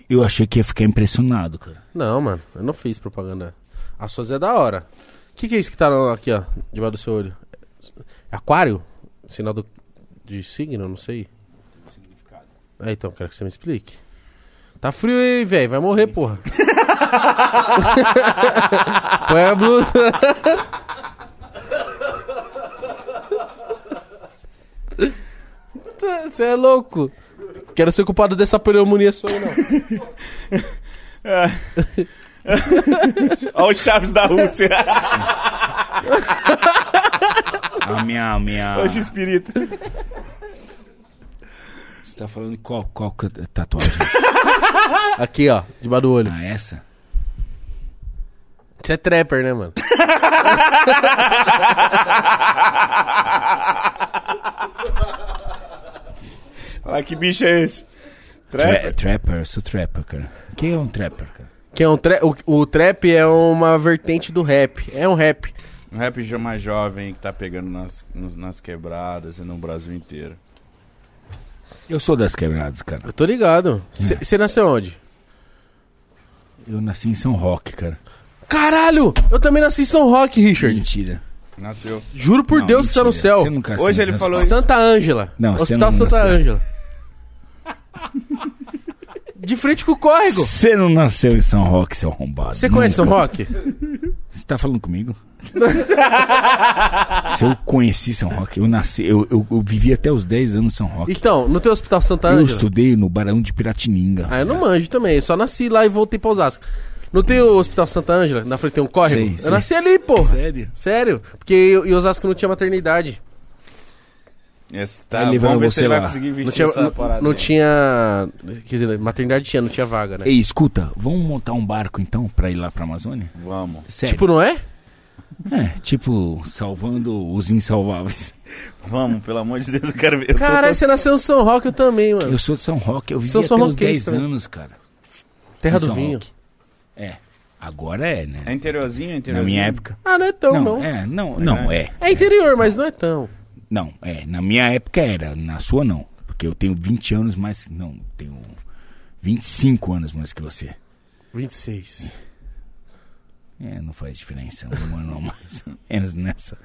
Speaker 3: Eu achei que ia ficar impressionado, cara.
Speaker 1: Não, mano, eu não fiz propaganda. As suas é da hora. O que, que é isso que tá no- aqui, ó, debaixo do seu olho? É Aquário? Sinal do, de signo? Não sei. É, então, quero que você me explique. Tá frio aí, velho. Vai morrer, porra. Põe a blusa. Tá, Você é louco. Quero ser culpado dessa pneumonia sua aí, não.
Speaker 5: Olha o Chaves da Rússia.
Speaker 3: A minha. a minha...
Speaker 5: [LAUGHS] Hoje espírito.
Speaker 3: Você tá falando qual, qual que é a tatuagem?
Speaker 1: Aqui, ó, debaixo do olho.
Speaker 3: [LAUGHS] ah, essa?
Speaker 1: Você é trapper, né, mano?
Speaker 5: Olha que bicho é esse.
Speaker 3: Tra
Speaker 5: Trapper.
Speaker 3: trapper, eu sou trapper, cara. Quem é um trapper, cara?
Speaker 1: Que é um tra o, o trap é uma vertente do rap. É um rap.
Speaker 5: Um rap jo- mais jovem que tá pegando nas, nos- nas quebradas e no Brasil inteiro.
Speaker 3: Eu sou das quebradas, cara.
Speaker 1: Eu tô ligado. Você nasceu onde?
Speaker 3: Eu nasci em São Roque, cara.
Speaker 1: Caralho! Eu também nasci em São Roque, Richard.
Speaker 3: Mentira.
Speaker 5: Nasceu.
Speaker 1: Juro por
Speaker 3: Não,
Speaker 1: Deus que tá no
Speaker 3: mentira.
Speaker 1: céu.
Speaker 3: Você nunca
Speaker 5: Hoje
Speaker 3: nasceu em
Speaker 5: ele
Speaker 3: São-
Speaker 5: falou isso.
Speaker 1: Santa Ângela.
Speaker 3: Não, cê
Speaker 1: Hospital
Speaker 3: não
Speaker 1: Santa
Speaker 3: nasceu.
Speaker 1: Ângela. De frente com o córrego.
Speaker 3: Você não nasceu em São Roque, seu arrombado.
Speaker 1: Você conhece o
Speaker 3: Nunca.
Speaker 1: Rock?
Speaker 3: Você tá falando comigo? [LAUGHS] Se eu conheci São Roque, eu nasci, eu, eu, eu vivi até os 10 anos em São Roque.
Speaker 1: Então, no teu Hospital Santa
Speaker 3: Eu
Speaker 1: Ângela.
Speaker 3: estudei no Barão de Piratininga. É.
Speaker 1: Ah, eu não manjo também. Eu só nasci lá e voltei pra Osasco. Não tem o Hospital Santa Ângela? Na frente tem um córrego?
Speaker 3: Sei,
Speaker 1: Eu
Speaker 3: sei.
Speaker 1: nasci ali, porra.
Speaker 3: Sério?
Speaker 1: Sério. Porque eu, em Osasco não tinha maternidade.
Speaker 2: Esse
Speaker 3: Aí
Speaker 2: tá,
Speaker 3: ele vai
Speaker 2: vamos ver
Speaker 3: você
Speaker 2: se ele vai
Speaker 3: lá.
Speaker 2: conseguir
Speaker 1: Não
Speaker 2: vestir
Speaker 1: tinha,
Speaker 2: essa parada.
Speaker 1: não, não
Speaker 2: aí.
Speaker 1: tinha... Quer dizer, maternidade tinha, não tinha vaga, né?
Speaker 3: Ei, escuta, vamos montar um barco então pra ir lá pra Amazônia?
Speaker 2: Vamos.
Speaker 3: Sério?
Speaker 1: Tipo, não é?
Speaker 3: é, tipo, salvando os insalváveis.
Speaker 2: Vamos, pelo amor de Deus, eu quero ver. Eu tô-
Speaker 1: Caralho, você nasceu em São Roque, eu também, mano.
Speaker 3: Eu sou de São Roque, eu vivi
Speaker 1: Ah. Sou
Speaker 3: até
Speaker 1: São
Speaker 3: os
Speaker 1: Roquense
Speaker 3: 10
Speaker 1: também.
Speaker 3: anos, cara.
Speaker 1: Terra
Speaker 3: em
Speaker 1: do
Speaker 3: São
Speaker 1: vinho.
Speaker 3: Roque. É, agora é, né?
Speaker 2: É interiorzinho, é
Speaker 3: Na
Speaker 2: interiorzinho.
Speaker 3: minha época.
Speaker 1: Ah, não é tão, não.
Speaker 3: é, não, não, é.
Speaker 1: É interior, mas não é tão.
Speaker 3: Não, é. Na minha época era, na sua não. Porque eu tenho 20 anos mais. Não, tenho 25 anos mais que você.
Speaker 1: 26.
Speaker 3: É, não faz diferença. Um [LAUGHS] ano a mais ou menos nessa,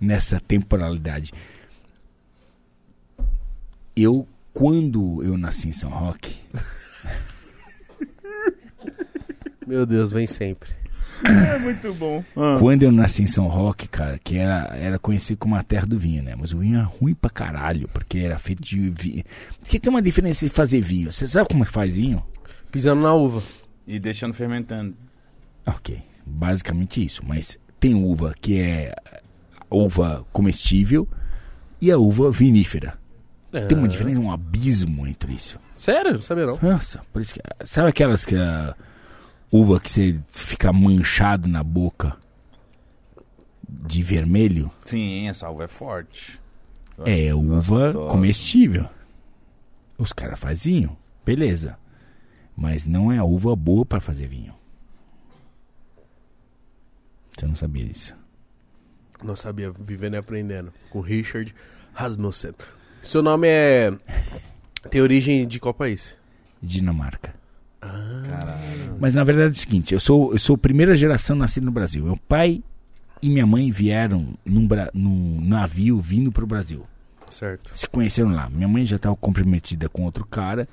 Speaker 3: nessa temporalidade. Eu, quando eu nasci em São Roque,
Speaker 1: Meu Deus, vem sempre.
Speaker 2: Muito bom.
Speaker 3: Quando eu nasci em São Roque, cara, que era, era conhecido como a terra do vinho, né? Mas o vinho era ruim pra caralho, porque era feito de vinho. Porque tem uma diferença de fazer vinho. Você sabe como é que faz vinho?
Speaker 1: Pisando na uva.
Speaker 2: E deixando fermentando.
Speaker 3: Ok, basicamente isso. Mas tem uva que é uva comestível e a uva vinífera. Tem
Speaker 1: Ah.
Speaker 3: uma diferença, um abismo entre isso.
Speaker 1: É. Sério? Não sabia não.
Speaker 3: Nossa, por isso que. Sabe aquelas que a uva que você fica manchado na boca de vermelho?
Speaker 2: Sim, essa uva é forte. Eu
Speaker 3: É
Speaker 2: acho-
Speaker 3: uva
Speaker 2: gostosa.
Speaker 3: comestível. Os caras fazem vinho, beleza. Mas não é a uva boa para fazer vinho. Você não sabia disso.
Speaker 1: Não sabia, vivendo e aprendendo. Com Richard Rasmussen. Seu nome é... Tem origem de qual país?
Speaker 3: Dinamarca. Mas na verdade é o seguinte, eu sou, eu sou a primeira geração nascida no Brasil. Meu pai e minha mãe vieram num, bra- num navio vindo para o Brasil.
Speaker 1: Certo.
Speaker 3: se conheceram lá. Minha mãe já estava comprometida com outro cara,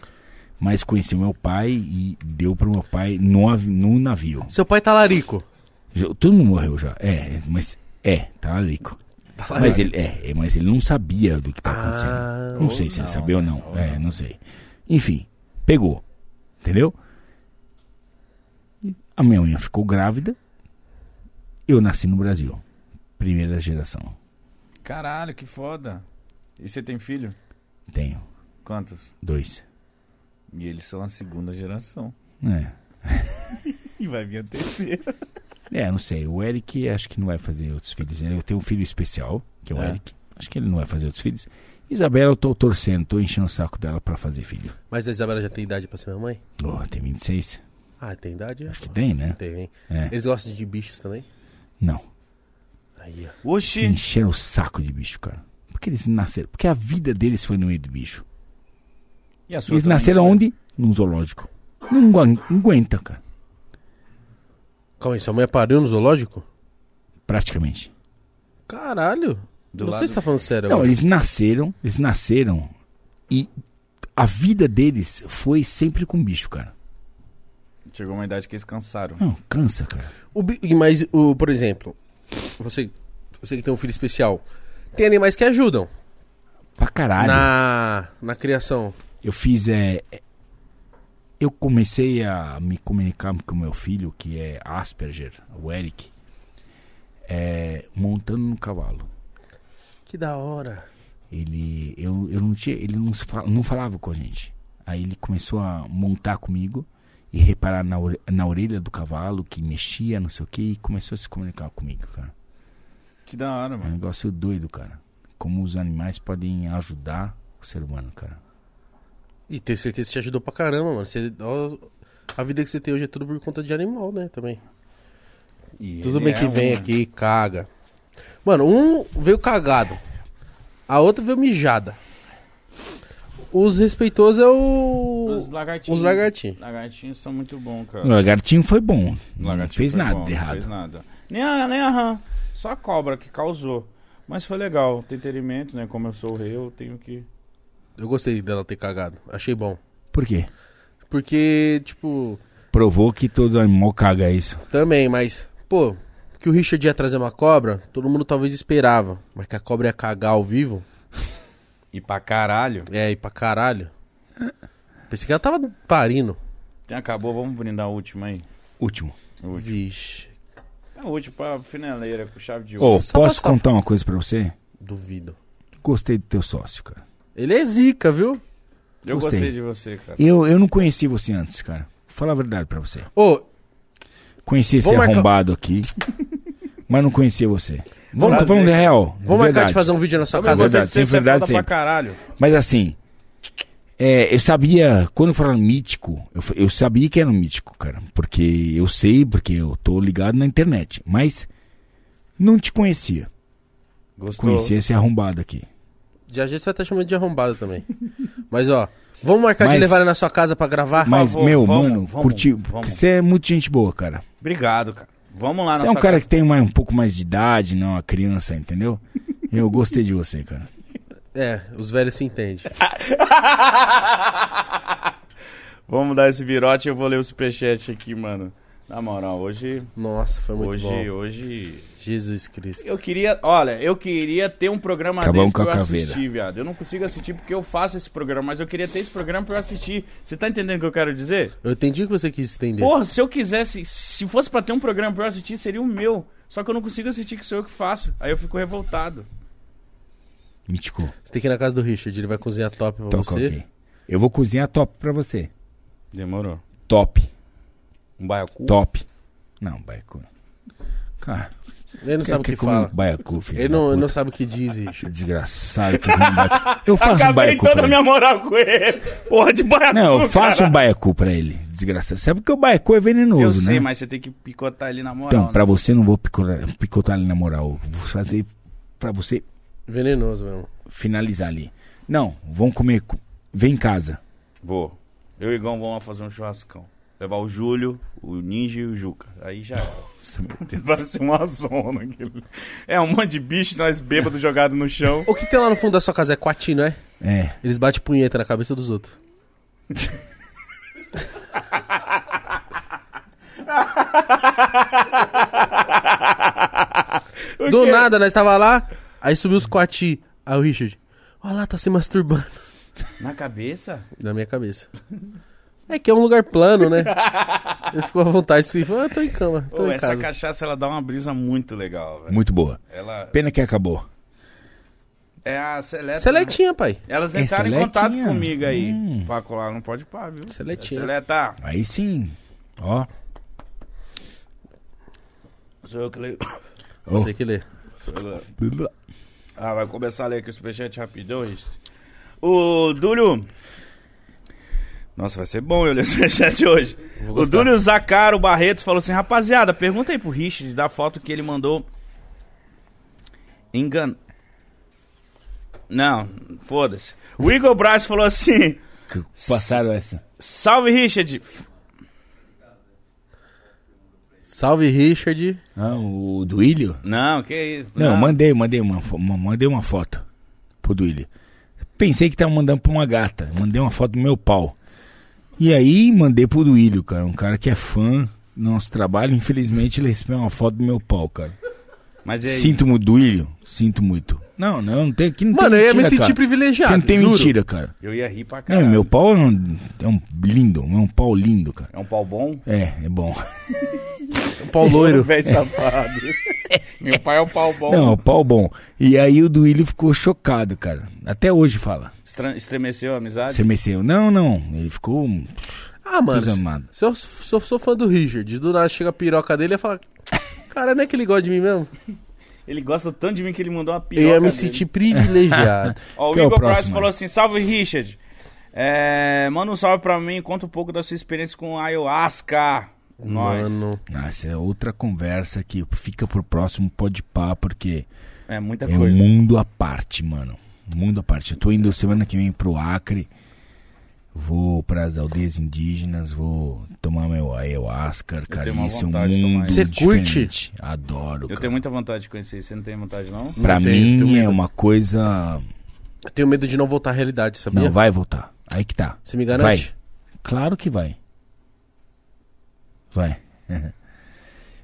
Speaker 3: mas conheceu meu pai e deu para meu pai no, avi- no navio.
Speaker 1: Seu pai tá larico.
Speaker 3: Já- todo mundo morreu já. É, mas é, tá rico. Mas ele, é, é, mas ele não sabia do que
Speaker 1: Ah,
Speaker 3: estava acontecendo. Não
Speaker 2: Ou
Speaker 3: sei se ele
Speaker 2: não,
Speaker 3: sabia ou
Speaker 2: né?
Speaker 3: não.
Speaker 2: Ou
Speaker 3: é,
Speaker 2: não.
Speaker 3: não sei. Enfim, pegou. Entendeu? A minha mãe ficou grávida. Eu nasci no Brasil. Primeira geração.
Speaker 2: Caralho, que foda. E você tem filho?
Speaker 3: Tenho
Speaker 2: Quantos?
Speaker 3: dois.
Speaker 2: E eles são a segunda geração.
Speaker 3: É.
Speaker 2: E vai vir a terceira.
Speaker 3: É, não sei. O Eric acho que não vai fazer outros filhos. Eu tenho um filho especial, que é o
Speaker 2: É.
Speaker 3: Eric. Acho que ele não vai fazer outros filhos. Isabela, eu tô torcendo, tô enchendo o saco dela pra fazer filho.
Speaker 1: Mas a Isabela já tem idade pra ser minha mãe?
Speaker 3: Oh, tem 26?
Speaker 1: Ah, tem idade?
Speaker 3: Acho que tem, né?
Speaker 1: Tem.
Speaker 3: É.
Speaker 1: Eles gostam de bichos também?
Speaker 3: Não.
Speaker 1: Aí, ó.
Speaker 3: Se
Speaker 2: Oxi!
Speaker 3: encheram o saco de bicho, cara. Porque eles nasceram. Porque a vida deles foi no meio do bicho.
Speaker 2: E a sua
Speaker 3: Eles
Speaker 2: também,
Speaker 3: nasceram
Speaker 2: né?
Speaker 3: onde? Num zoológico. Não agu- não aguenta, cara.
Speaker 1: Calma aí, sua mãe pariu no zoológico?
Speaker 3: Praticamente.
Speaker 1: Caralho.
Speaker 2: Do
Speaker 1: não sei
Speaker 2: lado-
Speaker 1: se tá falando sério
Speaker 3: Não,
Speaker 1: agora.
Speaker 3: eles nasceram, eles nasceram e a vida deles foi sempre com bicho, cara.
Speaker 2: Chegou uma idade que eles cansaram.
Speaker 3: Não, cansa, cara.
Speaker 1: O bi- mas, o, por exemplo, você, você que tem um filho especial, tem animais que ajudam
Speaker 3: Pra caralho.
Speaker 1: na, na criação.
Speaker 3: Eu fiz. É, é- eu comecei a me comunicar com meu filho, que é Asperger, o Eric, é, montando no cavalo.
Speaker 1: Que da hora.
Speaker 3: Ele, eu, eu não tinha, ele não, se fala- não falava com a gente. Aí ele começou a montar comigo e reparar na, ore- na orelha do cavalo que mexia, não sei o que, e começou a se comunicar comigo, cara.
Speaker 2: Que da hora,
Speaker 3: É um
Speaker 2: mano.
Speaker 3: negócio doido, cara. Como os animais podem ajudar o ser humano, cara.
Speaker 1: E tenho certeza que te ajudou pra caramba, mano. Você- ó, a vida que você tem hoje é tudo por conta de animal, né? Também.
Speaker 2: E
Speaker 1: tudo
Speaker 2: ele
Speaker 1: bem que
Speaker 2: é
Speaker 1: vem
Speaker 2: um-
Speaker 1: aqui e caga. Mano, um veio cagado. A outra veio mijada. Os respeitosos é o.
Speaker 2: Os lagartinhos.
Speaker 1: Os lagartinhos.
Speaker 2: Lagartinhos são muito bons, cara.
Speaker 3: O lagartinho foi bom. não
Speaker 2: Lagartixa
Speaker 3: fez
Speaker 2: foi
Speaker 3: nada
Speaker 2: bom,
Speaker 3: de
Speaker 2: não
Speaker 3: errado.
Speaker 2: Fez nada. Nem a, nem a rã. Só a cobra que causou. Mas foi legal. Entretenimento, né? Como eu sou o rei, eu tenho que.
Speaker 1: Eu gostei dela ter cagado. Achei bom.
Speaker 3: Por quê?
Speaker 1: Porque, tipo,
Speaker 3: Provou que todo animal caga é isso.
Speaker 1: também, mas, pô, que o Richard ia trazer uma cobra, todo mundo talvez esperava. Mas que a cobra ia cagar ao vivo,
Speaker 5: E pra caralho.
Speaker 1: é, e pra caralho. Pensei que ela tava parindo.
Speaker 5: Então, acabou, vamos brindar a última aí.
Speaker 3: Último.
Speaker 5: A última.
Speaker 1: Vixe,
Speaker 2: É
Speaker 5: A última pra finaleira, com chave de
Speaker 3: Ô,
Speaker 5: ouro.
Speaker 1: Só
Speaker 3: posso
Speaker 1: passar.
Speaker 3: contar uma coisa pra você?
Speaker 1: duvido.
Speaker 3: Gostei do teu sócio, cara.
Speaker 1: Ele é zica, viu?
Speaker 5: eu
Speaker 3: gostei.
Speaker 5: gostei. de você, cara.
Speaker 3: Eu, eu não conheci você antes, cara. Vou falar a verdade pra você.
Speaker 1: Ô,
Speaker 3: Conheci esse
Speaker 1: Vou marcar-
Speaker 3: arrombado aqui, mas não conhecia você. Vamos, tô
Speaker 5: fazer.
Speaker 3: falando de real. de
Speaker 1: vamos
Speaker 2: É
Speaker 1: marcar
Speaker 3: verdade.
Speaker 1: de fazer um vídeo na sua
Speaker 2: Tá
Speaker 5: Eu
Speaker 1: casa?
Speaker 5: gostei
Speaker 3: verdade,
Speaker 5: de você,
Speaker 3: sempre
Speaker 5: você é
Speaker 3: verdade,
Speaker 5: foda pra
Speaker 3: sempre.
Speaker 5: caralho.
Speaker 3: Mas assim, é, eu sabia, quando falaram mítico, eu, fa- eu sabia que era um mítico, cara. Porque eu sei, porque eu tô ligado na internet. Mas não te conhecia.
Speaker 5: Gostou?
Speaker 3: Conhecia esse arrombado aqui.
Speaker 1: Já já você vai estar chamando de arrombado também. [LAUGHS] Mas ó, vamos marcar de
Speaker 3: Mas-
Speaker 1: levar ele na sua casa pra gravar?
Speaker 3: Mas,
Speaker 5: favor,
Speaker 3: meu,
Speaker 5: Ah, vamos,
Speaker 3: mano,
Speaker 5: vamos,
Speaker 3: curti.
Speaker 5: vamos.
Speaker 3: Você é muito gente boa, cara.
Speaker 5: Obrigado, cara. Vamos lá
Speaker 3: Você
Speaker 5: Ah, na
Speaker 3: é um
Speaker 5: sua
Speaker 3: cara que tem mais, um pouco mais de idade, não é uma criança, entendeu? Eu gostei de você, cara.
Speaker 1: É, os velhos se entendem.
Speaker 5: [LAUGHS] Vamos dar esse virote e eu vou ler o superchat aqui, mano. Na moral, hoje.
Speaker 1: Nossa, foi muito
Speaker 5: hoje,
Speaker 1: bom.
Speaker 5: hoje.
Speaker 1: Jesus Cristo.
Speaker 5: Eu queria. Olha, eu queria ter um programa
Speaker 3: Acabamos
Speaker 5: desse pra
Speaker 3: com
Speaker 5: eu
Speaker 3: a caveira.
Speaker 5: assistir, viado. Eu não consigo assistir porque eu faço esse programa, mas eu queria ter esse programa pra eu assistir. Você tá entendendo o que eu quero dizer?
Speaker 1: Eu entendi que você quis estender.
Speaker 5: Porra, se eu quisesse. Se fosse pra ter um programa pra eu assistir, seria o meu. Só que eu não consigo assistir, que sou eu que faço. Aí eu fico revoltado.
Speaker 3: Mítico,
Speaker 1: Você tem que ir na casa do Richard, ele vai cozinhar top pra
Speaker 3: toca
Speaker 1: você.
Speaker 3: Então, ok. Eu vou cozinhar top pra você.
Speaker 5: Demorou.
Speaker 3: Top,
Speaker 5: Um baiacu.
Speaker 3: top. Não, baiacu. Cara, é
Speaker 1: Ele não sabe o que,
Speaker 3: come
Speaker 1: fala.
Speaker 3: Baiacu, filho.
Speaker 1: Ele
Speaker 3: da
Speaker 1: não,
Speaker 3: puta.
Speaker 1: ele não sabe o que diz,
Speaker 3: [LAUGHS]
Speaker 1: Richard.
Speaker 3: Desgraçado. que come baiacu. Eu faço um
Speaker 5: Acabei
Speaker 3: baiacu.
Speaker 5: toda
Speaker 3: pra
Speaker 5: a
Speaker 3: ele.
Speaker 5: minha moral com ele. Porra de baiacu.
Speaker 3: Não, eu faço
Speaker 5: cara.
Speaker 3: um baiacu pra ele. Desgraçado. Sabe que o baiacu é venenoso,
Speaker 5: Eu
Speaker 3: né?
Speaker 5: sei, mas você tem que picotar ele na moral.
Speaker 3: Então,
Speaker 5: né?
Speaker 3: pra você não vou picotar, picotar ali na moral. Vou fazer pra você
Speaker 1: Venenoso mesmo.
Speaker 3: finalizar ali. Não, vão comer. co- Vem em casa.
Speaker 1: Então-
Speaker 5: Vou. Eu e o Igão vamos lá fazer um churrascão. Levar o Júlio, o Ninja e o Juca. Aí já é. era.
Speaker 3: Nossa, meu Deus.
Speaker 5: [LAUGHS] vai ser uma zona. aquilo. É um monte de bicho, nós bêbados jogados no chão.
Speaker 1: O que tem lá no fundo da sua casa é coatino, é?
Speaker 3: É.
Speaker 1: Eles batem punheta na cabeça dos
Speaker 5: [LAUGHS]
Speaker 1: outros. Do nada, nós tava lá, aí subiu os coati. Aí o Richard, olha lá, tá se masturbando.
Speaker 5: Na cabeça?
Speaker 1: Na minha cabeça. É que é um lugar plano, né? Ele ficou à vontade, assim, falou, ah, tô em cama, tô
Speaker 5: Ô,
Speaker 1: em
Speaker 5: essa
Speaker 1: casa.
Speaker 5: cachaça ela dá uma brisa muito legal, velho.
Speaker 3: Muito boa.
Speaker 5: Ela
Speaker 3: Pena que acabou.
Speaker 5: é a Seleta. né?
Speaker 1: Seletinha, pai.
Speaker 5: Elas
Speaker 3: É
Speaker 5: entraram em contato
Speaker 3: seletinha.
Speaker 5: comigo aí.
Speaker 3: Hum.
Speaker 5: Pra colar, não pode pá, viu?
Speaker 1: Seletinha.
Speaker 5: É Seleta.
Speaker 3: Aí sim. Ó.
Speaker 5: Sou eu que leio.
Speaker 3: ó.
Speaker 1: Sei que lê.
Speaker 5: Sou eu. Ah, vai começar a ler aqui o superchat rapidão, Richard. O Dúlio. Nossa, vai ser bom eu ler o superchat hoje.
Speaker 1: Vou
Speaker 5: O
Speaker 1: gostar.
Speaker 5: Dúlio Zacaro Barretos falou assim: rapaziada, pergunta aí pro Richard da foto que ele mandou. Engan. Não, foda-se. O Igor Braz falou assim:
Speaker 3: Que Passaram essa.
Speaker 5: salve Richard.
Speaker 1: Salve, Richard.
Speaker 3: Ah, o Duílio?
Speaker 5: Não, que isso.
Speaker 3: Não,
Speaker 1: Ah.
Speaker 3: mandei, mandei uma, fo- uma- mandei uma foto pro Duílio. Pensei que tava mandando pra uma gata. Mandei uma foto do meu pau. E aí mandei pro Duílio, cara. Um cara que é fã do nosso trabalho. Infelizmente ele recebeu uma foto do meu pau, cara.
Speaker 5: Mas e aí?
Speaker 3: Sinto muito, Duílio. Sinto muito. Não, não, não tem aqui. Não
Speaker 1: Mano,
Speaker 3: tem
Speaker 1: eu ia
Speaker 3: mentira,
Speaker 1: me sentir
Speaker 3: cara.
Speaker 1: privilegiado.
Speaker 3: Aqui não tem
Speaker 1: juro.
Speaker 3: mentira, cara.
Speaker 5: Eu ia rir pra
Speaker 3: Não,
Speaker 5: caralho.
Speaker 3: meu pau é um, é um lindo, é um pau lindo, cara.
Speaker 5: É um pau bom? [LAUGHS]
Speaker 3: É, é bom.
Speaker 1: Um pau loiro.
Speaker 5: Velho
Speaker 1: [LAUGHS]
Speaker 5: safado. meu pai é um pau bom.
Speaker 3: Não, é um pau bom. E aí o Duílio ficou chocado, cara. Até hoje fala.
Speaker 5: Estra- Estremeceu a amizade?
Speaker 3: Você meceu. Não, não. Ele ficou.
Speaker 1: Ah, mano.
Speaker 3: Deus amado.
Speaker 1: Se eu, se eu sou fã do Richard, do nada chega a piroca dele e fala. Cara, não é que ele gosta de mim
Speaker 2: [LAUGHS]
Speaker 1: mesmo?
Speaker 5: Ele gosta tanto de mim que ele mandou uma piroca
Speaker 1: Eu ia me
Speaker 5: dele.
Speaker 1: sentir
Speaker 2: [LAUGHS]
Speaker 1: privilegiado.
Speaker 5: Ó, o
Speaker 3: Quem é o
Speaker 5: Igor Braz
Speaker 3: próximo,
Speaker 5: falou
Speaker 3: aí?
Speaker 5: assim, salve Richard. É, manda um salve pra mim, conta um pouco da sua experiência com ayahuasca. Nós.
Speaker 1: Mano.
Speaker 3: Ah, essa é outra conversa que fica pro próximo pode pá, porque
Speaker 5: É muita
Speaker 3: é um
Speaker 5: coisa.
Speaker 3: mundo à parte, mano. Mundo à parte. Eu tô indo semana que vem pro Acre. Vou pras aldeias indígenas, vou tomar meu ayahuasca, cara.
Speaker 5: tenho uma
Speaker 3: Isso é um
Speaker 5: vontade de tomar
Speaker 3: mundo
Speaker 1: isso. Você curte?
Speaker 3: diferente. Adoro,
Speaker 5: Eu
Speaker 3: cara.
Speaker 5: tenho muita vontade de conhecer isso. Você não tem vontade, não?
Speaker 1: Não
Speaker 3: Pra
Speaker 1: tenho-
Speaker 3: mim
Speaker 1: tenho
Speaker 3: é
Speaker 1: medo-
Speaker 3: uma coisa.
Speaker 1: Eu tenho medo de não voltar à realidade, sabia?
Speaker 3: Não vai voltar. Aí que tá.
Speaker 1: Você me garante?
Speaker 3: Vai. Claro que vai. Vai. [LAUGHS]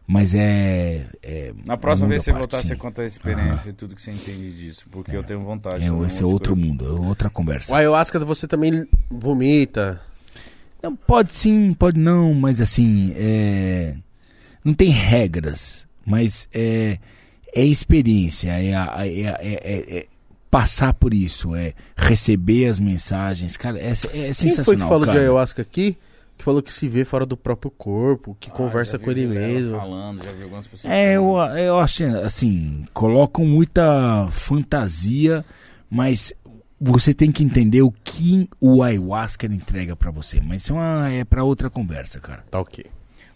Speaker 3: Mas é. é
Speaker 2: Na próxima
Speaker 3: um mundo
Speaker 2: vez
Speaker 3: à
Speaker 2: que você
Speaker 3: parte,
Speaker 2: voltar,
Speaker 3: sim.
Speaker 2: você conta a experiência e tudo que você entende disso. Porque eu tenho vontade. de
Speaker 3: É,
Speaker 2: fazer um
Speaker 3: esse é
Speaker 2: monte de
Speaker 3: outro
Speaker 2: coisa.
Speaker 3: mundo, é outra conversa.
Speaker 1: O ayahuasca você também vomita.
Speaker 3: Não, pode sim, pode não, mas assim, é... não tem regras, mas é, é experiência, é, a- é a- é- é- é passar por isso, é receber as mensagens, cara, é, é
Speaker 1: Quem
Speaker 3: sensacional.
Speaker 1: foi que falou
Speaker 3: cara.
Speaker 1: de ayahuasca aqui? Que falou que se vê fora do próprio corpo, que
Speaker 2: Ah,
Speaker 1: conversa
Speaker 2: já vi
Speaker 1: com ele
Speaker 2: Vilela
Speaker 1: mesmo.
Speaker 2: Falando, já vi algumas pessoas
Speaker 3: É, eu,
Speaker 2: falando.
Speaker 3: eu acho assim, colocam muita fantasia, mas você tem que entender o que o ayahuasca entrega pra você. Mas isso é, uma- é para outra conversa, cara.
Speaker 1: Tá ok.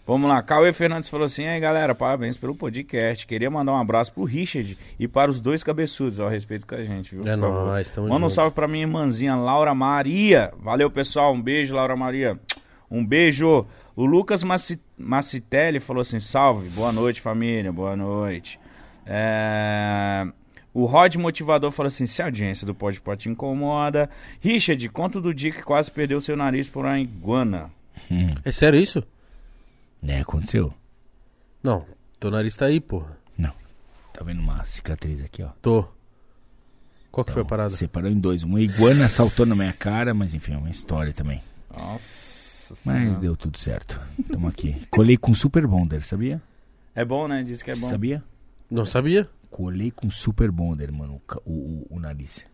Speaker 2: Vamos lá, Cauê Fernandes falou assim: aí galera, parabéns pelo podcast. Queria mandar um abraço pro Richard e para os dois cabeçudos ao respeito com a gente, viu?
Speaker 1: É
Speaker 2: por favor.
Speaker 1: nóis, tamo
Speaker 2: Manda um
Speaker 1: junto.
Speaker 2: salve pra minha irmãzinha Laura Maria. Valeu, pessoal. Um beijo, Laura Maria. Um beijo. O Lucas Maci- Macitelli falou assim: salve, boa noite, família, boa noite. É, O Rod Motivador falou assim: se a audiência do Pode Pó te incomoda. Richard, conta do dia que quase perdeu seu nariz por uma iguana.
Speaker 3: Hum,
Speaker 1: É sério isso?
Speaker 3: né, aconteceu.
Speaker 1: Não. Teu nariz tá aí, porra.
Speaker 3: Tá vendo uma cicatriz aqui, ó. Então,
Speaker 1: Tô. Qual que foi a parada?
Speaker 3: Separou em dois. Uma iguana saltou na minha cara, mas enfim, é uma história também.
Speaker 2: Nossa
Speaker 3: Mas deu tudo certo. Tamo aqui. Colei com Super Bonder, sabia?
Speaker 2: É bom, né? Diz que é
Speaker 3: Você
Speaker 2: bom.
Speaker 3: sabia?
Speaker 1: Não sabia?
Speaker 3: Colei com Super Bonder, mano, o ca- o, o, o nariz.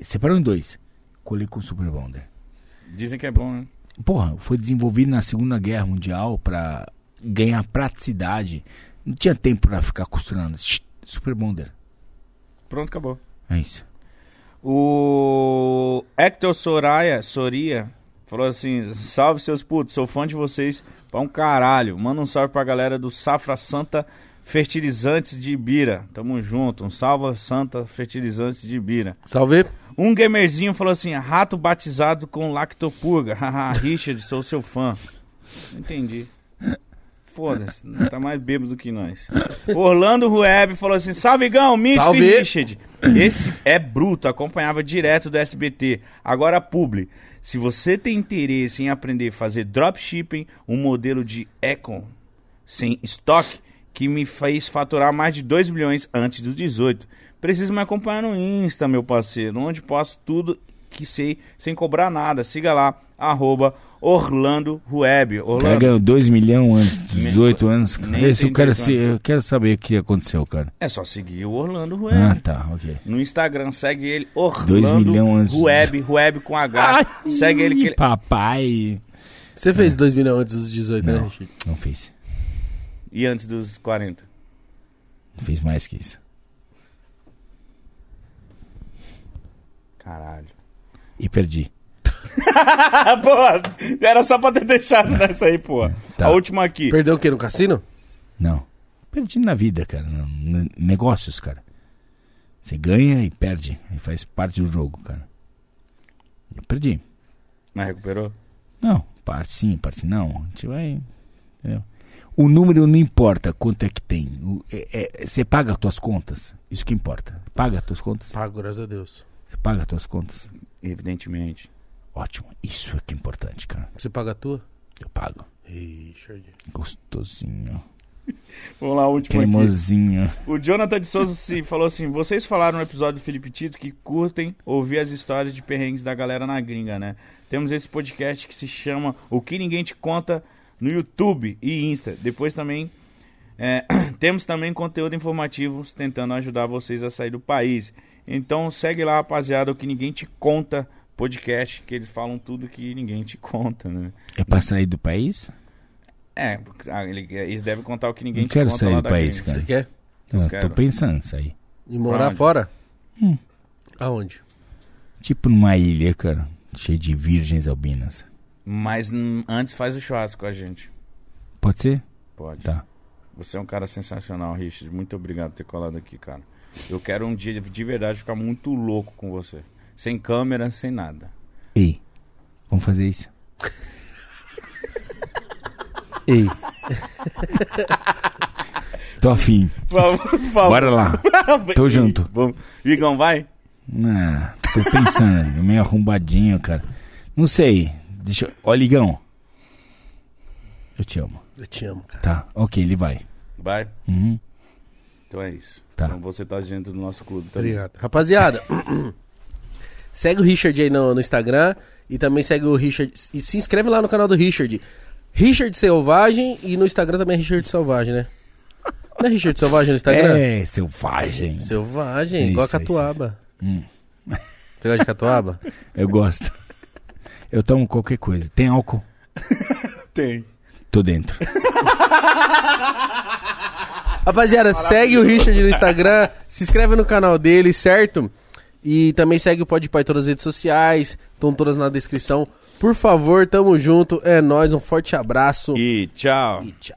Speaker 3: Separou em dois. Colei com Super Bonder.
Speaker 2: Dizem que é bom, né?
Speaker 3: Porra, foi desenvolvido na Segunda Guerra Mundial pra ganhar praticidade. Não tinha tempo pra ficar costurando. Shhh, Super Bonder.
Speaker 2: Pronto, acabou.
Speaker 3: É isso.
Speaker 2: O Hector Soraya, Soria falou assim: Salve seus putos, sou fã de vocês pra um caralho. Manda um salve pra galera do Safra Santa Fertilizantes de Ibira. Tamo junto. Um salve Santa Fertilizantes de Ibira.
Speaker 1: Salve.
Speaker 2: Um gamerzinho falou assim: Rato batizado com lactopurga. [LAUGHS] Haha, Richard, sou seu fã. Não entendi. Foda-se, não tá mais bêbado do
Speaker 1: [LAUGHS]
Speaker 2: que nós. Orlando Rueb falou assim: Salve, Gão, Mítico
Speaker 1: Salve.
Speaker 2: e Richard. Esse é bruto, acompanhava direto do SBT. Agora, publi. Se você tem interesse em aprender a fazer dropshipping, um modelo de Econ sem estoque que me fez faturar mais de 2 milhões antes dos 18. Preciso me acompanhar no Insta, meu parceiro, onde posto tudo que sei sem cobrar nada. Siga lá, arroba Orlando Rueb.
Speaker 3: O cara
Speaker 2: Orlando.
Speaker 3: ganhou 2 milhões antes, 18 anos.
Speaker 2: nem
Speaker 3: Esse eu
Speaker 2: tem
Speaker 3: quero,
Speaker 2: 18
Speaker 3: se-
Speaker 2: anos.
Speaker 3: eu quero saber o que aconteceu, cara.
Speaker 2: É só seguir o Orlando Rueb.
Speaker 3: Ah, tá, ok.
Speaker 2: No Instagram, segue ele,
Speaker 3: milhões
Speaker 2: Orlando
Speaker 3: antes.
Speaker 2: Rueb, Rueb com H. segue ele que ele...
Speaker 3: Papai.
Speaker 1: Você fez 2 milhões antes dos 18, né,
Speaker 3: Não.
Speaker 1: Richard?
Speaker 3: Não fez.
Speaker 2: E antes dos 40. [LAUGHS]
Speaker 3: Não fez mais que isso.
Speaker 2: Caralho.
Speaker 3: E perdi.
Speaker 2: Ah, pô, era só pra ter deixado nessa aí, pô.
Speaker 3: Tá.
Speaker 2: A última aqui.
Speaker 1: Perdeu o quê? No cassino?
Speaker 3: Não. Perdi na vida, cara. Não, n- Negócios, cara. Você ganha e perde. E faz parte do jogo, cara. Eu perdi.
Speaker 2: Mas recuperou?
Speaker 3: Não, parte sim, parte não. A gente vai. Entendeu? O número não importa quanto é que tem. O- é- é- Você paga as tuas contas. Isso que importa. Paga as tuas contas.
Speaker 1: Pago, graças a Deus.
Speaker 3: Você paga as tuas contas.
Speaker 2: Evidentemente.
Speaker 3: Ótimo. Isso é que é importante, cara.
Speaker 1: Você paga a tua?
Speaker 3: Eu pago.
Speaker 1: Richard.
Speaker 3: Gostosinho.
Speaker 2: Vamos lá, a última aqui.
Speaker 3: Cremosinho.
Speaker 2: O Jonathan de Souza se [LAUGHS] falou assim: vocês falaram no episódio do Felipe Tito que curtem ouvir as histórias de perrengues da galera na gringa, né? Temos esse podcast que se chama O Que Ninguém Te Conta no YouTube e Insta. Depois também é, [CLEARS THROAT] temos também conteúdo informativo tentando ajudar vocês a sair do país. Então segue lá, rapaziada, o que ninguém te conta podcast, que eles falam tudo que ninguém te conta, né?
Speaker 3: É pra sair do país?
Speaker 2: É, ah, ele- eles devem contar o que ninguém
Speaker 3: Não
Speaker 2: te
Speaker 3: quero
Speaker 2: conta
Speaker 3: sair
Speaker 2: lá
Speaker 3: do
Speaker 2: da
Speaker 3: país,
Speaker 2: gringa.
Speaker 3: cara.
Speaker 1: Você quer
Speaker 3: Não, eu
Speaker 2: Quero.
Speaker 3: tô pensando isso aí.
Speaker 1: ir morar
Speaker 2: Aonde?
Speaker 1: fora?
Speaker 3: Hum.
Speaker 1: Aonde?
Speaker 3: Tipo numa ilha, cara. Cheia de virgens albinas.
Speaker 2: Mas hum, antes faz o churrasco com a gente.
Speaker 3: Pode ser?
Speaker 2: Pode.
Speaker 3: Tá.
Speaker 2: Você é um cara sensacional, Richard. Muito obrigado por ter colado aqui, cara. Eu quero um dia de verdade ficar muito louco com você. Sem câmera, sem nada.
Speaker 3: Ei, vamos fazer isso?
Speaker 1: Ei.
Speaker 3: Tô afim.
Speaker 2: Vamos, vamos.
Speaker 3: Bora lá. tô junto.
Speaker 2: Vamos. Igão, vai?
Speaker 3: [LAUGHS] Ah, tô pensando, meio arrombadinho, cara. Não sei. Deixa eu... Ó, Ligão. Eu te amo.
Speaker 1: Eu te amo, cara.
Speaker 3: Tá, ok, ele vai.
Speaker 2: Vai?
Speaker 3: Uhum.
Speaker 2: Então é isso.
Speaker 3: Tá.
Speaker 2: Então você tá dentro do nosso clube também.
Speaker 1: Obrigado. Rapaziada, [COUGHS] segue o Richard aí no, no Instagram e também segue o Richard. E se inscreve lá no canal do Richard. Richard Selvagem e no Instagram também é Richard Selvagem, né? Não é Richard Selvagem
Speaker 2: Tá
Speaker 1: no Instagram?
Speaker 3: É, selvagem.
Speaker 1: Selvagem,
Speaker 3: Isso,
Speaker 1: igual a
Speaker 3: isso, Hum.
Speaker 1: catuaba. Você gosta de
Speaker 3: [LAUGHS]
Speaker 1: catuaba?
Speaker 3: Eu gosto. Eu tomo qualquer coisa. Tem álcool?
Speaker 2: Tem.
Speaker 3: Tô dentro.
Speaker 1: Rapaziada, segue o Richard no Instagram, se inscreve no canal dele, certo? E também segue o Pode Pai em todas as redes sociais, estão todas na descrição. Por favor, tamo junto, é nóis, um forte abraço
Speaker 2: E tchau.
Speaker 1: e tchau.